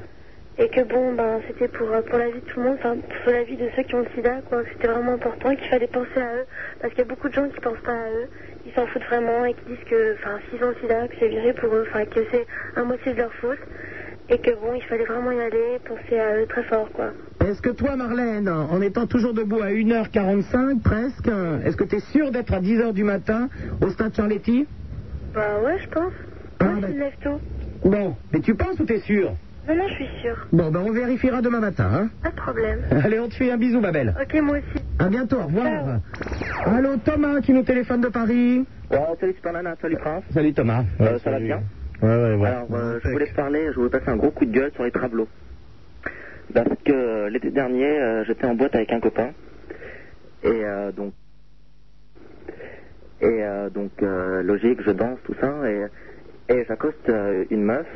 [SPEAKER 11] Et que bon, ben, c'était pour, euh, pour la vie de tout le monde, enfin, pour la vie de ceux qui ont le sida, quoi. que C'était vraiment important et qu'il fallait penser à eux. Parce qu'il y a beaucoup de gens qui pensent pas à eux, qui s'en foutent vraiment et qui disent que, enfin, s'ils ont le sida, que c'est viré pour eux, enfin, que c'est à moitié de leur faute. Et que bon, il fallait vraiment y aller, penser à eux très fort, quoi.
[SPEAKER 4] Est-ce que toi Marlène, en étant toujours debout à 1h45 presque, est-ce que tu es sûre d'être à 10h du matin au stade Charletti
[SPEAKER 11] Bah ouais, je pense.
[SPEAKER 9] Ah,
[SPEAKER 11] Moi,
[SPEAKER 9] bah.
[SPEAKER 11] je me lève tôt.
[SPEAKER 4] Bon, mais tu penses ou t'es sûre
[SPEAKER 11] Non, non, je suis sûre.
[SPEAKER 4] Bon, ben on vérifiera demain matin. hein.
[SPEAKER 11] Pas de problème.
[SPEAKER 4] Allez, on te fait un bisou ma belle.
[SPEAKER 11] Ok, moi aussi.
[SPEAKER 4] À bientôt, au revoir. Allô Thomas qui nous téléphone de Paris.
[SPEAKER 14] Euh, salut Superman, hein, salut Prince.
[SPEAKER 4] Salut Thomas.
[SPEAKER 14] Euh, ça va bien
[SPEAKER 4] Ouais, ouais, ouais.
[SPEAKER 14] Alors, euh, je voulais parler, je voulais passer un gros coup de gueule sur les tableaux. Parce que euh, l'été dernier, euh, j'étais en boîte avec un copain. Et euh, donc. Et euh, donc, euh, logique, je danse, tout ça. Et, et j'accoste euh, une meuf.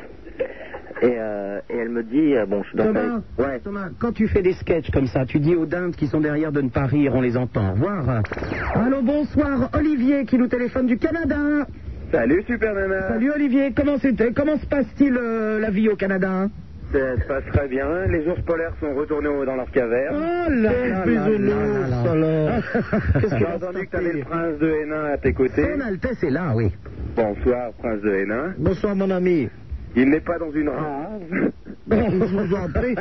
[SPEAKER 14] Et, euh, et elle me dit, euh, bon, je danse
[SPEAKER 4] Thomas, Thomas, quand tu fais des sketchs comme ça, tu dis aux dindes qui sont derrière de ne pas rire, on les entend. Au revoir. Allô, bonsoir, Olivier qui nous téléphone du Canada.
[SPEAKER 14] Salut Super Nana
[SPEAKER 4] Salut Olivier, comment c'était Comment se passe-t-il euh, la vie au Canada
[SPEAKER 14] Ça se passe très bien. Les ours polaires sont retournés au- dans leur caverne. Ah,
[SPEAKER 4] Oh là Quel là là bisounours, là là. alors. Qu'est-ce
[SPEAKER 14] J'ai
[SPEAKER 4] que
[SPEAKER 14] entendu que t'avais le prince de Hénin à tes côtés.
[SPEAKER 4] Son Altesse est là, oui.
[SPEAKER 14] Bonsoir, prince de Hénin.
[SPEAKER 4] Bonsoir mon ami. Ah.
[SPEAKER 14] Il n'est pas dans une rave.
[SPEAKER 9] Je vous en prie.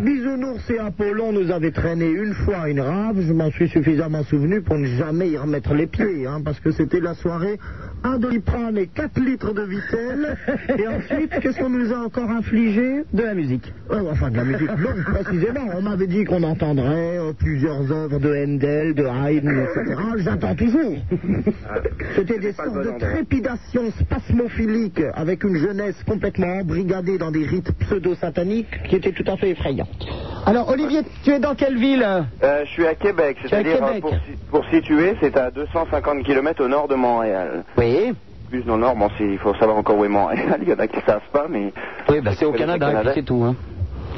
[SPEAKER 9] Bisounours et Apollon nous avaient traîné une fois à une rave. Je m'en suis suffisamment souvenu pour ne jamais y remettre les pieds, hein, parce que c'était la soirée un doliprane et 4 litres de vitelle. Et ensuite, qu'est-ce qu'on nous a encore infligé
[SPEAKER 4] De la musique.
[SPEAKER 9] enfin, de la musique. Non, précisément. Bah, On m'avait dit qu'on entendrait euh, plusieurs œuvres de Handel, de Haydn, etc. J'attends toujours. C'était des sortes de trépidations spasmophiliques avec une jeunesse complètement embrigadée dans des rites pseudo-sataniques qui étaient tout à fait effrayants.
[SPEAKER 4] Alors Olivier, tu es dans quelle ville
[SPEAKER 14] Euh, je suis à Québec,
[SPEAKER 4] Tu es à
[SPEAKER 14] c'est-à-dire euh,
[SPEAKER 4] Québec.
[SPEAKER 14] pour, si- pour situer, c'est à 250 km au nord de Montréal.
[SPEAKER 4] Oui.
[SPEAKER 14] Plus au nord, bon, c'est- il faut savoir encore où est Montréal. Il y en a qui savent pas, mais.
[SPEAKER 4] Oui, bah c'est au
[SPEAKER 14] Le
[SPEAKER 4] Canada, et puis c'est tout. Hein.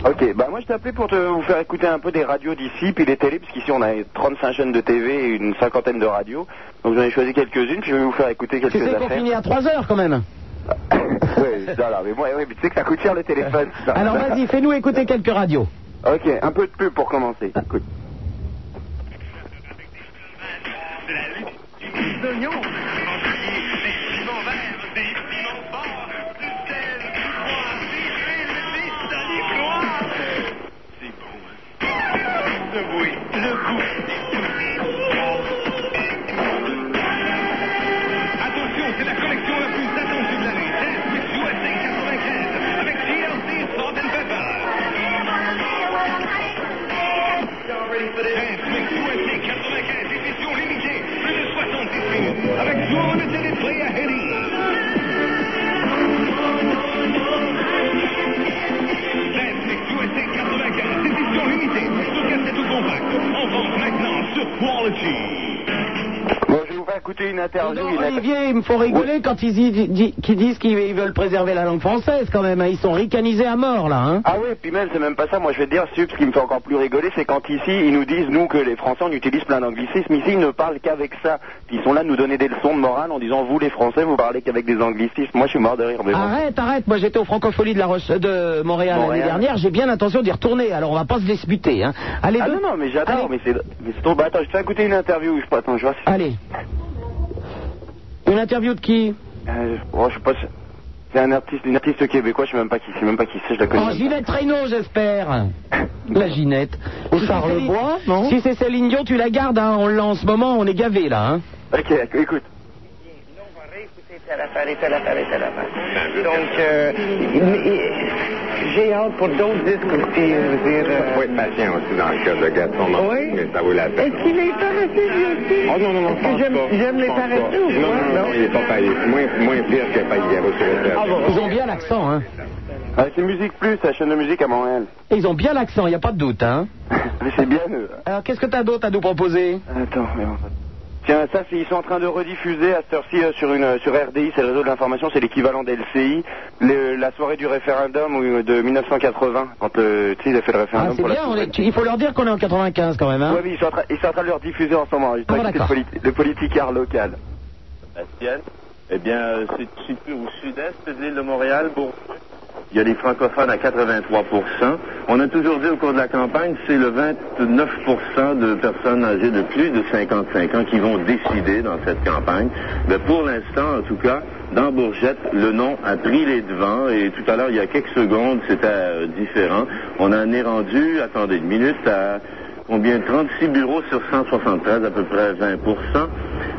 [SPEAKER 14] Ok, bah moi je t'appelais pour te vous faire écouter un peu des radios d'ici, puis des télés, parce qu'ici on a 35 chaînes de TV et une cinquantaine de radios. Donc j'en ai choisi quelques-unes, puis je vais vous faire écouter quelques
[SPEAKER 4] Tu sais qu'on
[SPEAKER 14] affaires.
[SPEAKER 4] finit à 3h quand même.
[SPEAKER 14] oui, voilà, mais moi, oui, mais tu sais que ça coûte cher le téléphone. ça.
[SPEAKER 4] Alors vas-y, fais-nous écouter quelques radios.
[SPEAKER 14] Ok, un peu de pub pour commencer. Écoute. Bon, je vais vous faire écouter une interview. une inter-
[SPEAKER 4] Olivier, il me faut rigoler quand ils, y- di- qu'ils disent qu'ils veulent préserver la langue française quand même. hein. Ils sont ricanisés à mort là. Hein.
[SPEAKER 14] Ah oui, puis même, c'est même pas ça. Moi, je vais te dire, Sub, ce qui me fait encore plus rigoler, c'est quand ici, ils nous disent, nous, que les Français, on utilise plein d'anglicismes. Ici, ils ne parlent qu'avec ça. Puis ils sont là à nous donner des leçons de morale en disant, vous, les Français, vous parlez qu'avec des anglicismes. Moi, je suis mort de
[SPEAKER 21] Ah,
[SPEAKER 14] rire. Mais bon.
[SPEAKER 4] Arrête, arrête. Moi, j'étais au Francophonie de, la Roche- de Montréal, l'année
[SPEAKER 14] Montréal.
[SPEAKER 4] dernière. J'ai bien l'intention d'y retourner. Alors, on va pas se disputer. Hein. Allez,
[SPEAKER 14] ah
[SPEAKER 4] deux-
[SPEAKER 14] non, non, mais j'adore, mais c'est mais c'est trop... Bah, attends, je te fais écouter une interview. Je sais pas, attends, je vois si...
[SPEAKER 4] Allez. Une interview de qui
[SPEAKER 14] Euh, oh, je sais pas... si- C'est un artiste, une artiste québécois, je sais même pas qui c'est, même pas qui c'est, je la connais.
[SPEAKER 4] Oh, Ginette Reynaud, j'espère. La Ginette. Au Charlebois, non Si c'est Céline Dion, tu la gardes. Hein. On l'a en ce moment. On est gavé là. Hein.
[SPEAKER 14] Ok, écoute.
[SPEAKER 35] Écoutez,
[SPEAKER 22] affaire, et telle affaire, et telle affaire. Donc, euh, il- il- j'ai hâte pour d'autres disques aussi, je veux dire. euh,
[SPEAKER 15] faut être patient aussi dans le cas de Gaston Marie, mais ça vaut la peine.
[SPEAKER 22] Est-ce qu'il est paresseux, lui aussi?
[SPEAKER 15] Oh non, non, non, je
[SPEAKER 22] Est-ce que
[SPEAKER 15] pense
[SPEAKER 22] j'aime,
[SPEAKER 15] pas.
[SPEAKER 22] j'aime les
[SPEAKER 15] Je pense pas.
[SPEAKER 22] paresseux ou
[SPEAKER 15] Non,
[SPEAKER 22] quoi?
[SPEAKER 15] non, non, il n'est pas payé. Moins, moins pire que Payero sur le terrain.
[SPEAKER 4] Ils ont bien l'accent, hein.
[SPEAKER 21] Ah, c'est Musique Plus, la chaîne de musique à Montréal.
[SPEAKER 4] Ils ont bien l'accent, il n'y a pas de doute, hein.
[SPEAKER 21] C'est bien
[SPEAKER 14] euh,
[SPEAKER 21] eux.
[SPEAKER 4] Alors, qu'est-ce que t'as d'autre à Euh, nous proposer
[SPEAKER 21] Attends, mais bon. Tiens, ça, c'est- ils sont en train de rediffuser à cette heure-ci euh, sur, une, euh, sur RDI, c'est le réseau de l'information, c'est l'équivalent d'LCI, le- la soirée du référendum ou, euh, de 1980, quand euh, tu sais, ils ont fait le
[SPEAKER 4] Ah,
[SPEAKER 21] référendum
[SPEAKER 4] c'est
[SPEAKER 21] pour la
[SPEAKER 4] bien, on est-
[SPEAKER 21] souveraineté.
[SPEAKER 4] tu- il faut leur dire qu'on est en 95 quand même, hein.
[SPEAKER 21] Ouais, mais ils sont, en train, ils sont en train de leur diffuser en ce moment, ils
[SPEAKER 4] Ah,
[SPEAKER 21] sont
[SPEAKER 4] d'accord.
[SPEAKER 21] le politicard local.
[SPEAKER 14] Bastien, eh bien, euh, c'est un petit peu au sud-est de l'île de Montréal. Bon, il y a les francophones à 83 On a toujours dit au cours de la campagne, c'est le 29 de personnes âgées de plus de 55 ans qui vont décider dans cette campagne. Mais pour l'instant, en tout cas, dans Bourgette, le nom a pris les devants et tout à l'heure, il y a quelques secondes, c'était euh, différent. On en est rendu, attendez une minute, à combien 36 bureaux sur 173, à peu près 20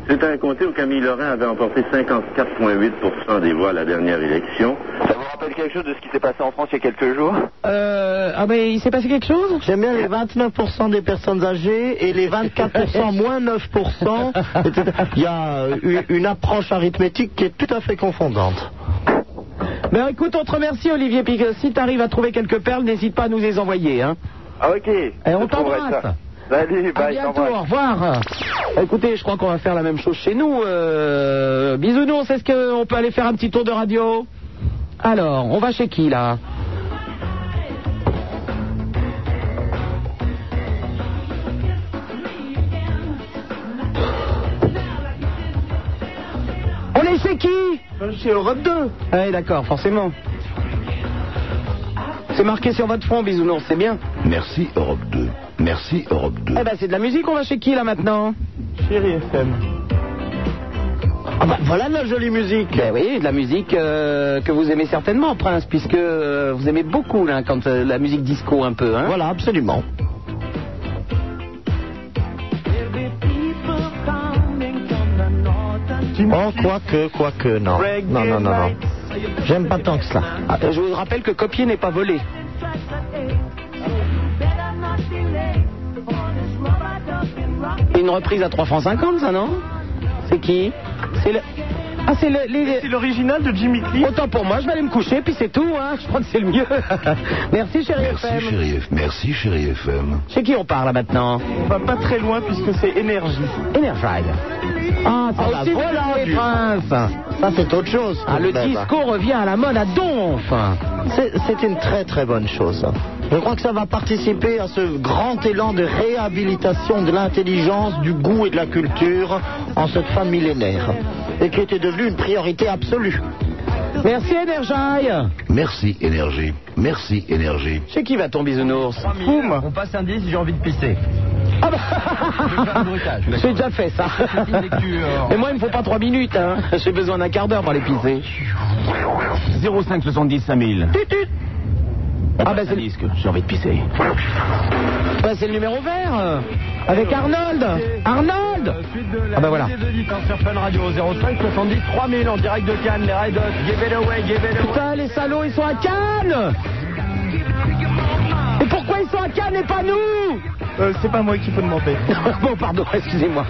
[SPEAKER 14] c'est à compter où Camille Laurent avait emporté 54,8 des voix à la dernière élection.
[SPEAKER 21] Ça vous rappelle quelque chose de ce qui s'est passé en France il y a quelques jours
[SPEAKER 4] Euh, ah, mais il s'est passé quelque chose
[SPEAKER 9] J'aime bien les 29% des personnes âgées et les 24% moins 9%. etc. Il y a euh, une- une approche arithmétique qui est tout à fait confondante.
[SPEAKER 4] Ben écoute, on te remercie Olivier, puis que si t'arrives à trouver quelques perles, n'hésite pas à nous les envoyer, hein.
[SPEAKER 21] Ah, ok. Et
[SPEAKER 4] on
[SPEAKER 21] Je trouverai
[SPEAKER 4] t'embrasse.
[SPEAKER 21] ça. Salut,
[SPEAKER 4] À
[SPEAKER 21] bye,
[SPEAKER 4] bientôt,
[SPEAKER 21] t'embrasse.
[SPEAKER 4] au revoir. Écoutez, je crois qu'on va faire la même chose chez nous. Euh, bisounours, est-ce qu'on peut aller faire un petit tour de radio Alors, on va chez qui là On est chez qui Euh, Chez Europe 2. Ouais, d'accord, forcément. C'est marqué sur votre front, bisounours, c'est bien.
[SPEAKER 1] Merci Europe 2. Merci Europe 2.
[SPEAKER 4] Eh ben, c'est de la musique, on va chez qui là maintenant
[SPEAKER 9] Chérie FM.
[SPEAKER 4] Ah bah voilà de la jolie musique. Ben oui, de la musique euh, que vous aimez certainement, Prince, puisque euh, vous aimez beaucoup là, quand euh, la musique disco un peu. Hein voilà, absolument.
[SPEAKER 9] Oh, quoique, quoique, non. Non, non, non, non. J'aime pas tant que cela.
[SPEAKER 4] Ah, je vous rappelle que copier n'est pas volé. Une reprise à 3 francs 50, ça non C'est qui C'est le. Ah, c'est le- les-
[SPEAKER 6] l'original de Jimmy Cliff.
[SPEAKER 4] Autant pour moi, je vais aller me coucher, puis c'est tout, hein. Je crois que c'est le mieux. Merci, chérie
[SPEAKER 1] Merci
[SPEAKER 4] FM.
[SPEAKER 1] chérie, F- merci chérie FM.
[SPEAKER 4] Chez qui on parle là maintenant
[SPEAKER 6] On va pas très loin puisque c'est énergie.
[SPEAKER 4] Energize. Ah, ça
[SPEAKER 6] Ah,
[SPEAKER 4] va,
[SPEAKER 6] aussi, vous
[SPEAKER 4] voilà,
[SPEAKER 6] l'avez,
[SPEAKER 4] les princes.
[SPEAKER 9] Ça, c'est autre chose.
[SPEAKER 4] Ah, le
[SPEAKER 9] Ben, ben.
[SPEAKER 4] disco revient à la mode à donf.
[SPEAKER 9] C'est- C'est une très très bonne chose. Je crois que ça va participer à ce grand élan de réhabilitation de l'intelligence, du goût et de la culture en cette fin millénaire, et qui était devenue une priorité absolue.
[SPEAKER 4] Merci Energy.
[SPEAKER 1] Merci énergie. Merci énergie.
[SPEAKER 4] Chez qui va ton bisounours Boum.
[SPEAKER 36] On passe un 10, j'ai envie de pisser.
[SPEAKER 4] Ah bah J'ai déjà fait ça.
[SPEAKER 36] oh.
[SPEAKER 4] Mais moi, il me faut pas 3 minutes, hein. J'ai besoin d'un quart d'heure pour les pisser.
[SPEAKER 36] 05 70 5000. Ah bah c'est disque, j'ai envie de pisser.
[SPEAKER 4] Bah, c'est le numéro vert. euh, Avec Arnold. Arnold
[SPEAKER 36] Euh,
[SPEAKER 4] Ah bah voilà.
[SPEAKER 36] sur Fun Radio 05 70 3000 en direct de Cannes, les Red Hot, give it away, give it away.
[SPEAKER 4] Putain, Ah, les salauds, ils sont à Cannes Et pourquoi ils sont à Cannes et pas nous
[SPEAKER 6] Euh, c'est pas moi qui peux demander.
[SPEAKER 4] bon, pardon, excusez-moi.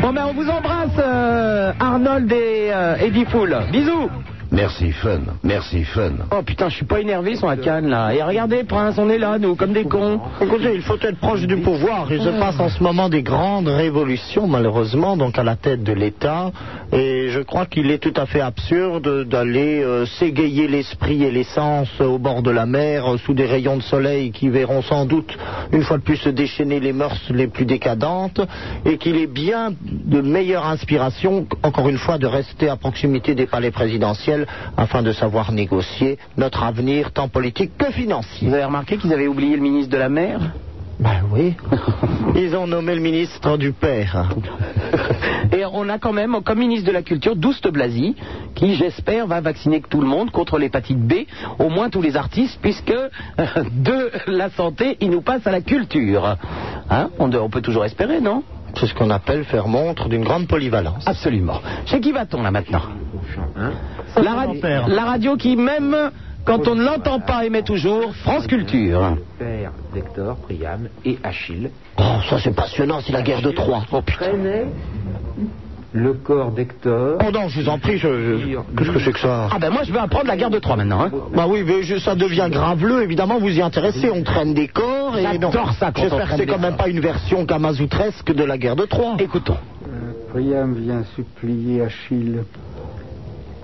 [SPEAKER 4] bon, ben, on vous embrasse, euh, Arnold et euh, Eddie Fool. Bisous
[SPEAKER 1] Merci fun. Merci fun.
[SPEAKER 4] Oh putain, je suis pas énervé, ils sont à Cannes là. Et regardez, Prince, on est là, nous, comme des cons.
[SPEAKER 9] Écoutez, il faut être proche du pouvoir. Il se passe en ce moment des grandes révolutions, malheureusement, donc à la tête de l'État. Et je crois qu'il est tout à fait absurde d'aller euh, s'égayer l'esprit et l'essence au bord de la mer, euh, sous des rayons de soleil qui verront sans doute une fois de plus se déchaîner les mœurs les plus décadentes. Et qu'il est bien de meilleure inspiration, encore une fois, de rester à proximité des palais présidentiels afin de savoir négocier notre avenir tant politique que financier.
[SPEAKER 4] Vous avez remarqué qu'ils avaient oublié le ministre de la mer
[SPEAKER 9] Ben oui. Ils ont nommé le ministre du Père.
[SPEAKER 4] Et on a quand même comme ministre de la Culture Douste Blasi, qui j'espère va vacciner tout le monde contre l'hépatite B, au moins tous les artistes, puisque euh, de la santé, il nous passe à la culture. Hein on, de- on peut toujours espérer, non
[SPEAKER 9] C'est ce qu'on appelle faire montre d'une grande polyvalence.
[SPEAKER 4] Absolument. Chez qui va-t-on là maintenant
[SPEAKER 2] Hein
[SPEAKER 4] la, ra- la radio qui, même quand on ne l'entend pas, émet toujours France Culture.
[SPEAKER 2] Père, Vector, Priam et Achille.
[SPEAKER 37] Oh, ça c'est passionnant, c'est la guerre de Troie. Oh putain.
[SPEAKER 2] Le corps d'Hector.
[SPEAKER 9] Oh non, je vous en prie, je. je- Qu'est-ce que c'est que ça
[SPEAKER 4] Ah ben moi je veux apprendre la guerre de Troie maintenant. Hein.
[SPEAKER 9] Bah oui, mais je- ça devient graveleux, évidemment, vous y intéressez, on traîne des corps et non.
[SPEAKER 4] J'adore ça quand on
[SPEAKER 9] J'espère que
[SPEAKER 4] traîne
[SPEAKER 9] c'est
[SPEAKER 4] des
[SPEAKER 9] quand même pas une version camazoutresque de la guerre de Troie.
[SPEAKER 4] Écoutons.
[SPEAKER 2] Euh, Priam vient supplier Achille.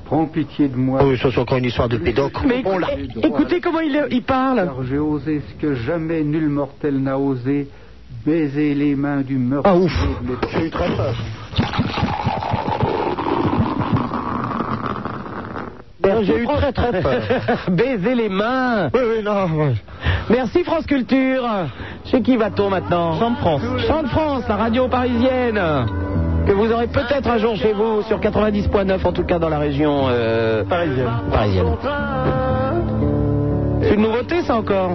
[SPEAKER 2] Prends pitié de moi.
[SPEAKER 9] oui, ce sont encore une histoire de pédocle.
[SPEAKER 4] Mais écoutez, écoutez comment il, il parle.
[SPEAKER 2] Car j'ai osé ce que jamais nul mortel n'a osé, baiser les mains du meurtrier.
[SPEAKER 9] Ah ouf,
[SPEAKER 2] de l'époque.
[SPEAKER 9] j'ai eu très peur.
[SPEAKER 4] J'ai eu très très peur. Baiser les mains.
[SPEAKER 9] Oui, oui, non.
[SPEAKER 4] Merci France Culture. Chez qui va-t-on maintenant Chant de France. Chant de France, la radio parisienne. Que vous aurez peut-être un jour chez vous, sur 90.9 en tout cas dans la région euh, parisienne. C'est une nouveauté ça encore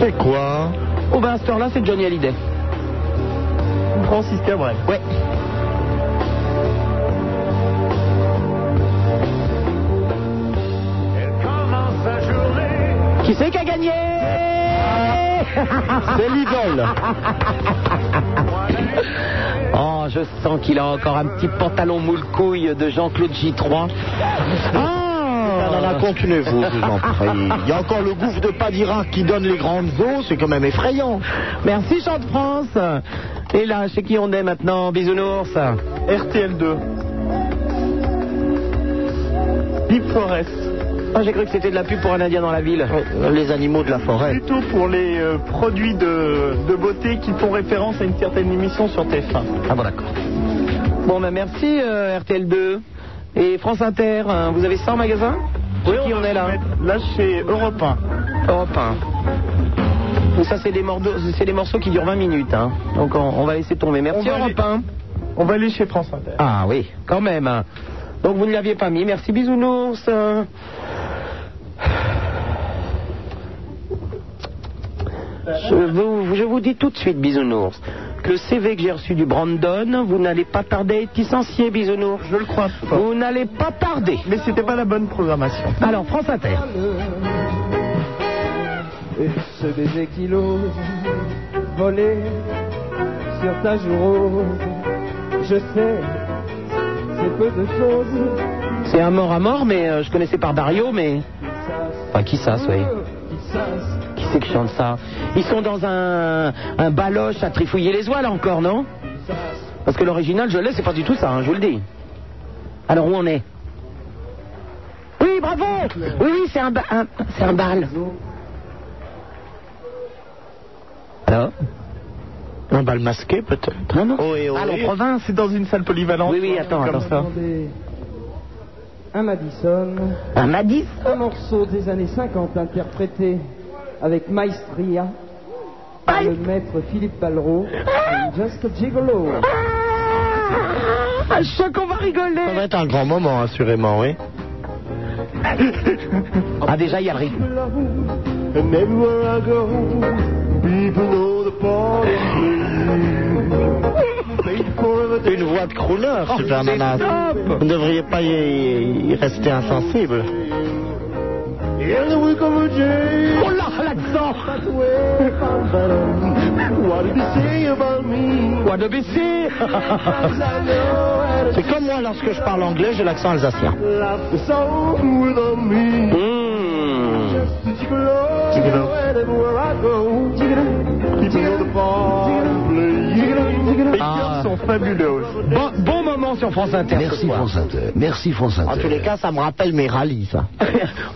[SPEAKER 9] C'est quoi
[SPEAKER 4] Oh ben à cette heure-là c'est Johnny Hallyday.
[SPEAKER 17] Francis Cabrel.
[SPEAKER 4] Ouais. Qui c'est qui a gagné
[SPEAKER 9] C'est l'idole.
[SPEAKER 4] Oh, je sens qu'il a encore un petit pantalon moule couille de Jean-Claude J3.
[SPEAKER 9] Ah, là, là, continuez-vous, je vous en prie. Il y a encore le gouffre de Padirac qui donne les grandes eaux, c'est quand même effrayant.
[SPEAKER 4] Merci Jean de France. Et là, chez qui on est maintenant Bisounours.
[SPEAKER 17] RTL2. Deep Forest.
[SPEAKER 4] Ah, j'ai cru que c'était de la pub pour un Indien dans la ville.
[SPEAKER 9] Les animaux de la forêt.
[SPEAKER 17] Plutôt pour les euh, produits de, de beauté qui font référence à une certaine émission sur TF1.
[SPEAKER 4] Ah bon, d'accord. Bon, ben merci euh, RTL2. Et France Inter, hein, vous avez 100 magasins Chez qui on est là
[SPEAKER 17] Là, chez Europe 1.
[SPEAKER 4] Europe 1. Donc ça, c'est des, morceaux- c'est des morceaux qui durent 20 minutes. hein. Donc on, on va laisser tomber. Merci
[SPEAKER 17] va
[SPEAKER 4] Europe 1.
[SPEAKER 17] On va aller chez France Inter.
[SPEAKER 4] Ah oui, quand même. hein. Donc vous ne l'aviez pas mis. Merci bisounours. hein. Je vous, je vous dis tout de suite, bisounours, que le CV que j'ai reçu du Brandon, vous n'allez pas tarder à être licencié, bisounours.
[SPEAKER 17] Je le crois. pas.
[SPEAKER 4] Vous n'allez pas tarder.
[SPEAKER 17] Mais c'était pas la bonne programmation.
[SPEAKER 4] Alors, France Inter.
[SPEAKER 14] Et ce baiser qui l'ose voler sur ta joue rose. Je sais, c'est peu de choses.
[SPEAKER 4] C'est un mort à mort, mais euh, je connaissais par Dario, mais. Enfin, qui ça, soyez Qui c'est qui chante ça Ils sont dans un, un baloche à trifouiller les oies, là encore, non Parce que l'original, je l'ai, c'est pas du tout ça, hein, je vous le dis. Alors, où on est Oui, bravo Oui, oui, c'est un, ba- un- c'est un bal. Alors
[SPEAKER 9] Hein Un bal masqué, peut-être
[SPEAKER 4] Non, non.
[SPEAKER 9] Oh, et oh,
[SPEAKER 4] Ah,
[SPEAKER 9] et-
[SPEAKER 4] en province
[SPEAKER 17] C'est dans une salle polyvalente.
[SPEAKER 4] Oui, oui, attends,
[SPEAKER 17] comme
[SPEAKER 4] attends.
[SPEAKER 17] ça.
[SPEAKER 14] Un Madison.
[SPEAKER 4] Un Madison
[SPEAKER 14] Un morceau des années 50 interprété avec maestria par le maître Philippe Palreau. Just a gigolo.
[SPEAKER 4] Ah, je sens qu'on va rigoler
[SPEAKER 9] Ça va être un grand moment, assurément, oui.
[SPEAKER 4] Ah, déjà, il y a le rythme.
[SPEAKER 17] And everywhere I go, people know the part of me. They forever take
[SPEAKER 9] Une voix de crooner,
[SPEAKER 17] Oh,
[SPEAKER 9] Super
[SPEAKER 17] c'est
[SPEAKER 9] Nana.
[SPEAKER 17] top
[SPEAKER 9] Vous ne devriez pas y, y rester insensible.
[SPEAKER 17] me in the week of a day.
[SPEAKER 4] Oh là, là-dedans
[SPEAKER 17] That's the way I found better. What did you say about me?
[SPEAKER 4] Quoi de baisser
[SPEAKER 17] Sometimes I know how to
[SPEAKER 9] C'est comme moi, lorsque je parle anglais, j'ai l'accent alsacien.
[SPEAKER 17] laugh the song without me. Just a gigolo. And everywhere I go, people know the part of me. Les
[SPEAKER 9] Ah.
[SPEAKER 14] Ah.
[SPEAKER 17] chœurs sont fabuleux aussi.
[SPEAKER 4] Bon, bon moment sur France Inter. ce
[SPEAKER 1] Merci
[SPEAKER 4] soir.
[SPEAKER 1] France Inter. Merci France
[SPEAKER 9] En tous
[SPEAKER 1] Inter.
[SPEAKER 9] les cas, ça me rappelle mes rallyes, ça.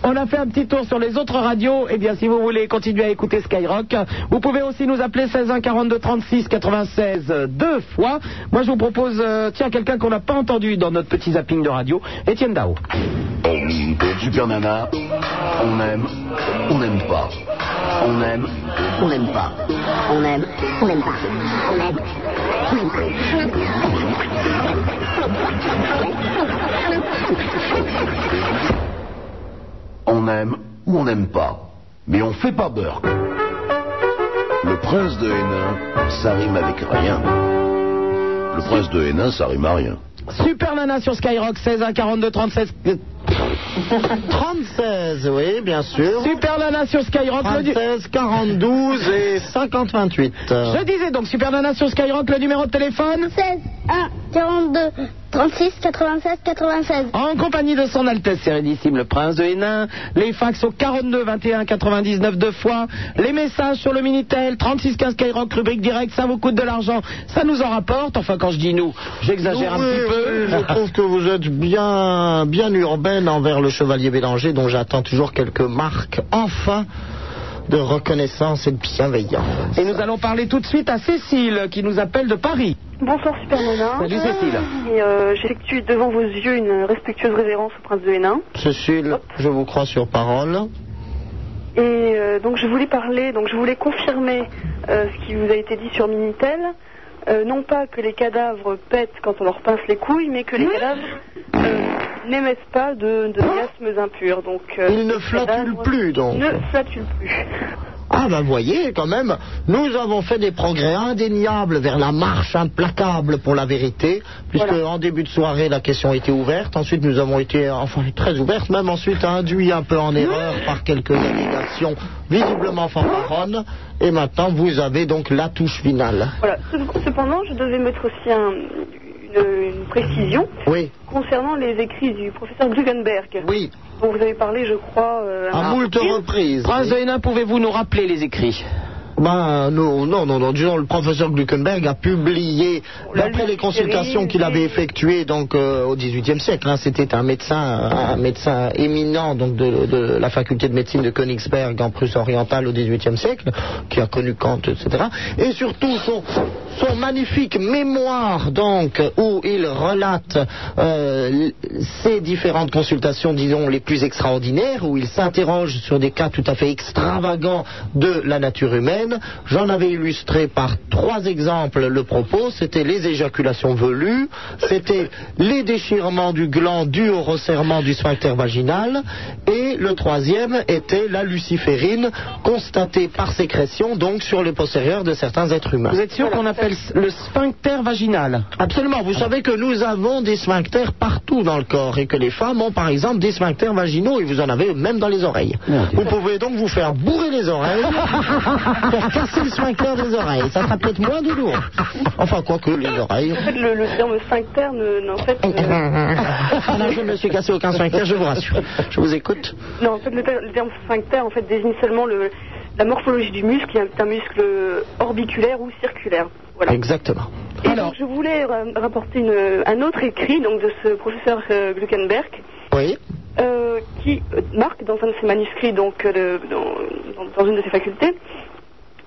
[SPEAKER 4] On a fait un petit tour sur les autres radios. Eh bien, si vous voulez continuer à écouter Skyrock, vous pouvez aussi nous appeler 16 1 42 36 96 euh, deux fois. Moi, je vous propose, euh, tiens, quelqu'un qu'on n'a pas entendu dans notre petit zapping de radio, Étienne Dao.
[SPEAKER 1] Super Nana, on aime, on n'aime pas. On aime, on n'aime pas.
[SPEAKER 38] On aime, on n'aime pas. On aime, on n'aime pas.
[SPEAKER 1] On aime ou on n'aime pas. mais on fait pas Burke. Le prince de Hénin, ça rime avec rien. Le prince de Hénin, ça rime à rien.
[SPEAKER 4] Super Nana sur Skyrock, 16 1 42 36. euh,
[SPEAKER 9] 36, oui, bien sûr.
[SPEAKER 4] Super Nana sur Skyrock. le nu-
[SPEAKER 9] 36, 42 et 50, 28.
[SPEAKER 4] Je disais donc Super Nana sur Skyrock, le numéro de téléphone
[SPEAKER 16] 16 1 42 36 96 96.
[SPEAKER 4] En compagnie de son Altesse Sérénissime, le Prince de Hénin, les fax au 42 21 99 deux fois, les messages sur le Minitel, 36 15 Skyrock, rubrique direct, ça vous coûte de l'argent, ça nous en rapporte, enfin quand je dis nous, j'exagère un
[SPEAKER 9] Oui,
[SPEAKER 4] petit peu. Ah.
[SPEAKER 9] oui, Je trouve que vous êtes bien, bien urbaine envers le Chevalier Bélanger, dont j'attends toujours quelques marques, enfin, de reconnaissance et de bienveillance.
[SPEAKER 4] Et nous allons parler tout de suite à Cécile, qui nous appelle de Paris.
[SPEAKER 5] Bonsoir Super Nana.
[SPEAKER 4] Salut, Cécile.
[SPEAKER 5] Et, euh, J'effectue devant vos yeux une respectueuse révérence au prince de Hénin.
[SPEAKER 9] Cécile, je vous crois sur parole.
[SPEAKER 5] Et euh, donc je voulais parler, donc je voulais confirmer euh, ce qui vous a été dit sur Minitel. Euh, non pas que les cadavres pètent quand on leur pince les couilles, mais que les cadavres euh, n'émettent pas de, de miasmes impurs. Donc, euh,
[SPEAKER 9] Ils ne flatulent plus, donc.
[SPEAKER 5] Ne flatulent plus.
[SPEAKER 9] Ah ben voyez quand même, nous avons fait des progrès indéniables vers la marche implacable pour la vérité, puisque en début de soirée la question était ouverte, ensuite nous avons été euh, enfin très ouverte, même ensuite induit un peu en erreur par quelques allégations visiblement fanfaronnes, et maintenant vous avez donc la touche finale.
[SPEAKER 5] Voilà. Cependant, je devais mettre aussi un- une, une précision
[SPEAKER 9] Oui.
[SPEAKER 5] concernant les écrits du professeur Guggenberg.
[SPEAKER 9] Oui.
[SPEAKER 5] Dont vous avez parlé, je crois, euh,
[SPEAKER 9] À moult reprises.
[SPEAKER 4] Prince de Hénin, pouvez-vous nous rappeler les écrits
[SPEAKER 9] Ben non, non, non, non, disons, le professeur Gluckenberg a publié, d'après les consultations qu'il avait effectuées donc, euh, au XVIIIe siècle, hein, c'était un médecin, un médecin éminent donc, de, de la faculté de médecine de Königsberg en Prusse orientale au XVIIIe siècle, qui a connu Kant, etc. Et surtout son, son magnifique mémoire donc, où il relate euh, ces différentes consultations, disons, les plus extraordinaires, où il s'interroge sur des cas tout à fait extravagants de la nature humaine. J'en avais illustré par trois exemples le propos. C'était les éjaculations velues, c'était les déchirements du gland dus au resserrement du sphincter vaginal, et le troisième était la luciférine constatée par sécrétion, donc sur le postérieur de certains êtres humains.
[SPEAKER 4] Vous êtes sûr qu'on appelle le sphincter vaginal
[SPEAKER 9] Absolument. Vous savez que nous avons des sphincters partout dans le corps et que les femmes ont par exemple des sphincters vaginaux et vous en avez même dans les oreilles. Vous pouvez donc vous faire bourrer les oreilles, faire casser le sphincter des oreilles. Ça sera peut-être moins douloureux. Enfin, quoique les oreilles.
[SPEAKER 5] En fait, le, le terme sphincter, ne, ne- en fait, euh,
[SPEAKER 9] Ah non, je ne me suis cassé aucun sphincter, je vous rassure. Je vous écoute.
[SPEAKER 5] non, en fait, le, ter- le terme sphincter, en fait, désigne seulement le, la morphologie du muscle, qui est un muscle orbiculaire ou circulaire.
[SPEAKER 9] Exactement.
[SPEAKER 5] Et donc, je voulais ra- rapporter une- un autre écrit donc, de ce professeur euh, Gluckenberg.
[SPEAKER 9] Oui.
[SPEAKER 5] euh, qui euh, marque dans un de ses manuscrits, donc euh, de- dans, dans- dans une de ses facultés,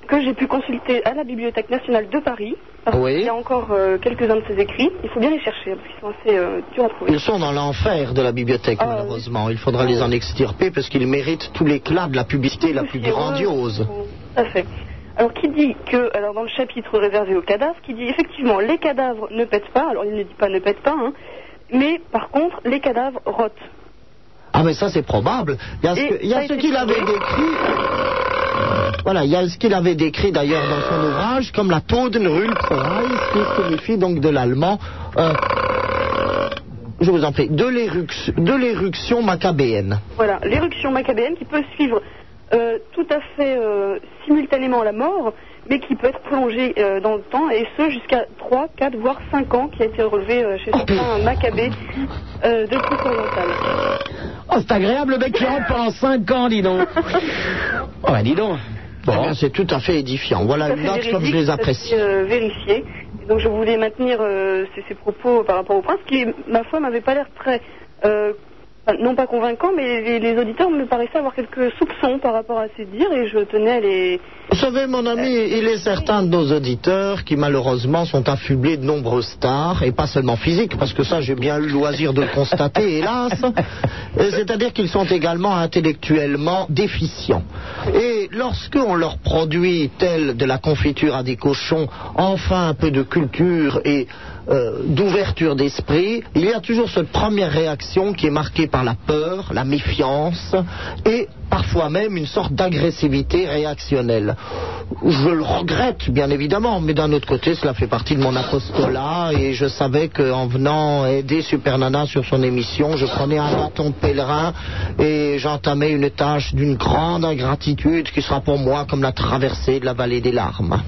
[SPEAKER 5] que j'ai pu consulter à la Bibliothèque nationale de Paris. Parce
[SPEAKER 9] Oui.
[SPEAKER 5] qu'il y a encore euh, quelques-uns de ses écrits. Il faut bien les chercher, parce qu'ils sont assez euh, durs à trouver.
[SPEAKER 9] Ils sont dans l'enfer de la bibliothèque, malheureusement. Il faudra les en extirper parce qu'ils méritent tout l'éclat de la publicité la plus grandiose.
[SPEAKER 5] Euh, Tout à fait. Alors, qui dit que, alors dans le chapitre réservé aux cadavres, qui dit effectivement les cadavres ne pètent pas, alors il ne dit pas ne pètent pas, hein, mais par contre, les cadavres rotent.
[SPEAKER 9] Ah mais ça c'est probable. Il y a ce, que- il y a ce qu'il avait décrit. Voilà, il y a ce qu'il avait décrit d'ailleurs dans
[SPEAKER 4] Euh.
[SPEAKER 9] son ouvrage comme la Todenrühlpreuheit, ce qui signifie donc de l'allemand. euh, je vous en prie, de l'érux- de l'éruption maccabéenne.
[SPEAKER 5] Voilà, l'éruption maccabéenne qui peut suivre euh, tout à fait euh, simultanément la mort, mais qui peut être prolongée euh, dans le temps, et ce jusqu'à 3, 4, voire 5 ans, qui a été relevé euh, chez certains maccabées euh, de Prusse orientale.
[SPEAKER 4] Oh, c'est agréable, le mec qui rentre pendant 5 ans, dis donc. Oh, bah, dis donc.
[SPEAKER 9] Eh bien, c'est tout à fait édifiant. Voilà
[SPEAKER 5] Ça,
[SPEAKER 9] une
[SPEAKER 5] c'est
[SPEAKER 9] note comme je
[SPEAKER 5] véridique,
[SPEAKER 9] les
[SPEAKER 5] ça,
[SPEAKER 9] apprécie.
[SPEAKER 5] c'est, euh, vérifié. Et Donc je voulais maintenir euh, ces, ces propos par rapport au prince, qui, ma foi, m'avait pas l'air très... euh, enfin, non pas convaincant, mais les, les auditeurs me paraissaient avoir quelques soupçons par rapport à ces dires, et je tenais à les...
[SPEAKER 9] Vous savez, mon ami, il est certain de nos auditeurs qui malheureusement sont affublés de nombreuses stars, et pas seulement physiques, parce que ça j'ai bien eu le loisir de le constater, hélas. Euh, C'est-à-dire qu'ils sont également intellectuellement déficients. Et lorsqu'on leur produit, tel de la confiture à des cochons, enfin un peu de culture et euh, d'ouverture d'esprit, il y a toujours cette première réaction qui est marquée par la peur, la méfiance et parfois même une sorte d'agressivité réactionnelle. Je le regrette, bien évidemment, mais d'un autre côté, cela fait partie de mon apostolat et je savais qu'en venant aider Super Nana sur son émission, je prenais un bâton de pèlerin et j'entamais une tâche d'une grande ingratitude qui sera pour moi comme la traversée de la vallée des larmes.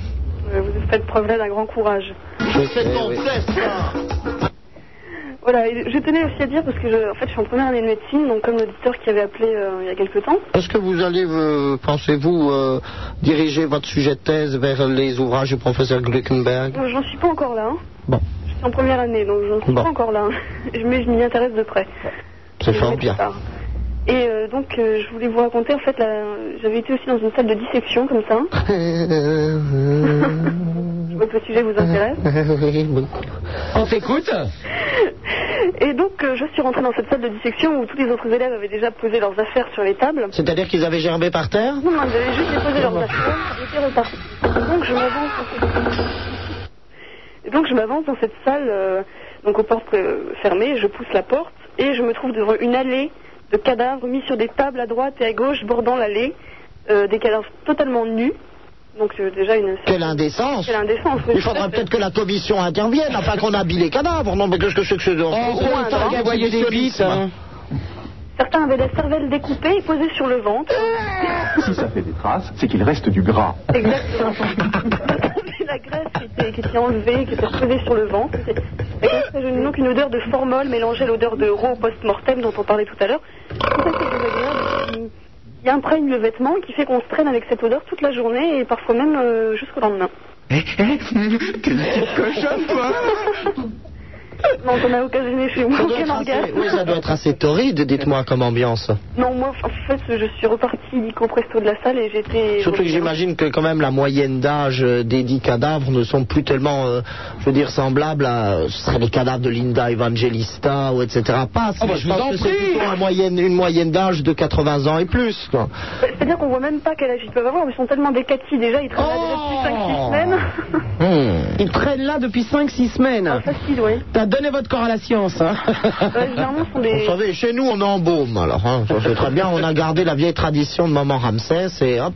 [SPEAKER 5] Euh, Vous faites preuve là d'un grand courage.
[SPEAKER 9] C'est ton
[SPEAKER 5] Voilà, et je tenais aussi à dire, parce que je, en fait, je suis en première année de médecine, donc comme l'auditeur qui avait appelé euh, il y a quelques temps,
[SPEAKER 9] Est-ce que vous allez, euh, pensez-vous, euh, diriger votre sujet de thèse vers les ouvrages du professeur Gluckenberg
[SPEAKER 5] Bon, j'en suis pas encore là. hein. Je suis en première année, donc j'en suis
[SPEAKER 9] Bon.
[SPEAKER 5] pas encore là. hein. Mais je m'y intéresse de près.
[SPEAKER 9] C'est fort bien.
[SPEAKER 5] Et euh, donc, euh, je voulais vous raconter, en fait, la... j'avais été aussi dans une salle de dissection, comme ça. je vois que le sujet vous intéresse.
[SPEAKER 4] On t'écoute
[SPEAKER 5] Et donc, euh, je suis rentrée dans cette salle de dissection où tous les autres élèves avaient déjà posé leurs affaires sur les tables.
[SPEAKER 9] C'est-à-dire qu'ils avaient gerbé par terre
[SPEAKER 5] Non, non, ils avaient juste déposé leurs affaires, j'étais repartie. Donc, je m'avance dans cette... Et donc, je m'avance dans cette salle, euh, donc aux portes euh, fermées, je pousse la porte et je me trouve devant une allée de cadavres mis sur des tables à droite et à gauche bordant l'allée, euh, des cadavres totalement nus. Donc, euh, déjà une...
[SPEAKER 9] Quelle indécence
[SPEAKER 5] Quelle indécence, oui,
[SPEAKER 9] Il
[SPEAKER 5] tout à
[SPEAKER 9] faudrait
[SPEAKER 5] fait.
[SPEAKER 9] peut-être que la commission intervienne afin qu'on habille les cadavres. Non, mais qu'est-ce que c'est que ce dont
[SPEAKER 17] Oh,
[SPEAKER 5] moins, alors, vous voyez des bites, hein. Certains avaient la cervelle découpée et posée sur le ventre.
[SPEAKER 2] Si ça fait des traces, c'est qu'il reste du gras.
[SPEAKER 5] Exactement. Et la graisse qui était, qui était enlevée, qui était posée sur le ventre. C'était- La graisse faisait donc une odeur de formol mélangée à l'odeur de raw post-mortem dont on parlait tout à l'heure. Tout à fait désagréable, qui- Qui imprègne le vêtement et qui fait qu'on se traîne avec cette odeur toute la journée et parfois même euh, jusqu'au lendemain.
[SPEAKER 9] eh.
[SPEAKER 5] Donc on a occasionné chez moi
[SPEAKER 9] Ça doit
[SPEAKER 5] aucun
[SPEAKER 9] être assez-
[SPEAKER 5] orgasme.
[SPEAKER 9] oui, ça doit être assez torride, dites-moi, comme ambiance.
[SPEAKER 5] Non, moi en fait je suis repartie nico presto de la salle et j'étais.
[SPEAKER 9] Surtout que j'imagine que quand même la moyenne d'âge euh, des dix cadavres ne sont plus tellement, euh, je veux dire, semblables à, euh, ce seraient les cadavres de Linda Evangelista ou etc. Pas,
[SPEAKER 17] Ah bah, je vous en
[SPEAKER 9] pense que c'est
[SPEAKER 17] prie.
[SPEAKER 9] plutôt un moyenne, une moyenne d'âge de 80 ans et plus, quoi.
[SPEAKER 5] C'est-à-dire qu'on voit même pas quel âge ils peuvent avoir, mais ils sont tellement décatis déjà, ils travaillent
[SPEAKER 9] Oh.
[SPEAKER 5] déjà depuis 5-6 semaines.
[SPEAKER 4] Ils traînent là depuis 5-6 semaines.
[SPEAKER 5] Hmm. Ah, facile, oui.
[SPEAKER 4] T'as donné votre corps à la science. Hein.
[SPEAKER 9] Vous savez, chez nous, on embaume, alors. Hein. Ça, c'est très bien, on a gardé la vieille tradition de maman Ramsès et hop,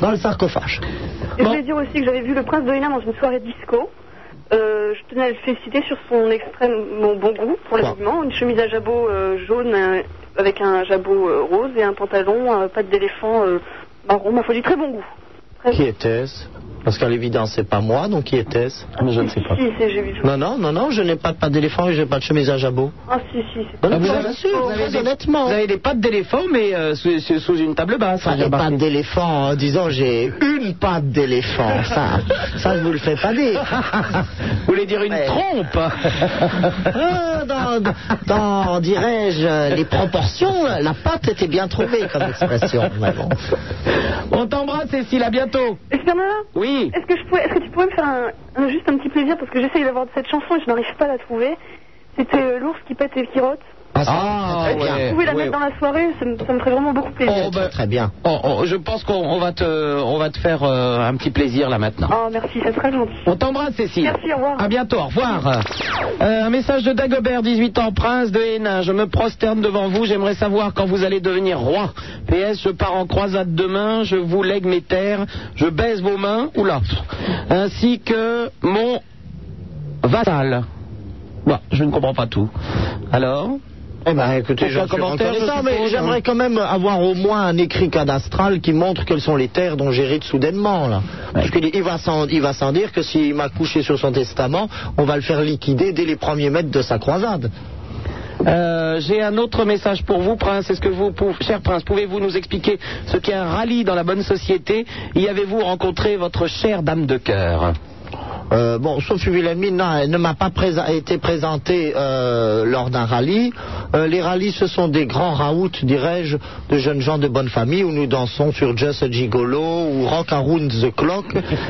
[SPEAKER 9] dans le sarcophage.
[SPEAKER 5] Et je voulais dire aussi que j'avais vu le prince de Hénin dans une soirée disco. Euh, je tenais à le féliciter sur son extrêmement bon goût pour l'habillement. Une chemise à jabot euh, jaune euh, avec un jabot euh, rose et un pantalon, euh, pattes d'éléphant euh, marron. Ma foi, du très bon goût.
[SPEAKER 9] Qui était-ce Parce qu'à l'évidence, c'est pas moi, donc qui était-ce Mais je ne
[SPEAKER 4] Ah.
[SPEAKER 9] sais pas.
[SPEAKER 5] Si, c'est j'ai vu.
[SPEAKER 9] Non, non, non, non, je n'ai pas de pattes d'éléphant et je n'ai pas de chemise à jabot.
[SPEAKER 5] Ah, si, si. c'est-
[SPEAKER 9] Bonne fois, bien sûr, vous avez honnêtement.
[SPEAKER 4] Vous avez des pattes d'éléphant, mais euh, sous, sous- sous une table basse. hein,
[SPEAKER 9] Pas des
[SPEAKER 4] Jabba.
[SPEAKER 9] pattes d'éléphant, hein, disons j'ai une patte d'éléphant, ça, ça je vous le fais pas dire.
[SPEAKER 4] Vous voulez dire une trompe
[SPEAKER 9] Euh, dans, dans, dirais-je, euh, les proportions, la patte était bien trouvée comme expression. mais bon.
[SPEAKER 4] On t'embrasse, Cécile, à bientôt.
[SPEAKER 5] Espernala
[SPEAKER 4] Oui.
[SPEAKER 5] Est-ce que, je pourrais- est-ce que tu pourrais me faire un, un- juste un petit plaisir parce que j'essaye d'avoir cette chanson et je n'arrive pas à la trouver. C'était euh, l'ours qui pète et qui rote.
[SPEAKER 9] Ah,
[SPEAKER 5] Est-ce que vous pouvez la mettre dans la soirée, ça me, ça me ferait vraiment
[SPEAKER 4] Oh,
[SPEAKER 5] beaucoup plaisir.
[SPEAKER 4] bah,
[SPEAKER 9] Très bien.
[SPEAKER 4] je pense qu'on on va, te, on va te faire euh, un petit plaisir là maintenant.
[SPEAKER 5] Oh, merci, ça sera gentil.
[SPEAKER 4] On t'embrasse, Cécile.
[SPEAKER 5] Merci, au revoir.
[SPEAKER 4] À bientôt, au revoir. Euh, un message de Dagobert, 18 ans, prince de Hénin. Je me prosterne devant vous. J'aimerais savoir quand vous allez devenir roi. PS, je pars en croisade demain. Je vous lègue mes terres. Je baise vos mains. Oula. Ainsi que mon vassal. Bon, je ne comprends pas tout. Alors
[SPEAKER 9] Eh ben, écoutez,
[SPEAKER 4] Aucun
[SPEAKER 9] j'en suis
[SPEAKER 4] commentaire,
[SPEAKER 9] reconnaissant,
[SPEAKER 4] je
[SPEAKER 9] mais
[SPEAKER 4] suppose,
[SPEAKER 9] j'aimerais
[SPEAKER 4] hein.
[SPEAKER 9] quand même avoir au moins un écrit cadastral qui montre quelles sont les terres dont j'hérite soudainement, là. Parce qu'il il va sans, il va sans dire que s'il m'a couché sur son testament, on va le faire liquider dès les premiers mètres de sa croisade.
[SPEAKER 4] Euh, j'ai un autre message pour vous, Prince. Est-ce que vous, pou- cher Prince, pouvez-vous nous expliquer ce qu'est un rallye dans la bonne société Y avez-vous rencontré votre chère dame de cœur
[SPEAKER 9] Euh, bon, Sophie Wilhelmine non, elle ne m'a pas présa- été présentée euh, lors d'un rallye. Euh, les rallyes, ce sont des grands raouts, dirais-je, de jeunes gens de bonne famille où nous dansons sur Just a Gigolo ou Rock Around the Clock.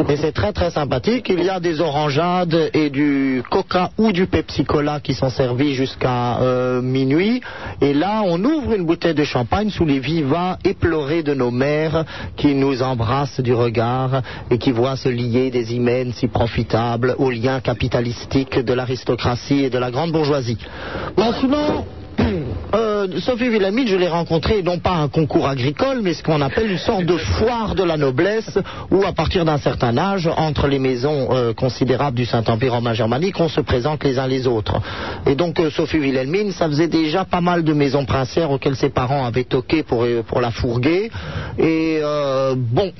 [SPEAKER 9] et c'est très très sympathique. Il y a des orangeades et du coca ou du Pepsi Cola qui sont servis jusqu'à euh, minuit. Et là, on ouvre une bouteille de champagne sous les vivas éplorés de nos mères qui nous embrassent du regard et qui voient se lier des hymens si profitables inévitable aux liens capitalistiques de l'aristocratie et de la grande bourgeoisie. Maintenant, euh, Sophie Villamil, je l'ai rencontrée, non pas à un concours agricole, mais ce qu'on appelle une sorte de foire de la noblesse, où à partir d'un certain âge, entre les maisons euh, considérables du Saint-Empire romain germanique, on se présente les uns les autres. Et donc euh, Sophie Wilhelmine, ça faisait déjà pas mal de maisons princières auxquelles ses parents avaient toqué pour, euh, pour la fourguer. Et euh, bon,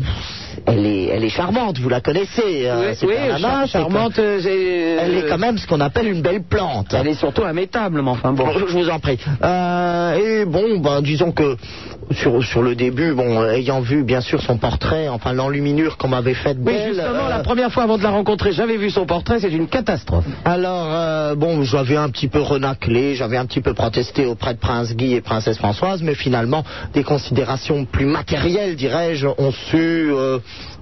[SPEAKER 9] elle est, elle est charmante, vous la connaissez. euh,
[SPEAKER 4] Oui,
[SPEAKER 9] c'est
[SPEAKER 4] oui,
[SPEAKER 9] un nana,
[SPEAKER 4] char-
[SPEAKER 9] c'est que-
[SPEAKER 4] charmante, euh, j'ai-
[SPEAKER 9] Elle est quand même ce qu'on appelle une belle plante. Elle
[SPEAKER 4] est surtout immétable, mais enfin bon.
[SPEAKER 9] Je, je vous en prie. Euh, et bon, ben, disons que sur, sur le début, bon, euh, ayant vu bien sûr son portrait, enfin l'enluminure qu'on m'avait faite
[SPEAKER 4] Oui,
[SPEAKER 9] d'elle,
[SPEAKER 4] justement,
[SPEAKER 9] euh,
[SPEAKER 4] la première fois avant de la rencontrer, j'avais vu son portrait, c'est une catastrophe.
[SPEAKER 9] alors, euh, bon, j'avais un petit peu renaclé, j'avais un petit peu protesté auprès de Prince Guy et Princesse Françoise, mais finalement, des considérations plus matérielles, dirais-je, ont su, euh,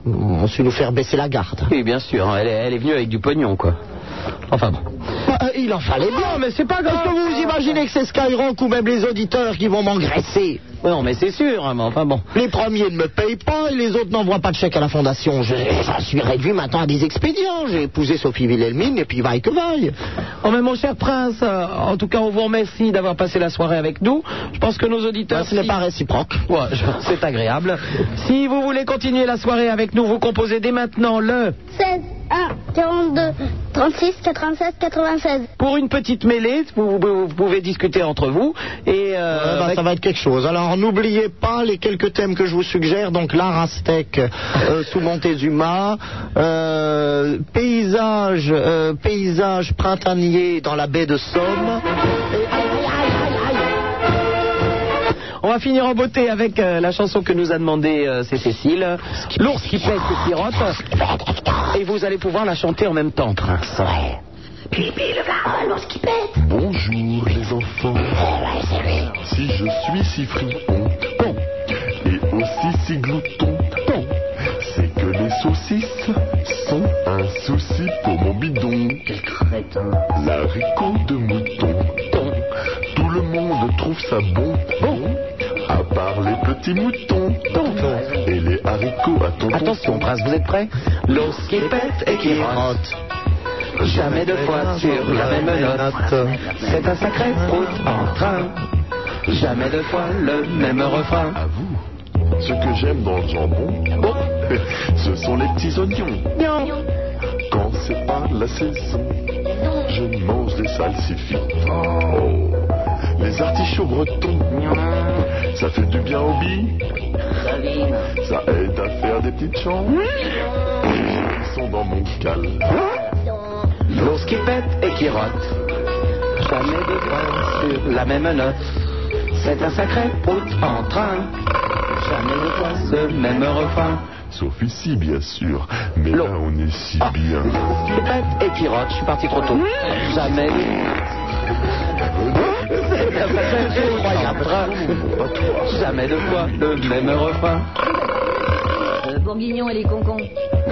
[SPEAKER 9] ont su nous faire baisser la garde.
[SPEAKER 39] Oui, bien sûr,
[SPEAKER 4] hein.
[SPEAKER 39] elle est, elle est venue avec du pognon, quoi. Enfin bon.
[SPEAKER 9] Bah, euh, il en fallait bien. mais c'est pas grave. Est-ce que vous vous imaginez que c'est Skyrock ou même les auditeurs qui vont m'engraisser
[SPEAKER 4] Non, mais c'est sûr, hein, mais enfin bon.
[SPEAKER 9] Les premiers ne me payent pas et les autres n'envoient pas de chèque à la fondation. Je- J'en suis réduit maintenant à des expédients. J'ai épousé Sophie Wilhelmine et puis vaille que vaille.
[SPEAKER 4] Oh, mais mon cher prince, euh, en tout cas, on vous remercie d'avoir passé la soirée avec nous. Je pense que nos
[SPEAKER 9] Bah,
[SPEAKER 4] auditeurs. ce n'est pas
[SPEAKER 9] réciproque.
[SPEAKER 4] c'est agréable. Si vous voulez continuer la soirée avec nous, vous composez dès maintenant le.
[SPEAKER 16] 16, 1, 42, 36, 96, 96.
[SPEAKER 4] Pour une petite mêlée, vous, vous- vous pouvez discuter entre vous. Et euh,
[SPEAKER 9] Eh ben, Ça va être quelque chose. Alors n'oubliez pas les quelques thèmes que je vous suggère. Donc l'art aztèque euh, sous Montezuma, euh, paysage, euh, paysage printanier dans la baie de Somme.
[SPEAKER 4] on va finir en beauté avec euh, la chanson que nous a demandé euh, c'est Cécile. L'ours qui pète et pirote. Et vous allez pouvoir la chanter en même temps, prince.
[SPEAKER 16] Pipi le varole, l'ours qui pète.
[SPEAKER 14] Bonjour les enfants.
[SPEAKER 38] Eh
[SPEAKER 14] Si je suis si fripon, bon, et aussi si glouton, bon, c'est que les saucisses sont un souci pour mon bidon. Quel crétin. L'haricot de mouton, bon, tout le monde trouve ça bon, bon, à part les petits moutons, bon, et les haricots à ton
[SPEAKER 4] Attention, prince, vous êtes prêts L'ours qui pète et qui rote. Jamais deux fois sur la même note. C'est un sacré prout en train. Jamais deux fois le même refrain.
[SPEAKER 14] À vous. Ce que j'aime dans le jambon, ce sont les petits oignons. Quand c'est pas la saison, je mange des salsifis. Oh, les artichauts bretons, ça fait du bien au billes. Ça aide à faire des petites chambres. Ils sont dans mon calme.
[SPEAKER 4] L'ours qui pète et qui rote. Jamais deux fois sur la même note. C'est un sacré prout en train. Jamais deux fois ce même refrain.
[SPEAKER 14] Sauf ici, bien sûr. Mais là, on est si bien.
[SPEAKER 4] Qui pète et qui rote. Je suis parti trop tôt. Jamais. C'est un sacré prout en train. Jamais deux fois le même refrain.
[SPEAKER 19] Euh, Bourguignon et les concons.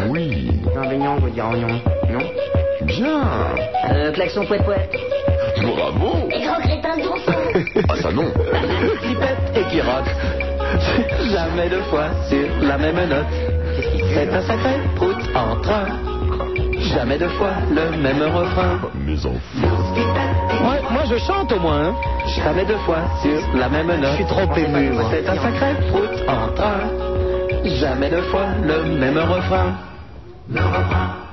[SPEAKER 14] Oui.
[SPEAKER 19] Bourguignon, vous dire oignon, non
[SPEAKER 14] Bien.
[SPEAKER 19] Euh, klaxon poète poète.
[SPEAKER 14] Bravo.
[SPEAKER 16] Les grands crétins d'ours.
[SPEAKER 14] Ah, ça non.
[SPEAKER 4] qui pète et qui rote. Jamais deux fois sur la même note. C'est un sacré prout en train. Jamais deux fois le même refrain.
[SPEAKER 14] Mes enfants.
[SPEAKER 4] Moi, moi, je chante au moins. hein. Jamais deux fois sur la même note. Je suis
[SPEAKER 9] Oh,
[SPEAKER 4] trop ému. C'est un sacré prout en train. Jamais deux fois le même refrain.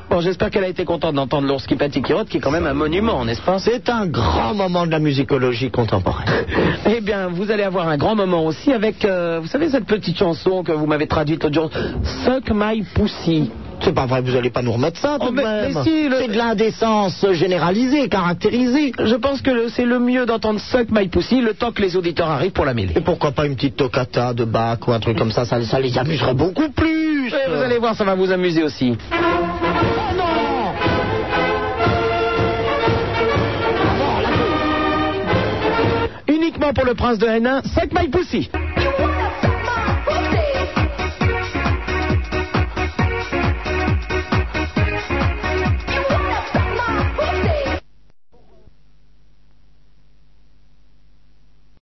[SPEAKER 4] Bon, j'espère qu'elle a été contente d'entendre l'ours qui pète et qui rote, qui est quand même un monument, n'est-ce pas
[SPEAKER 9] C'est un grand moment de la musicologie contemporaine.
[SPEAKER 4] Eh bien, vous allez avoir un grand moment aussi avec, euh, vous savez, cette petite chanson que vous m'avez traduite l'autre jour, Suck My Pussy.
[SPEAKER 9] C'est pas vrai, vous allez pas nous remettre ça tout
[SPEAKER 4] Oh,
[SPEAKER 9] de
[SPEAKER 4] mais-
[SPEAKER 9] même.
[SPEAKER 4] mais si, le-
[SPEAKER 9] C'est de l'indécence généralisée, caractérisée.
[SPEAKER 4] Je pense que le- c'est le mieux d'entendre Suck My Pussy le temps que les auditeurs arrivent pour la mêlée.
[SPEAKER 9] Et pourquoi pas une petite toccata de Bach ou un truc comme ça, ça, ça les amuserait beaucoup plus.
[SPEAKER 4] Ouais, vous allez voir, ça va vous amuser aussi. Uniquement pour le prince de Hénin, Suck My Pussy.